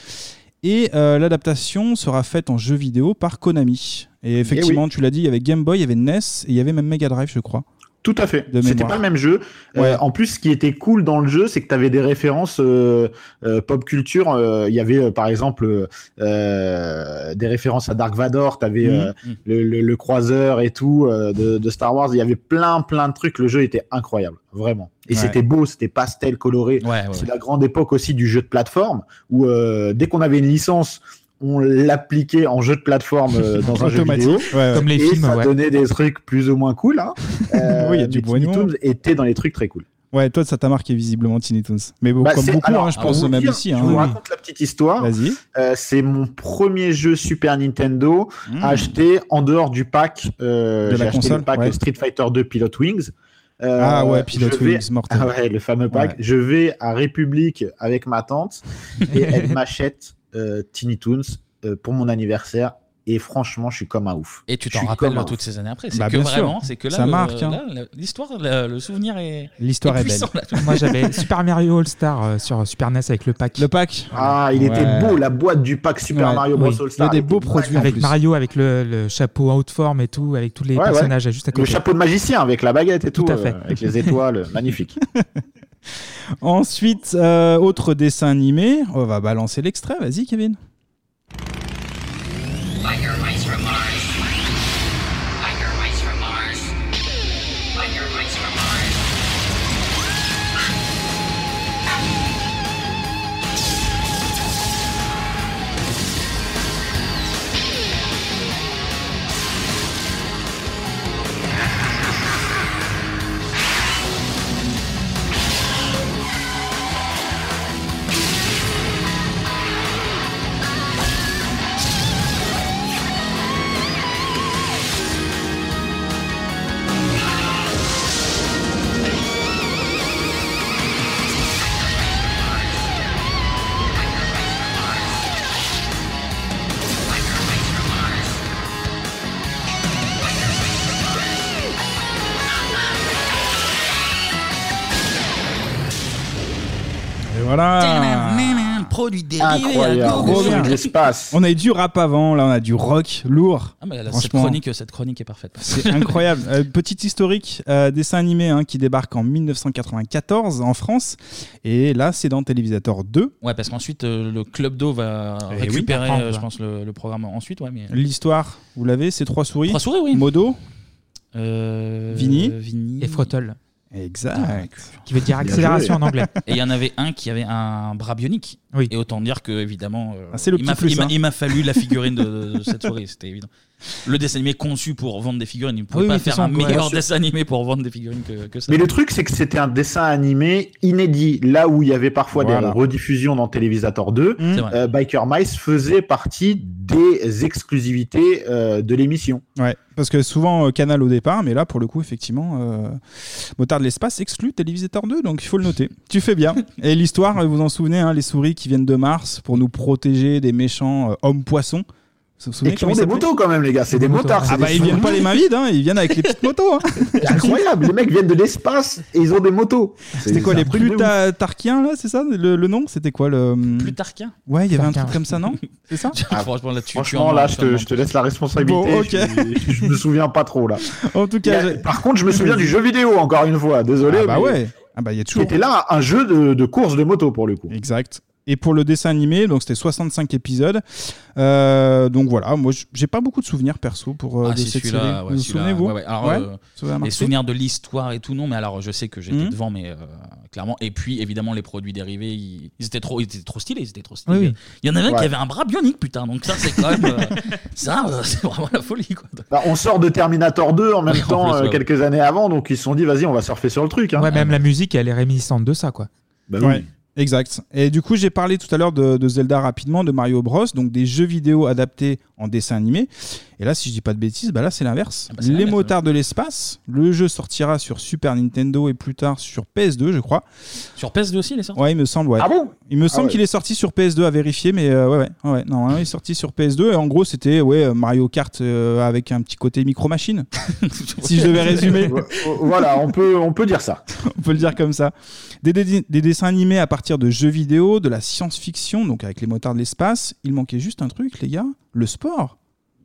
Speaker 6: et euh, l'adaptation sera faite en jeu vidéo par Konami.
Speaker 25: Eh
Speaker 6: Et effectivement tu l'as dit il y avait Game Boy, il y avait NES et il y avait même Mega Drive je crois.
Speaker 25: Tout à fait.
Speaker 6: De
Speaker 25: C'était
Speaker 6: mémoire.
Speaker 25: pas le même jeu. Euh, en plus, ce qui était cool dans le jeu, c'est que tu avais des références euh, euh, pop culture. Euh, Il y avait, euh, par exemple, euh, euh, des références à Dark Vador. Tu avais
Speaker 1: Mhm.
Speaker 25: le, le- le croiseur et tout euh, de, de Star Wars. Il y avait plein, plein de trucs. Le jeu était incroyable, vraiment. Et
Speaker 1: Ouais.
Speaker 25: c'était beau, c'était pastel, coloré.
Speaker 1: ouais,
Speaker 25: c'est
Speaker 1: ouais.
Speaker 25: la grande époque aussi du jeu de plateforme où euh, dès qu'on avait une licence, on l'appliquait en jeu de plateforme euh, dans un jeu
Speaker 6: Automatique.
Speaker 25: vidéo.
Speaker 6: Ouais, ouais. Comme les
Speaker 25: et
Speaker 6: films,
Speaker 25: ça
Speaker 6: ouais.
Speaker 25: donnait des trucs plus ou moins cool. Hein.
Speaker 6: Oui, il y a du
Speaker 25: mais Tiny
Speaker 6: bon
Speaker 25: Toons était dans les trucs très cool.
Speaker 6: Ouais, toi, ça t'a marqué visiblement, Tiny Toons. Mais bon,
Speaker 25: Bah,
Speaker 6: comme
Speaker 25: c'est-
Speaker 6: beaucoup,
Speaker 25: alors,
Speaker 6: hein, je
Speaker 25: pour
Speaker 6: pense
Speaker 25: vous
Speaker 6: même
Speaker 25: dire,
Speaker 6: ici.
Speaker 25: Je
Speaker 6: hein.
Speaker 25: vous raconte la petite histoire.
Speaker 6: Vas-y.
Speaker 25: Euh, c'est mon premier jeu Super Nintendo
Speaker 6: Mm.
Speaker 25: acheté en dehors du pack. euh,
Speaker 6: De
Speaker 25: j'ai
Speaker 6: la
Speaker 25: acheté
Speaker 6: console,
Speaker 25: le pack
Speaker 6: ouais.
Speaker 25: Street Fighter 2 Pilot Wings. Euh,
Speaker 6: Ah ouais,
Speaker 25: je
Speaker 6: Pilot
Speaker 25: vais-
Speaker 6: Wings, mortel.
Speaker 25: Ah ouais, le fameux pack.
Speaker 6: Ouais.
Speaker 25: Je vais à République avec ma tante et elle m'achète euh, Tiny Toons euh, pour mon anniversaire. Et franchement, je suis comme un ouf.
Speaker 1: Et tu
Speaker 25: Je
Speaker 1: t'en
Speaker 25: suis
Speaker 1: rappelles
Speaker 25: comme un
Speaker 1: toutes
Speaker 25: ouf.
Speaker 1: ces années après. C'est que vraiment, c'est que là,
Speaker 6: Bah, Ça
Speaker 1: le-
Speaker 6: marque, hein.
Speaker 1: là, la- l'histoire, la- le souvenir est.
Speaker 4: L'histoire est,
Speaker 1: puissant,
Speaker 4: belle.
Speaker 1: là.
Speaker 4: Moi j'avais Super Mario All Star euh, sur Super NES avec le pack. Le
Speaker 6: pack.
Speaker 25: Ah, il était beau, la boîte du pack Super Mario Bros. All-Star. était magnifique.
Speaker 4: avec Mario avec le, le chapeau out form et tout, avec tous les
Speaker 25: Ouais, ouais.
Speaker 4: personnages juste à côté.
Speaker 25: Le chapeau de magicien avec la baguette et tout,
Speaker 4: Tout à fait.
Speaker 25: euh, avec les étoiles, magnifique.
Speaker 6: Ensuite, euh, autre dessin animé. On va balancer l'extrait. Vas-y, Kevin.
Speaker 17: Biker Mice from Mars. Biker Mice from Mars. Biker Mice from Mars.
Speaker 6: Et voilà.
Speaker 1: Produit dérivé à
Speaker 6: Incroyable.
Speaker 1: gogo.
Speaker 6: On a eu du rap avant, là on a du rock lourd.
Speaker 1: Ah, mais là, cette
Speaker 6: Franchement.
Speaker 1: chronique, cette chronique est parfaite.
Speaker 6: C'est incroyable. Euh, petite historique, euh, dessin animé hein, qui débarque en 1994 en France. Et là, c'est dans Télévisateur 2.
Speaker 1: Ouais, parce qu'ensuite, euh, le Club d'eau va
Speaker 6: Eh oui,
Speaker 1: récupérer,
Speaker 6: apprendre,
Speaker 1: euh,
Speaker 6: là.
Speaker 1: je pense, le, le programme ensuite. Ouais, mais... euh.
Speaker 6: L'histoire, vous l'avez, c'est trois souris.
Speaker 1: Trois souris, oui.
Speaker 6: Modo,
Speaker 1: Euh,
Speaker 6: Vini,
Speaker 1: Vini.
Speaker 4: Et Frottle.
Speaker 6: Exact.
Speaker 4: Qui veut dire
Speaker 1: Bien
Speaker 4: accélération
Speaker 1: joué.
Speaker 4: en anglais.
Speaker 1: Et il y en avait un qui avait un bras bionique. Et autant dire que, évidemment, euh,
Speaker 6: Ah, c'est le
Speaker 1: il
Speaker 6: petit
Speaker 1: m'a-
Speaker 6: plus,
Speaker 1: il m'a
Speaker 6: hein.
Speaker 1: il m'a fallu la figurine de, de cette souris, c'était évident. Le dessin animé conçu pour vendre des figurines, il ne pouvait
Speaker 25: Oui,
Speaker 1: pas
Speaker 25: oui,
Speaker 1: faire
Speaker 25: c'est
Speaker 1: un
Speaker 25: ça, ouais.
Speaker 1: meilleur
Speaker 25: Bien sûr.
Speaker 1: dessin animé pour vendre des figurines que, que ça.
Speaker 25: Mais le truc, c'est que c'était un dessin animé inédit. Là où il y avait parfois
Speaker 1: Voilà.
Speaker 25: des rediffusions dans Télévisateur 2,
Speaker 4: Mmh.
Speaker 1: C'est vrai.
Speaker 25: euh, Biker Mice faisait partie des exclusivités euh, de l'émission.
Speaker 6: Ouais, parce que souvent euh, Canal au départ, mais là pour le coup, effectivement, euh, Motard de l'espace exclut Télévisateur 2, donc il faut le noter. Tu fais bien. Et l'histoire, euh, vous en souvenez, hein, les souris qui viennent de Mars pour nous protéger des méchants euh, hommes-poissons. Vous vous souvenez
Speaker 25: Et qui
Speaker 6: comment
Speaker 25: ont
Speaker 6: ils
Speaker 25: des
Speaker 6: s'appelaient
Speaker 25: motos quand même, les gars. C'est des motards. c'est
Speaker 6: Ah bah
Speaker 25: des
Speaker 6: ils viennent pas
Speaker 25: souris.
Speaker 6: les mains vides, hein, ils viennent avec les petites motos. hein.
Speaker 25: C'est incroyable. les mecs viennent de l'espace et ils ont des motos.
Speaker 6: C'était quoi les Plutarchiens là, c'est ça le, le nom C'était quoi le
Speaker 1: Plutarchien
Speaker 6: Ouais, il y avait un truc
Speaker 1: Plutarchien.
Speaker 6: comme ça, non C'est ça
Speaker 1: Franchement, là, tu- tu
Speaker 25: Ah, Franchement,
Speaker 1: en
Speaker 25: là,
Speaker 1: manges,
Speaker 25: je
Speaker 1: tu en
Speaker 25: te,
Speaker 1: manges.
Speaker 25: je te laisse la responsabilité.
Speaker 6: Bon, ok.
Speaker 25: je, je me souviens pas trop, là.
Speaker 6: En tout cas,
Speaker 25: Il y a- par contre, je me souviens du jeu vidéo, encore une fois. Désolé.
Speaker 6: Ah bah
Speaker 25: mais-
Speaker 6: ouais. Ah bah il y a toujours.
Speaker 25: C'était là un jeu de, de course de moto pour le coup.
Speaker 6: Exact. Et pour le dessin animé, donc c'était 65 épisodes. Euh, donc voilà, moi j- j'ai pas beaucoup de souvenirs perso pour euh,
Speaker 1: Ah,
Speaker 6: de
Speaker 1: si,
Speaker 6: cette série.
Speaker 1: celui-là, ouais,
Speaker 6: vous vous
Speaker 1: celui-là,
Speaker 6: souvenez-vous
Speaker 1: ouais, ouais. Alors,
Speaker 6: Ouais,
Speaker 1: euh,
Speaker 6: ça vous a
Speaker 1: Les
Speaker 6: marqué
Speaker 1: souvenirs de l'histoire et tout, non, mais alors je sais que j'étais
Speaker 6: Mhm.
Speaker 1: devant, mais euh, clairement. Et puis, évidemment, les produits dérivés, ils, ils étaient, trop, ils étaient trop stylés, ils étaient trop stylés.
Speaker 25: Oui, oui.
Speaker 1: Il y en avait un
Speaker 25: Ouais.
Speaker 1: qui avait un bras bionique, putain, donc ça, c'est quand même. euh, ça, euh, c'est vraiment la folie, quoi.
Speaker 25: Bah, on sort de Terminator 2 en même
Speaker 1: Oui, en
Speaker 25: temps,
Speaker 1: plus,
Speaker 25: euh,
Speaker 1: ouais, ouais.
Speaker 25: quelques années avant, donc ils se sont dit, vas-y, on va surfer sur le truc. hein.
Speaker 4: Ouais, même la musique, elle est réminiscente de ça, quoi.
Speaker 25: Bah
Speaker 6: Ouais, exact. Et du coup, j'ai parlé tout à l'heure de, de Zelda rapidement, de Mario Bros, donc des jeux vidéo adaptés en dessin animé. Et là, si je dis pas de bêtises, bah là c'est l'inverse.
Speaker 1: Ah c'est
Speaker 6: les
Speaker 1: l'inverse,
Speaker 6: motards de l'espace. Le jeu sortira sur Super Nintendo et plus tard sur PS2, je crois.
Speaker 1: Sur PS2 aussi, les sorties
Speaker 6: Ouais, il me semble. Ouais.
Speaker 1: Ah bon
Speaker 6: Il me
Speaker 1: Ah
Speaker 6: semble
Speaker 1: ouais.
Speaker 6: qu'il est sorti sur PS2 à vérifier, mais euh, ouais, ouais, ouais, ouais. Non, hein, il est sorti sur PS2 et en gros c'était ouais euh, Mario Kart euh, avec un petit côté micro machine. si je devais résumer.
Speaker 25: voilà, on peut, on peut dire ça.
Speaker 6: On peut le dire comme ça. Des, dé- des dessins animés à partir de jeux vidéo, de la science-fiction, donc avec les motards de l'espace. Il manquait juste un truc, les gars, le sport.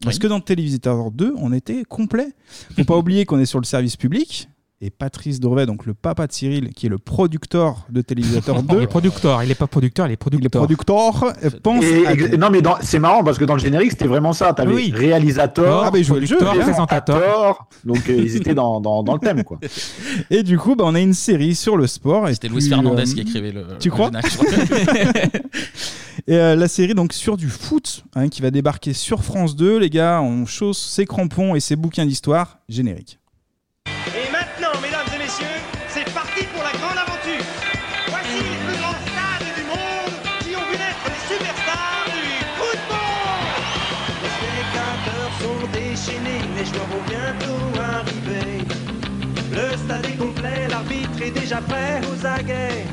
Speaker 6: Parce que dans Télévisateur 2, on était complet. Faut pas oublier qu'on est sur le service public. Et Patrice Dorvet, donc le papa de Cyril, qui est le producteur de Télévisateur 2.
Speaker 4: Il est producteur, il est pas producteur, il est producteur.
Speaker 6: producteur euh, pense
Speaker 25: Et-
Speaker 6: à- Ah
Speaker 25: et- non, mais dans- c'est marrant parce que dans le générique, c'était vraiment ça. T'avais
Speaker 6: Oui.
Speaker 25: réalisateur,
Speaker 6: Ah, bah, ils jouaient le jeu,
Speaker 25: producteur,
Speaker 6: bien.
Speaker 25: présentateur. Donc euh, ils étaient dans, dans, dans le thème, quoi.
Speaker 6: Et du coup, bah, on a une série sur le sport. et
Speaker 1: C'était Luis
Speaker 6: puis,
Speaker 1: Fernandez
Speaker 6: euh,
Speaker 1: qui écrivait le.
Speaker 6: Tu
Speaker 1: le
Speaker 6: crois
Speaker 1: générique, je crois.
Speaker 6: Et euh, la série donc sur du foot hein, qui va débarquer sur France 2. Les gars, on chausse ses crampons et ses bouquins d'histoire. Générique.
Speaker 17: Et maintenant, mesdames et messieurs, c'est parti pour la grande aventure. Voici les plus grands stades du monde qui ont vu naître les superstars du football. Les spectateurs sont déchaînés, les joueurs vont bientôt arriver. Le stade est complet, l'arbitre est déjà prêt aux aguets.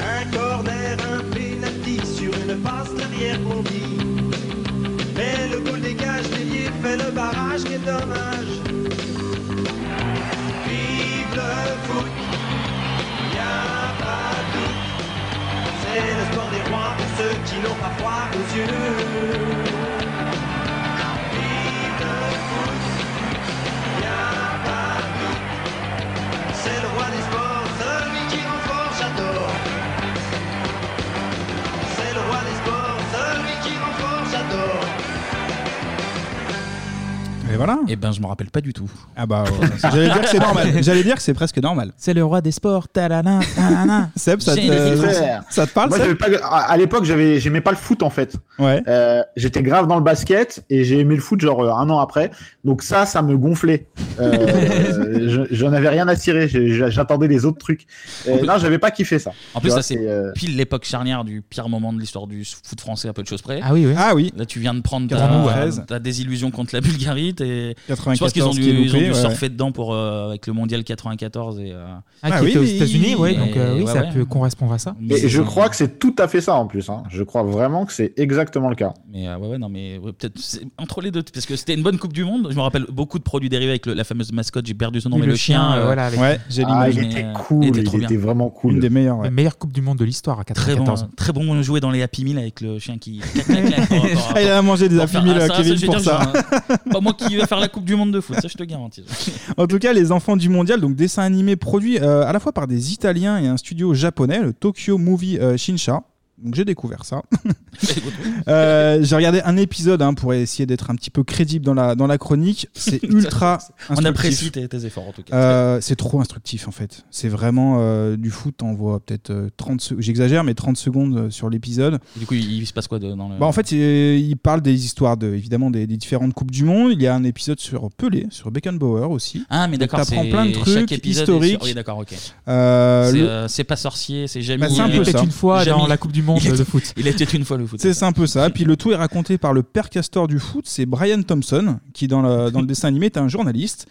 Speaker 17: Un corner, un penalty sur une passe l'arrière dit Mais le goal dégage, délié fait le barrage, quel dommage. Vive le foot, y a pas de doute. C'est le sport des rois pour ceux qui n'ont pas froid aux yeux. Vive le foot, y a pas de doute. C'est le roi des sports, celui qui renforce, j'adore. C'est le roi des sports, celui qui renforce, j'adore.
Speaker 6: Et voilà.
Speaker 1: Et ben je m'en rappelle pas du tout.
Speaker 6: Ah bah J'allais dire que c'est normal. J'allais dire que c'est presque normal.
Speaker 4: C'est le roi des sports. Talana, talana.
Speaker 6: Seb, ça
Speaker 25: Super.
Speaker 6: te, ça te parle
Speaker 25: Moi,
Speaker 6: Seb
Speaker 25: j'avais pas- à à l'époque, j'avais, j'aimais pas le foot en fait. Euh, j'étais grave dans le basket et j'ai aimé le foot genre euh, un an après. Donc ça, ça me gonflait. Euh, je- j'en avais rien à tirer. J'ai- j'a- J'attendais les autres trucs. Euh,
Speaker 1: En plus-
Speaker 25: non, j'avais pas kiffé ça.
Speaker 1: En
Speaker 25: Tu
Speaker 1: plus,
Speaker 25: vois, euh,
Speaker 1: ça c'est pile l'époque charnière du pire moment de l'histoire du foot français, à peu de choses près.
Speaker 4: Ah oui, oui.
Speaker 6: Ah oui.
Speaker 1: Là, tu viens de prendre ta,
Speaker 6: 93.
Speaker 1: ta désillusion contre la Bulgarie. t'es-
Speaker 6: 94
Speaker 1: je pense qu'ils ont dû,
Speaker 6: qui est loupé,
Speaker 1: ils ont dû
Speaker 6: ouais,
Speaker 1: surfer dedans pour, euh, avec le mondial 94. Et, euh,
Speaker 4: Ah, qui était aux États-Unis, ouais.
Speaker 1: Et-
Speaker 4: Donc euh, oui,
Speaker 1: ouais,
Speaker 4: ça
Speaker 1: ouais.
Speaker 4: peut correspondre à ça.
Speaker 25: Et je crois que c'est tout à fait ça en plus. hein. Je crois vraiment que c'est exactement le cas.
Speaker 1: Mais euh, ouais, ouais, non, mais ouais, peut-être c'est entre les deux, parce que c'était une bonne Coupe du Monde. Je me rappelle beaucoup de produits dérivés avec le- la fameuse mascotte, j'ai perdu son nom,
Speaker 4: Oui,
Speaker 1: mais
Speaker 4: le
Speaker 1: le chien. euh,
Speaker 4: chien, euh, voilà, avec-
Speaker 6: Ouais, j'ai
Speaker 25: Ah, il
Speaker 1: mais,
Speaker 25: était
Speaker 1: euh,
Speaker 25: cool. Il était,
Speaker 1: trop bien.
Speaker 25: vraiment cool.
Speaker 6: Une des meilleures. ouais.
Speaker 4: La meilleure Coupe du Monde de l'histoire à
Speaker 1: Très bon, hein.
Speaker 4: 94.
Speaker 1: très bon joué dans les Happy Meal avec le chien qui. clac, clac, clac, pour- pour-
Speaker 6: Ah, il a mangé des
Speaker 1: pour
Speaker 6: Happy
Speaker 1: faire-
Speaker 6: Meal,
Speaker 1: Ah, ça,
Speaker 6: Kevin,
Speaker 1: je vais
Speaker 6: pour
Speaker 1: dire,
Speaker 6: ça.
Speaker 1: genre, Pas moi qui vais faire la Coupe du Monde de foot, ça je te garantis.
Speaker 6: En tout cas, les enfants du mondial, donc dessin animé produit euh, à la fois par des Italiens et un studio japonais, le Tokyo Movie euh, Shinsha. Donc j'ai découvert ça. Euh, j'ai regardé un épisode hein, pour essayer d'être un petit peu crédible dans la, dans la chronique. C'est ultra.
Speaker 1: On
Speaker 6: instructif.
Speaker 1: apprécie tes, tes efforts en tout cas.
Speaker 6: Euh, c'est trop instructif en fait. C'est vraiment euh, du foot. On voit peut-être euh, 30 secondes. J'exagère, mais 30 secondes euh, sur l'épisode.
Speaker 1: Du coup, il, il se passe quoi de- dans le.
Speaker 6: Bah, en fait, euh, il parle des histoires de, évidemment des, des différentes coupes du monde. Il y a un épisode sur Pelé, sur Beckenbauer aussi.
Speaker 1: ah, mais
Speaker 6: Donc,
Speaker 1: d'accord,
Speaker 6: t'apprends
Speaker 1: c'est-
Speaker 6: plein de
Speaker 1: chaque
Speaker 6: trucs
Speaker 1: épisode est
Speaker 6: historiques.
Speaker 1: Sur... Oui, d'accord, ok.
Speaker 6: Euh,
Speaker 1: c'est,
Speaker 6: le-
Speaker 1: euh, c'est pas sorcier, c'est jamais.
Speaker 6: Bah, c'est un
Speaker 1: Il
Speaker 6: peu
Speaker 1: était
Speaker 6: ça.
Speaker 1: une fois dans
Speaker 6: Jamie.
Speaker 1: la Coupe du Monde
Speaker 6: Il était-
Speaker 1: de foot. Il était une fois le foot.
Speaker 6: C'est c'est un peu ça. Puis le tout est raconté par le père castor du foot, c'est Brian Thompson, qui dans le, dans le dessin animé est un journaliste.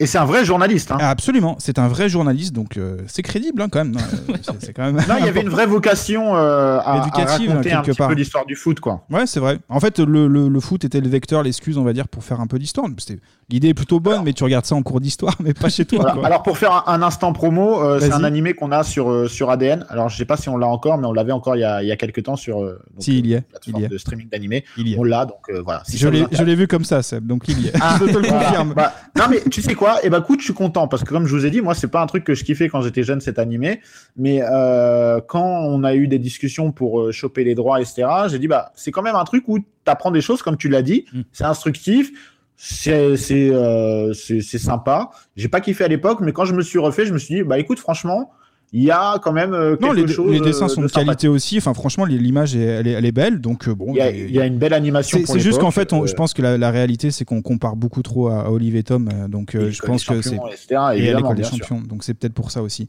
Speaker 25: Et c'est un vrai journaliste. hein.
Speaker 6: Absolument, c'est un vrai journaliste, donc euh, c'est crédible hein, quand même. Euh, c'est- c'est quand même
Speaker 25: Non, il y avait une vraie vocation euh, à, à
Speaker 6: Éducative,
Speaker 25: raconter
Speaker 6: hein,
Speaker 25: un
Speaker 6: quelque
Speaker 25: petit
Speaker 6: part.
Speaker 25: peu l'histoire du foot, quoi.
Speaker 6: Ouais, c'est vrai. En fait, le, le- le foot était le vecteur, l'excuse, on va dire, pour faire un peu d'histoire. C'était- L'idée est plutôt bonne, mais tu regardes ça en cours d'histoire, mais pas chez toi.
Speaker 25: Voilà.
Speaker 6: quoi.
Speaker 25: Alors pour faire un, un instant promo, euh, c'est
Speaker 6: Vas-y.
Speaker 25: un animé qu'on a sur, euh, sur ADN. Alors je sais pas si on l'a encore, mais on l'avait encore il y a, il y a quelques temps sur euh, donc,
Speaker 6: Si, il y
Speaker 25: euh,
Speaker 6: est,
Speaker 25: plateforme
Speaker 6: il y est.
Speaker 25: de streaming d'animé.
Speaker 6: Il y est.
Speaker 25: On l'a donc euh, voilà. Si
Speaker 6: je
Speaker 25: ça vous
Speaker 6: l'ai
Speaker 25: intéresse.
Speaker 6: je l'ai vu comme ça, Seb, donc il y est.
Speaker 25: Ah,
Speaker 6: je te le
Speaker 25: voilà.
Speaker 6: confirme.
Speaker 25: Bah, non mais tu sais quoi Et bah écoute, je suis content parce que comme je vous ai dit, moi c'est pas un truc que je kiffais quand j'étais jeune cet animé, mais euh, quand on a eu des discussions pour euh, choper les droits, etc. J'ai dit bah c'est quand même un truc où t'apprends des choses comme tu l'as dit,
Speaker 6: Mm.
Speaker 25: c'est instructif. C'est c'est euh, c'est c'est sympa. J'ai pas kiffé à l'époque, mais quand je me suis refait, je me suis dit bah écoute franchement, il y a quand même euh, quelque
Speaker 6: Non, les,
Speaker 25: chose.
Speaker 6: les dessins
Speaker 25: euh,
Speaker 6: sont
Speaker 25: de
Speaker 6: de
Speaker 25: sympa.
Speaker 6: qualité aussi. Enfin, franchement, les- l'image, est- elle est, elle est belle. Donc, euh, bon.
Speaker 25: Il y a-
Speaker 6: il-
Speaker 25: il y a une belle animation
Speaker 6: C'est
Speaker 25: pour
Speaker 6: c'est juste
Speaker 25: l'époque,
Speaker 6: qu'en fait, on-
Speaker 25: euh,
Speaker 6: je pense que la, la réalité, c'est qu'on compare beaucoup trop à, à Olivier Tom. euh, Donc, euh, je
Speaker 25: l'école des
Speaker 6: pense que c'est.
Speaker 25: champions, etc.,
Speaker 6: et à
Speaker 25: évidemment,
Speaker 6: l'école des
Speaker 25: bien sûr.
Speaker 6: champions. Donc, c'est peut-être pour ça aussi.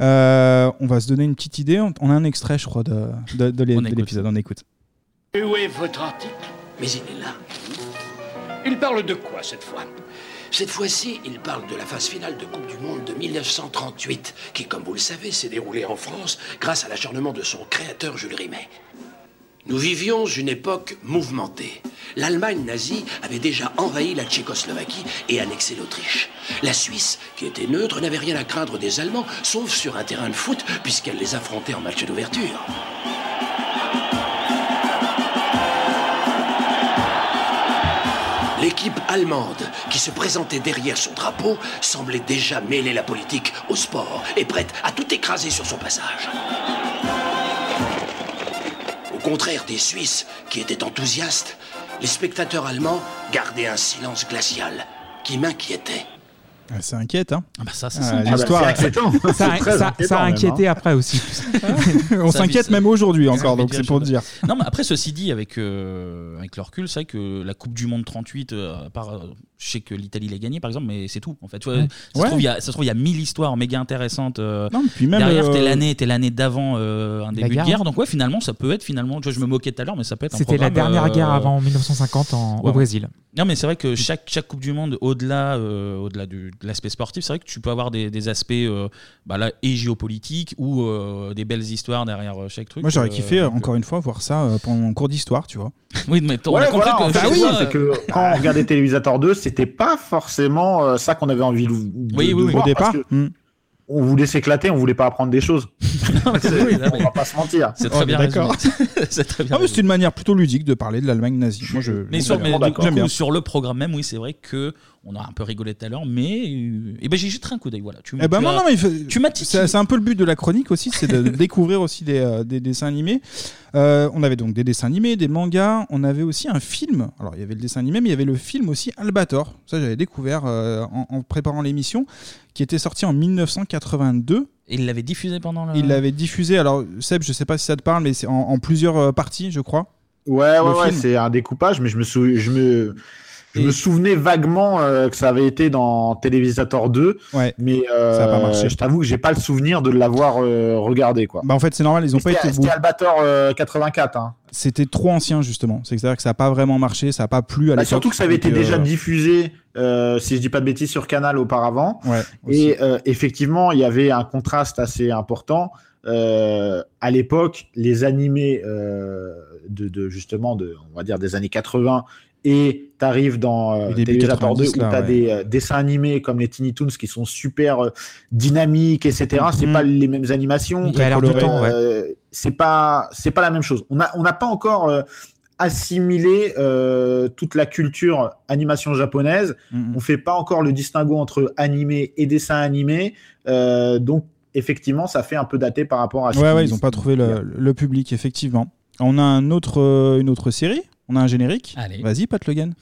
Speaker 6: Euh, on va se donner une petite idée. On, on a un extrait, je crois, de, de- de l'é- de l'épisode. On écoute.
Speaker 15: Et Où est votre article Mais il est là. Il parle de quoi cette fois
Speaker 23: Cette fois-ci, il parle de la phase finale de Coupe du Monde de 1938, qui, comme vous le savez, s'est déroulée en France grâce à l'acharnement de son créateur Jules Rimet. Nous vivions une époque mouvementée. L'Allemagne nazie avait déjà envahi la Tchécoslovaquie et annexé l'Autriche. La Suisse, qui était neutre, n'avait rien à craindre des Allemands, sauf sur un terrain de foot, puisqu'elle les affrontait en match d'ouverture. L'équipe allemande, qui se présentait derrière son drapeau, semblait déjà mêler la politique au sport et prête à tout écraser sur son passage. Au contraire des Suisses, qui étaient enthousiastes, les spectateurs allemands gardaient un silence glacial qui m'inquiétait.
Speaker 6: Ah, Ça inquiète, hein
Speaker 1: Ah bah ça,
Speaker 4: c'est ça. Ah bah, c'est inquiétant.
Speaker 6: ça,
Speaker 4: C'est très
Speaker 6: ça-
Speaker 4: inquiétant,
Speaker 6: ça a
Speaker 4: même,
Speaker 6: inquiété
Speaker 4: hein.
Speaker 6: après aussi. On
Speaker 1: Ça
Speaker 6: s'inquiète
Speaker 1: vit, ça.
Speaker 6: même aujourd'hui
Speaker 1: Ça
Speaker 6: encore,
Speaker 1: veut
Speaker 6: donc c'est pour
Speaker 1: je-
Speaker 6: dire.
Speaker 1: Non, mais après, ceci dit, avec, euh, avec le recul, c'est vrai que la Coupe du Monde 38, euh, à part, euh, je sais que l'Italie l'a gagnée, par exemple, mais c'est tout. En fait, tu vois,
Speaker 6: Ouais.
Speaker 1: ça, se
Speaker 6: Ouais.
Speaker 1: trouve, il y a, ça se trouve, il y a mille histoires méga intéressantes. euh,
Speaker 6: Non, mais puis même,
Speaker 1: derrière,
Speaker 6: euh,
Speaker 1: t'es l'année, t'es l'année d'avant euh, un
Speaker 4: La
Speaker 1: début
Speaker 4: guerre.
Speaker 1: de guerre. Donc, ouais, finalement, ça peut être finalement. Tu vois, je me moquais tout à l'heure, mais ça peut être un
Speaker 4: C'était la
Speaker 1: programme,
Speaker 4: dernière
Speaker 1: euh,
Speaker 4: guerre avant 1950 en-
Speaker 1: Ouais.
Speaker 4: au Brésil.
Speaker 1: Non, mais c'est vrai que chaque, chaque Coupe du Monde, au-delà euh, au-delà du- de l'aspect sportif, c'est vrai que tu peux avoir des, des aspects euh, bah là, et géopolitiques ou euh, des belles histoires derrière euh, chaque truc.
Speaker 6: Moi j'aurais
Speaker 1: euh,
Speaker 6: kiffé, euh, encore une fois, voir ça euh, pendant mon cours d'histoire, tu vois.
Speaker 1: Oui, mais on
Speaker 25: Ouais,
Speaker 1: a compris
Speaker 25: voilà, en
Speaker 1: que.
Speaker 25: fait,
Speaker 1: Ah
Speaker 25: c'est
Speaker 1: oui,
Speaker 25: ça,
Speaker 1: euh,
Speaker 25: c'est que quand on regardait Télévisateur 2, c'était pas forcément euh, ça qu'on avait envie de, de-
Speaker 1: oui,
Speaker 25: de
Speaker 1: oui.
Speaker 25: voir,
Speaker 1: Au départ,
Speaker 25: parce
Speaker 6: hmm.
Speaker 25: que On voulait s'éclater, on voulait pas apprendre des choses. on va pas se mentir.
Speaker 1: C'est
Speaker 6: très bien
Speaker 1: d'accord. c'est
Speaker 6: Oh, Ah, mais c'est une manière plutôt ludique de parler de l'Allemagne nazie. Moi, je,
Speaker 1: Mais, sur, mais
Speaker 6: j'aime
Speaker 1: du coup,
Speaker 6: bien.
Speaker 1: sur le programme même, oui, c'est vrai que on a un peu rigolé tout à l'heure, mais euh, eh ben, j'y jetterai un coup d'œil. Voilà. Tu,
Speaker 6: Eh ben
Speaker 1: tu
Speaker 6: non,
Speaker 1: as-
Speaker 6: non, mais il faut-
Speaker 1: tu m'as
Speaker 6: c'est c'est un peu le but de la chronique aussi, c'est de découvrir aussi des, euh, des dessins animés. Euh, on avait donc des dessins animés, des mangas, on avait aussi un film. Alors il y avait le dessin animé, mais il y avait le film aussi Albator. Ça j'avais découvert euh, en, en préparant l'émission, qui était sorti en 1982.
Speaker 1: Et il l'avait diffusé pendant la.
Speaker 6: Il l'avait diffusé. Alors Seb, je sais pas si ça te parle, mais c'est en, en plusieurs euh, parties, je crois.
Speaker 25: Ouais,
Speaker 6: Le
Speaker 25: ouais, ouais,
Speaker 6: film.
Speaker 25: c'est un découpage, mais je me, sou- je me... je me souvenais vaguement euh, que ça avait été dans Télévisateur 2, mais euh,
Speaker 6: Ça a pas marché.
Speaker 25: je t'avoue que j'ai pas le souvenir de l'avoir euh, regardé. Quoi.
Speaker 6: Bah en fait c'est normal, ils ont
Speaker 25: Mais
Speaker 6: pas été
Speaker 25: C'était
Speaker 6: au bout.
Speaker 25: c'était Albator euh, 84. Hein.
Speaker 6: C'était trop ancien justement. C'est-à-dire que ça a pas vraiment marché, ça a pas plu à
Speaker 25: Bah,
Speaker 6: l'époque.
Speaker 25: surtout que ça avait
Speaker 6: Donc,
Speaker 25: été déjà
Speaker 6: euh,
Speaker 25: diffusé, euh, si je dis pas de bêtises, sur Canal auparavant.
Speaker 6: Ouais,
Speaker 25: et euh, effectivement, il y avait un contraste assez important. Euh, à l'époque, les animés euh, de, de- justement de, on va dire des années 80 et t'arrives dans euh,
Speaker 6: Le début
Speaker 25: Télévisateur 2 où
Speaker 6: 90, là,
Speaker 25: t'as
Speaker 6: ouais.
Speaker 25: des euh, dessins animés comme les Tiny Toons qui sont super euh, dynamiques, etc.
Speaker 6: Mm.
Speaker 25: C'est pas les mêmes animations.
Speaker 4: Il y a l'air du
Speaker 25: Euh,
Speaker 4: temps, ouais.
Speaker 25: c'est pas c'est pas la même chose. On a on n'a pas encore euh, assimilé euh, toute la culture animation japonaise.
Speaker 6: Mm-hmm.
Speaker 25: On fait pas encore le distinguo entre animé et dessin animé. Euh, donc effectivement, ça fait un peu daté par rapport à. ce
Speaker 6: Ouais,
Speaker 25: qui-
Speaker 6: ouais, ils n'ont pas trouvé le, le public, effectivement. On a un autre, euh, une autre série On a un générique
Speaker 1: Allez.
Speaker 6: Vas-y, Pat Le Guen.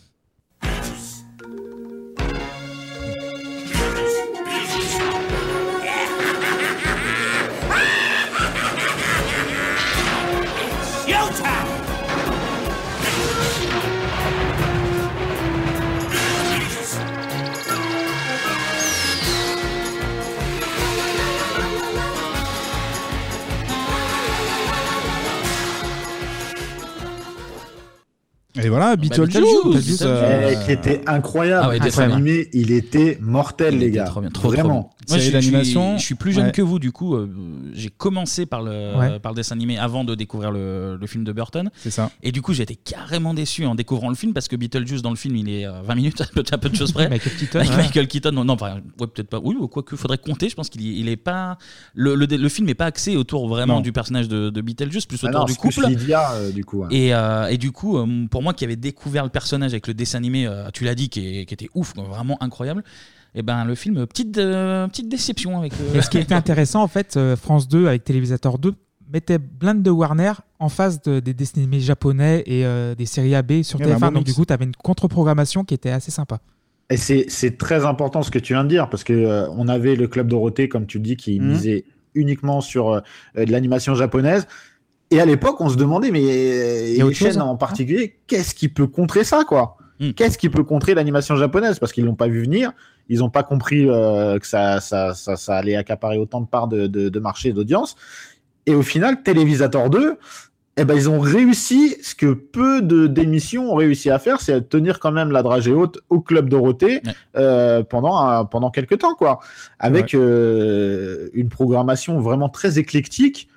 Speaker 6: Et
Speaker 25: Bah,
Speaker 6: voilà, Beetlejuice
Speaker 25: Eh,
Speaker 6: euh,
Speaker 25: qui était incroyable.
Speaker 1: Ah ouais, il était
Speaker 25: Son
Speaker 1: très bien.
Speaker 25: animé, il était mortel, les gars. Vraiment.
Speaker 1: Moi, je, suis- je suis-
Speaker 6: d'animation.
Speaker 1: je suis plus jeune
Speaker 6: Ouais.
Speaker 1: que vous, du coup. euh, j'ai commencé par le,
Speaker 6: Ouais.
Speaker 1: par le dessin animé avant de découvrir le, le film de Burton.
Speaker 6: C'est ça.
Speaker 1: Et du coup, j'étais carrément déçu en découvrant le film parce que Beetlejuice, dans le film, il est euh, 20 minutes, à peu, à peu de choses près.
Speaker 4: Michael Keaton,
Speaker 1: Avec
Speaker 4: ouais.
Speaker 1: Michael Keaton, non, non, enfin, ouais, peut-être pas. Oui, ou quoi que, faudrait compter. Je pense qu'il y- il est pas. Le, le, le film n'est pas axé autour vraiment
Speaker 25: Non.
Speaker 1: du personnage de, de Beetlejuice, plus
Speaker 25: Ah
Speaker 1: autour
Speaker 25: non,
Speaker 1: du
Speaker 25: c'est plus
Speaker 1: couple.
Speaker 25: Lydia, euh, du coup. hein.
Speaker 1: Et, euh, et du coup, euh, pour moi qui avait découvert le personnage avec le dessin animé, euh, tu l'as dit, qui, est- qui était ouf, quoi, vraiment incroyable, et ben le film, euh, petite, euh, petite déception avec. euh,
Speaker 4: Et ce qui était intéressant, en fait, euh, France 2 avec Télévisateur 2 mettait blinde de Warner en face de- des dessins animés japonais et euh, des séries AB sur
Speaker 25: Il y avait un
Speaker 4: TF1.
Speaker 25: bon
Speaker 4: donc, du
Speaker 25: mix.
Speaker 4: coup, tu avais une contre-programmation qui était assez sympa.
Speaker 25: Et c'est c'est très important ce que tu viens de dire, parce que euh, on avait le Club Dorothée, comme tu le dis, qui
Speaker 4: Mhm.
Speaker 25: misait uniquement sur euh, euh, de l'animation japonaise. Et à l'époque, on se demandait, mais euh,
Speaker 4: y a
Speaker 25: les
Speaker 4: autre chose Hmm.
Speaker 25: chaînes en particulier, qu'est-ce qui peut contrer ça, quoi Qu'est-ce qui peut contrer l'animation japonaise Parce qu'ils l'ont pas vu venir, ils n'ont pas compris euh, que ça, ça, ça, ça allait accaparer autant de parts de, de, de marché et d'audience. Et au final, Télévisateur 2, eh ben, ils ont réussi ce que peu de d'émissions ont réussi à faire, c'est à tenir quand même la dragée haute au club Dorothée euh, pendant un- pendant quelques temps quoi, avec euh, une programmation vraiment très éclectique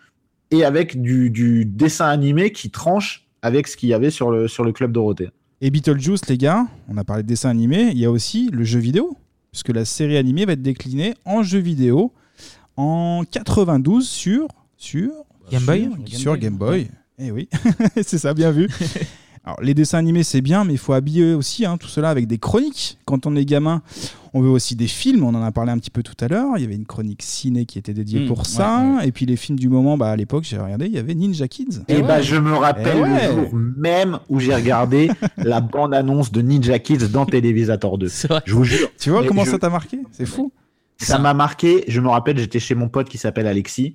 Speaker 25: et avec du, du dessin animé qui tranche avec ce qu'il y avait sur le sur le club Dorothée.
Speaker 6: Et Beetlejuice, les gars, on a parlé de dessin animé, il y a aussi le jeu vidéo, puisque la série animée va être déclinée en jeu vidéo en 92 sur, sur
Speaker 4: Game Boy
Speaker 6: Sur Game Boy, eh oui, c'est ça, bien vu. Alors, les dessins animés, c'est bien, mais il faut habiller aussi hein, tout cela avec des chroniques. Quand on est gamin, on veut aussi des films. On en a parlé un petit peu tout à l'heure. Il y avait une chronique ciné qui était dédiée
Speaker 1: Hmm,
Speaker 25: Mmh,
Speaker 6: pour ça. Et puis, les films du moment, bah, à l'époque, j'ai regardé, il y avait Ninja Kids.
Speaker 25: Et bah, je me rappelle
Speaker 6: Eh ouais.
Speaker 25: le jour même où j'ai regardé la bande-annonce de Ninja Kids dans Télévisator 2. Je vous jure.
Speaker 6: Tu vois
Speaker 25: Mais
Speaker 6: comment
Speaker 25: je-
Speaker 6: ça t'a marqué C'est fou.
Speaker 25: Ça m'a marqué. Je me rappelle, j'étais chez mon pote qui s'appelle Alexis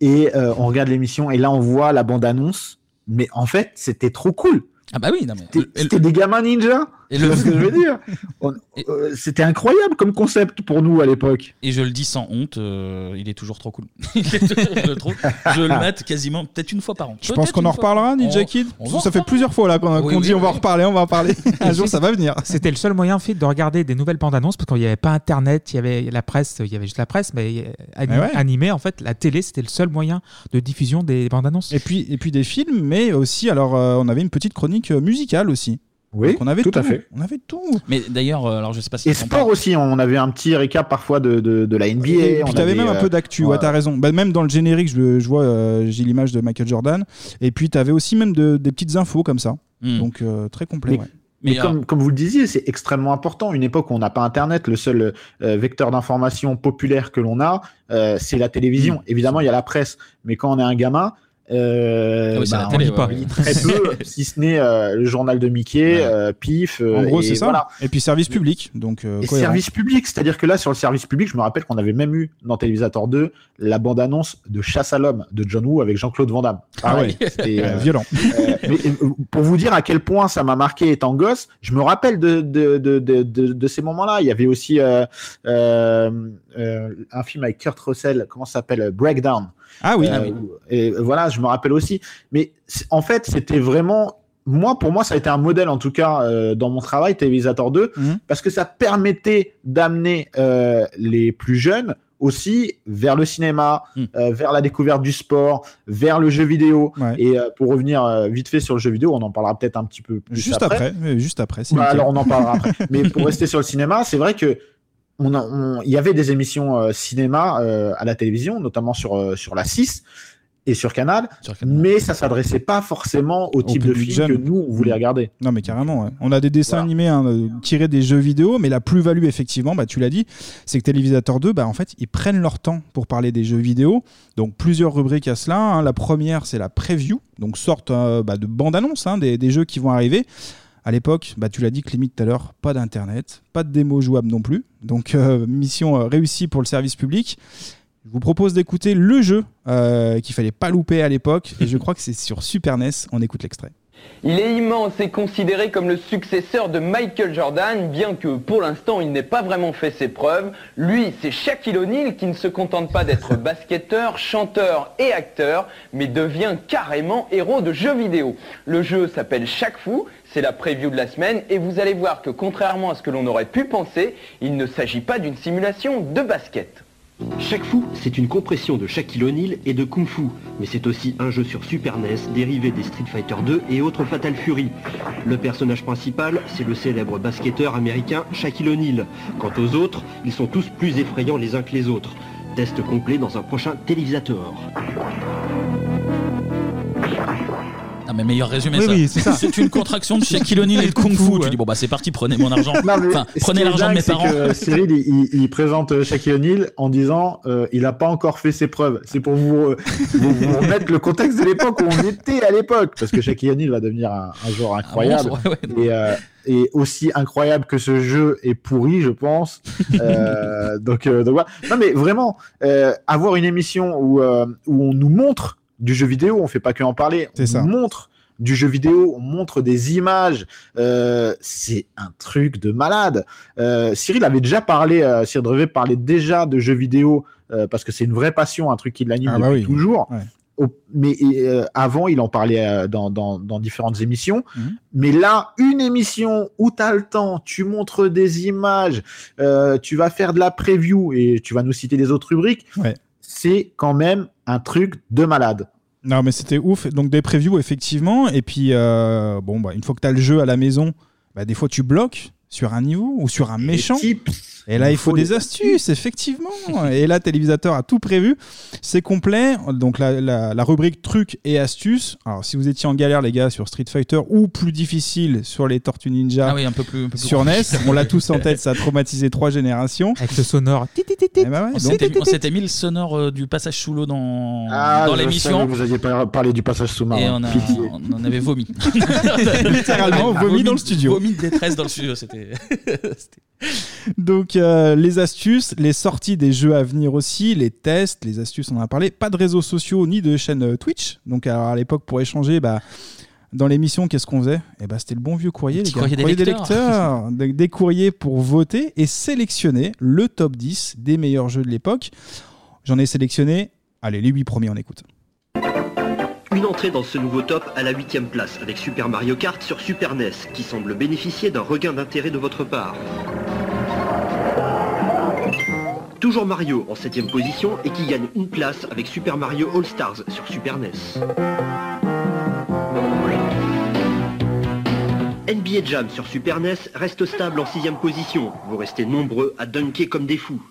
Speaker 25: et euh, on regarde l'émission et là on voit la bande-annonce. Mais en fait, c'était trop cool.
Speaker 1: Ah bah oui, non mais.
Speaker 25: C'était- C'était des gamins ninja.
Speaker 1: Et
Speaker 25: Et
Speaker 1: le-
Speaker 25: ce que je veux dire. On- euh, C'était incroyable comme concept pour nous à l'époque.
Speaker 1: Et je le dis sans honte, euh, il est toujours trop cool. Il est toujours- je, le trouve, je le mate quasiment peut-être une fois par an.
Speaker 6: Je pense qu'on en reparlera, Ninja Kid.
Speaker 1: on va
Speaker 6: Ça fait plusieurs fois là qu'on
Speaker 1: Oui,
Speaker 6: qu'on
Speaker 1: oui,
Speaker 6: dit on va en reparler, on va en parler. Un jour, ça va venir.
Speaker 4: C'était le seul moyen en fait de regarder des nouvelles bandes annonces parce qu'il n'y avait pas internet, il y avait la presse, il y avait juste la presse, mais euh, ani-
Speaker 6: Mais ouais.
Speaker 4: animé en fait, la télé c'était le seul moyen de diffusion des bandes annonces.
Speaker 6: Et puis, et puis des films, mais aussi, alors, euh, on avait une petite chronique euh, musicale aussi.
Speaker 25: Oui,
Speaker 6: on avait
Speaker 25: tout à fait.
Speaker 6: Ah On avait tout.
Speaker 1: Mais d'ailleurs, euh, alors je sais pas si.
Speaker 25: Et sport aussi, on avait un petit récap parfois de, de, de la NBA.
Speaker 6: Et
Speaker 25: on
Speaker 6: puis t'avais
Speaker 25: avait,
Speaker 6: même un
Speaker 25: euh,
Speaker 6: peu d'actu, ouais,
Speaker 25: ouais.
Speaker 6: t'as raison. Bah, même dans le générique, je, le- je vois, euh, j'ai l'image de Michael Jordan. Et puis t'avais aussi même de- des petites infos comme ça.
Speaker 1: Hmm.
Speaker 6: Donc euh, très complet.
Speaker 25: Mais,
Speaker 6: ouais.
Speaker 25: mais comme, comme vous le disiez, c'est extrêmement important. Une époque où on n'a pas Internet, le seul euh, vecteur d'information populaire que l'on a, euh, c'est la télévision.
Speaker 1: Mm.
Speaker 25: Évidemment, il y a la presse, mais quand on est un gamin, euh,
Speaker 1: Ah
Speaker 6: Bah,
Speaker 1: oui, c'est la
Speaker 25: on
Speaker 1: télé,
Speaker 25: lit
Speaker 1: ouais,
Speaker 25: pas.
Speaker 1: ouais.
Speaker 25: On lit très peu, si ce n'est euh, le journal de Mickey, euh, Pif. euh,
Speaker 6: en gros,
Speaker 25: et
Speaker 6: c'est ça.
Speaker 25: voilà.
Speaker 6: Et puis service public. Donc, euh,
Speaker 25: Et
Speaker 6: cohérent.
Speaker 25: service public, c'est-à-dire que là, sur le service public, je me rappelle qu'on avait même eu dans Télévisateur 2 la bande-annonce de Chasse à l'homme de John Woo avec Jean-Claude Van Damme.
Speaker 6: Ah ouais.
Speaker 25: c'était,
Speaker 6: Euh, violent.
Speaker 25: euh, mais, euh, pour vous dire à quel point ça m'a marqué étant gosse, je me rappelle de, de, de, de, de- de ces moments-là. Il y avait aussi euh, euh, euh, un film avec Kurt Russell, comment ça s'appelle euh, Breakdown.
Speaker 6: Ah oui.
Speaker 25: Euh, Et voilà, je me rappelle aussi. Mais c'est- en fait, c'était vraiment. Moi, pour moi, ça a été un modèle, en tout cas, euh, dans mon travail, Télévisateur 2,
Speaker 6: Mhm.
Speaker 25: parce que ça permettait d'amener euh, les plus jeunes aussi vers le cinéma,
Speaker 6: Mhm.
Speaker 25: euh, vers la découverte du sport, vers le jeu vidéo. Et euh, pour revenir euh, vite fait sur le jeu vidéo, on en parlera peut-être un petit peu plus
Speaker 6: Juste après. mais juste après. c'est
Speaker 25: bah,
Speaker 6: nickel.
Speaker 25: alors on en parlera après. Mais pour rester sur le cinéma, c'est vrai que on a- on- il y avait des émissions euh, cinéma euh, à la télévision, notamment sur, euh, sur la 6 et sur Canal, mais ça s'adressait pas forcément au type de
Speaker 6: public
Speaker 25: film que
Speaker 6: jeune.
Speaker 25: nous on
Speaker 1: Mmh.
Speaker 25: voulait regarder.
Speaker 6: Non, mais carrément. ouais. On a des dessins animés hein, euh, tirés des jeux vidéo, mais la plus-value, effectivement, bah, tu l'as dit, c'est que Télévisateur 2, bah, en fait, ils prennent leur temps pour parler des jeux vidéo. Donc, plusieurs rubriques à cela. hein. La première, c'est la preview, donc sorte euh, bah, de bande-annonce hein, des, des jeux qui vont arriver. À l'époque, bah, tu l'as dit, Clémy, tout à l'heure, pas d'Internet, pas de démo jouable non plus. Donc, euh, mission euh, réussie pour le service public. Je vous propose d'écouter le jeu euh, qu'il fallait pas louper à l'époque. Et je crois que c'est sur Super NES. On écoute l'extrait.
Speaker 10: Il est immense et considéré comme le successeur de Michael Jordan, bien que pour l'instant il n'ait pas vraiment fait ses preuves. Lui, c'est Shaquille O'Neal qui ne se contente pas d'être basketteur, chanteur et acteur, mais devient carrément héros de jeux vidéo. Le jeu s'appelle Shaq Fou, c'est la preview de la semaine, et vous allez voir que contrairement à ce que l'on aurait pu penser, il ne s'agit pas d'une simulation de basket.
Speaker 18: Chaque fou, c'est une compression de Shaquille O'Neal et de Kung Fu, mais c'est aussi un jeu sur Super NES dérivé des Street Fighter 2 et autres Fatal Fury. Le personnage principal, c'est le célèbre basketteur américain Shaquille O'Neal. Quant aux autres, ils sont tous plus effrayants les uns que les autres. Test complet dans un prochain télévisateur.
Speaker 1: Ah, mais meilleur résumé,
Speaker 18: Oui,
Speaker 1: ça.
Speaker 18: oui, c'est ça.
Speaker 1: C'est une contraction de Shaquille O'Neal et de Kung Fu. Tu dis, bon, bah, c'est parti, prenez mon argent.
Speaker 25: Non, mais
Speaker 1: Enfin,
Speaker 25: ce qui
Speaker 1: prenez
Speaker 25: est
Speaker 1: l'argent de
Speaker 25: dingue,
Speaker 1: mes
Speaker 25: c'est
Speaker 1: parents.
Speaker 25: que Cyril, il, il- il présente euh, Shaquille O'Neal en disant euh, il n'a pas encore fait ses preuves. C'est pour vous, euh, vous, vous remettre le contexte de l'époque où on était à l'époque. Parce que Shaquille O'Neal va devenir un, un joueur incroyable.
Speaker 1: monstre,
Speaker 25: et, euh, et aussi incroyable que ce jeu est pourri, je pense. Euh, donc, euh, donc voilà. Non, mais vraiment, euh, avoir une émission où, euh, où on nous montre du jeu vidéo, on fait pas que en parler, on nous montre du jeu vidéo, on montre des images, euh, c'est un truc de malade. Euh, Cyril avait déjà parlé, euh, Cyril Drevet parlait déjà de jeux vidéo euh, parce que c'est une vraie passion, un truc qui l'anime
Speaker 6: Ah bah
Speaker 25: depuis
Speaker 6: oui.
Speaker 25: toujours.
Speaker 6: Ouais.
Speaker 25: Au- mais euh, avant, il en parlait euh, dans, dans- dans différentes émissions. Mais là, une émission où tu as le temps, tu montres des images, euh, tu vas faire de la preview et tu vas nous citer les autres rubriques. C'est quand même un truc de malade.
Speaker 6: Non, mais c'était ouf. Donc, des previews, effectivement. Et puis, euh, bon, bah, une fois que tu as le jeu à la maison, bah, des fois, tu bloques sur un niveau ou sur un méchant.
Speaker 25: tips.
Speaker 6: Et là, il faut,
Speaker 25: Faut
Speaker 6: des
Speaker 25: les
Speaker 6: astuces, effectivement. et là, télévisateur a tout prévu. C'est complet. Donc, la, la- la rubrique trucs et astuces. Alors, si vous étiez en galère, les gars, sur Street Fighter ou plus difficile sur les Tortues Ninja
Speaker 4: Ah oui, un peu plus- un peu plus
Speaker 6: sur NES,
Speaker 4: compliqué.
Speaker 6: on l'a tous en tête. Ça a traumatisé trois générations.
Speaker 4: Avec le sonore.
Speaker 6: Eh ben ouais,
Speaker 1: On
Speaker 6: donc-
Speaker 1: s'était on s'était mis le sonore euh, du passage sous l'eau dans,
Speaker 25: Ah,
Speaker 1: dans
Speaker 25: je savais
Speaker 1: l'émission.
Speaker 25: que Vous aviez pas parlé du passage
Speaker 1: Et
Speaker 25: sous-marin.
Speaker 1: on, a-
Speaker 25: Pitié.
Speaker 1: on en avait vomi.
Speaker 6: Littéralement, vomi dans le studio.
Speaker 1: Vomi de détresse dans le studio. C'était. c'était-
Speaker 6: Donc euh, les astuces, les sorties des jeux à venir aussi, les tests, les astuces, on en a parlé. Pas de réseaux sociaux ni de chaîne euh, Twitch. Donc alors, à l'époque pour échanger, bah, dans l'émission, qu'est-ce qu'on faisait Eh ben, C'était le bon vieux courrier, les
Speaker 1: petit
Speaker 6: gars.
Speaker 1: courrier des lecteurs.
Speaker 6: lecteurs. des, des courriers pour voter et sélectionner le top 10 des meilleurs jeux de l'époque. J'en ai sélectionné, allez, les 8 premiers, on écoute.
Speaker 18: Une entrée dans ce nouveau top à la 8ème place avec Super Mario Kart sur Super NES qui semble bénéficier d'un regain d'intérêt de votre part. Toujours Mario en 7ème position et qui gagne une place avec Super Mario All Stars sur Super E NES. NBA Jam sur Super NES reste stable en 6ème position. Vous restez nombreux à dunker comme des fous.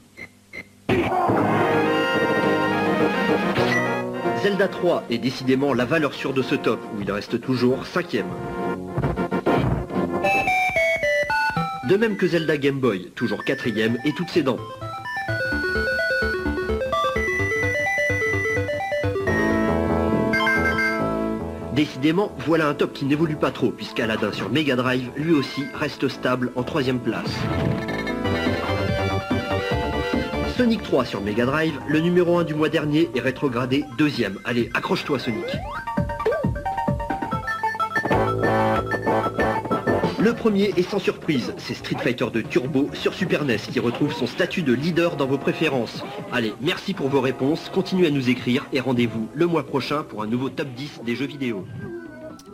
Speaker 18: Zelda 3 est décidément la valeur sûre de ce top, où il reste toujours cinquième. De même que Zelda Game Boy, toujours quatrième et toutes ses dents. Décidément, voilà un top qui n'évolue pas trop, puisqu'Aladin sur Mega Drive, lui aussi, reste stable en troisième place. Sonic 3 sur Mega Drive, le numéro 1 du mois dernier est rétrogradé deuxième. Allez, accroche-toi Sonic. Le premier est sans surprise, c'est Street Fighter 2 Turbo sur Super NES qui retrouve son statut de leader dans vos préférences. Allez, merci pour vos réponses, continuez à nous écrire et rendez-vous le mois prochain pour un nouveau top 10 des jeux vidéo.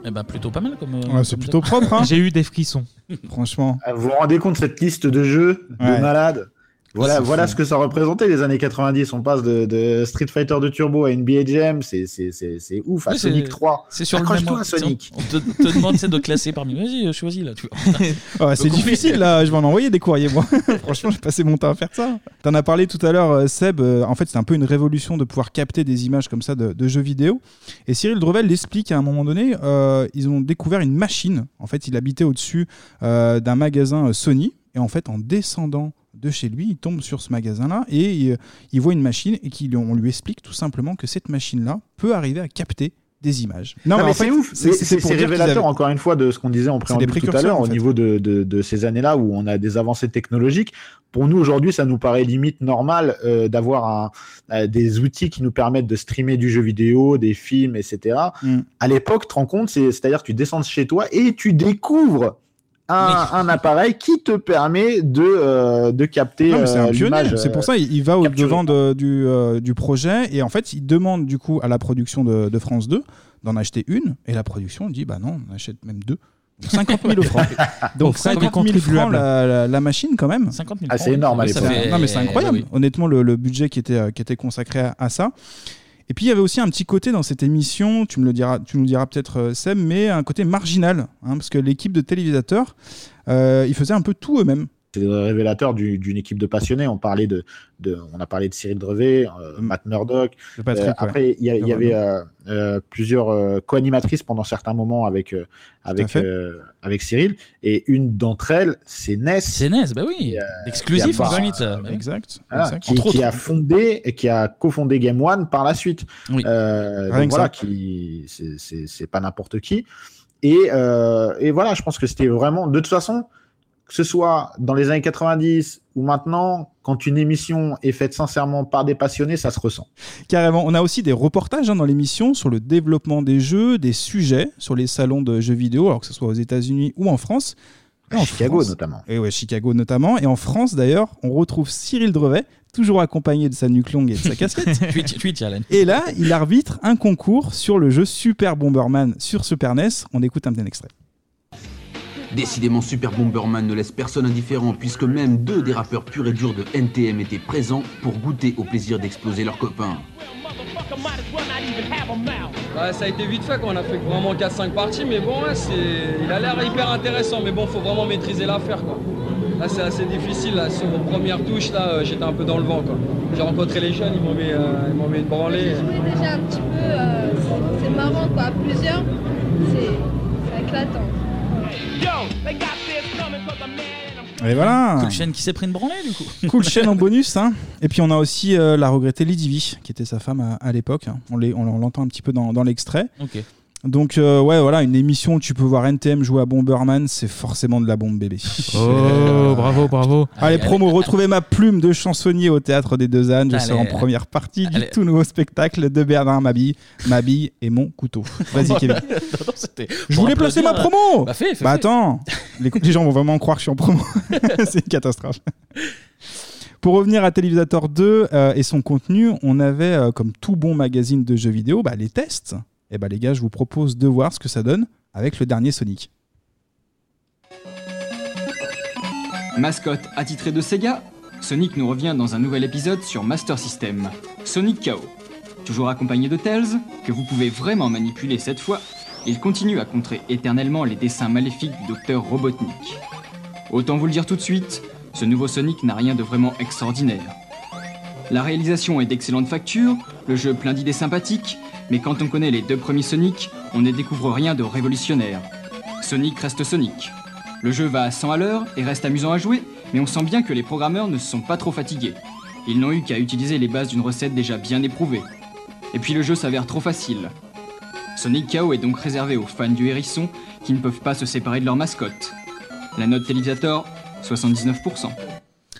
Speaker 1: Eh ben, plutôt pas mal comme. euh,
Speaker 6: Ouais, c'est
Speaker 1: comme
Speaker 6: plutôt
Speaker 1: top.
Speaker 6: propre. hein.
Speaker 4: J'ai eu des frissons.
Speaker 6: Franchement.
Speaker 25: Ah, Vous vous rendez compte cette liste de jeux
Speaker 6: Ouais.
Speaker 25: de malades voilà,
Speaker 6: C'est
Speaker 25: voilà
Speaker 6: fou.
Speaker 25: ce que ça représentait les années 90. On passe de, de Street Fighter de Turbo à NBA Jam, c'est c'est- c'est- c'est ouf. À
Speaker 1: Oui, c'est-
Speaker 25: Bah, Sonic 3,
Speaker 1: C'est sur le même
Speaker 25: accroche-toi à
Speaker 1: ordre.
Speaker 25: Sonic.
Speaker 1: On te, te demande c'est de classer parmi. Vas-y, euh, choisis là. Tu vois.
Speaker 6: Ouais, c'est
Speaker 1: Donc, on fait-
Speaker 6: difficile là, je vais en envoyer des courriers moi. Franchement, j'ai passé mon temps à faire ça. T'en as parlé tout à l'heure, euh, Seb. euh, En fait, c'est un peu une révolution de pouvoir capter des images comme ça de, de jeux vidéo. Et Cyril Drevel l'explique à un moment donné. euh, ils ont découvert une machine. En fait, il habitait au-dessus euh, d'un magasin euh, Sony. Et en fait, en descendant de chez lui, il tombe sur ce magasin-là et il, il voit une machine et qu'il- on lui explique tout simplement que cette machine-là peut arriver à capter des images.
Speaker 25: Non, mais,
Speaker 6: en
Speaker 25: c'est
Speaker 6: fait,
Speaker 25: ouf.
Speaker 6: c'est-
Speaker 25: Mais
Speaker 6: c'est
Speaker 25: C'est
Speaker 6: pour
Speaker 25: c'est
Speaker 6: dire qu'ils
Speaker 25: révélateur
Speaker 6: avaient-
Speaker 25: encore une fois de ce qu'on disait en
Speaker 6: C'est des
Speaker 25: préambule tout à
Speaker 6: précurseurs,
Speaker 25: l'heure
Speaker 6: en
Speaker 25: au
Speaker 6: fait.
Speaker 25: niveau de, de- de ces années-là où on a des avancées technologiques. Pour nous aujourd'hui, ça nous paraît limite normal euh, d'avoir un- euh, des outils qui nous permettent de streamer du jeu vidéo, des films, etc.
Speaker 6: Mm.
Speaker 25: À l'époque, tu te rends compte, c'est- c'est-à-dire que tu descends de chez toi et tu découvres. Un, un appareil qui te permet de, euh, de capter
Speaker 6: Non, mais c'est un
Speaker 25: euh,
Speaker 6: pionnier.
Speaker 25: l'image,
Speaker 6: C'est
Speaker 25: euh,
Speaker 6: pour ça il, il va au devant de- du, euh, du projet et en fait il demande du coup à la production de, de France 2 d'en acheter une et la production dit bah non on achète même deux. Donc 50 000 francs.
Speaker 4: Au
Speaker 6: Donc
Speaker 4: frais du
Speaker 6: 50 000 francs
Speaker 4: contribuable.
Speaker 6: la, la- la machine quand même.
Speaker 1: 50
Speaker 25: 000 Ah, c'est francs, oui. énorme à
Speaker 6: Ça
Speaker 25: l'époque.
Speaker 6: fait- Non mais c'est
Speaker 25: Eh
Speaker 6: incroyable.
Speaker 25: oui.
Speaker 6: Honnêtement le, le budget qui était, euh, qui était consacré à, à ça. Et puis il y avait aussi un petit côté dans cette émission, tu me le diras, tu nous diras peut-être euh, Seb, mais un côté marginal, hein, parce que l'équipe de télévisateurs, euh, ils faisaient un peu tout eux-mêmes.
Speaker 25: c'est révélateur du- d'une équipe de passionnés. On parlait de, de- on a parlé de Cyril Drevet, euh, Matt Murdock.
Speaker 6: Mm.
Speaker 25: Euh,
Speaker 6: De Patrick, ouais.
Speaker 25: Après, il y, a- il y
Speaker 6: Normalement.
Speaker 25: avait euh, euh, plusieurs euh, co-animatrices pendant certains moments avec euh, avec
Speaker 6: fait.
Speaker 25: euh, avec Cyril. Et une d'entre elles, c'est Ness. euh, C'est
Speaker 1: Ness, bah oui. Exclusif
Speaker 25: en
Speaker 1: ensuite, bah oui.
Speaker 6: Exact. exact.
Speaker 25: Ah, qui,
Speaker 6: Entre
Speaker 25: qui
Speaker 6: autres.
Speaker 25: a fondé et qui a cofondé Game One par la suite. Euh,
Speaker 6: Rien
Speaker 25: donc
Speaker 6: que
Speaker 25: voilà,
Speaker 6: ça.
Speaker 25: qui c'est- c'est c'est pas n'importe qui. Et, euh, et voilà, je pense que c'était vraiment. De toute façon, que ce soit dans les années 90 ou maintenant, quand une émission est faite sincèrement par des passionnés, ça se ressent.
Speaker 6: Carrément. On a aussi des reportages hein, dans l'émission sur le développement des jeux, des sujets sur les salons de jeux vidéo, alors que ce soit aux États-Unis ou en France. Et en
Speaker 25: Chicago,
Speaker 6: France-
Speaker 25: notamment.
Speaker 6: Et ouais, Chicago notamment. Et en France d'ailleurs, on retrouve Cyril Drevet, toujours accompagné de sa nuque longue et de sa casquette.
Speaker 1: Tweet, tweet, Alan.
Speaker 6: et là, il arbitre un concours sur le jeu Super Bomberman sur Super NES. On écoute un petit extrait.
Speaker 7: Décidément, Super Bomberman ne laisse personne indifférent, puisque même deux des rappeurs purs et durs de NTM étaient présents pour goûter au plaisir d'exploser leurs copains.
Speaker 8: Fuck, I might as well not even have a mouth.
Speaker 28: Bah, ça a été vite fait quand on a fait vraiment 4-5 parties, mais bon, ouais, c'est... il a l'air hyper intéressant, mais bon, faut vraiment maîtriser l'affaire. Quoi. Là, c'est assez difficile. Là. Sur vos premières touches, là, euh, j'étais un peu dans le vent. Quoi. J'ai rencontré les jeunes, ils m'ont mis, euh, ils m'ont mis une branlée.
Speaker 29: déjà un petit peu, euh, c'est- c'est marrant quoi, à plusieurs, c'est c'est éclatant.
Speaker 6: Et voilà.
Speaker 1: Cool chaîne qui s'est pris une branlée du coup.
Speaker 6: Cool chaîne en bonus. hein. Et puis on a aussi euh, la regrettée Lydivie, qui était sa femme à, à l'époque. hein. On l'est- on l'entend un petit peu dans, dans l'extrait.
Speaker 1: Ok.
Speaker 6: Donc euh, ouais, voilà, une émission où tu peux voir NTM jouer à Bomberman, c'est forcément de la bombe bébé.
Speaker 4: Oh, bravo, bravo.
Speaker 6: Allez, promo, retrouvez ma plume de chansonnier au Théâtre des Deux Ânes. Je
Speaker 4: Allez.
Speaker 6: serai en première partie du
Speaker 4: Allez.
Speaker 6: tout nouveau spectacle de Bernard Mabille, Ma bille et mon couteau. Vas-y Kevin.
Speaker 1: Non, non, c'était-
Speaker 6: Je
Speaker 1: pour
Speaker 6: voulais placer ma
Speaker 1: applaudir, euh,
Speaker 6: promo
Speaker 1: Bah, fais, fais,
Speaker 6: Bah
Speaker 1: fais.
Speaker 6: attends les, les gens vont vraiment croire que je suis en promo. C'est une catastrophe. Pour revenir à Télévisator 2 euh, et son contenu, on avait, euh, comme tout bon magazine de jeux vidéo, bah, les tests. Et bah les gars, je vous propose de voir ce que ça donne avec le dernier Sonic.
Speaker 30: Mascotte attitrée de Sega, Sonic nous revient dans un nouvel épisode sur Master System, Sonic KO. Toujours accompagné de Tails, que vous pouvez vraiment manipuler cette fois, il continue à contrer éternellement les dessins maléfiques du docteur Robotnik. Autant vous le dire tout de suite, ce nouveau Sonic n'a rien de vraiment extraordinaire. La réalisation est d'excellente facture, le jeu plein d'idées sympathiques, mais quand on connaît les deux premiers Sonic, on ne découvre rien de révolutionnaire. Sonic reste Sonic. Le jeu va à 100 à l'heure et reste amusant à jouer, mais on sent bien que les programmeurs ne se sont pas trop fatigués. Ils n'ont eu qu'à utiliser les bases d'une recette déjà bien éprouvée. Et puis le jeu s'avère trop facile. Sonic KO est donc réservé aux fans du hérisson qui ne peuvent pas se séparer de leur mascotte. La note Télévisator, 79%.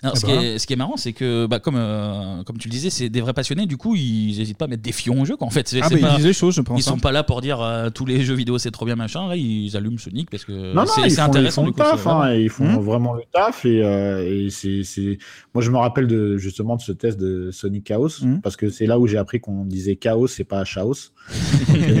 Speaker 1: Non,
Speaker 6: Eh
Speaker 1: ce, qui
Speaker 6: ben.
Speaker 1: est, ce qui est marrant, c'est que, bah, comme, euh, comme tu le disais, c'est des vrais passionnés, du coup, ils n'hésitent pas à mettre des fions au jeu. Quoi. En fait, c'est,
Speaker 6: Ah,
Speaker 1: c'est
Speaker 6: bah, ils
Speaker 1: pas-
Speaker 6: disent les choses, je pense,
Speaker 1: Ils sont
Speaker 6: hein.
Speaker 1: pas là pour dire euh, tous les jeux vidéo c'est trop bien, machin. Là, ils allument Sonic parce
Speaker 6: Euh,
Speaker 1: que
Speaker 25: Non, non,
Speaker 1: c'est,
Speaker 25: ils,
Speaker 1: c'est
Speaker 25: font,
Speaker 1: intéressant.
Speaker 25: ils font
Speaker 1: du coup,
Speaker 25: le
Speaker 1: c'est
Speaker 25: taf, hein,
Speaker 1: vraiment-
Speaker 25: et ils font
Speaker 1: Mmh.
Speaker 25: vraiment le taf. Et, euh, et c'est, c'est- Moi, je me rappelle de, justement de ce test de Sonic Chaos,
Speaker 6: Mmh.
Speaker 25: parce que c'est là où j'ai appris qu'on disait Chaos et pas Chaos.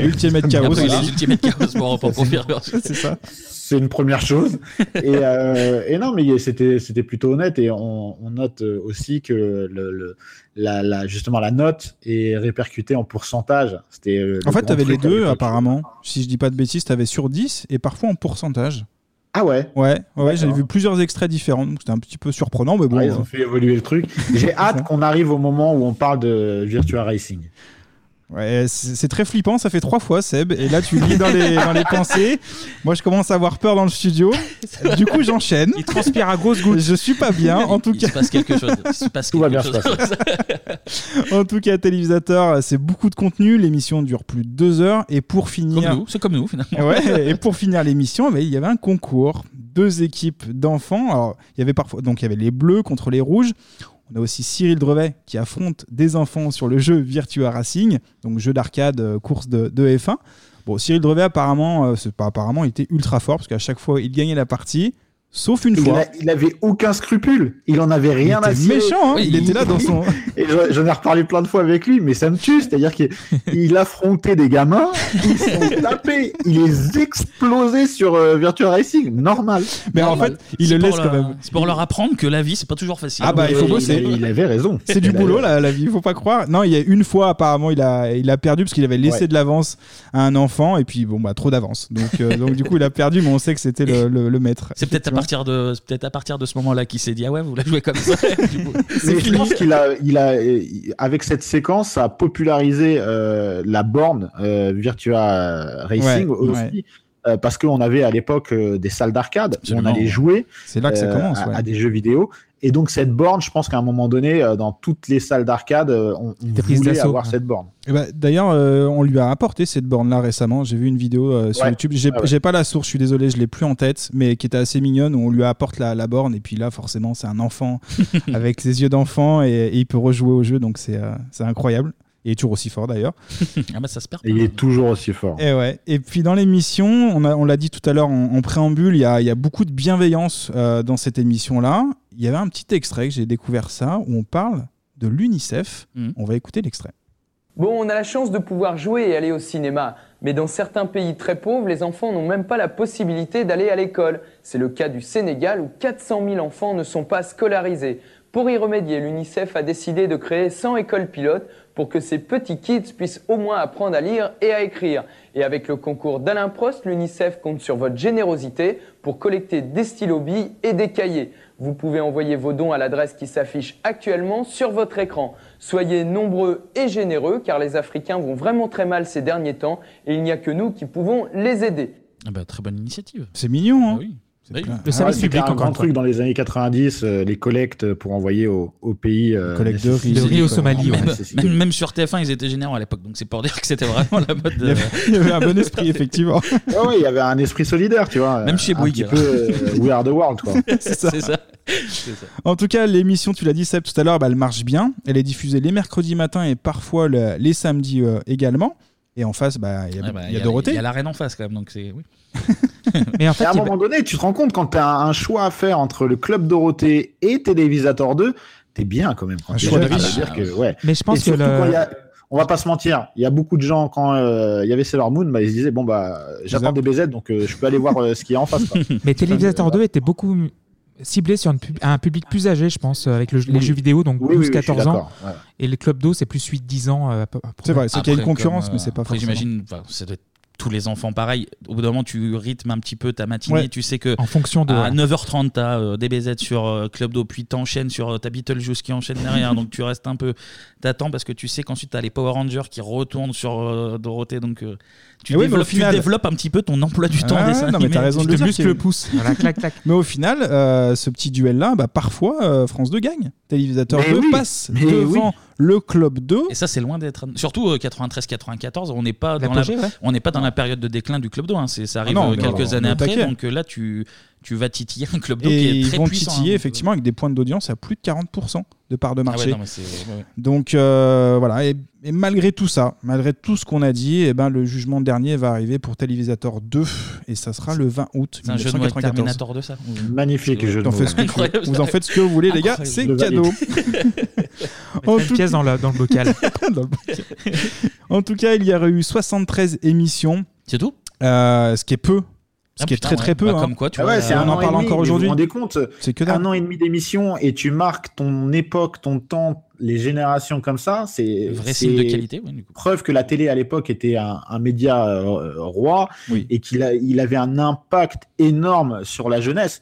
Speaker 6: Ultimate Chaos,
Speaker 1: Après,
Speaker 6: voilà.
Speaker 1: les Ultimate Chaos, bon, on peut confirmer.
Speaker 6: C'est ça.
Speaker 25: c'est une première chose. Et, euh, et non, mais c'était c'était plutôt honnête. Et on, on note euh, aussi que le, le- la, la- justement la note est répercutée en pourcentage. C'était euh, le
Speaker 6: En fait,
Speaker 25: grand
Speaker 6: t'avais les
Speaker 25: truc à
Speaker 6: deux
Speaker 25: l'époque.
Speaker 6: apparemment. Si je dis pas de bêtises, t'avais sur 10 et parfois en pourcentage.
Speaker 25: Ah ouais
Speaker 6: Ouais, ouais, j'avais
Speaker 25: D'accord.
Speaker 6: vu plusieurs extraits différents, donc c'était un petit peu surprenant, mais bon.
Speaker 25: Ouais, ils ont
Speaker 6: euh,
Speaker 25: fait évoluer le truc. J'ai hâte qu'on arrive au moment où on parle de Virtua Racing.
Speaker 6: Ouais, c'est c'est très flippant, ça fait trois fois Seb, et là tu lis dans les, dans les pensées. Moi je commence à avoir peur dans le studio, du coup j'enchaîne. Il transpire à grosses gouttes. Je suis pas bien, en tout cas.
Speaker 1: Il se passe quelque chose. Il se passe quelque chose.
Speaker 6: En tout cas, Télévisateur, c'est beaucoup de contenu. L'émission dure plus de deux heures. Et pour finir.
Speaker 1: Comme nous, c'est comme nous finalement.
Speaker 6: Ouais, et pour finir l'émission, eh ben, il y avait un concours. Deux équipes d'enfants. Alors, il y avait parfois. Donc, il y avait les bleus contre les rouges. On a aussi Cyril Drevet qui affronte des enfants sur le jeu Virtua Racing, donc jeu d'arcade, euh, course de, de F1. Bon, Cyril Drevet, apparemment, euh, c'est pas apparemment, il était ultra fort parce qu'à chaque fois, il gagnait la partie, sauf une
Speaker 25: Il
Speaker 6: fois.
Speaker 25: a- il avait aucun scrupule. Il en avait rien
Speaker 6: Il
Speaker 25: à
Speaker 6: était
Speaker 25: cirer.
Speaker 6: méchant, hein. Il était là dans son-
Speaker 25: Et je- j'en ai reparlé plein de fois avec lui, mais ça me tue. C'est-à-dire qu'il il affrontait des gamins, ils se sont tapés, il les explosait sur euh, Virtua Racing. Normal.
Speaker 6: Mais en
Speaker 25: Normal.
Speaker 6: fait, il le laisse quand même.
Speaker 1: C'est pour leur apprendre que la vie, c'est pas toujours facile.
Speaker 6: Ah bah il faut bosser.
Speaker 25: il avait raison.
Speaker 6: C'est du
Speaker 25: Il
Speaker 6: boulot
Speaker 25: avait-
Speaker 6: là, la vie, faut pas croire. Non, il y a une fois apparemment il a il a perdu parce qu'il avait laissé
Speaker 25: Ouais.
Speaker 6: de l'avance à un enfant et puis bon bah trop d'avance. Donc euh, donc du coup il a perdu mais on sait que c'était le, le, le maître.
Speaker 1: C'est peut-être à partir de, c'est peut-être à partir de ce moment-là qu'il s'est dit ah ouais, vous la jouez comme ça.
Speaker 25: Mais je pense qu'il a, il a, euh, avec cette séquence, ça a popularisé euh, la borne euh, Virtua euh, Racing
Speaker 6: Ouais,
Speaker 25: aussi.
Speaker 6: ouais.
Speaker 25: euh, parce qu'on avait à l'époque euh, des salles d'arcade où on
Speaker 6: Absolument.
Speaker 25: allait jouer euh,
Speaker 6: C'est là que ça commence,
Speaker 25: à-
Speaker 6: ouais.
Speaker 25: à, des jeux vidéo. Et donc cette borne, je pense qu'à un moment donné, euh, dans toutes les salles d'arcade, euh, on, on
Speaker 6: prise
Speaker 25: voulait
Speaker 6: d'assaut,
Speaker 25: avoir
Speaker 6: ouais.
Speaker 25: cette borne.
Speaker 6: Et bah, d'ailleurs euh, on lui a apporté cette borne là récemment. J'ai vu une vidéo euh, sur
Speaker 25: Ouais.
Speaker 6: YouTube. J'ai
Speaker 25: Ah ouais.
Speaker 6: j'ai pas la source, je suis désolé, je l'ai plus en tête, mais qui était assez mignonne où on lui apporte la, la borne et puis là forcément c'est un enfant avec ses yeux d'enfant et, et il peut rejouer au jeu donc c'est euh, c'est incroyable. Il est toujours aussi fort d'ailleurs.
Speaker 1: ah bah ça se perd.
Speaker 25: Et il est toujours aussi fort.
Speaker 6: Et, Eh ouais. et puis dans l'émission, on, a- on l'a dit tout à l'heure en, en préambule, il y a, il y a beaucoup de bienveillance euh, dans cette émission-là. Il y avait un petit extrait que j'ai découvert ça, où on parle de l'UNICEF.
Speaker 1: Hmm.
Speaker 6: On va écouter l'extrait.
Speaker 10: Bon, on a la chance de pouvoir jouer et aller au cinéma, mais dans certains pays très pauvres, les enfants n'ont même pas la possibilité d'aller à l'école. C'est le cas du Sénégal où 400 000 enfants ne sont pas scolarisés. Pour y remédier, l'UNICEF a décidé de créer 100 écoles pilotes pour que ces petits kids puissent au moins apprendre à lire et à écrire. Et avec le concours d'Alain Prost, l'UNICEF compte sur votre générosité pour collecter des stylos billes et des cahiers. Vous pouvez envoyer vos dons à l'adresse qui s'affiche actuellement sur votre écran. Soyez nombreux et généreux car les Africains vont vraiment très mal ces derniers temps et il n'y a que nous qui pouvons les aider.
Speaker 1: Ah bah, très bonne initiative.
Speaker 6: C'est mignon, hein
Speaker 1: Bah oui.
Speaker 25: Ah ouais, c'était un grand truc dans les années 90, euh, les collectes pour envoyer au, au pays. euh, nécessiteux.
Speaker 1: Même,
Speaker 25: Nécessiteux.
Speaker 1: même- même sur TF1, ils étaient généraux à l'époque, donc c'est pour dire que c'était vraiment la mode. de-
Speaker 6: Il y avait un bon esprit, effectivement.
Speaker 25: Ouais, ouais, il y avait un esprit solidaire, tu vois.
Speaker 1: Même chez Bouygues.
Speaker 25: Un petit peu euh, We Are the World, quoi.
Speaker 1: C'est ça. C'est ça.
Speaker 6: En tout cas, l'émission, tu l'as dit Seb tout à l'heure, bah, elle marche bien. Elle est diffusée les mercredis matins et parfois le- les samedis euh, également. Et en face, bah, il y a,
Speaker 1: Ouais, bah,
Speaker 6: il y a Dorothée.
Speaker 1: Il y a la reine en face quand même, donc c'est. oui.
Speaker 6: Mais en
Speaker 25: fait, à un moment donné, tu te rends compte quand tu as un choix à faire entre le Club Dorothée et Télévisator 2, t'es bien quand même.
Speaker 6: Un choix de riche.
Speaker 25: dire que, ouais.
Speaker 4: Mais je pense
Speaker 25: Et
Speaker 4: que
Speaker 25: surtout
Speaker 4: le-
Speaker 25: quand il y a- On va pas se mentir, il y a beaucoup de gens quand euh, il y avait Sailor Moon, bah, ils se disaient bon bah j'attends des BZ donc euh, je peux aller voir euh, ce qu'il y a en face. quoi. Euh,
Speaker 4: Mais Télévisateur 2 était beaucoup m- ciblé sur une pub- un public plus âgé, je pense, euh, avec le- les
Speaker 25: Oui.
Speaker 4: jeux vidéo, donc
Speaker 25: Oui, oui, oui,
Speaker 4: 12-14
Speaker 25: je suis
Speaker 4: ans.
Speaker 25: d'accord, ouais.
Speaker 4: Et le club d'eau, c'est plus 8-10 ans. euh, à peu- à peu
Speaker 6: C'est vrai,
Speaker 4: près.
Speaker 6: c'est qu'il y a une
Speaker 1: Après,
Speaker 6: concurrence,
Speaker 1: comme,
Speaker 6: mais
Speaker 1: euh,
Speaker 6: c'est pas
Speaker 1: après,
Speaker 6: forcément.
Speaker 1: J'imagine, enfin, ça doit être tous les enfants pareil. Au bout d'un moment, tu rythmes un petit peu ta matinée.
Speaker 4: Ouais.
Speaker 1: Tu sais que
Speaker 4: En fonction de-
Speaker 1: à
Speaker 4: ouais.
Speaker 1: 9h30, t'as euh, DBZ sur euh, Club d'eau, puis t'enchaînes sur euh, ta Beetlejuice qui enchaîne derrière. donc tu restes un peu, t'attends parce que tu sais qu'ensuite t'as les Power Rangers qui retournent sur euh, Dorothée. Donc euh, tu,
Speaker 6: Eh oui, mais au
Speaker 1: développes, tu
Speaker 6: final-
Speaker 1: développes un petit peu ton emploi du temps.
Speaker 6: Ah,
Speaker 1: dessin
Speaker 6: non, mais
Speaker 1: animé.
Speaker 6: t'as raison
Speaker 1: Tu
Speaker 6: de
Speaker 1: te
Speaker 6: dire
Speaker 1: muscles
Speaker 6: qu'il y a
Speaker 1: le
Speaker 6: une-
Speaker 1: pouce. Voilà, clac, clac.
Speaker 6: Mais au final, euh, ce petit duel-là, bah, parfois, euh, France 2 gagne. Télévisateur
Speaker 1: Mais
Speaker 6: 2
Speaker 1: oui.
Speaker 6: passe
Speaker 1: Mais
Speaker 6: devant
Speaker 1: oui.
Speaker 6: le Club 2.
Speaker 1: Et ça, c'est loin d'être. Surtout 93-94, on n'est pas dans
Speaker 6: L'apogée,
Speaker 1: la,
Speaker 6: ouais.
Speaker 1: on n'est pas dans la période de déclin du club d'eau. hein. C'est, ça arrive
Speaker 6: Ah non,
Speaker 1: euh,
Speaker 6: mais
Speaker 1: quelques
Speaker 6: on-
Speaker 1: années
Speaker 6: on
Speaker 1: après.
Speaker 6: taquet.
Speaker 1: Donc euh, là, tu, tu vas titiller un club d'eau qui
Speaker 6: Et
Speaker 1: est
Speaker 6: ils
Speaker 1: très
Speaker 6: vont
Speaker 1: puissant.
Speaker 6: titiller
Speaker 1: hein.
Speaker 6: effectivement avec des points d'audience à plus de 40% de part de
Speaker 1: Ah ouais,
Speaker 6: marché.
Speaker 1: non, mais c'est- ouais, ouais.
Speaker 6: Donc euh, voilà, et, et malgré tout ça, malgré tout ce qu'on a dit, eh ben, le jugement dernier va arriver pour Télévisateur 2 et ça sera le 20 août
Speaker 1: C'est un jeu de mots avec
Speaker 6: 1994.
Speaker 1: Terminator 2, ça
Speaker 25: Magnifique jeu de
Speaker 6: Vous en
Speaker 25: mots.
Speaker 6: faites ce que vous voulez. Vous en faites ce que vous voulez, les gars,
Speaker 1: Incroyable.
Speaker 6: c'est
Speaker 1: Je valide.
Speaker 6: cadeau. En
Speaker 4: Mettre une
Speaker 6: tout-
Speaker 4: pièce dans, la- dans le bocal.
Speaker 6: Dans le bocal. en tout cas, il y a eu 73 émissions.
Speaker 1: C'est tout
Speaker 6: euh, Ce qui est peu. Ce
Speaker 25: Ah,
Speaker 6: qui est
Speaker 25: putain,
Speaker 6: très très
Speaker 25: ouais.
Speaker 6: peu.
Speaker 25: Bah,
Speaker 6: hein.
Speaker 25: comme quoi, tu
Speaker 6: Ah
Speaker 25: vois,
Speaker 6: ouais, c'est
Speaker 25: euh,
Speaker 6: un
Speaker 25: un
Speaker 6: an
Speaker 25: an et
Speaker 6: parle
Speaker 25: demi, mais
Speaker 6: encore
Speaker 25: vous
Speaker 6: aujourd'hui.
Speaker 25: vous rendez compte
Speaker 6: C'est que dalle.
Speaker 25: un an et demi d'émission et tu marques ton époque, ton temps, les générations comme ça, c'est
Speaker 1: Vrai
Speaker 25: c'est
Speaker 1: signe de qualité, ouais, du
Speaker 25: Preuve que la télé à l'époque était un, un média euh, roi et qu'il a- il avait un impact énorme sur la jeunesse.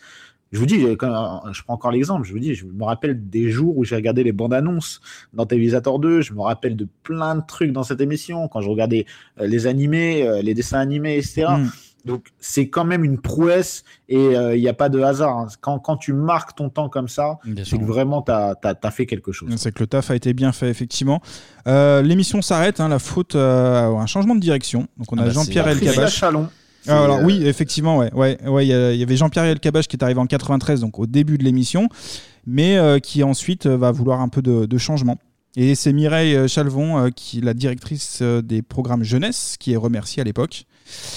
Speaker 25: Je vous dis, quand, je prends encore l'exemple, je vous dis, je me rappelle des jours où j'ai regardé les bandes annonces dans Télévisateur 2, je me rappelle de plein de trucs dans cette émission, quand je regardais euh, les animés, euh, les dessins animés, etc. Donc c'est quand même une prouesse et euh, il n'y a pas de hasard. hein. Quand, quand tu marques ton temps comme ça, c'est que vraiment tu as, fait quelque chose.
Speaker 6: C'est que le taf a été bien fait, effectivement. Euh, L'émission s'arrête, hein, la faute euh, à un changement de direction. Donc on
Speaker 25: Ah
Speaker 6: a
Speaker 25: bah,
Speaker 6: Jean-Pierre
Speaker 25: c'est- Patricia
Speaker 6: Elkabach.
Speaker 25: Chalon. C'est,
Speaker 6: Ah, alors
Speaker 25: euh,
Speaker 6: oui, effectivement, ouais, ouais, ouais, il y a- il y avait Jean-Pierre Elkabach qui est arrivé en 93, donc au début de l'émission, mais euh, qui ensuite euh, va vouloir un peu de, de changement. Et c'est Mireille euh, Chalvon, euh, qui la directrice euh, des programmes jeunesse, qui est remerciée à l'époque.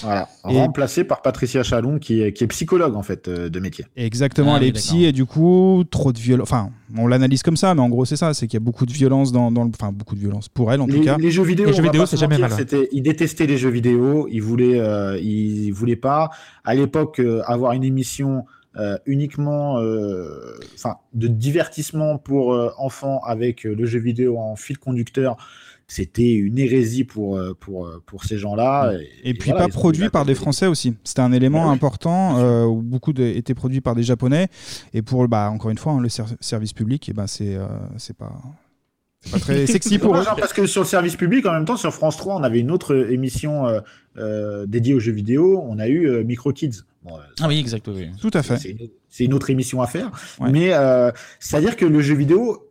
Speaker 25: Voilà,
Speaker 6: Et-
Speaker 25: remplacé par Patricia Chalon qui est, qui est psychologue en fait euh, de métier.
Speaker 6: Exactement,
Speaker 25: Ah
Speaker 6: elle
Speaker 25: oui,
Speaker 6: est psy et du coup, trop de violence. Enfin, on l'analyse comme ça, mais en gros, c'est ça c'est qu'il y a beaucoup de violence dans, dans le. Enfin, beaucoup de violence pour elle, en
Speaker 25: les,
Speaker 6: tout cas.
Speaker 25: les jeux vidéo, on va pas
Speaker 6: c'est
Speaker 25: se
Speaker 6: jamais
Speaker 25: mentir,
Speaker 6: mal. ouais.
Speaker 25: c'était- ils détestaient les jeux vidéo, ils voulaient, euh, ils voulaient pas. À l'époque, euh, avoir une émission euh, uniquement, euh, enfin, de divertissement pour euh, enfants avec euh, le jeu vidéo en fil conducteur, c'était une hérésie pour euh, pour euh, pour ces gens-là.
Speaker 6: Et puis
Speaker 25: voilà, ils
Speaker 6: pas
Speaker 25: ont
Speaker 6: produit
Speaker 25: débattu.
Speaker 6: par des Français aussi. C'était un
Speaker 25: Bah
Speaker 6: élément important euh, où beaucoup de- étaient produits par des Japonais. Et pour bah encore une fois, hein, le ser- service public, et ben c'est euh, c'est pas c'est pas très sexy pour eux.
Speaker 25: Non, parce que sur le service public, en même temps, sur France 3, on avait une autre euh, émission euh, euh, dédiée aux jeux vidéo. On a eu euh, Micro Kids. Bon, euh,
Speaker 1: Ah oui, exact. oui, oui.
Speaker 6: Tout à fait.
Speaker 25: c'est une, c'est une autre émission à faire. Mais euh, c'est-à-dire que le jeu vidéo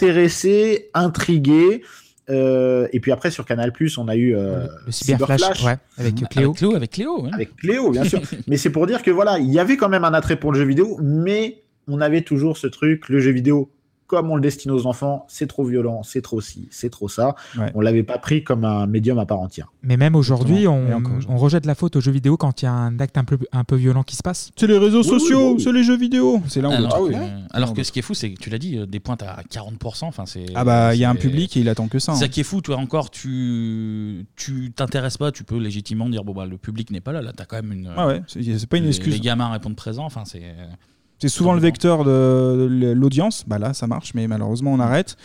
Speaker 25: intéressé, intrigué. euh, et puis après, sur Canal, on a eu euh,
Speaker 4: Le cyberflash, ouais, avec euh, Cléo.
Speaker 1: avec Cléo,
Speaker 25: Avec Cléo, bien sûr. mais c'est pour dire que voilà, il y avait quand même un attrait pour le jeu vidéo, mais on avait toujours ce truc, le jeu vidéo, comme on le destine aux enfants, c'est trop violent, c'est trop ci, c'est trop ça.
Speaker 6: Ouais.
Speaker 25: On l'avait pas pris comme un médium à part entière.
Speaker 4: Mais même aujourd'hui,
Speaker 25: Exactement. Et
Speaker 4: on,
Speaker 25: encore
Speaker 4: on rejette la faute aux jeux vidéo quand il y a un acte un peu, un peu violent qui se passe.
Speaker 6: C'est les réseaux
Speaker 25: Oui, oui, sociaux, oui.
Speaker 6: Oh, c'est les jeux vidéo. C'est là où
Speaker 1: Alors,
Speaker 6: ah,
Speaker 1: que, euh, alors que ce qui est fou, c'est que tu l'as dit, euh, des pointes à 40%. Enfin, c'est.
Speaker 6: ah bah il y a un
Speaker 1: c'est-
Speaker 6: public et il attend que ça.
Speaker 1: C'est
Speaker 6: hein.
Speaker 1: ça qui est fou, tu vois, encore, tu tu t'intéresses pas, tu peux légitimement dire, bon, bah, le public n'est pas là, là, t'as quand même une.
Speaker 6: Ouais, ouais, Ah c'est- c'est pas une
Speaker 1: les-
Speaker 6: excuse.
Speaker 1: Les gamins répondent présents, enfin, c'est. euh,
Speaker 6: C'est souvent le vecteur de de l'audience. Bah là, ça marche, mais malheureusement, on arrête.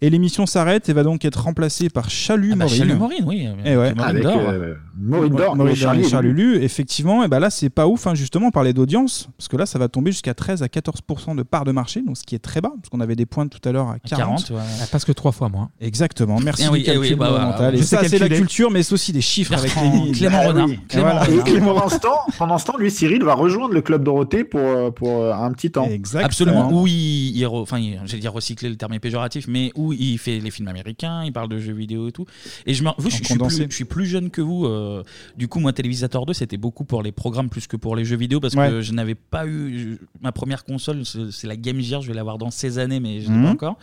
Speaker 6: Et l'émission s'arrête et va donc être remplacée par
Speaker 1: Ah
Speaker 6: Chalut
Speaker 1: bah,
Speaker 6: Maureen.
Speaker 1: Chalut Maureen, oui.
Speaker 6: Eh ouais.
Speaker 1: Avec Maureen Avec, Dor. euh, Maureen
Speaker 6: Ouais,
Speaker 1: Dor,
Speaker 6: Maureen
Speaker 1: et
Speaker 6: Dor et
Speaker 1: Charlie
Speaker 6: Charlie
Speaker 1: Lulu.
Speaker 6: Lulu. Effectivement, et bah là, c'est pas ouf, hein, justement, on parlait d'audience, parce que là, ça va tomber jusqu'à 13 à 14% de part de marché, donc ce qui est très bas, parce qu'on avait des points tout à l'heure à 40.
Speaker 1: 40, ouais. Ah,
Speaker 4: Parce que trois fois moins.
Speaker 6: Exactement. Merci
Speaker 1: Eh oui,
Speaker 6: du
Speaker 1: eh oui,
Speaker 6: calcul
Speaker 1: bah voilà.
Speaker 6: mental. Et
Speaker 1: Je sais
Speaker 6: ça, c'est la
Speaker 1: calculer.
Speaker 6: culture, mais c'est aussi des chiffres avec
Speaker 1: Bertrand,
Speaker 6: Rémi.
Speaker 1: Clément
Speaker 6: Bah oui.
Speaker 1: Renard.
Speaker 6: Et
Speaker 1: Clément
Speaker 6: voilà.
Speaker 1: Renard.
Speaker 25: Et, et pendant ce temps, pendant ce temps, lui, Cyril va rejoindre le club Dorothée pour, euh, pour euh, un petit temps.
Speaker 1: Absolument. Où il, il re- enfin, il- j'allais dire recycler le terme est péjoratif, mais où il fait les films américains, il parle de jeux vidéo et tout. Et je, me- vous, je, je suis,
Speaker 6: condensé.
Speaker 1: plus, je suis plus jeune que vous. euh, du coup, moi, Télévisateur 2, c'était beaucoup pour les programmes plus que pour les jeux vidéo parce que
Speaker 6: Ouais.
Speaker 1: je n'avais pas eu. je- ma première console, c'est c'est la Game Gear, je vais l'avoir dans ces années, mais je ne l'ai
Speaker 6: Mhm.
Speaker 1: pas encore.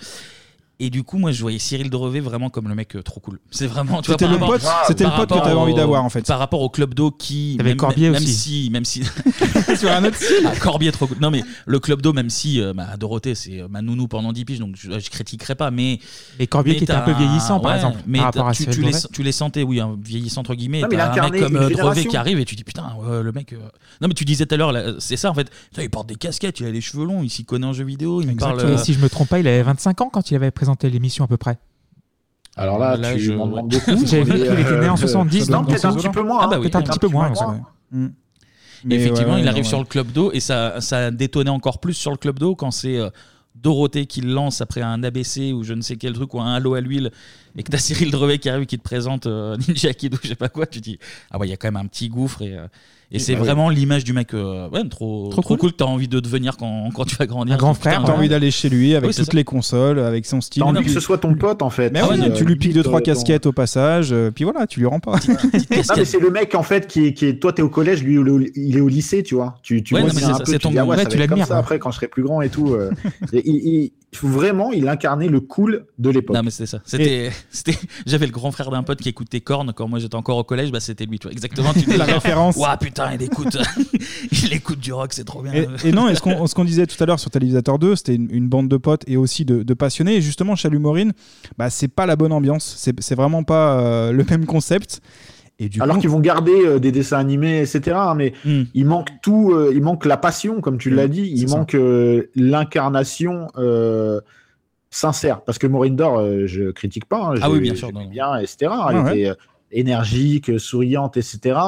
Speaker 1: Et du coup, moi, je voyais Cyril Drevet vraiment comme le mec euh, trop cool. C'est vraiment. tu vois,
Speaker 6: C'était
Speaker 1: par
Speaker 6: le
Speaker 1: rapport-
Speaker 6: pote- c'était
Speaker 1: par
Speaker 6: le pote que
Speaker 1: rapport
Speaker 6: t'avais
Speaker 1: au-
Speaker 6: envie d'avoir, en fait.
Speaker 1: Par rapport au club d'eau qui.
Speaker 4: Ah, T'avais
Speaker 1: même-
Speaker 4: Corbier
Speaker 1: même
Speaker 4: aussi.
Speaker 1: si, même si. Sur un autre ah, Corbier trop cool. Non mais le club d'eau, même si euh, ma Dorothée c'est euh, ma nounou pendant 10 piges, donc je, je critiquerai pas, mais.
Speaker 4: Et Corbier
Speaker 1: mais
Speaker 4: qui était un
Speaker 1: t'as
Speaker 4: peu vieillissant, par
Speaker 1: ouais,
Speaker 4: exemple,
Speaker 1: Mais
Speaker 4: par rapport
Speaker 1: t'as-
Speaker 4: à
Speaker 1: tu,
Speaker 4: Cyril
Speaker 1: tu les,
Speaker 4: Drevet.
Speaker 1: tu les sentais, oui, un vieillissant entre guillemets.
Speaker 4: Non, mais il
Speaker 1: t'as un
Speaker 4: incarnait
Speaker 1: mec comme
Speaker 4: une
Speaker 1: euh, Drevet
Speaker 4: génération.
Speaker 1: qui arrive et tu dis putain, ouais, le mec. euh, Non mais tu disais tout à l'heure, là, c'est ça en fait. Putain, il porte des casquettes, il a les cheveux longs, il s'y connaît en jeux vidéo, il me parle.
Speaker 4: Et
Speaker 1: euh,
Speaker 4: si je me trompe pas, il avait 25 ans quand il avait présenté l'émission à peu près.
Speaker 25: Alors là,
Speaker 1: Là,
Speaker 25: tu
Speaker 1: je-
Speaker 25: m'en demandes
Speaker 1: ouais.
Speaker 25: beaucoup.
Speaker 4: J'ai vu
Speaker 25: mais,
Speaker 4: qu'il était né en
Speaker 25: euh,
Speaker 4: 70,
Speaker 25: Non,
Speaker 4: donc
Speaker 25: peut-être un
Speaker 4: c'est
Speaker 25: petit peu
Speaker 4: violent.
Speaker 25: moins.
Speaker 1: Ah bah
Speaker 25: hein,
Speaker 1: oui,
Speaker 25: peut-être un
Speaker 1: peut-être
Speaker 25: petit peu moins.
Speaker 4: c'est
Speaker 25: hein.
Speaker 4: vrai.
Speaker 1: Mais effectivement,
Speaker 6: ouais, ouais,
Speaker 1: il arrive
Speaker 6: non,
Speaker 1: sur
Speaker 6: ouais.
Speaker 1: le club d'eau et ça, ça détonnait encore plus sur le club d'eau quand c'est euh, Dorothée qui le lance après un ABC ou je ne sais quel truc ou un halo à l'huile et que t'as Cyril Drevet qui arrive qui te présente euh, Ninja Kid ou je sais pas quoi. Tu dis, ah ouais, il y a quand même un petit gouffre et, euh, et c'est
Speaker 6: Ah ouais.
Speaker 1: vraiment l'image du mec euh, ouais, trop, trop, cool. que t'as envie de devenir quand, quand tu vas grandir. Putain,
Speaker 6: T'as
Speaker 1: ouais.
Speaker 6: envie d'aller chez lui avec
Speaker 1: Oui, c'est
Speaker 6: toutes
Speaker 1: ça. Ah
Speaker 6: les consoles, avec son style.
Speaker 25: T'as envie
Speaker 6: Tu-
Speaker 25: que ce soit ton pote en fait.
Speaker 6: Mais ouais,
Speaker 25: Euh,
Speaker 6: tu lui piques deux trois
Speaker 25: ton-
Speaker 6: casquettes au passage, euh, puis voilà, tu lui rends pas.
Speaker 25: Non, mais c'est le mec en fait qui est, qui est toi t'es au collège lui il est au- il est au lycée tu vois tu tu
Speaker 1: Ouais,
Speaker 25: vois
Speaker 1: non, mais
Speaker 25: ça
Speaker 1: c'est
Speaker 25: un
Speaker 1: ça,
Speaker 25: peu
Speaker 1: c'est
Speaker 25: tu dis
Speaker 1: ton-
Speaker 25: ah ouais,
Speaker 1: ouais,
Speaker 25: ça
Speaker 1: tu
Speaker 25: va être comme
Speaker 1: l'admires, hein.
Speaker 25: ça
Speaker 1: ouais.
Speaker 25: après quand je serai plus grand et tout euh. Et il, il- vraiment il incarnait le cool de l'époque
Speaker 1: Non mais c'était ça. C'était, c'était. J'avais le grand frère d'un pote qui écoutait Korn quand moi j'étais encore au collège. Bah c'était lui, tu vois. Exactement. Tu
Speaker 6: La
Speaker 1: dis,
Speaker 6: référence.
Speaker 1: Ouah putain, il écoute. il écoute du rock, c'est trop bien.
Speaker 6: Et, et non, et ce qu'on ce qu'on disait tout à l'heure sur Télévisateur 2, c'était une, une bande de potes et aussi de, de passionnés. Et justement, Chalut Maureen, bah, c'est pas la bonne ambiance. C'est c'est vraiment pas euh, le même concept. Et du
Speaker 25: alors
Speaker 6: coup, Hmm.
Speaker 25: qu'ils vont garder euh, des dessins animés etc hein, mais il manque tout euh, il manque la passion comme tu l'as
Speaker 1: Mm,
Speaker 25: dit il
Speaker 6: c'est ça.
Speaker 25: manque euh, l'incarnation euh, sincère parce que Maureen Dor euh, je critique pas hein,
Speaker 1: Ah
Speaker 25: je-
Speaker 1: oui, bien sûr,
Speaker 25: j'aimais
Speaker 1: non, non.
Speaker 25: bien etc elle
Speaker 6: Ah
Speaker 1: Ouais, ouais.
Speaker 25: était euh, énergique euh, souriante etc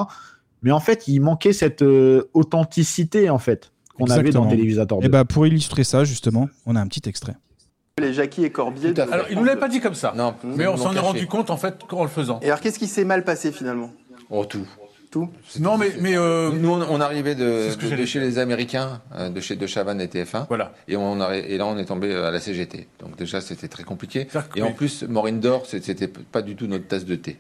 Speaker 25: mais en fait il manquait cette euh, authenticité en fait qu'on avait dans
Speaker 6: Exactement.
Speaker 25: Télévisateur 2
Speaker 6: Et bah, pour illustrer ça, justement, on a un petit extrait.
Speaker 13: Les Jackie et Corbier.
Speaker 16: Alors, il nous l'avait pas dit comme ça.
Speaker 13: Non,
Speaker 16: mais on s'en est rendu compte en fait en le faisant.
Speaker 13: Et alors, qu'est-ce qui s'est mal passé finalement
Speaker 16: Oh tout.
Speaker 13: Tout
Speaker 16: Non, mais mais euh,
Speaker 13: Nous, on, on arrivait
Speaker 16: C'est
Speaker 13: de,
Speaker 16: ce que
Speaker 13: de-
Speaker 16: j'allais
Speaker 13: de chez les Américains, euh, de chez De Chavannes et TF1. Voilà. Et, on arri- et là, on est tombé euh, à la CGT. Donc déjà, c'était très compliqué.
Speaker 16: C'est-à-dire que-
Speaker 13: Et en plus, Maureen Dor, c'est- c'était p- pas du tout notre tasse de thé.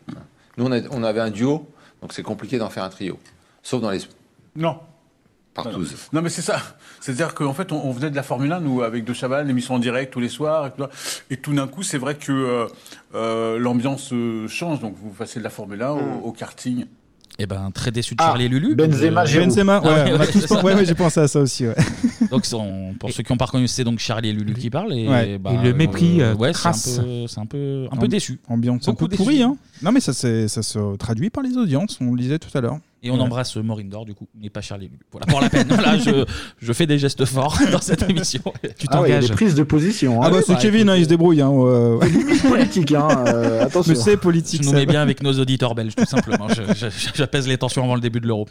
Speaker 13: Nous, on, a- on avait un duo, donc c'est compliqué d'en faire un trio. Sauf dans les
Speaker 16: non.
Speaker 13: partous.
Speaker 16: Non, mais c'est ça. C'est-à-dire qu'en fait, on, on venait de la Formule 1, nous, avec De Chaval, l'émission en direct tous les soirs. Et tout, ça. Et tout d'un coup, c'est vrai que euh, euh, l'ambiance euh, change. Donc, vous passez de la Formule 1 au, au karting.
Speaker 1: Et ben très déçu de Charlie Lulu.
Speaker 16: Benzema,
Speaker 1: Euh,
Speaker 16: Giroud.
Speaker 6: Ah, Benzema, ouais,
Speaker 1: Ah
Speaker 6: on a
Speaker 1: ouais,
Speaker 6: tous
Speaker 1: c'est
Speaker 6: pen-
Speaker 1: ça.
Speaker 6: ouais, ouais, j'ai pensé à ça aussi. ouais.
Speaker 1: Donc c'est- on- pour ceux qui ont pas reconnu, c'est donc Charlie et Lulu qui parlent. Et,
Speaker 6: Ouais.
Speaker 1: bah,
Speaker 6: Et le mépris, euh,
Speaker 1: ouais,
Speaker 6: crasse.
Speaker 1: C'est un peu, c'est un peu, un peu
Speaker 6: Ambi-
Speaker 1: déçu.
Speaker 6: Ambiance un
Speaker 1: Beaucoup
Speaker 6: peu
Speaker 1: déçu.
Speaker 6: pourrie. Hein. Non, mais ça, c'est- ça se traduit par les audiences, on le disait tout à l'heure.
Speaker 1: Et on
Speaker 6: Ouais.
Speaker 1: embrasse euh, Maureen Dor du coup, mais pas Charlie et Lulu. Voilà pour la peine. Là, je, je fais des gestes forts dans cette émission.
Speaker 6: Tu Ah ouais, il y a des t'engages. prises
Speaker 25: de position.
Speaker 6: Ah bah, c'est Kevin, hein, il se débrouille. Hein, euh, ouais.
Speaker 25: politique hein, euh, attention
Speaker 6: Mais c'est politique,
Speaker 1: Je nous
Speaker 6: ça.
Speaker 1: mets bien avec nos auditeurs belges, tout simplement. Je- je- J'apaise les tensions avant le début de l'euro.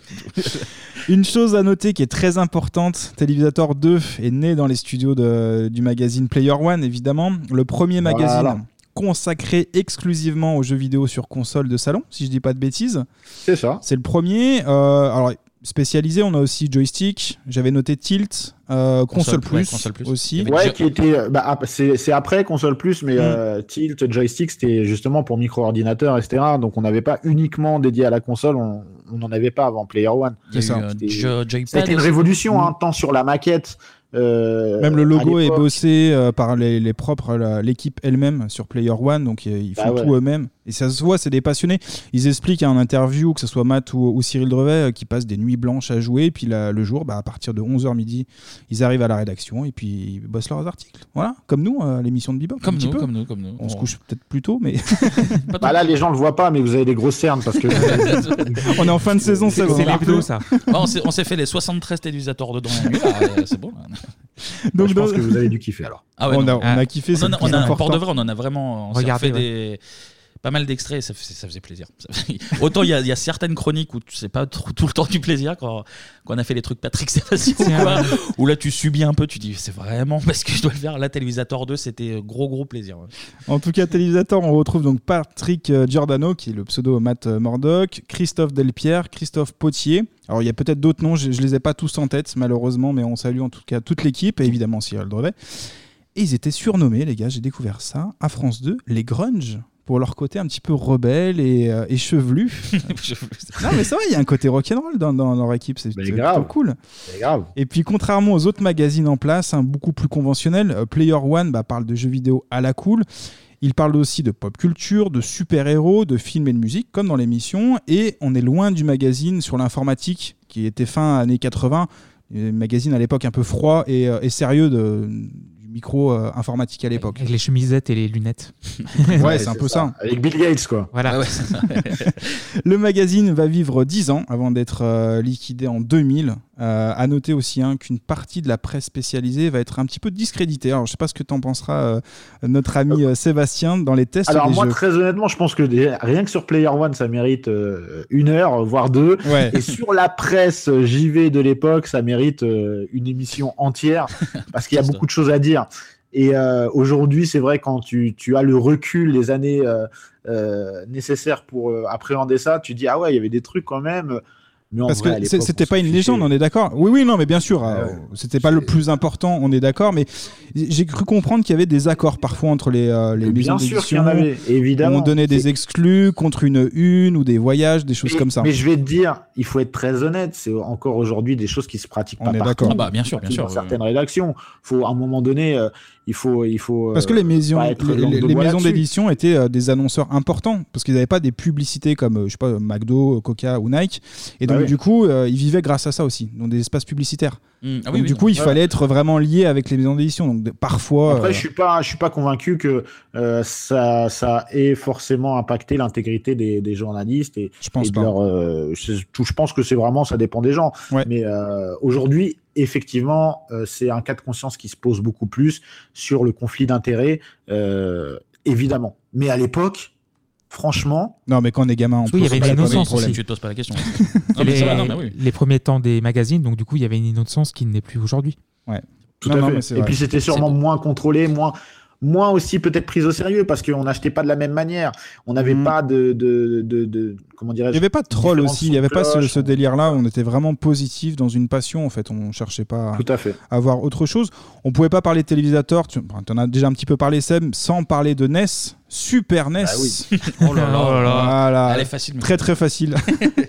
Speaker 6: Une chose à noter qui est très importante, Télévisateur 2 est né dans les studios de- du magazine Player One, évidemment. Le premier magazine
Speaker 25: Voilà.
Speaker 6: consacré exclusivement aux jeux vidéo sur console de salon, si je dis pas de bêtises.
Speaker 25: C'est ça.
Speaker 6: C'est le premier. euh, alors, spécialisé, on a aussi Joystick, j'avais noté Tilt, euh, console,
Speaker 25: Console,
Speaker 6: plus,
Speaker 25: ouais, Console Plus.
Speaker 6: aussi.
Speaker 25: Ouais, qui était. euh, Bah, ap- c'est c'est après console plus, mais
Speaker 6: Mm.
Speaker 25: euh, tilt, joystick, c'était justement pour micro-ordinateur, etc. Donc on n'avait pas uniquement dédié à la console, on on n'en avait pas avant Player One.
Speaker 1: Il y a eu, euh,
Speaker 25: C'était-
Speaker 1: Jo- Joypad
Speaker 25: C'était une
Speaker 1: aussi.
Speaker 25: révolution, hein, tant sur la maquette. euh,
Speaker 6: Mm. Même le
Speaker 25: à
Speaker 6: logo est
Speaker 25: l'époque,
Speaker 6: bossé euh, par les, les propres la- l'équipe elle-même sur Player One, donc euh, ils font
Speaker 25: Bah ouais.
Speaker 6: tout eux-mêmes. Et ça se voit, c'est des passionnés. Ils expliquent en interview, que ce soit Matt ou, ou Cyril Drevet, euh, qui passent des nuits blanches à jouer. Et puis là, le jour, bah, à partir de 11h midi, ils arrivent à la rédaction et puis ils bossent leurs articles. Voilà, comme nous, euh, à l'émission de Bebop.
Speaker 1: Comme
Speaker 6: un petit
Speaker 1: nous,
Speaker 6: peu.
Speaker 1: comme nous, comme nous.
Speaker 6: On, se
Speaker 1: On-
Speaker 6: couche peut-être plus tôt, mais
Speaker 25: Bah là, les gens le voient pas, mais vous avez des grosses cernes parce que.
Speaker 6: on est en fin de saison, ça vous marque.
Speaker 1: Ah, on s'est- on s'est fait les 73 télévisateurs dedans la nuit, là, euh, c'est bon. là.
Speaker 6: Donc,
Speaker 25: je pense
Speaker 6: dans-
Speaker 25: que vous avez dû kiffer alors.
Speaker 1: Ah ouais,
Speaker 6: on,
Speaker 1: non.
Speaker 6: a, on a kiffé,
Speaker 1: On
Speaker 6: c'est
Speaker 1: en
Speaker 6: le
Speaker 1: a- on
Speaker 6: plus
Speaker 1: a-
Speaker 6: important.
Speaker 1: pour de vrai, on en a vraiment on s'est
Speaker 6: Regardez,
Speaker 1: refait des pas mal d'extraits, et ça, fais- ça faisait plaisir. Ça fait- Autant il y, a- il y a certaines chroniques où tu sais pas trop- tout le temps du plaisir quand, quand on a fait les trucs Patrick Sébastien ou quoi, où là tu subis un peu, tu dis c'est vraiment parce que je dois le faire. Là, Télévisateur 2, c'était gros gros plaisir. ouais.
Speaker 6: En tout cas, télévisateur, on retrouve donc Patrick euh, Giordano, qui est le pseudo Matt euh, Murdock, Christophe Delpierre, Christophe Potier. Alors, il y a peut-être d'autres noms, je ne les ai pas tous en tête, malheureusement, mais on salue en tout cas toute l'équipe et évidemment Cyril Drevet. Et ils étaient surnommés, les gars, j'ai découvert ça, à France 2, les grunge, pour leur côté un petit peu rebelle et, euh, et chevelu. non, mais c'est vrai, il y a un côté rock'n'roll dans, dans leur équipe, c'est c'est plutôt cool. Et puis, contrairement aux autres magazines en place, hein, beaucoup plus conventionnels, euh, Player One bah, parle de jeux vidéo à la cool. Il parle aussi de pop culture, de super-héros, de films et de musique, comme dans l'émission. Et on est loin du magazine sur l'informatique, qui était fin années 80, euh, magazine à l'époque un peu froid et, euh, et sérieux de, du micro euh, informatique à l'époque.
Speaker 4: Avec les chemisettes et les lunettes.
Speaker 6: Ouais, c'est un peu ça.
Speaker 25: Avec Bill Gates, quoi.
Speaker 4: Voilà.
Speaker 6: Le magazine va vivre 10 ans avant d'être euh, liquidé en 2000. Euh, à noter aussi hein, qu'une partie de la presse spécialisée va être un petit peu discréditée. Alors, je sais pas ce que t'en penseras, euh, notre ami euh, Sébastien, dans les tests
Speaker 25: Alors
Speaker 6: des
Speaker 25: moi,
Speaker 6: jeux.
Speaker 25: très honnêtement, je pense que des- rien que sur Player One, ça mérite euh, une heure, voire deux.
Speaker 6: Ouais.
Speaker 25: Et sur la presse JV de l'époque, ça mérite euh, une émission entière parce qu'il y a beaucoup de choses à dire. Et euh, aujourd'hui, c'est vrai quand tu, tu as le recul des années euh, euh, nécessaires pour euh, appréhender ça, tu dis ah ouais, il y avait des trucs quand même. Mais en
Speaker 6: Parce
Speaker 25: vrai, à
Speaker 6: que c'est-
Speaker 25: l'époque,
Speaker 6: c'était pas une légende, on est d'accord Oui, oui, non, mais bien
Speaker 25: Ah
Speaker 6: sûr, euh, c'était pas le plus important, on est d'accord, mais j'ai cru comprendre qu'il y avait des accords parfois entre les, euh, les
Speaker 25: Bien
Speaker 6: maisons
Speaker 25: sûr qu'il y en
Speaker 6: d'édition.
Speaker 25: avait, évidemment.
Speaker 6: On donnait des exclus contre une une ou des voyages, des choses
Speaker 25: Mais-
Speaker 6: comme ça.
Speaker 25: Mais je vais te dire, il faut être très honnête, c'est encore aujourd'hui des choses qui se pratiquent
Speaker 6: On
Speaker 25: pas
Speaker 6: est
Speaker 25: partout,
Speaker 6: d'accord. Ah bah,
Speaker 1: bien sûr,
Speaker 25: pas
Speaker 1: bien sûr,
Speaker 25: Dans
Speaker 1: oui.
Speaker 25: certaines rédactions, faut à un moment donné, euh, il faut, il faut.
Speaker 6: Parce que
Speaker 25: euh,
Speaker 6: les maisons,
Speaker 25: pas être
Speaker 6: les,
Speaker 25: langue
Speaker 6: les-
Speaker 25: de
Speaker 6: les
Speaker 25: bois
Speaker 6: maisons
Speaker 25: là-dessus.
Speaker 6: d'édition étaient euh, des annonceurs importants parce qu'ils n'avaient pas des publicités comme euh, je sais pas McDo, euh, Coca ou Nike. Et
Speaker 25: Bah
Speaker 6: donc
Speaker 25: oui.
Speaker 6: du coup, euh, ils vivaient grâce à ça aussi, donc des espaces publicitaires.
Speaker 1: Mm. Ah oui,
Speaker 6: donc,
Speaker 1: oui,
Speaker 6: du
Speaker 1: non.
Speaker 6: coup, il
Speaker 25: Ouais.
Speaker 6: fallait être vraiment lié avec les maisons d'édition. Donc de- parfois,
Speaker 25: Après,
Speaker 6: euh,
Speaker 25: je suis pas, je suis pas convaincu que euh, ça, ça ait forcément impacté l'intégrité des, des journalistes et,
Speaker 6: pense
Speaker 25: et de
Speaker 6: pas.
Speaker 25: leur, euh, je, je pense que c'est vraiment, ça dépend des gens. Mais euh, aujourd'hui, effectivement, euh, c'est un cas de conscience qui se pose beaucoup plus sur le conflit d'intérêts, euh, évidemment. Mais à l'époque, franchement,
Speaker 6: non, mais quand on est gamin, on
Speaker 4: Oui, il y
Speaker 6: peut
Speaker 4: avait
Speaker 6: pas
Speaker 4: une
Speaker 6: se poser de
Speaker 4: innocence aussi.
Speaker 6: problème.
Speaker 1: Bah, Tu te poses pas la question.
Speaker 4: C'est
Speaker 1: Non, mais
Speaker 4: les,
Speaker 1: ça va, non, mais oui.
Speaker 4: les premiers temps des magazines, donc du coup, il y avait une innocence qui n'est plus aujourd'hui.
Speaker 6: Ouais.
Speaker 25: Tout à fait. et puis c'était sûrement moins contrôlé, moins moins aussi peut-être prise au sérieux parce qu'on n'achetait pas de la même manière. On n'avait pas de, de, de, de- comment dirais-je
Speaker 6: Mm. Il n'y avait pas de troll
Speaker 25: différentes
Speaker 6: aussi, il n'y avait pas ce,
Speaker 25: sous-cloches.
Speaker 6: ce délire-là. On était vraiment positif dans une passion, en fait. On ne cherchait pas
Speaker 25: Tout à fait.
Speaker 6: avoir autre chose. On ne pouvait pas parler de télévisateur, tu bon, t'en as déjà un petit peu parlé, Seb, sans parler de NES, Super NES.
Speaker 25: Bah
Speaker 1: oui. Oh là là.
Speaker 6: Voilà.
Speaker 1: Elle est facile, mais-
Speaker 6: Très, très facile.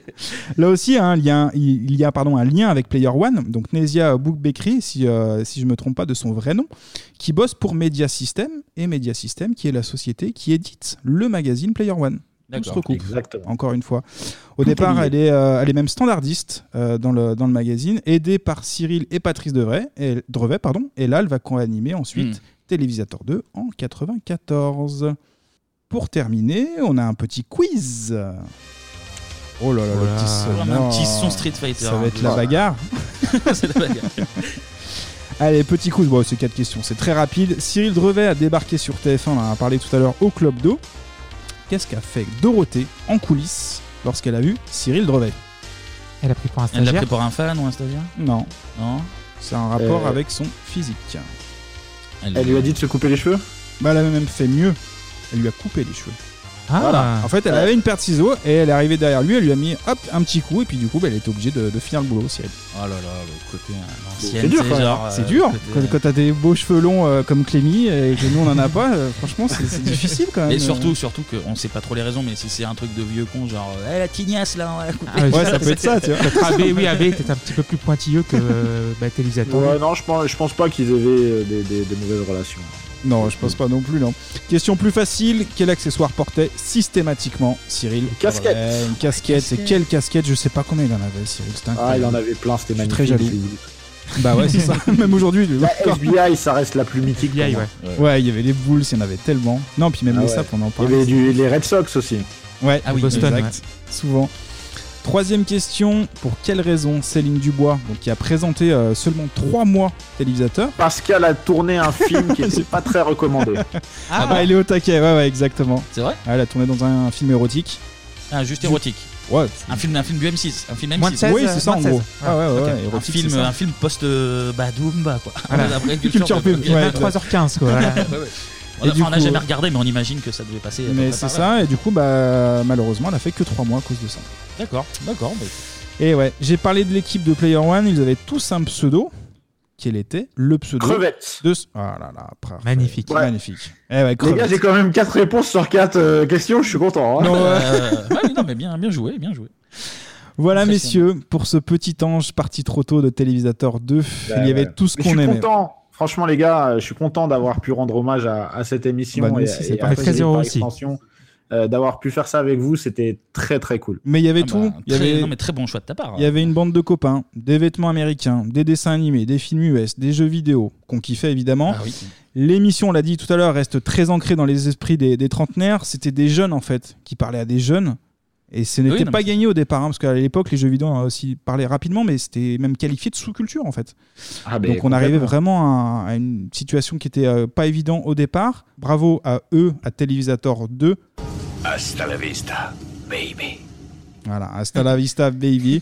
Speaker 6: là aussi, hein, il y a, un, il y a pardon, un lien avec Player One, donc Nesia Bookbekri, si, euh, si je ne me trompe pas de son vrai nom, qui bosse pour Media System, et Media System, qui est la société qui édite le magazine Player One. Tout se
Speaker 25: D'accord.
Speaker 6: recoupe,
Speaker 25: Exactement.
Speaker 6: encore une fois. Au
Speaker 25: Tout est
Speaker 6: départ,
Speaker 25: lié.
Speaker 6: elle est, euh, elle est même standardiste euh, dans, le, dans le magazine, aidée par Cyril et Patrice Devray, et, Drevet. Pardon, et là, elle va co-animer ensuite
Speaker 1: Hmm.
Speaker 6: Télévisateur 2 en 94. Pour terminer, on a un petit quiz. Oh là là,
Speaker 1: Voilà.
Speaker 6: le petit
Speaker 1: Comme
Speaker 6: sonore.
Speaker 1: un petit son Street Fighter.
Speaker 6: Ça va être la
Speaker 1: Voilà.
Speaker 6: bagarre.
Speaker 1: C'est la bagarre.
Speaker 6: Allez, petit quiz. Bon, c'est quatre questions, c'est très rapide. Cyril Drevet a débarqué sur TF1, on en a parlé tout à l'heure, au Club d'eau. Qu'est-ce qu'a fait Dorothée en coulisses lorsqu'elle a vu Cyril Drevet
Speaker 4: Elle a pris pour un
Speaker 1: Elle l'a
Speaker 4: stagiaire.
Speaker 1: pris pour un fan ou un stagiaire
Speaker 6: Non.
Speaker 1: Non.
Speaker 6: C'est un rapport
Speaker 1: Euh,
Speaker 6: avec son physique.
Speaker 1: Elle,
Speaker 25: lui a dit de se couper les cheveux
Speaker 6: Bah, elle a même fait mieux. Elle lui a coupé les cheveux.
Speaker 4: Ah.
Speaker 6: Voilà. En fait, elle avait une paire de ciseaux et elle est arrivée derrière lui, elle lui a mis hop, un petit coup et puis du coup, bah, elle était obligée de, de finir le boulot, Cyril.
Speaker 1: Oh là là, le côté euh,
Speaker 6: C'est
Speaker 1: ancien.
Speaker 6: dur,
Speaker 1: tu
Speaker 6: quand
Speaker 1: sais,
Speaker 6: même.
Speaker 1: genre,
Speaker 6: C'est
Speaker 1: euh,
Speaker 6: dur.
Speaker 1: le côté,
Speaker 6: Quand, quand t'as des beaux cheveux longs euh, comme Clémy et que nous on en a pas, euh, franchement, c'est c'est difficile quand même.
Speaker 1: Et surtout, surtout qu'on sait pas trop les raisons, mais si c'est un truc de vieux con, genre, eh la tignasse là, on va la couper.
Speaker 4: Ah,
Speaker 6: Ouais, ça peut être ça, tu vois.
Speaker 4: Peut-être AB, oui, AB était un petit peu plus pointilleux que euh, bah, Télévisateur.
Speaker 25: Ouais, non, je pense, je pense pas qu'ils avaient euh, des, des- des mauvaises relations.
Speaker 6: Non, je pense pas non plus, non. Question plus facile quel accessoire portait systématiquement Cyril
Speaker 25: casquette.
Speaker 6: Corben Une casquette. Et quelle casquette Je sais pas combien il en avait, Cyril. c'était
Speaker 25: Ah, il
Speaker 6: incroyable.
Speaker 25: en avait plein, c'était
Speaker 6: Je suis
Speaker 25: magnifique.
Speaker 6: très jaloux. Bah ouais, c'est ça. Même aujourd'hui, je
Speaker 25: La FBI, ça reste la plus mythique. pour moi.
Speaker 6: Ouais, il y avait les boules, il y en avait tellement. Non, puis même
Speaker 25: Ah
Speaker 6: les
Speaker 25: ouais.
Speaker 6: sapes, on en parle.
Speaker 25: Il y avait du- les Red Sox aussi.
Speaker 6: Ouais,
Speaker 25: Ah oui,
Speaker 6: Boston,
Speaker 25: exact.
Speaker 6: ouais. souvent. Troisième question, pour quelle raison Céline Dubois, donc, qui a présenté euh, seulement 3 mois télévisateur
Speaker 25: Parce qu'elle a tourné un film qui n'était pas très recommandé.
Speaker 6: Ah, elle est au taquet, ouais, ouais, exactement.
Speaker 1: C'est vrai
Speaker 6: Elle a tourné dans un film érotique.
Speaker 1: Un juste érotique.
Speaker 6: Ouais.
Speaker 1: Un film, un film du M6. Un film M6.
Speaker 6: Moins de 16, Oui, c'est ça, euh, en moins de gros. 16. Ah ouais, ouais, ouais,
Speaker 1: un,
Speaker 6: érotique,
Speaker 1: film,
Speaker 6: c'est ça.
Speaker 1: un film post euh, bah, Doomba, quoi.
Speaker 4: Voilà.
Speaker 1: Après,
Speaker 4: Culture pub,
Speaker 1: Doomba.
Speaker 4: ouais, 23h15, quoi.
Speaker 1: Ouais, ouais. On
Speaker 6: Et
Speaker 1: a-
Speaker 6: du
Speaker 1: enfin, on n'a
Speaker 6: coup,
Speaker 1: jamais
Speaker 6: euh,
Speaker 1: regardé, mais on imagine que ça devait passer. à peu
Speaker 6: Mais
Speaker 1: près
Speaker 6: c'est
Speaker 1: par là.
Speaker 6: ça, et du coup, bah, malheureusement, elle a fait que 3 mois à cause de ça.
Speaker 1: D'accord, d'accord. bah,
Speaker 6: Et ouais, j'ai parlé de l'équipe de Player One, ils avaient tous un pseudo. Quel était le pseudo
Speaker 25: Crevette.
Speaker 6: de ce- Ah là là, après-
Speaker 4: Magnifique.
Speaker 25: Ouais.
Speaker 6: Magnifique. Eh ouais,
Speaker 25: Les gars,
Speaker 6: crevette.
Speaker 25: j'ai quand même 4 réponses sur 4 questions, je suis content. hein.
Speaker 6: Non, ouais.
Speaker 1: Euh, ouais, mais non, mais bien, bien joué, bien joué.
Speaker 6: Voilà, messieurs, pour ce petit ange parti trop tôt de Télévisateur 2,
Speaker 25: Bah,
Speaker 6: il y avait
Speaker 25: ouais.
Speaker 6: tout ce
Speaker 25: Mais je
Speaker 6: qu'on
Speaker 25: suis
Speaker 6: aimait.
Speaker 25: Content. Franchement, les gars, euh, je suis content d'avoir pu rendre hommage à, à cette émission
Speaker 6: Bah, nous
Speaker 25: et,
Speaker 6: aussi, c'est
Speaker 25: et
Speaker 6: pas
Speaker 25: à
Speaker 6: mal.
Speaker 25: Cédric
Speaker 6: 13 euros
Speaker 25: par
Speaker 6: aussi.
Speaker 25: extension, euh, d'avoir pu faire ça avec vous, c'était très très cool.
Speaker 6: Mais il y avait
Speaker 1: Ah
Speaker 6: tout.
Speaker 1: bah,
Speaker 6: Il y
Speaker 1: très-
Speaker 6: avait-
Speaker 1: Non, mais très bon choix de ta part. hein.
Speaker 6: Il y avait une bande de copains, des vêtements américains, des dessins animés, des films US, des jeux vidéo, qu'on kiffait
Speaker 1: Ah
Speaker 6: évidemment. L'émission, on l'a dit tout à l'heure, reste très ancrée dans les esprits des, des trentenaires. C'était des jeunes en fait, qui parlaient à des jeunes. Et ce n'était
Speaker 1: non,
Speaker 6: pas
Speaker 1: mais
Speaker 6: gagné au départ, hein, parce qu'à l'époque, les jeux vidéo, on a aussi parlé rapidement, mais c'était même qualifié de sous-culture en fait.
Speaker 25: Ah, ben,
Speaker 6: Donc on arrivait vraiment à, à une situation qui était euh, pas évidente au départ. Bravo à eux, à Télévisator 2.
Speaker 15: Hasta la vista, baby.
Speaker 6: Voilà, hasta la vista, baby.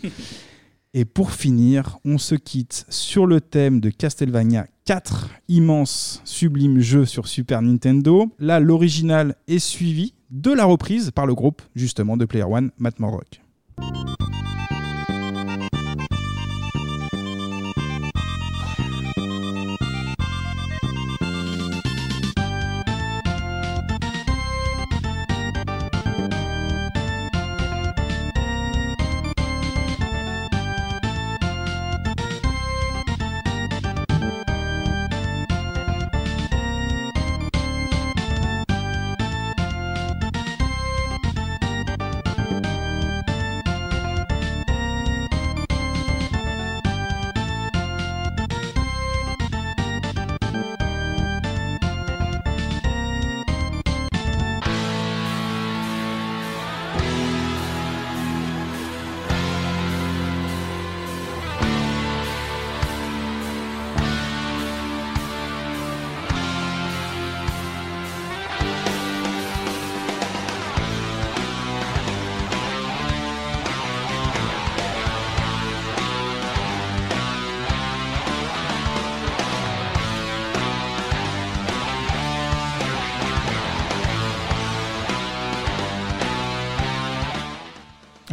Speaker 6: Et pour finir, on se quitte sur le thème de Castlevania 4, immense, sublime jeu sur Super Nintendo. Là, l'original est suivi de la reprise par le groupe, justement, de Player One, Matt Murdock.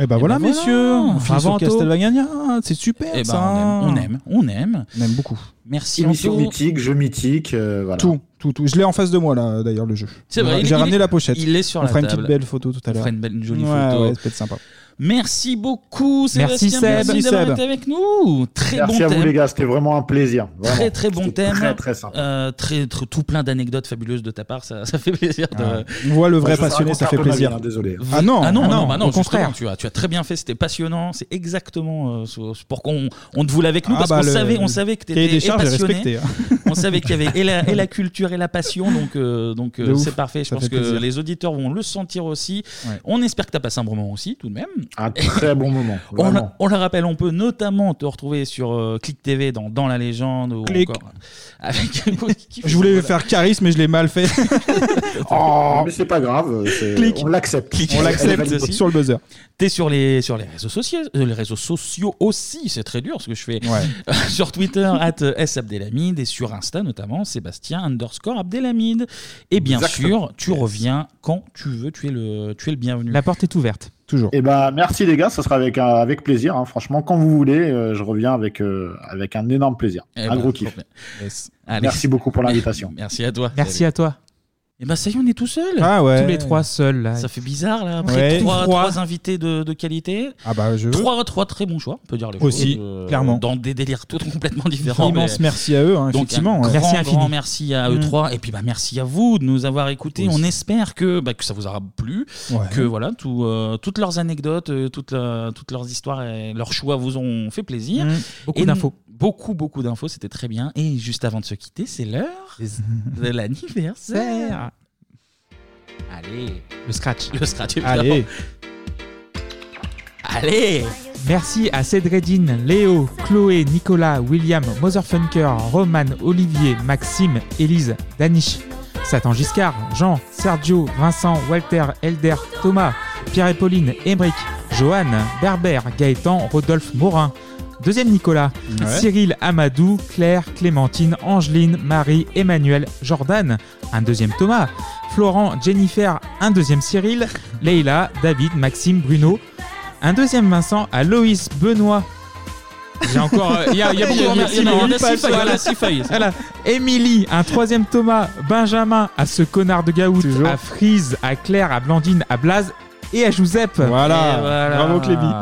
Speaker 6: Et ben voilà,
Speaker 1: ben voilà.
Speaker 6: messieurs, on finit
Speaker 1: Bravo,
Speaker 6: sur
Speaker 1: Anto.
Speaker 6: Castlevania, c'est super
Speaker 1: Eh ben,
Speaker 6: ça.
Speaker 1: on aime, on aime.
Speaker 6: On aime beaucoup.
Speaker 1: Merci
Speaker 25: Émission
Speaker 1: Anto.
Speaker 25: mythique, jeu mythique, euh, voilà.
Speaker 6: Tout, tout, tout. Je l'ai en face de moi là, d'ailleurs, le jeu.
Speaker 1: C'est vrai, il-
Speaker 6: J'ai
Speaker 1: il-
Speaker 6: ramené la pochette.
Speaker 1: il est sur
Speaker 6: on
Speaker 1: la
Speaker 6: fera une
Speaker 1: table.
Speaker 6: petite belle photo tout à
Speaker 1: On
Speaker 6: l'heure.
Speaker 1: fera une belle- une jolie
Speaker 6: Ouais,
Speaker 1: photo.
Speaker 6: ouais, ça peut être sympa.
Speaker 1: Merci beaucoup,
Speaker 6: Merci,
Speaker 1: Sébastien.
Speaker 6: Seb. Merci,
Speaker 1: d'avoir
Speaker 6: Seb.
Speaker 1: été avec nous. Très
Speaker 25: Merci
Speaker 1: bon
Speaker 25: à
Speaker 1: thème.
Speaker 25: vous les gars, c'était vraiment un plaisir. Vraiment.
Speaker 1: Très très bon
Speaker 25: C'était
Speaker 1: thème.
Speaker 25: Très très sympa.
Speaker 1: Euh, très, très- tout plein d'anecdotes fabuleuses de ta part. Ça, ça fait plaisir. De...
Speaker 6: Ah, on voit le
Speaker 25: Moi,
Speaker 6: vrai
Speaker 25: je vais
Speaker 6: passionné,
Speaker 25: raconter
Speaker 6: ça
Speaker 25: un
Speaker 6: fait
Speaker 25: peu ma
Speaker 6: plaisir.
Speaker 25: vie, hein, désolé.
Speaker 6: Ah non,
Speaker 1: ah non,
Speaker 6: ah
Speaker 1: non,
Speaker 6: non,
Speaker 1: bah non,
Speaker 6: au
Speaker 1: justement,
Speaker 6: contraire.
Speaker 1: Tu as, tu as très bien fait, c'était passionnant. C'est exactement euh, ce- ce- pour qu'on on te voulait avec nous
Speaker 6: Ah
Speaker 1: parce
Speaker 6: bah,
Speaker 1: qu'on
Speaker 6: le-
Speaker 1: savait, on
Speaker 6: le
Speaker 1: savait que
Speaker 6: cahier
Speaker 1: t'étais
Speaker 6: des
Speaker 1: et
Speaker 6: charges est
Speaker 1: passionné.
Speaker 6: respecté, hein.
Speaker 1: On savait qu'il y avait et la, et la culture et la passion, donc euh, donc euh,
Speaker 6: De ouf,
Speaker 1: c'est parfait. Je
Speaker 6: ça
Speaker 1: pense
Speaker 6: fait
Speaker 1: que
Speaker 6: plaisir.
Speaker 1: les auditeurs vont le sentir aussi.
Speaker 6: Ouais.
Speaker 1: On espère que tu as passé un bon moment aussi, tout de même.
Speaker 25: Un très bon moment.
Speaker 1: On le,
Speaker 25: Vraiment.
Speaker 1: on le rappelle, on peut notamment te retrouver sur euh, Click TV dans, dans la légende ou
Speaker 6: Click.
Speaker 1: encore avec
Speaker 6: Je voulais faire charisme, mais je l'ai mal fait.
Speaker 25: Oh, mais c'est pas grave, c'est-
Speaker 6: Clic.
Speaker 25: Euh, on l'accepte.
Speaker 6: On
Speaker 25: Elle
Speaker 6: l'accepte
Speaker 25: valide
Speaker 6: sur le buzzer.
Speaker 1: T'es sur les sur les réseaux sociaux, euh, les réseaux sociaux aussi, c'est très dur ce que je fais. sur Twitter at sabdelamide et sur Insta notamment Sébastien underscore Abdelhamid. Et bien
Speaker 25: Exactement.
Speaker 1: sûr, tu reviens quand tu veux. Tu es le tu es le bienvenu.
Speaker 4: La porte est ouverte.
Speaker 6: Toujours.
Speaker 25: Eh ben, merci les gars, ça sera avec, euh, avec plaisir. hein. Franchement, quand vous voulez, euh, je reviens avec, euh, avec un énorme plaisir.
Speaker 1: Eh
Speaker 25: un
Speaker 1: ben,
Speaker 25: gros kiff.
Speaker 1: Allez.
Speaker 25: Merci beaucoup pour l'invitation.
Speaker 1: Merci à toi.
Speaker 4: Merci
Speaker 1: Salut.
Speaker 4: à toi.
Speaker 1: Et ben ça y est, on est tout seul.
Speaker 6: Ah ouais.
Speaker 4: Tous les trois seuls. Là.
Speaker 1: Ça fait bizarre là. Après
Speaker 4: Ouais.
Speaker 1: trois,
Speaker 4: Trois.
Speaker 1: trois invités de, de qualité.
Speaker 6: Ah bah, je veux.
Speaker 1: Trois, trois très bons choix, on peut dire les
Speaker 6: Aussi,
Speaker 1: choses. Euh,
Speaker 6: clairement.
Speaker 1: Dans des délires tout complètement différents.
Speaker 6: Immense
Speaker 1: mais-
Speaker 6: merci à eux, hein,
Speaker 1: Donc,
Speaker 6: effectivement.
Speaker 1: Un
Speaker 6: ouais.
Speaker 1: grand, grand merci à eux
Speaker 6: Mm.
Speaker 1: trois. Et puis bah, merci à vous de nous avoir écoutés.
Speaker 6: Oui.
Speaker 1: On espère que, bah, que ça vous aura plu.
Speaker 6: Ouais.
Speaker 1: Que voilà, tout, euh, toutes leurs anecdotes, euh, toutes, la- toutes leurs histoires et leurs choix vous ont fait plaisir.
Speaker 4: Mm. Beaucoup
Speaker 1: Et
Speaker 4: d'infos.
Speaker 1: Beaucoup, beaucoup d'infos. C'était très bien. Et juste avant de se quitter, c'est l'heure de l'anniversaire. Allez.
Speaker 4: Le scratch.
Speaker 1: Le scratch, évidemment.
Speaker 4: Allez.
Speaker 1: Allez
Speaker 4: Merci à Cédredine, Léo, Chloé, Nicolas, William, Motherfunker, Roman, Olivier, Maxime, Élise, Danish, Satan Giscard, Jean, Sergio, Vincent, Walter, Elder, Thomas, Pierre et Pauline, Embric, Johan, Berber, Gaëtan, Rodolphe Morin, Deuxième Nicolas,
Speaker 6: Ouais.
Speaker 4: Cyril Amadou, Claire, Clémentine, Angeline, Marie, Emmanuel, Jordan, un deuxième Thomas, Florent, Jennifer, un deuxième Cyril, Leila, David, Maxime, Bruno, un deuxième Vincent à Loïs, Benoît. J'ai encore. euh, Il y a, il y a beaucoup de remerciements, hein. Voilà. Voilà. Émilie, un troisième Thomas, Benjamin à ce connard de Gaout, à Frise, à Claire, à Blandine, à Blaze et à Joseph.
Speaker 6: Voilà.
Speaker 4: Et
Speaker 6: Bravo, Clémy.
Speaker 1: Mhm.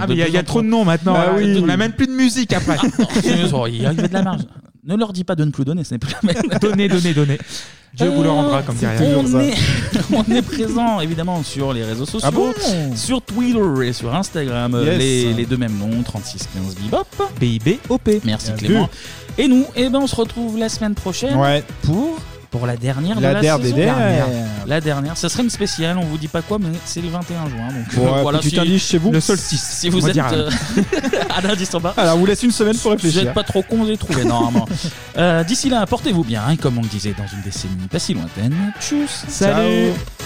Speaker 4: Ah, mais il y a- il y, a trop de noms maintenant.
Speaker 6: Ah
Speaker 4: là.
Speaker 6: oui.
Speaker 4: On n'a même plus de musique après.
Speaker 1: Ah, Sérieusement, Il y a de la marge. Ne leur dis pas de ne plus donner, ce n'est plus la même. Euh,
Speaker 4: Donnez, donnez, donnez. Dieu vous le rendra, comme dirait
Speaker 1: on
Speaker 4: Toujours ça.
Speaker 1: est, on est présent évidemment sur les réseaux sociaux,
Speaker 4: Ah bon
Speaker 1: sur Twitter et sur Instagram, euh,
Speaker 4: Yes.
Speaker 1: les, les deux mêmes noms, 3615 Bibop.
Speaker 4: B-I-B-O-P.
Speaker 1: Merci
Speaker 4: Bien
Speaker 1: Clément.
Speaker 4: vu.
Speaker 1: Et nous, eh ben, on se retrouve la semaine prochaine
Speaker 4: Ouais.
Speaker 1: pour, pour la dernière
Speaker 6: La
Speaker 1: de la
Speaker 6: der des
Speaker 1: saison.
Speaker 6: der.
Speaker 1: Dernière. La dernière. Ça serait une spéciale, on vous dit pas quoi, mais c'est le 21 juin. Donc
Speaker 6: Bon, ouais, petit indice chez vous. Le
Speaker 1: solstice. Si vous
Speaker 6: on va
Speaker 1: êtes
Speaker 6: dire.
Speaker 1: euh, un indice en bas.
Speaker 6: Alors, on vous laisse une semaine pour réfléchir.
Speaker 1: Vous êtes pas trop con, vous avez trouvé normalement. Euh, D'ici là, portez-vous bien. Et comme on le disait dans une décennie pas si lointaine, tchuss.
Speaker 6: Salut. Ciao.